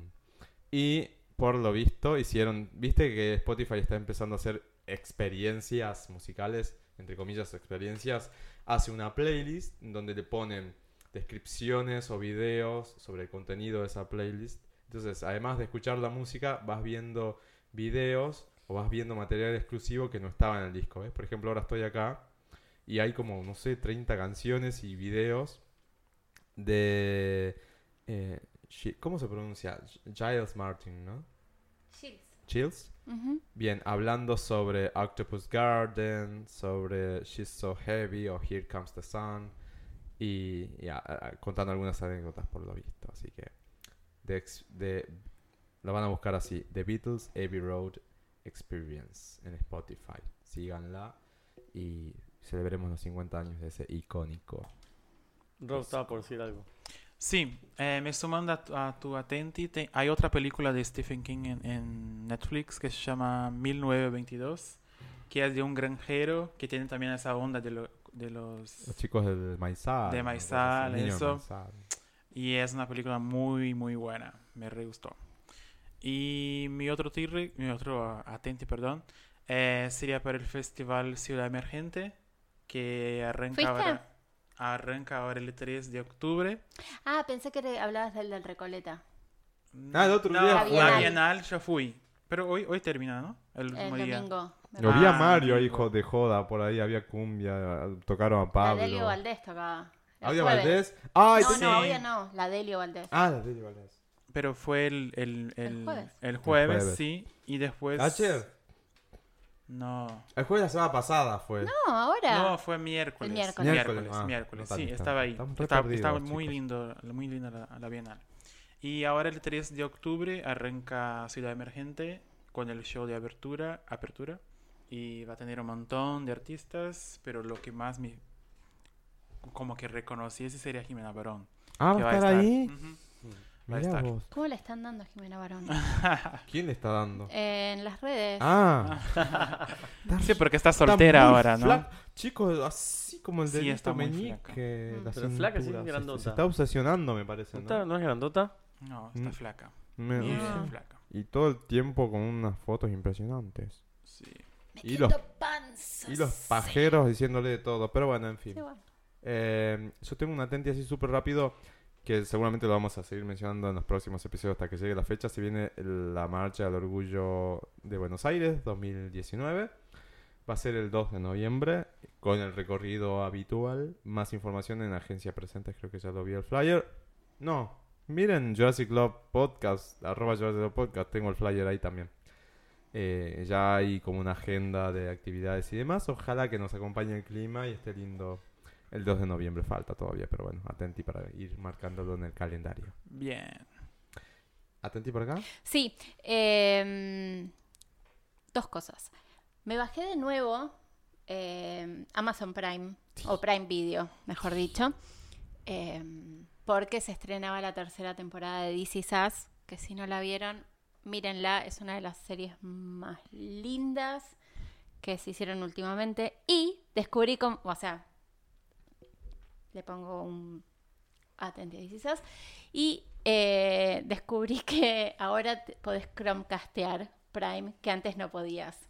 Speaker 3: Y por lo visto hicieron, viste que Spotify está empezando a hacer experiencias musicales, entre comillas experiencias, hace una playlist donde le ponen descripciones o videos sobre el contenido de esa playlist. Entonces, además de escuchar la música, vas viendo videos o vas viendo material exclusivo que no estaba en el disco. ¿ves? Por ejemplo, ahora estoy acá y hay como, no sé, 30 canciones y videos de... eh, Gi- ¿Cómo se pronuncia? Giles Martin, ¿no?
Speaker 2: Chills.
Speaker 3: Chills.
Speaker 2: Ujú.
Speaker 3: Bien, hablando sobre Octopus Garden, sobre She's So Heavy o Here Comes the Sun y, y a- a- contando algunas anécdotas por lo visto. Así que de, ex- de- lo van a buscar así, The Beatles Abbey Road Experience en Spotify. Síganla y celebremos los 50 años de ese icónico.
Speaker 11: Rob estaba por decir algo.
Speaker 4: Sí, eh, me sumando a, tu- a tu atenti, te- hay otra película de Stephen King en, en Netflix que se llama 1922, que es de un granjero que tiene también esa onda de, lo- de los...
Speaker 3: Los chicos del Maizal.
Speaker 4: De
Speaker 3: ¿no?
Speaker 4: Maizal,
Speaker 3: Los niños
Speaker 4: eso.
Speaker 3: del Maizal.
Speaker 4: Y es una película muy, muy buena, me re gustó. Y mi otro tirre, mi otro ah, atenti, perdón, eh, sería para el Festival Ciudad Emergente, que arranca
Speaker 2: ¿Fuiste?
Speaker 4: ahora, arranca ahora el 3 de octubre.
Speaker 2: Ah, pensé que le- hablabas del del Recoleta.
Speaker 3: Ah, el otro
Speaker 4: Mm, No,
Speaker 3: día
Speaker 4: la
Speaker 2: fue. La
Speaker 4: Bienal.
Speaker 2: Bienal
Speaker 4: yo fui. Pero hoy, hoy termina, ¿no? El
Speaker 2: El
Speaker 4: último día.
Speaker 2: domingo.
Speaker 3: Lo vi a
Speaker 4: Ah,
Speaker 3: Mario ahí
Speaker 4: amigo.
Speaker 3: jo- de joda, por ahí había cumbia, tocaron a
Speaker 2: La
Speaker 3: Pablo.
Speaker 2: Delio Valdés tocaba. el
Speaker 3: ¿Audio
Speaker 2: jueves.
Speaker 3: Valdés? ¡Ay!
Speaker 2: No,
Speaker 3: te-
Speaker 2: no,
Speaker 4: Sí.
Speaker 2: Audio no. La Delio Valdés.
Speaker 3: Ah, la Delio Valdés.
Speaker 4: Pero fue el, el, el,
Speaker 2: El jueves.
Speaker 4: el jueves,
Speaker 3: jueves.
Speaker 4: sí. Y después.
Speaker 3: Ayer,
Speaker 4: No.
Speaker 3: el jueves de la semana pasada fue.
Speaker 2: No, ahora.
Speaker 4: No, fue miércoles.
Speaker 2: El miércoles.
Speaker 4: miércoles. Miércoles,
Speaker 3: Miércoles, ah, no
Speaker 4: sí,
Speaker 3: tan
Speaker 4: estaba ahí.
Speaker 3: distante. Estamos re
Speaker 4: Estaba,
Speaker 3: perdidos,
Speaker 4: estaba muy
Speaker 3: chicos.
Speaker 4: lindo, muy linda la, la Bienal. Y ahora el 3 de octubre arranca Ciudad Emergente con el show de apertura, apertura y va a tener un montón de artistas, pero lo que más me como que reconociese sería Jimena Barón.
Speaker 3: Ah,
Speaker 4: que
Speaker 3: va a estar ahí.
Speaker 4: Ujú. Va a
Speaker 3: Mirá
Speaker 4: estar. Ah.
Speaker 3: vos.
Speaker 2: ¿Cómo le están dando a Jimena Barón?
Speaker 3: ¿Quién le está dando?
Speaker 2: en las redes.
Speaker 3: Ah.
Speaker 4: Sí, porque está
Speaker 3: Está
Speaker 4: soltera
Speaker 3: muy
Speaker 4: ahora, ¿no?
Speaker 3: flaca. Chicos, así como el
Speaker 4: Sí,
Speaker 3: dedito
Speaker 4: está muy
Speaker 3: meñique. la
Speaker 11: Mm, Pero flaca, sí,
Speaker 3: cintura,
Speaker 11: grandota.
Speaker 3: Se, se está obsesionando, me parece.
Speaker 7: ¿No,
Speaker 3: ¿no?
Speaker 7: está- no es grandota?
Speaker 4: No, está
Speaker 3: Mm.
Speaker 4: flaca.
Speaker 3: Me-
Speaker 4: Bien
Speaker 3: sí.
Speaker 4: flaca.
Speaker 3: Y todo el tiempo con unas fotos impresionantes.
Speaker 4: Sí.
Speaker 3: Y los, y los pajeros diciéndole de todo. Pero bueno, en fin.
Speaker 2: Sí, bueno.
Speaker 3: Eh, yo tengo una tendencia así súper rápido que seguramente lo vamos a seguir mencionando en los próximos episodios hasta que llegue la fecha. Se viene la Marcha del Orgullo de Buenos Aires 2019. Va a ser el 2 de noviembre con el recorrido habitual. Más información en Agencia Presentes, creo que ya lo vi el flyer. No, miren Jurassic Love Podcast, arroba Jurassic Love Podcast, tengo el flyer ahí también. Eh, ya hay como una agenda de actividades y demás. Ojalá que nos acompañe el clima y esté lindo el 2 de noviembre falta todavía, pero bueno, atenti para ir marcándolo en el calendario.
Speaker 4: Bien.
Speaker 3: Atenti por acá.
Speaker 2: Sí, eh, dos cosas. Me bajé de nuevo eh, Amazon Prime, o Prime Video, mejor dicho, eh, porque se estrenaba la tercera temporada de DC Sass, que si no la vieron, mírenla, es una de las series más lindas que se hicieron últimamente. Y descubrí cómo, o sea, le pongo un atenti a DC Sass, y eh, descubrí que ahora te- podés Chromecastear Prime, que antes no podías.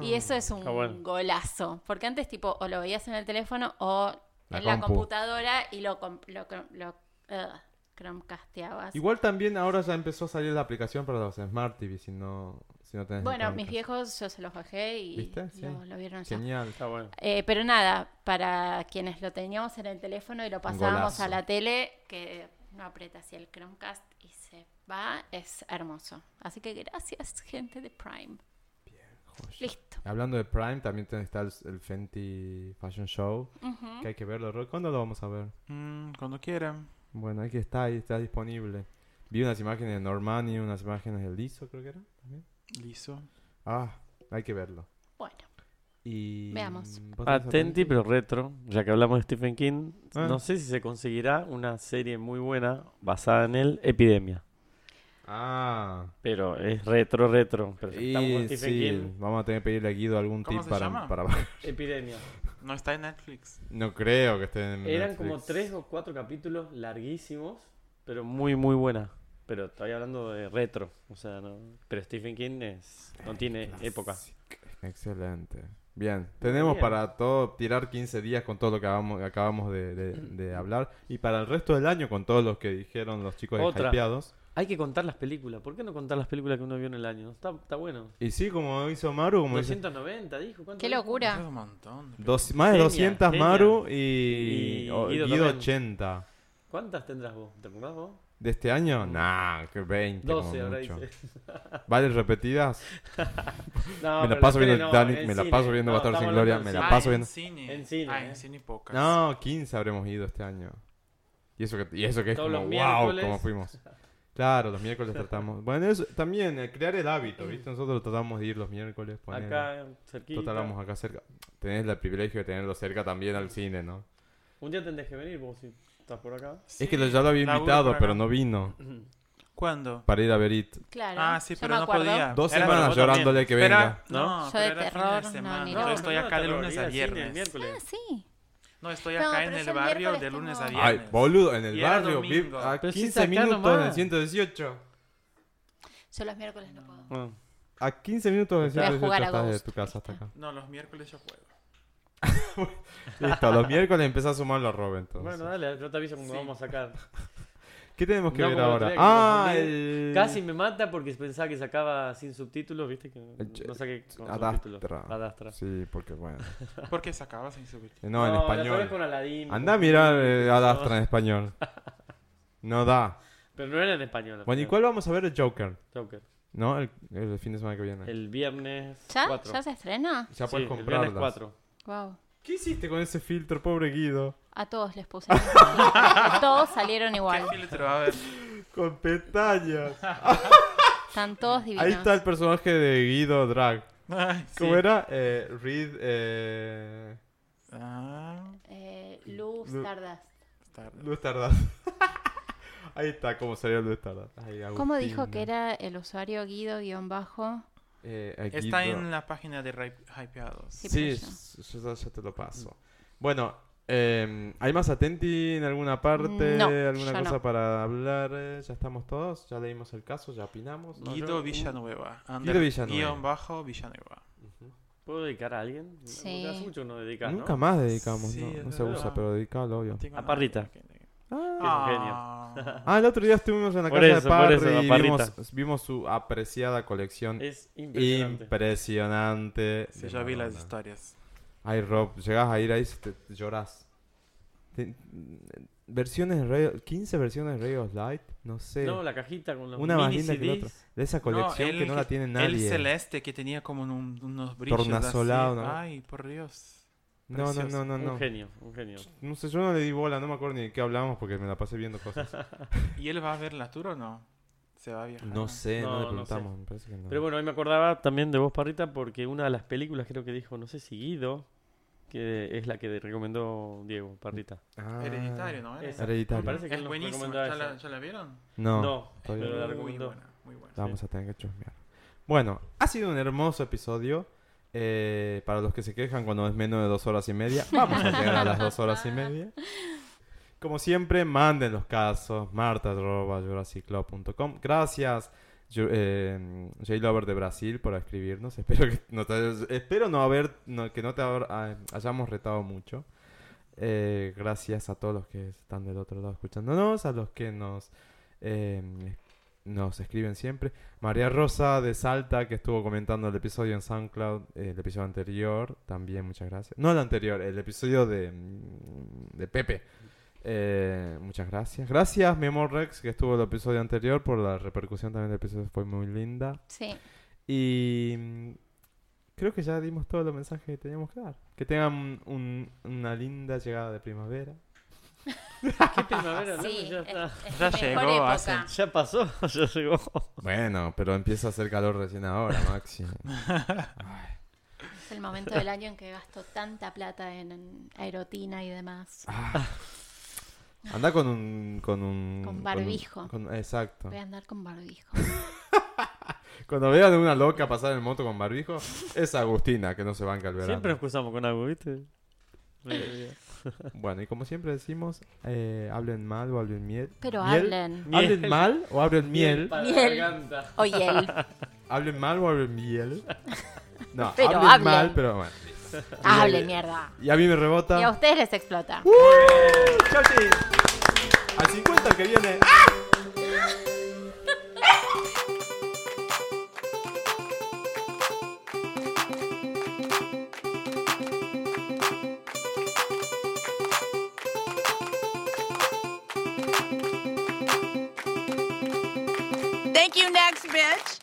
Speaker 2: Y eso es un
Speaker 7: Ah, bueno.
Speaker 2: golazo. Porque antes, tipo, o lo veías en el teléfono o
Speaker 3: La
Speaker 2: en la
Speaker 3: compu.
Speaker 2: computadora y lo, com- lo, crom- lo, ugh, Chromecasteabas.
Speaker 3: Igual también ahora ya empezó a salir la aplicación para los Smart TV, si no, si no tenés...
Speaker 2: Bueno,
Speaker 3: Chromecast.
Speaker 2: mis viejos yo se los bajé y
Speaker 3: ¿Viste? Sí.
Speaker 2: lo, lo vieron ya.
Speaker 3: Genial.
Speaker 11: Está bueno.
Speaker 2: Eh, pero nada, para quienes lo teníamos en el teléfono y lo pasábamos
Speaker 3: golazo.
Speaker 2: a la tele, que no aprieta hacia el Chromecast y se va, es hermoso. Así que gracias, gente de Prime. Listo.
Speaker 3: Hablando de Prime, también ten- está el, el Fenty Fashion Show,
Speaker 2: Ujú.
Speaker 3: que hay que verlo. Ro- ¿Cuándo lo vamos a ver?
Speaker 4: Mm, cuando quieran.
Speaker 3: Bueno, hay que estar ahí, está disponible. Vi unas imágenes de Normani, unas imágenes de Lizzo, creo que era. también.
Speaker 4: Liso.
Speaker 3: Ah, hay que verlo.
Speaker 2: Bueno,
Speaker 3: Y...
Speaker 2: Veamos.
Speaker 3: ¿vos tenés
Speaker 7: Atenti, pero retro. Ya que hablamos de Stephen King,
Speaker 3: Ah.
Speaker 7: no sé si se conseguirá una serie muy buena basada en él, Epidemia.
Speaker 3: Ah,
Speaker 7: Pero es retro, retro. Pero ya estamos con
Speaker 3: Y
Speaker 7: Stephen
Speaker 3: sí,
Speaker 7: King.
Speaker 3: vamos a tener que pedirle a Guido algún
Speaker 4: ¿Cómo
Speaker 3: tip
Speaker 4: se
Speaker 3: para,
Speaker 4: llama?
Speaker 3: para...
Speaker 11: Epidemia.
Speaker 4: No está en Netflix.
Speaker 3: No creo que estén en
Speaker 11: Eran
Speaker 3: Netflix.
Speaker 11: como tres o cuatro capítulos larguísimos.
Speaker 7: Pero muy, muy buena. Pero estoy hablando de retro. O sea, no. Pero Stephen King es- no tiene época.
Speaker 3: Excelente. Bien, tenemos
Speaker 11: Bien.
Speaker 3: para todo tirar 15 días con todo lo que acabamos, acabamos de, de- de hablar y para el resto del año con todos los que dijeron los chicos de
Speaker 7: Otra.
Speaker 3: hypeados.
Speaker 7: Hay que contar las películas. ¿Por qué no contar las películas que uno vio en el año? Está, está bueno.
Speaker 3: Y sí, como hizo Maru, como dice,
Speaker 11: 290, dijo. ¿cuánto
Speaker 2: qué
Speaker 11: dijo?
Speaker 4: Es
Speaker 2: locura.
Speaker 4: un montón. de
Speaker 3: dos- más de
Speaker 7: Genia,
Speaker 3: 200
Speaker 7: genia.
Speaker 3: Maru y,
Speaker 7: Y
Speaker 3: o-
Speaker 7: Guido
Speaker 3: Guido,
Speaker 7: también.
Speaker 3: 80.
Speaker 11: ¿Cuántas tendrás vos? ¿Te acordás vos?
Speaker 3: ¿De este año? Nah, que 20 como
Speaker 11: 12 ahora
Speaker 3: mucho.
Speaker 11: dice.
Speaker 3: ¿Vale repetidas?
Speaker 11: No,
Speaker 3: Me la
Speaker 11: pero
Speaker 3: paso
Speaker 11: la tele
Speaker 3: viendo
Speaker 11: no,
Speaker 3: Titanic,
Speaker 11: en
Speaker 3: me la
Speaker 11: cine.
Speaker 3: paso viendo
Speaker 11: No,
Speaker 3: Bastardos sin
Speaker 11: estamos hablando
Speaker 3: Gloria,
Speaker 11: en
Speaker 3: me
Speaker 11: cine.
Speaker 3: la
Speaker 4: Ah,
Speaker 3: paso
Speaker 4: en
Speaker 3: viendo-
Speaker 4: Cine.
Speaker 11: En cine,
Speaker 4: Ah,
Speaker 11: eh.
Speaker 4: en cine pocas.
Speaker 3: No, 15 habremos ido este año. Y eso que, y eso que es
Speaker 11: Todos los
Speaker 3: como, wow,
Speaker 11: miércoles".
Speaker 3: cómo fuimos. Claro, los miércoles tratamos. Bueno, eso también, eh, crear el hábito, ¿viste? Nosotros tratamos de ir los miércoles. ponele.
Speaker 11: Acá, cerquita.
Speaker 3: Total, vamos acá cerca. Tenés el privilegio de tenerlo cerca también al cine, ¿no?
Speaker 11: Un día tendés que venir vos si estás por acá.
Speaker 4: Sí,
Speaker 3: es que lo- ya lo había
Speaker 4: laburo
Speaker 3: invitado,
Speaker 4: por
Speaker 3: pero
Speaker 4: acá.
Speaker 3: no vino
Speaker 4: ¿Cuándo?
Speaker 3: para ir a ver It.
Speaker 2: Claro.
Speaker 4: Ah, sí,
Speaker 2: yo
Speaker 4: pero
Speaker 2: me
Speaker 4: no
Speaker 2: acuerdo.
Speaker 4: podía.
Speaker 3: Dos
Speaker 4: Era-
Speaker 3: semanas
Speaker 4: vos también.
Speaker 3: llorándole que
Speaker 4: Pero era-
Speaker 3: venga.
Speaker 4: No,
Speaker 2: Yo
Speaker 4: pero
Speaker 2: de
Speaker 4: era fin
Speaker 2: terror, no,
Speaker 4: semana.
Speaker 2: ni
Speaker 4: Yo
Speaker 2: loco.
Speaker 4: estoy
Speaker 11: no,
Speaker 4: acá de
Speaker 11: terror,
Speaker 4: lunes
Speaker 11: ir
Speaker 4: a
Speaker 11: al cine el
Speaker 4: viernes.
Speaker 2: Ah,
Speaker 11: miércoles.
Speaker 2: sí.
Speaker 4: No, estoy
Speaker 2: No,
Speaker 4: acá
Speaker 2: pero
Speaker 4: en
Speaker 2: es
Speaker 4: el
Speaker 2: el
Speaker 4: barrio
Speaker 2: miércoles
Speaker 4: de
Speaker 2: que
Speaker 4: lunes
Speaker 2: no.
Speaker 4: a
Speaker 2: Ay,
Speaker 3: Ay,
Speaker 4: viernes.
Speaker 3: boludo, en el
Speaker 4: Y era
Speaker 3: barrio, vi-
Speaker 4: domingo.
Speaker 3: a
Speaker 7: Pero si
Speaker 3: 15
Speaker 7: saca
Speaker 3: minutos
Speaker 7: nomás.
Speaker 3: del 118.
Speaker 2: Yo los miércoles no puedo.
Speaker 7: Ah.
Speaker 3: A 15 minutos del
Speaker 2: Voy a jugar
Speaker 3: 118
Speaker 2: a
Speaker 3: estás de
Speaker 2: Ghost,
Speaker 3: tu casa hasta
Speaker 2: ¿viste?
Speaker 3: acá.
Speaker 4: No, los miércoles yo juego.
Speaker 3: Listo, los miércoles empezás a sumar los robes entonces.
Speaker 11: Bueno, dale, yo te aviso cuando
Speaker 4: Sí.
Speaker 11: vamos a sacar.
Speaker 3: ¿Qué tenemos que
Speaker 11: No,
Speaker 3: ver
Speaker 11: como
Speaker 3: ahora?
Speaker 11: tenía que
Speaker 3: Ah,
Speaker 11: confundir.
Speaker 3: el...
Speaker 11: Casi me mata porque pensaba que sacaba sin subtítulos, viste que
Speaker 3: El che-
Speaker 11: no saqué con
Speaker 3: Adastra.
Speaker 11: subtítulos. Adastra.
Speaker 3: Sí, porque bueno. Eh,
Speaker 4: ¿Por qué sacabas sin subir?
Speaker 3: No,
Speaker 11: No,
Speaker 3: en
Speaker 11: la otra vez con
Speaker 3: español.
Speaker 11: Aladín.
Speaker 3: Anda a mirar eh, Adastra en español. No da.
Speaker 11: Pero no era en español.
Speaker 3: Bueno, ¿y cuál vamos a ver el Joker?
Speaker 11: Joker.
Speaker 3: ¿No? El, el fin de semana que viene.
Speaker 11: El viernes
Speaker 2: ¿Ya?
Speaker 11: 4.
Speaker 2: ¿Ya se estrena?
Speaker 3: Ya
Speaker 11: Sí,
Speaker 3: puedes
Speaker 11: el viernes
Speaker 3: comprarlas.
Speaker 11: 4.
Speaker 2: Wow.
Speaker 3: ¿Qué hiciste con ese filtro, pobre Guido?
Speaker 2: A todos les puse. Todos salieron
Speaker 4: ¿Qué
Speaker 2: igual.
Speaker 4: filtro? A ver.
Speaker 3: Con pestañas.
Speaker 2: Están todos divinos.
Speaker 3: Ahí está el personaje de Guido Drag.
Speaker 4: Ay, sí.
Speaker 3: ¿Cómo era? Eh, Reed. Eh...
Speaker 4: Ah,
Speaker 2: Eh, Luz
Speaker 3: Lu-
Speaker 2: Stardust.
Speaker 4: está-
Speaker 3: Luz Tardaz. Ahí está, cómo salió Luz Tardaz. Ay,
Speaker 2: ¿Cómo
Speaker 3: Agustina.
Speaker 2: dijo que era el usuario Guido-bajo?
Speaker 3: Eh, a
Speaker 4: Está
Speaker 3: Guido.
Speaker 4: en la página de Ry- Hypeados.
Speaker 2: Sí,
Speaker 3: Sí,
Speaker 2: pero ya.
Speaker 3: s- yo ya, ya te lo paso. Bueno, eh, ¿hay más atenti en alguna parte?
Speaker 2: Mm, No,
Speaker 3: ¿Alguna
Speaker 2: yo
Speaker 3: cosa
Speaker 2: no.
Speaker 3: para hablar? Eh, ¿Ya estamos todos? ¿Ya leímos el caso? ¿Ya opinamos? No,
Speaker 4: Guido
Speaker 3: yo-
Speaker 4: Villanueva.
Speaker 3: Guido Villanueva.
Speaker 4: Guión bajo Villanueva.
Speaker 11: ¿Puedo dedicar a alguien?
Speaker 2: Sí.
Speaker 11: Porque Hace mucho que no dedicas,
Speaker 3: Nunca
Speaker 11: ¿no?
Speaker 3: más dedicamos,
Speaker 4: Sí,
Speaker 3: no,
Speaker 4: es
Speaker 3: no se
Speaker 4: verdad.
Speaker 3: usa, pero dedicado, obvio.
Speaker 4: Tengo
Speaker 11: A
Speaker 4: nada.
Speaker 11: Parrita.
Speaker 4: Ah.
Speaker 3: Ah, el otro día estuvimos en la
Speaker 7: Por
Speaker 3: casa
Speaker 7: eso,
Speaker 3: de
Speaker 7: por
Speaker 3: Parry
Speaker 7: eso, la
Speaker 3: y
Speaker 7: parrita.
Speaker 3: vimos, vimos su apreciada colección
Speaker 11: Es impresionante.
Speaker 3: impresionante.
Speaker 4: Sí,
Speaker 3: de
Speaker 4: yo vi las
Speaker 3: Madonna.
Speaker 4: historias.
Speaker 3: Ay, Rob, llegás a ir ahí y te, te llorás. Te- mm, versiones de Ray- 15 versiones de Rayos Light, no sé.
Speaker 11: No, la cajita con los
Speaker 3: Una más
Speaker 11: mini
Speaker 3: linda que la otra.
Speaker 11: CDs.
Speaker 3: De esa colección
Speaker 4: el
Speaker 3: que no la tiene
Speaker 4: El
Speaker 3: nadie.
Speaker 4: celeste que tenía como un- unos brillos.
Speaker 3: Tornasolado,
Speaker 4: así.
Speaker 3: ¿no?
Speaker 4: Ay, por Dios.
Speaker 3: no, no,
Speaker 4: precioso.
Speaker 3: no, no,
Speaker 11: Un
Speaker 3: no.
Speaker 11: genio, un genio.
Speaker 3: No sé, yo no le di bola, no me acuerdo ni de qué hablábamos porque me la pasé viendo cosas.
Speaker 4: ¿Y él va a ver la tour o no? ¿Se va a viajar?
Speaker 3: No sé, no,
Speaker 11: No,
Speaker 3: le
Speaker 11: no sé.
Speaker 3: preguntamos. me parece que no.
Speaker 11: Pero bueno, ahí me acordaba también de vos, Parrita, porque una de las películas creo que dijo, no sé si Guido, que es la que recomendó Diego, Parrita.
Speaker 3: Ah,
Speaker 4: Hereditario, ¿no? Era?
Speaker 11: esa.
Speaker 3: Hereditario.
Speaker 11: Me parece que él
Speaker 4: Es
Speaker 11: nos
Speaker 4: buenísimo.
Speaker 11: recomendó
Speaker 4: ¿Ya
Speaker 11: esa.
Speaker 4: la, ya la vieron?
Speaker 3: No,
Speaker 11: No,
Speaker 3: todavía
Speaker 11: pero
Speaker 3: no.
Speaker 11: la
Speaker 4: Muy
Speaker 11: recomendó.
Speaker 4: buena, muy buena.
Speaker 3: La vamos a tener que chusmear. Bueno, ha sido un hermoso episodio. Eh, para los que se quejan cuando es menos de dos horas y media, vamos a llegar a las dos horas y media. Como siempre, manden los casos. marta.jurassicclub.com. Gracias, Ju- eh, J-Lover de Brasil, por escribirnos. Espero, que no, te- espero no haber, no- que no te haber- ah, hayamos retado mucho. Eh, gracias a todos los que están del otro lado escuchándonos, a los que nos, eh, nos escriben siempre. María Rosa de Salta, que estuvo comentando el episodio en SoundCloud, eh, el episodio anterior, también muchas gracias. No el anterior, el episodio de, mm, de Pepe. Eh, muchas gracias. Gracias, mi amor Rex, que estuvo el episodio anterior, por la repercusión también del episodio, fue muy linda.
Speaker 2: Sí.
Speaker 3: Y mm, creo que ya dimos todos los mensajes que teníamos que dar. Que tengan un- una linda llegada de primavera.
Speaker 11: ¿Qué primavera? ¿no?
Speaker 2: Sí,
Speaker 11: ya, está.
Speaker 2: es- es
Speaker 4: Ya
Speaker 2: la
Speaker 4: llegó
Speaker 2: mejor época.
Speaker 4: hace-
Speaker 11: Ya pasó, ya llegó.
Speaker 3: Bueno, pero empieza a hacer calor recién ahora, Maxi.
Speaker 2: Es el momento del año en que gasto tanta plata en, en aerotina y demás.
Speaker 3: Ah. Anda con un... Con, un,
Speaker 2: Con
Speaker 3: un-
Speaker 2: barbijo.
Speaker 3: con- exacto.
Speaker 2: Voy a andar con barbijo.
Speaker 3: Cuando vean a una loca pasar en moto con barbijo, es Agustina que no se banca el verano.
Speaker 11: Siempre nos cruzamos con algo, ¿viste? Re-
Speaker 3: Bueno, y como siempre decimos, eh, hablen mal o hablen miel.
Speaker 2: Pero
Speaker 3: ¿Miel?
Speaker 2: hablen.
Speaker 3: ¿Hablen mal o hablen miel?
Speaker 11: para la
Speaker 2: Miel.
Speaker 11: garganta.
Speaker 2: Oye, él.
Speaker 3: ¿Hablen mal o hablen miel? No,
Speaker 2: Pero
Speaker 3: hablen,
Speaker 2: hablen.
Speaker 3: mal, pero bueno.
Speaker 2: Hablen, mierda.
Speaker 3: Y a mí me
Speaker 2: Y a
Speaker 3: rebota.
Speaker 2: ustedes les explota.
Speaker 3: ¡Chau, chi! Al 50 que viene.
Speaker 9: Thank you, next bitch.